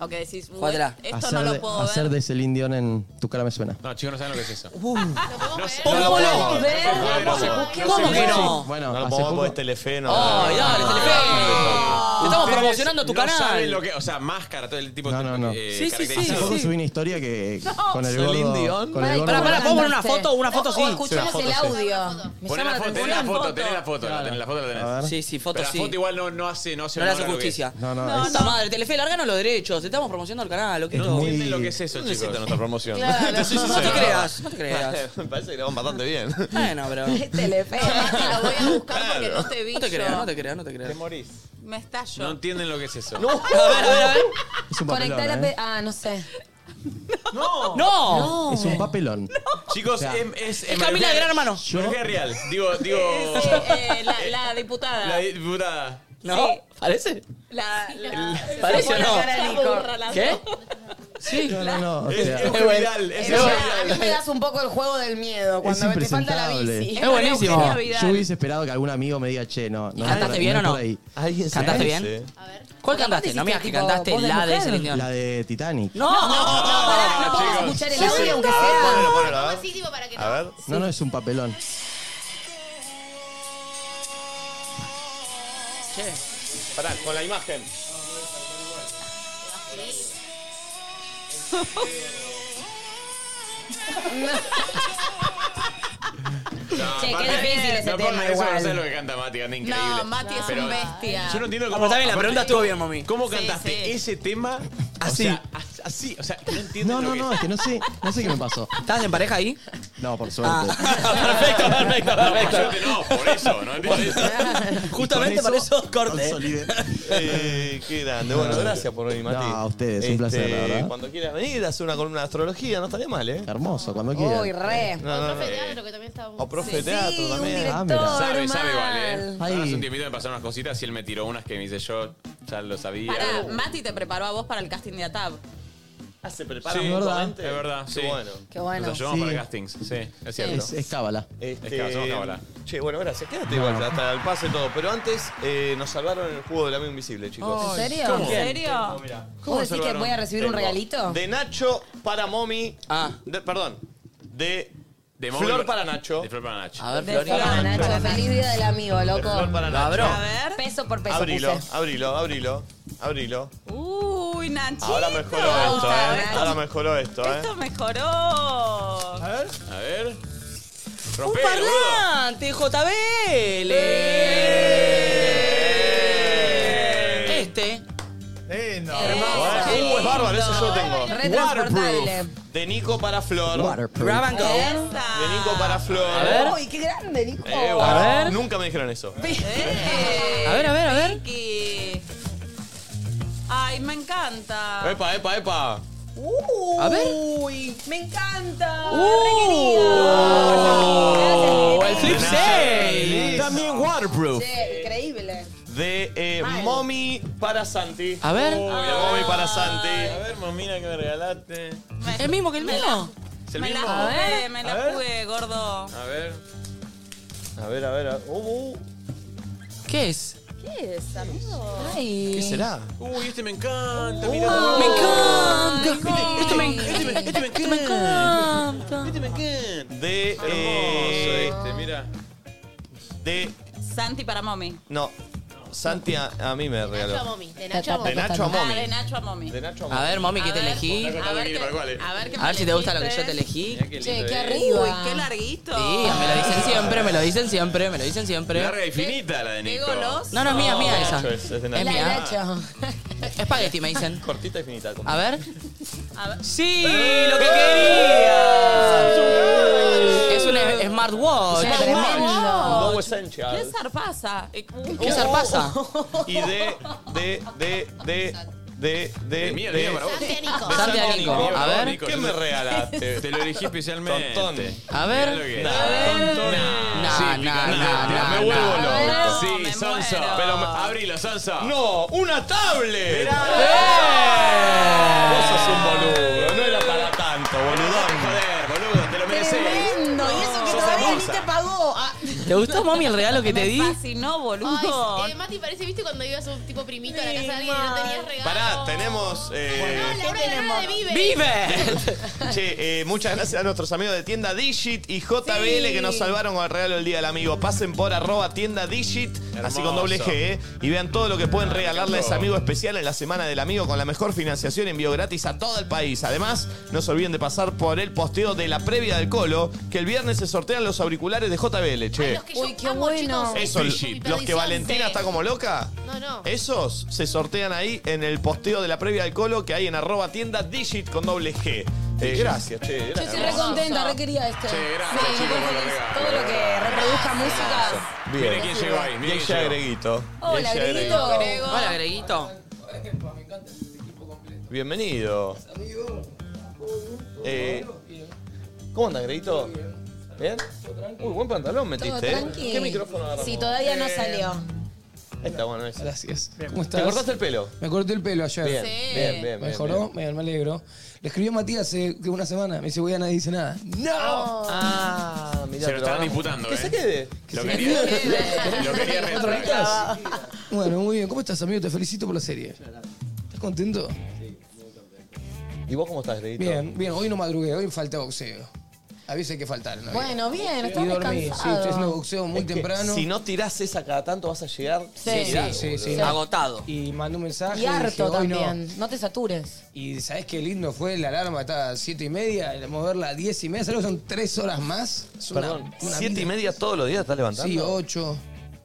Speaker 2: O que decís, "Uh,
Speaker 4: Jugátela.
Speaker 2: esto
Speaker 10: hacer,
Speaker 2: no
Speaker 10: de,
Speaker 2: lo puedo
Speaker 10: hacer
Speaker 2: ver.
Speaker 10: de Celine Dion en tu cara me suena.
Speaker 3: No, chicos, no saben lo que es eso.
Speaker 2: No
Speaker 3: sé.
Speaker 2: ¿Cómo
Speaker 29: No lo
Speaker 2: podemos
Speaker 29: podemos
Speaker 2: ver?
Speaker 29: No lo podemos
Speaker 2: ¿Cómo
Speaker 29: ver.
Speaker 2: que
Speaker 29: No sé
Speaker 2: no?
Speaker 29: qué es.
Speaker 2: No.
Speaker 29: Bueno, no
Speaker 10: hace
Speaker 29: lo podemos
Speaker 10: poco-
Speaker 29: poner Telefe. no.
Speaker 4: Ay, dale, Telefe. Te estamos
Speaker 3: Ustedes
Speaker 4: promocionando tu
Speaker 3: no
Speaker 4: canal.
Speaker 3: saben lo que, o sea, máscara, todo el tipo
Speaker 10: No,
Speaker 3: de-
Speaker 10: no, no.
Speaker 3: eh,
Speaker 4: Sí, sí, sí,
Speaker 10: Hace
Speaker 3: caracterizado.
Speaker 10: poco subí una historia que
Speaker 5: No.
Speaker 10: con el
Speaker 5: Celine
Speaker 10: gordo,
Speaker 5: Dion.
Speaker 10: Con el gordo
Speaker 4: Pará, pará, ¿puedo poner una
Speaker 5: Andaste.
Speaker 4: foto? Una foto
Speaker 5: O
Speaker 4: sí.
Speaker 5: escuchamos
Speaker 4: Sí, una
Speaker 5: el
Speaker 4: foto, sí.
Speaker 5: audio. Me
Speaker 3: Poné la
Speaker 5: llama la
Speaker 3: foto,
Speaker 5: atención.
Speaker 3: tenés la foto, tenés la foto, la tenés, la foto, la
Speaker 4: A ver.
Speaker 3: tenés.
Speaker 4: Sí, sí, foto
Speaker 3: Pero
Speaker 4: sí.
Speaker 3: La foto igual no, no hace, no hace
Speaker 4: No le hace
Speaker 3: honor a lo que es.
Speaker 4: justicia.
Speaker 10: No, no,
Speaker 4: No,
Speaker 10: es-
Speaker 4: puta madre, Telefe, larganos los derechos. Te estamos promocionando el canal, ¿o qué?
Speaker 3: No
Speaker 4: todo?
Speaker 3: entienden lo que es eso,
Speaker 29: No
Speaker 3: chicos.
Speaker 29: necesitan nuestra promoción.
Speaker 4: Claro.
Speaker 29: Te soy
Speaker 4: No te
Speaker 29: sincero.
Speaker 4: creas, no te creas.
Speaker 29: Me parece que lo van bastante bien.
Speaker 4: Bueno, pero.
Speaker 5: Telefe.
Speaker 2: Lo voy a buscar porque no te vi.
Speaker 4: No te
Speaker 2: yo. Ah,
Speaker 4: creas, no te creas, no te creas.
Speaker 2: Me estallo.
Speaker 3: No entienden lo que es eso.
Speaker 4: No, a ver, a ver, a ver.
Speaker 10: Es un
Speaker 5: Conectá la
Speaker 10: papelón.
Speaker 5: pe-
Speaker 10: ¿eh?
Speaker 5: Ah, no sé.
Speaker 3: ¡No!
Speaker 4: ¡No!
Speaker 10: Es un papelón.
Speaker 3: Chicos,
Speaker 10: O sea,
Speaker 3: em- es,
Speaker 4: es Camila de Gran Hermano.
Speaker 3: Energía real. Digo, digo.
Speaker 2: Sí, eh, la, la diputada.
Speaker 3: La diputada.
Speaker 4: ¿No? ¿Parece?
Speaker 2: La, la-
Speaker 4: ¿Parece o
Speaker 2: la
Speaker 4: no?
Speaker 2: cara de burra, la-
Speaker 4: ¿Qué? Sí.
Speaker 10: No, no, no. o
Speaker 3: Es,
Speaker 10: sea,
Speaker 3: es Eugenio Vidal, es
Speaker 5: Eh,
Speaker 3: Eugenio
Speaker 5: a mí
Speaker 3: Vidal.
Speaker 5: me das un poco el juego del miedo cuando te falta la
Speaker 10: impresentable.
Speaker 5: bici.
Speaker 10: Es
Speaker 4: buenísimo.
Speaker 2: Eugenia Vidal.
Speaker 10: yo hubiese esperado que algún amigo me diga, che, no. no
Speaker 4: ¿Cantaste
Speaker 10: es por-
Speaker 4: bien o
Speaker 10: es
Speaker 4: no?
Speaker 10: por ahí.
Speaker 4: ¿Cantaste bien? ¿Cuál
Speaker 5: Porque aparte
Speaker 4: cantaste? No me digas que
Speaker 5: hiciste
Speaker 4: cantaste
Speaker 5: tipo voz de
Speaker 4: la de
Speaker 5: mujer.
Speaker 4: Celine Dion.
Speaker 10: La de Titanic.
Speaker 4: No, no,
Speaker 5: pará, no podemos
Speaker 29: chicos.
Speaker 5: escuchar el
Speaker 29: Sí,
Speaker 5: audio,
Speaker 29: sí.
Speaker 5: aunque
Speaker 29: A ver,
Speaker 4: Ah,
Speaker 5: sea.
Speaker 29: ponelo, ponelo, a ver.
Speaker 6: Así, tipo, para que
Speaker 29: A ver.
Speaker 10: No, no, es un papelón.
Speaker 4: Che.
Speaker 29: Pará, con la imagen.
Speaker 3: No,
Speaker 5: Che, qué
Speaker 3: Mati,
Speaker 5: difícil ese
Speaker 3: no
Speaker 5: tema
Speaker 3: pongan eso,
Speaker 5: igual.
Speaker 3: No sé lo que canta Mati, canta increíble.
Speaker 2: No, Mati es
Speaker 3: Pero
Speaker 2: un bestia.
Speaker 3: Yo no entiendo
Speaker 4: Ah,
Speaker 3: cómo.
Speaker 4: pero está bien, la
Speaker 3: aparte,
Speaker 4: pregunta estuvo bien, mami.
Speaker 3: ¿Cómo
Speaker 2: Sí,
Speaker 3: cantaste
Speaker 2: sí.
Speaker 3: ese tema? O
Speaker 4: Así.
Speaker 3: sea, as- así, o sea, que no entiendo.
Speaker 10: No, no, no, es que no sé, no sé qué me pasó.
Speaker 4: ¿Estabas en pareja ahí? Ah.
Speaker 10: No, por suerte.
Speaker 4: perfecto, perfecto, perfecto.
Speaker 3: No, por eso, no entiendo eso.
Speaker 4: Justamente por eso corte.
Speaker 10: Consolidé.
Speaker 29: Eh, qué grande. Bueno, gracias por venir, Mati. Este,
Speaker 10: No, a ustedes, un placer, la
Speaker 1: Este,
Speaker 10: verdad.
Speaker 29: Cuando quieras venir, hacer una columna de astrología, no estaría mal, ¿eh?
Speaker 10: Hermoso, cuando
Speaker 5: Uy,
Speaker 10: quieras.
Speaker 5: re.
Speaker 29: No, no, no.
Speaker 6: Teatro, que también está
Speaker 29: O profe de teatro
Speaker 5: Sí, un
Speaker 29: también.
Speaker 5: director
Speaker 10: Ah, mira.
Speaker 3: Sabe, sabe igual,
Speaker 5: mal.
Speaker 3: eh.
Speaker 10: Ay.
Speaker 3: Hace un tiempito me pasaron unas cositas y él me tiró unas que me dice yo, ya lo sabía.
Speaker 2: Pará, Mati te preparó a vos para el casting de ATAB.
Speaker 1: Ah, se prepara
Speaker 3: Sí,
Speaker 1: mutuamente.
Speaker 3: es verdad, sí.
Speaker 1: Qué bueno.
Speaker 5: Qué bueno.
Speaker 3: Nos ayudamos
Speaker 1: Sí.
Speaker 3: para castings, sí, es cierto.
Speaker 10: Es, es cábala.
Speaker 1: Este,
Speaker 3: Es que hacemos cábala.
Speaker 1: Che, bueno, gracias. Quédate igual,
Speaker 10: No.
Speaker 1: hasta el pase todo. Pero antes eh, nos salvaron el juego del amigo invisible, chicos.
Speaker 5: Oh, ¿En serio? ¿En
Speaker 1: ¿Quién?
Speaker 5: serio?
Speaker 1: ¿Cómo
Speaker 5: ¿Vos decís que
Speaker 1: salvaron?
Speaker 5: voy a recibir un
Speaker 1: Tengo.
Speaker 5: regalito?
Speaker 1: De Nacho para Momi. Ah. perdón. De,
Speaker 3: Momi
Speaker 1: Flor
Speaker 3: pa-
Speaker 1: para Nacho.
Speaker 3: De Flor para Nacho.
Speaker 1: A ver,
Speaker 5: De Flor para Nacho, feliz día del amigo, loco.
Speaker 1: Flor para Nacho. Abro.
Speaker 5: A ver. Peso por peso
Speaker 1: Abrilo,
Speaker 5: puse.
Speaker 1: abrilo, abrilo. Abrilo.
Speaker 2: Uy, Nachito.
Speaker 1: Ahora mejoró esto, ¿eh? Ahora mejoró esto, ¿eh?
Speaker 2: Esto mejoró. A
Speaker 1: ver. A ver.
Speaker 4: ¡Un
Speaker 1: Rompelo,
Speaker 4: parlante, JBL! Este.
Speaker 1: Hermoso. Uh, es bárbaro, eso yo lo tengo.
Speaker 5: Retransportable.
Speaker 1: De Nico para Flor.
Speaker 5: Grab and go.
Speaker 1: De Nico para Flor.
Speaker 5: Uy, qué grande, Nico.
Speaker 1: Eh, bueno, Nunca me dijeron eso.
Speaker 2: A
Speaker 1: ver, a ver, a ver.
Speaker 2: Ay, me encanta.
Speaker 1: Epa, epa, epa.
Speaker 2: Uy,
Speaker 1: A ver.
Speaker 2: me encanta.
Speaker 1: ¡Oh!
Speaker 11: el flip sale.
Speaker 1: También waterproof.
Speaker 5: Che, increíble.
Speaker 1: De eh,
Speaker 5: Mal.
Speaker 1: Mommy para Santi.
Speaker 4: A ver.
Speaker 1: Uy, de Mommy para Santi. A ver,
Speaker 3: Momina, que me regalaste.
Speaker 4: ¿El mismo que el mío?
Speaker 1: ¿Es el
Speaker 2: me
Speaker 1: mismo?
Speaker 2: la jugué, me
Speaker 1: A
Speaker 2: la
Speaker 1: ver.
Speaker 2: jugué, gordo.
Speaker 1: A ver. A ver, a ver. a- uh, uh.
Speaker 4: ¿Qué es?
Speaker 2: ¿Qué es, amigo?
Speaker 5: Ay.
Speaker 1: ¿Qué será?
Speaker 3: Uy, este me encanta, mira.
Speaker 11: Me encanta.
Speaker 3: Este me encanta. Este me encanta. Este me encanta.
Speaker 1: De. eh,
Speaker 3: Hermoso este, mira.
Speaker 1: De.
Speaker 2: Santi para Momi.
Speaker 1: No. Santi a, a mí me regaló.
Speaker 2: Nacho a Momi, de Nacho a Momi.
Speaker 1: De Nacho a
Speaker 2: Ah, de
Speaker 1: Momi.
Speaker 2: Nacho a Momi.
Speaker 1: De Nacho
Speaker 4: A ver, Momi, ¿qué te elegí?
Speaker 2: A ver, qué- a ver, qué
Speaker 4: A ver si
Speaker 2: me
Speaker 4: te gusta lo que yo
Speaker 2: elegiste.
Speaker 4: te elegí.
Speaker 2: Che, qué eh. Uy, qué larguito.
Speaker 4: Sí, me lo dicen siempre, me lo dicen siempre, me lo dicen siempre.
Speaker 3: Larga y finita la de Nico.
Speaker 2: goloso.
Speaker 4: No, no, es mía, es mía esa.
Speaker 1: Es, es de
Speaker 4: Es
Speaker 1: Nacho.
Speaker 4: mía. Espagueti, me dicen.
Speaker 1: Cortita y finita.
Speaker 4: A ver.
Speaker 2: A ver.
Speaker 4: Sí, lo que quería. Es un smartwatch.
Speaker 2: Es tremendo.
Speaker 1: Go
Speaker 2: Qué
Speaker 1: Essential.
Speaker 2: zarpaza. Eh,
Speaker 4: ¿Qué zarpaza?
Speaker 1: Y de, de, de, de, de, de.
Speaker 2: Eh,
Speaker 1: De
Speaker 3: mía, mía para vos. Santi a Nico.
Speaker 1: de
Speaker 3: Santi a
Speaker 1: Santi
Speaker 3: Nico.
Speaker 1: Nico.
Speaker 3: A ver.
Speaker 1: ¿Qué me regalaste?
Speaker 3: Te lo elegí especialmente.
Speaker 1: Tontón.
Speaker 4: A
Speaker 3: ver. Mirá lo que es.
Speaker 4: Tontón.
Speaker 3: Sí,
Speaker 4: No, no,
Speaker 3: picante.
Speaker 4: no,
Speaker 3: Me
Speaker 4: no,
Speaker 3: vuelvo
Speaker 4: no.
Speaker 3: loco. Sí, Sonso. Pero me- abrilo, Sonso.
Speaker 1: ¡No! ¡Una tablet!
Speaker 4: ¡Eh!
Speaker 1: Vos sos un boludo. No era para tanto, boludón.
Speaker 3: Joder, boludo, te lo mereces.
Speaker 5: Tremendo. Y eso que
Speaker 3: Sos
Speaker 5: todavía ni
Speaker 3: hermosa.
Speaker 5: te pagó. Ah,
Speaker 4: ¿Te gustó, mami, el regalo que te di?
Speaker 2: Si no, boludo.
Speaker 6: Ay, eh, Mati parece, viste, cuando ibas a un tipo primito a la casa de alguien y no tenías regalo.
Speaker 1: Pará, tenemos. eh,
Speaker 6: No, la regala de Vive.
Speaker 1: Che, eh, muchas gracias a nuestros amigos de tienda Digit y JBL
Speaker 6: Sí.
Speaker 1: que nos salvaron con el regalo del Día del Amigo. Pasen por arroba tienda Digit, así con doble G, eh, y vean todo lo que pueden regalarle a ese amigo especial en la Semana del Amigo con la mejor financiación envío gratis a todo el país. Además, no se olviden de pasar por el posteo de la previa del Colo, que el viernes se sortean los auriculares de JBL, che.
Speaker 5: Uy, qué bueno.
Speaker 1: Eso, los que Valentina está como loca.
Speaker 6: No, no.
Speaker 1: Esos se sortean ahí en el posteo de la previa del colo que hay en arroba tienda digit con doble G. Eh, gracias, che.
Speaker 5: Yo
Speaker 1: gracias.
Speaker 5: estoy re contenta, re quería esto.
Speaker 3: gracias,
Speaker 5: Sí,
Speaker 3: chicos,
Speaker 5: muy
Speaker 3: por el
Speaker 5: feliz.
Speaker 3: regalo.
Speaker 5: Todo lo que reproduzca música.
Speaker 1: Bien.
Speaker 3: Mire quién llegó ahí, mire quién
Speaker 1: Yeya
Speaker 3: llegó.
Speaker 1: Greguito.
Speaker 5: Hola,
Speaker 1: Yeya
Speaker 5: Greguito. Grego.
Speaker 4: Hola, Greguito.
Speaker 1: Bienvenido. Eh, ¿Cómo andas, Greguito? ¿Bien? Uy, buen pantalón
Speaker 5: Todo
Speaker 1: metiste, ¿eh?
Speaker 5: tranqui.
Speaker 1: ¿Qué micrófono agarramos? Eh,
Speaker 5: Sí, todavía no salió.
Speaker 1: Ahí está, bueno, ese. Gracias.
Speaker 13: ¿Cómo estás?
Speaker 1: ¿Te cortaste el pelo?
Speaker 13: Me corté el pelo ayer.
Speaker 1: Bien, Sí. bien, bien,
Speaker 13: Mejoró, me, me alegro. Le escribió Matías hace una semana. Me dice, voy a nadie dice nada.
Speaker 1: ¡No! Ah, mirá.
Speaker 3: Se lo
Speaker 1: estaban
Speaker 3: están disputando,
Speaker 1: ¿Que
Speaker 3: eh.
Speaker 1: se quede?
Speaker 3: Lo quería, lo quería retraer.
Speaker 13: Bueno, muy bien. ¿Cómo estás, amigo? Te felicito por la serie. ¿Estás contento?
Speaker 1: ¿Y vos cómo estás, Greguito?
Speaker 13: Bien, bien. Hoy no madrugué. Hoy falta boxeo. A veces hay que faltar. ¿no?
Speaker 5: Bueno, bien,
Speaker 13: Y
Speaker 5: estás
Speaker 13: dormí. Sí,
Speaker 5: descansado.
Speaker 13: estoy haciendo boxeo muy
Speaker 1: Es que
Speaker 13: temprano.
Speaker 1: Si no tirás esa cada tanto vas a llegar.
Speaker 13: Sí, sí,
Speaker 1: tirado,
Speaker 13: sí,
Speaker 1: boludo.
Speaker 13: sí.
Speaker 4: Agotado.
Speaker 13: Y mandó un mensaje.
Speaker 5: Y
Speaker 13: dije,
Speaker 5: harto
Speaker 13: hoy no.
Speaker 5: también. No te satures.
Speaker 13: Y sabés qué lindo fue la alarma, estaba a 7 y media, y moverla a 10 y media, ¿sabés que son 3 horas más? Es una-
Speaker 1: Perdón,
Speaker 13: una
Speaker 1: ¿siete y
Speaker 13: vida.
Speaker 1: media todos los días estás levantando?
Speaker 13: Sí, 8.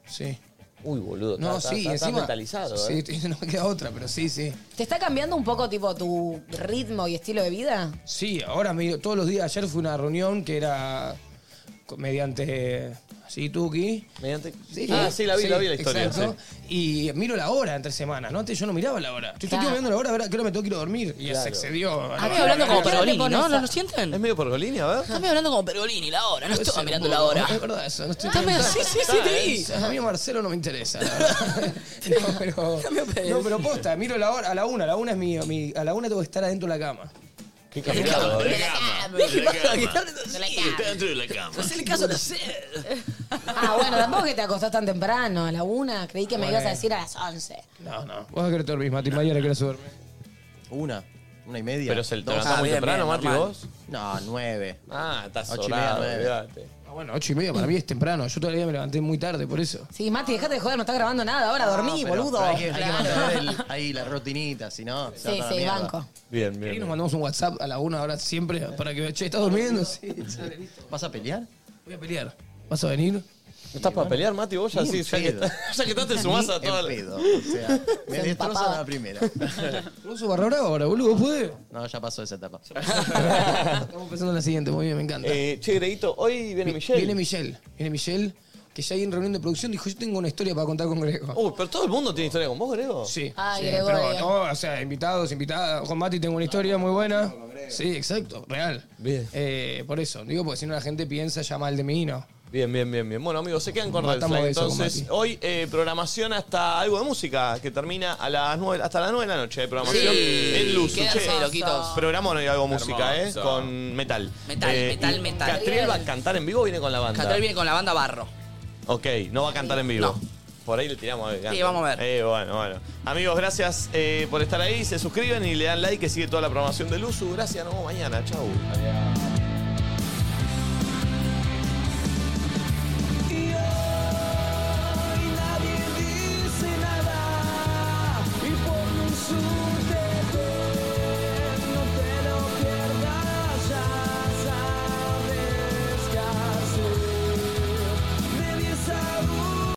Speaker 13: Sí.
Speaker 1: Uy, boludo.
Speaker 13: No,
Speaker 1: estás-
Speaker 13: sí,
Speaker 1: estás- estás
Speaker 13: encima.
Speaker 1: mentalizado,
Speaker 13: sí,
Speaker 1: eh.
Speaker 13: estoy- no me queda otra, pero sí, sí.
Speaker 5: ¿Te está cambiando un poco tipo tu ritmo y estilo de vida?
Speaker 13: Sí, ahora me, todos los días, ayer fue una reunión que era co- mediante eh, así Tuki. Mediante.
Speaker 1: Ah, sí, la vi, la vi la historia,
Speaker 13: Exacto. Y miro la hora entre semanas, ¿no? Antes yo no miraba la hora. Estoy todo el
Speaker 4: Claro.
Speaker 13: tiempo mirando la hora, a ver, creo que me tengo que ir a dormir. Y se excedió.
Speaker 4: Acá hablando como Pergolini, ¿no? ¿No lo
Speaker 1: sienten? Es medio Pergolini, a ver.
Speaker 4: Estás hablando como Pergolini, la hora. No
Speaker 13: Puede
Speaker 4: estoy
Speaker 13: ser
Speaker 4: mirando
Speaker 13: un
Speaker 4: la
Speaker 13: poco.
Speaker 4: hora.
Speaker 13: Es verdad eso, no estoy
Speaker 4: Está medio- sí, sí, sí, te vi.
Speaker 13: A mí Marcelo no me interesa. la verdad. no, pero, no, pero posta, miro la hora, a la una, a la una es mi, mi- a la una tengo que estar adentro de la cama. ¿Qué
Speaker 29: complicado, De la ¿eh? cama, de la cama.
Speaker 13: Está dentro de la cama.
Speaker 4: Hacele caso a la
Speaker 5: Ah, bueno, tampoco es que te acostás tan temprano, a la una. Creí que me
Speaker 13: Bueno.
Speaker 5: ibas a decir a las once.
Speaker 13: No, no. Vos a qué hora te dormís, Mati, mañana que hora se duerme.
Speaker 10: Una, una y media.
Speaker 13: Pero se- te
Speaker 10: dos.
Speaker 13: levantás Ah, muy bien, temprano, bien, Mati, normal. ¿vos?
Speaker 10: No, nueve.
Speaker 1: Ah, estás
Speaker 10: Ocho y
Speaker 1: sobrado,
Speaker 10: media, nueve.
Speaker 1: olvidate.
Speaker 13: Ah, bueno, ocho y media para mí es temprano. Yo todavía me levanté muy tarde, por eso.
Speaker 5: Sí, Mati, dejate de joder, no estás grabando nada. Ahora
Speaker 10: No,
Speaker 5: dormí,
Speaker 10: pero-
Speaker 5: boludo.
Speaker 10: pero hay que, hay que mantener el- ahí la rutinita, si no. se va
Speaker 5: Sí,
Speaker 10: toda la
Speaker 5: sí,
Speaker 10: mierda.
Speaker 5: banco.
Speaker 1: Bien,
Speaker 13: bien. Y nos mandamos un WhatsApp a la una ahora siempre para que, che, ¿estás durmiendo? Sí.
Speaker 10: ¿Vas a pelear?
Speaker 13: Voy a pelear. ¿Vas a venir?
Speaker 1: ¿Estás para pelear, Mati? Vos ya,
Speaker 13: Ni
Speaker 1: sí,
Speaker 13: en
Speaker 1: ya, que,
Speaker 13: pedo.
Speaker 1: ya que estás te sumás a
Speaker 10: Ni en
Speaker 1: todo
Speaker 10: pedo, o sea, me Se destrozan empapaba. a la
Speaker 1: primera.
Speaker 13: ¿Vos sos barra brava ahora, boludo? ¿Vos podés?
Speaker 10: No, ya pasó esa etapa.
Speaker 13: Estamos pensando en la siguiente, muy bien, me encanta.
Speaker 1: Eh, che, Greguito, hoy viene
Speaker 13: Vi-
Speaker 1: Michelle.
Speaker 13: Viene Michelle. Viene Michelle, que ya ahí en reunión de producción dijo, yo tengo una historia para contar con Grego.
Speaker 1: Uy, pero todo el mundo tiene historia con vos, Grego.
Speaker 13: Sí.
Speaker 5: Ay,
Speaker 13: Sí,
Speaker 5: Gregorio.
Speaker 13: pero no, o sea, invitados, invitadas. Con Mati tengo una historia muy buena. Sí, exacto, real. Bien. por eso, digo, porque si no la gente piensa ya mal de mí, ¿no?
Speaker 1: Bien, bien, bien, bien. Bueno, amigos, se quedan con Red
Speaker 13: Matamos
Speaker 1: Flag.
Speaker 13: eso con
Speaker 1: Entonces,
Speaker 13: Mati.
Speaker 1: hoy eh, programación hasta algo de música, que termina a las nueve, hasta las 9 de la noche, eh, programación
Speaker 4: Sí,
Speaker 1: en Luz.
Speaker 4: quédense, loquitos.
Speaker 1: Programón hoy algo de música,
Speaker 4: Hermoso.
Speaker 1: eh, con metal.
Speaker 4: Metal,
Speaker 1: Eh,
Speaker 4: metal,
Speaker 1: y
Speaker 4: metal.
Speaker 1: ¿Catriel va a cantar en vivo o viene con la banda?
Speaker 4: Catriel viene con la banda Barro.
Speaker 1: Ok, no va a cantar en vivo. Por ahí le tiramos a ver.
Speaker 4: Sí, vamos a
Speaker 1: ver. Eh, bueno, bueno. Amigos, gracias eh, por estar ahí. Se suscriben y le dan like que sigue toda la programación de Luzu. Gracias, nos vemos mañana. Chau. Adiós.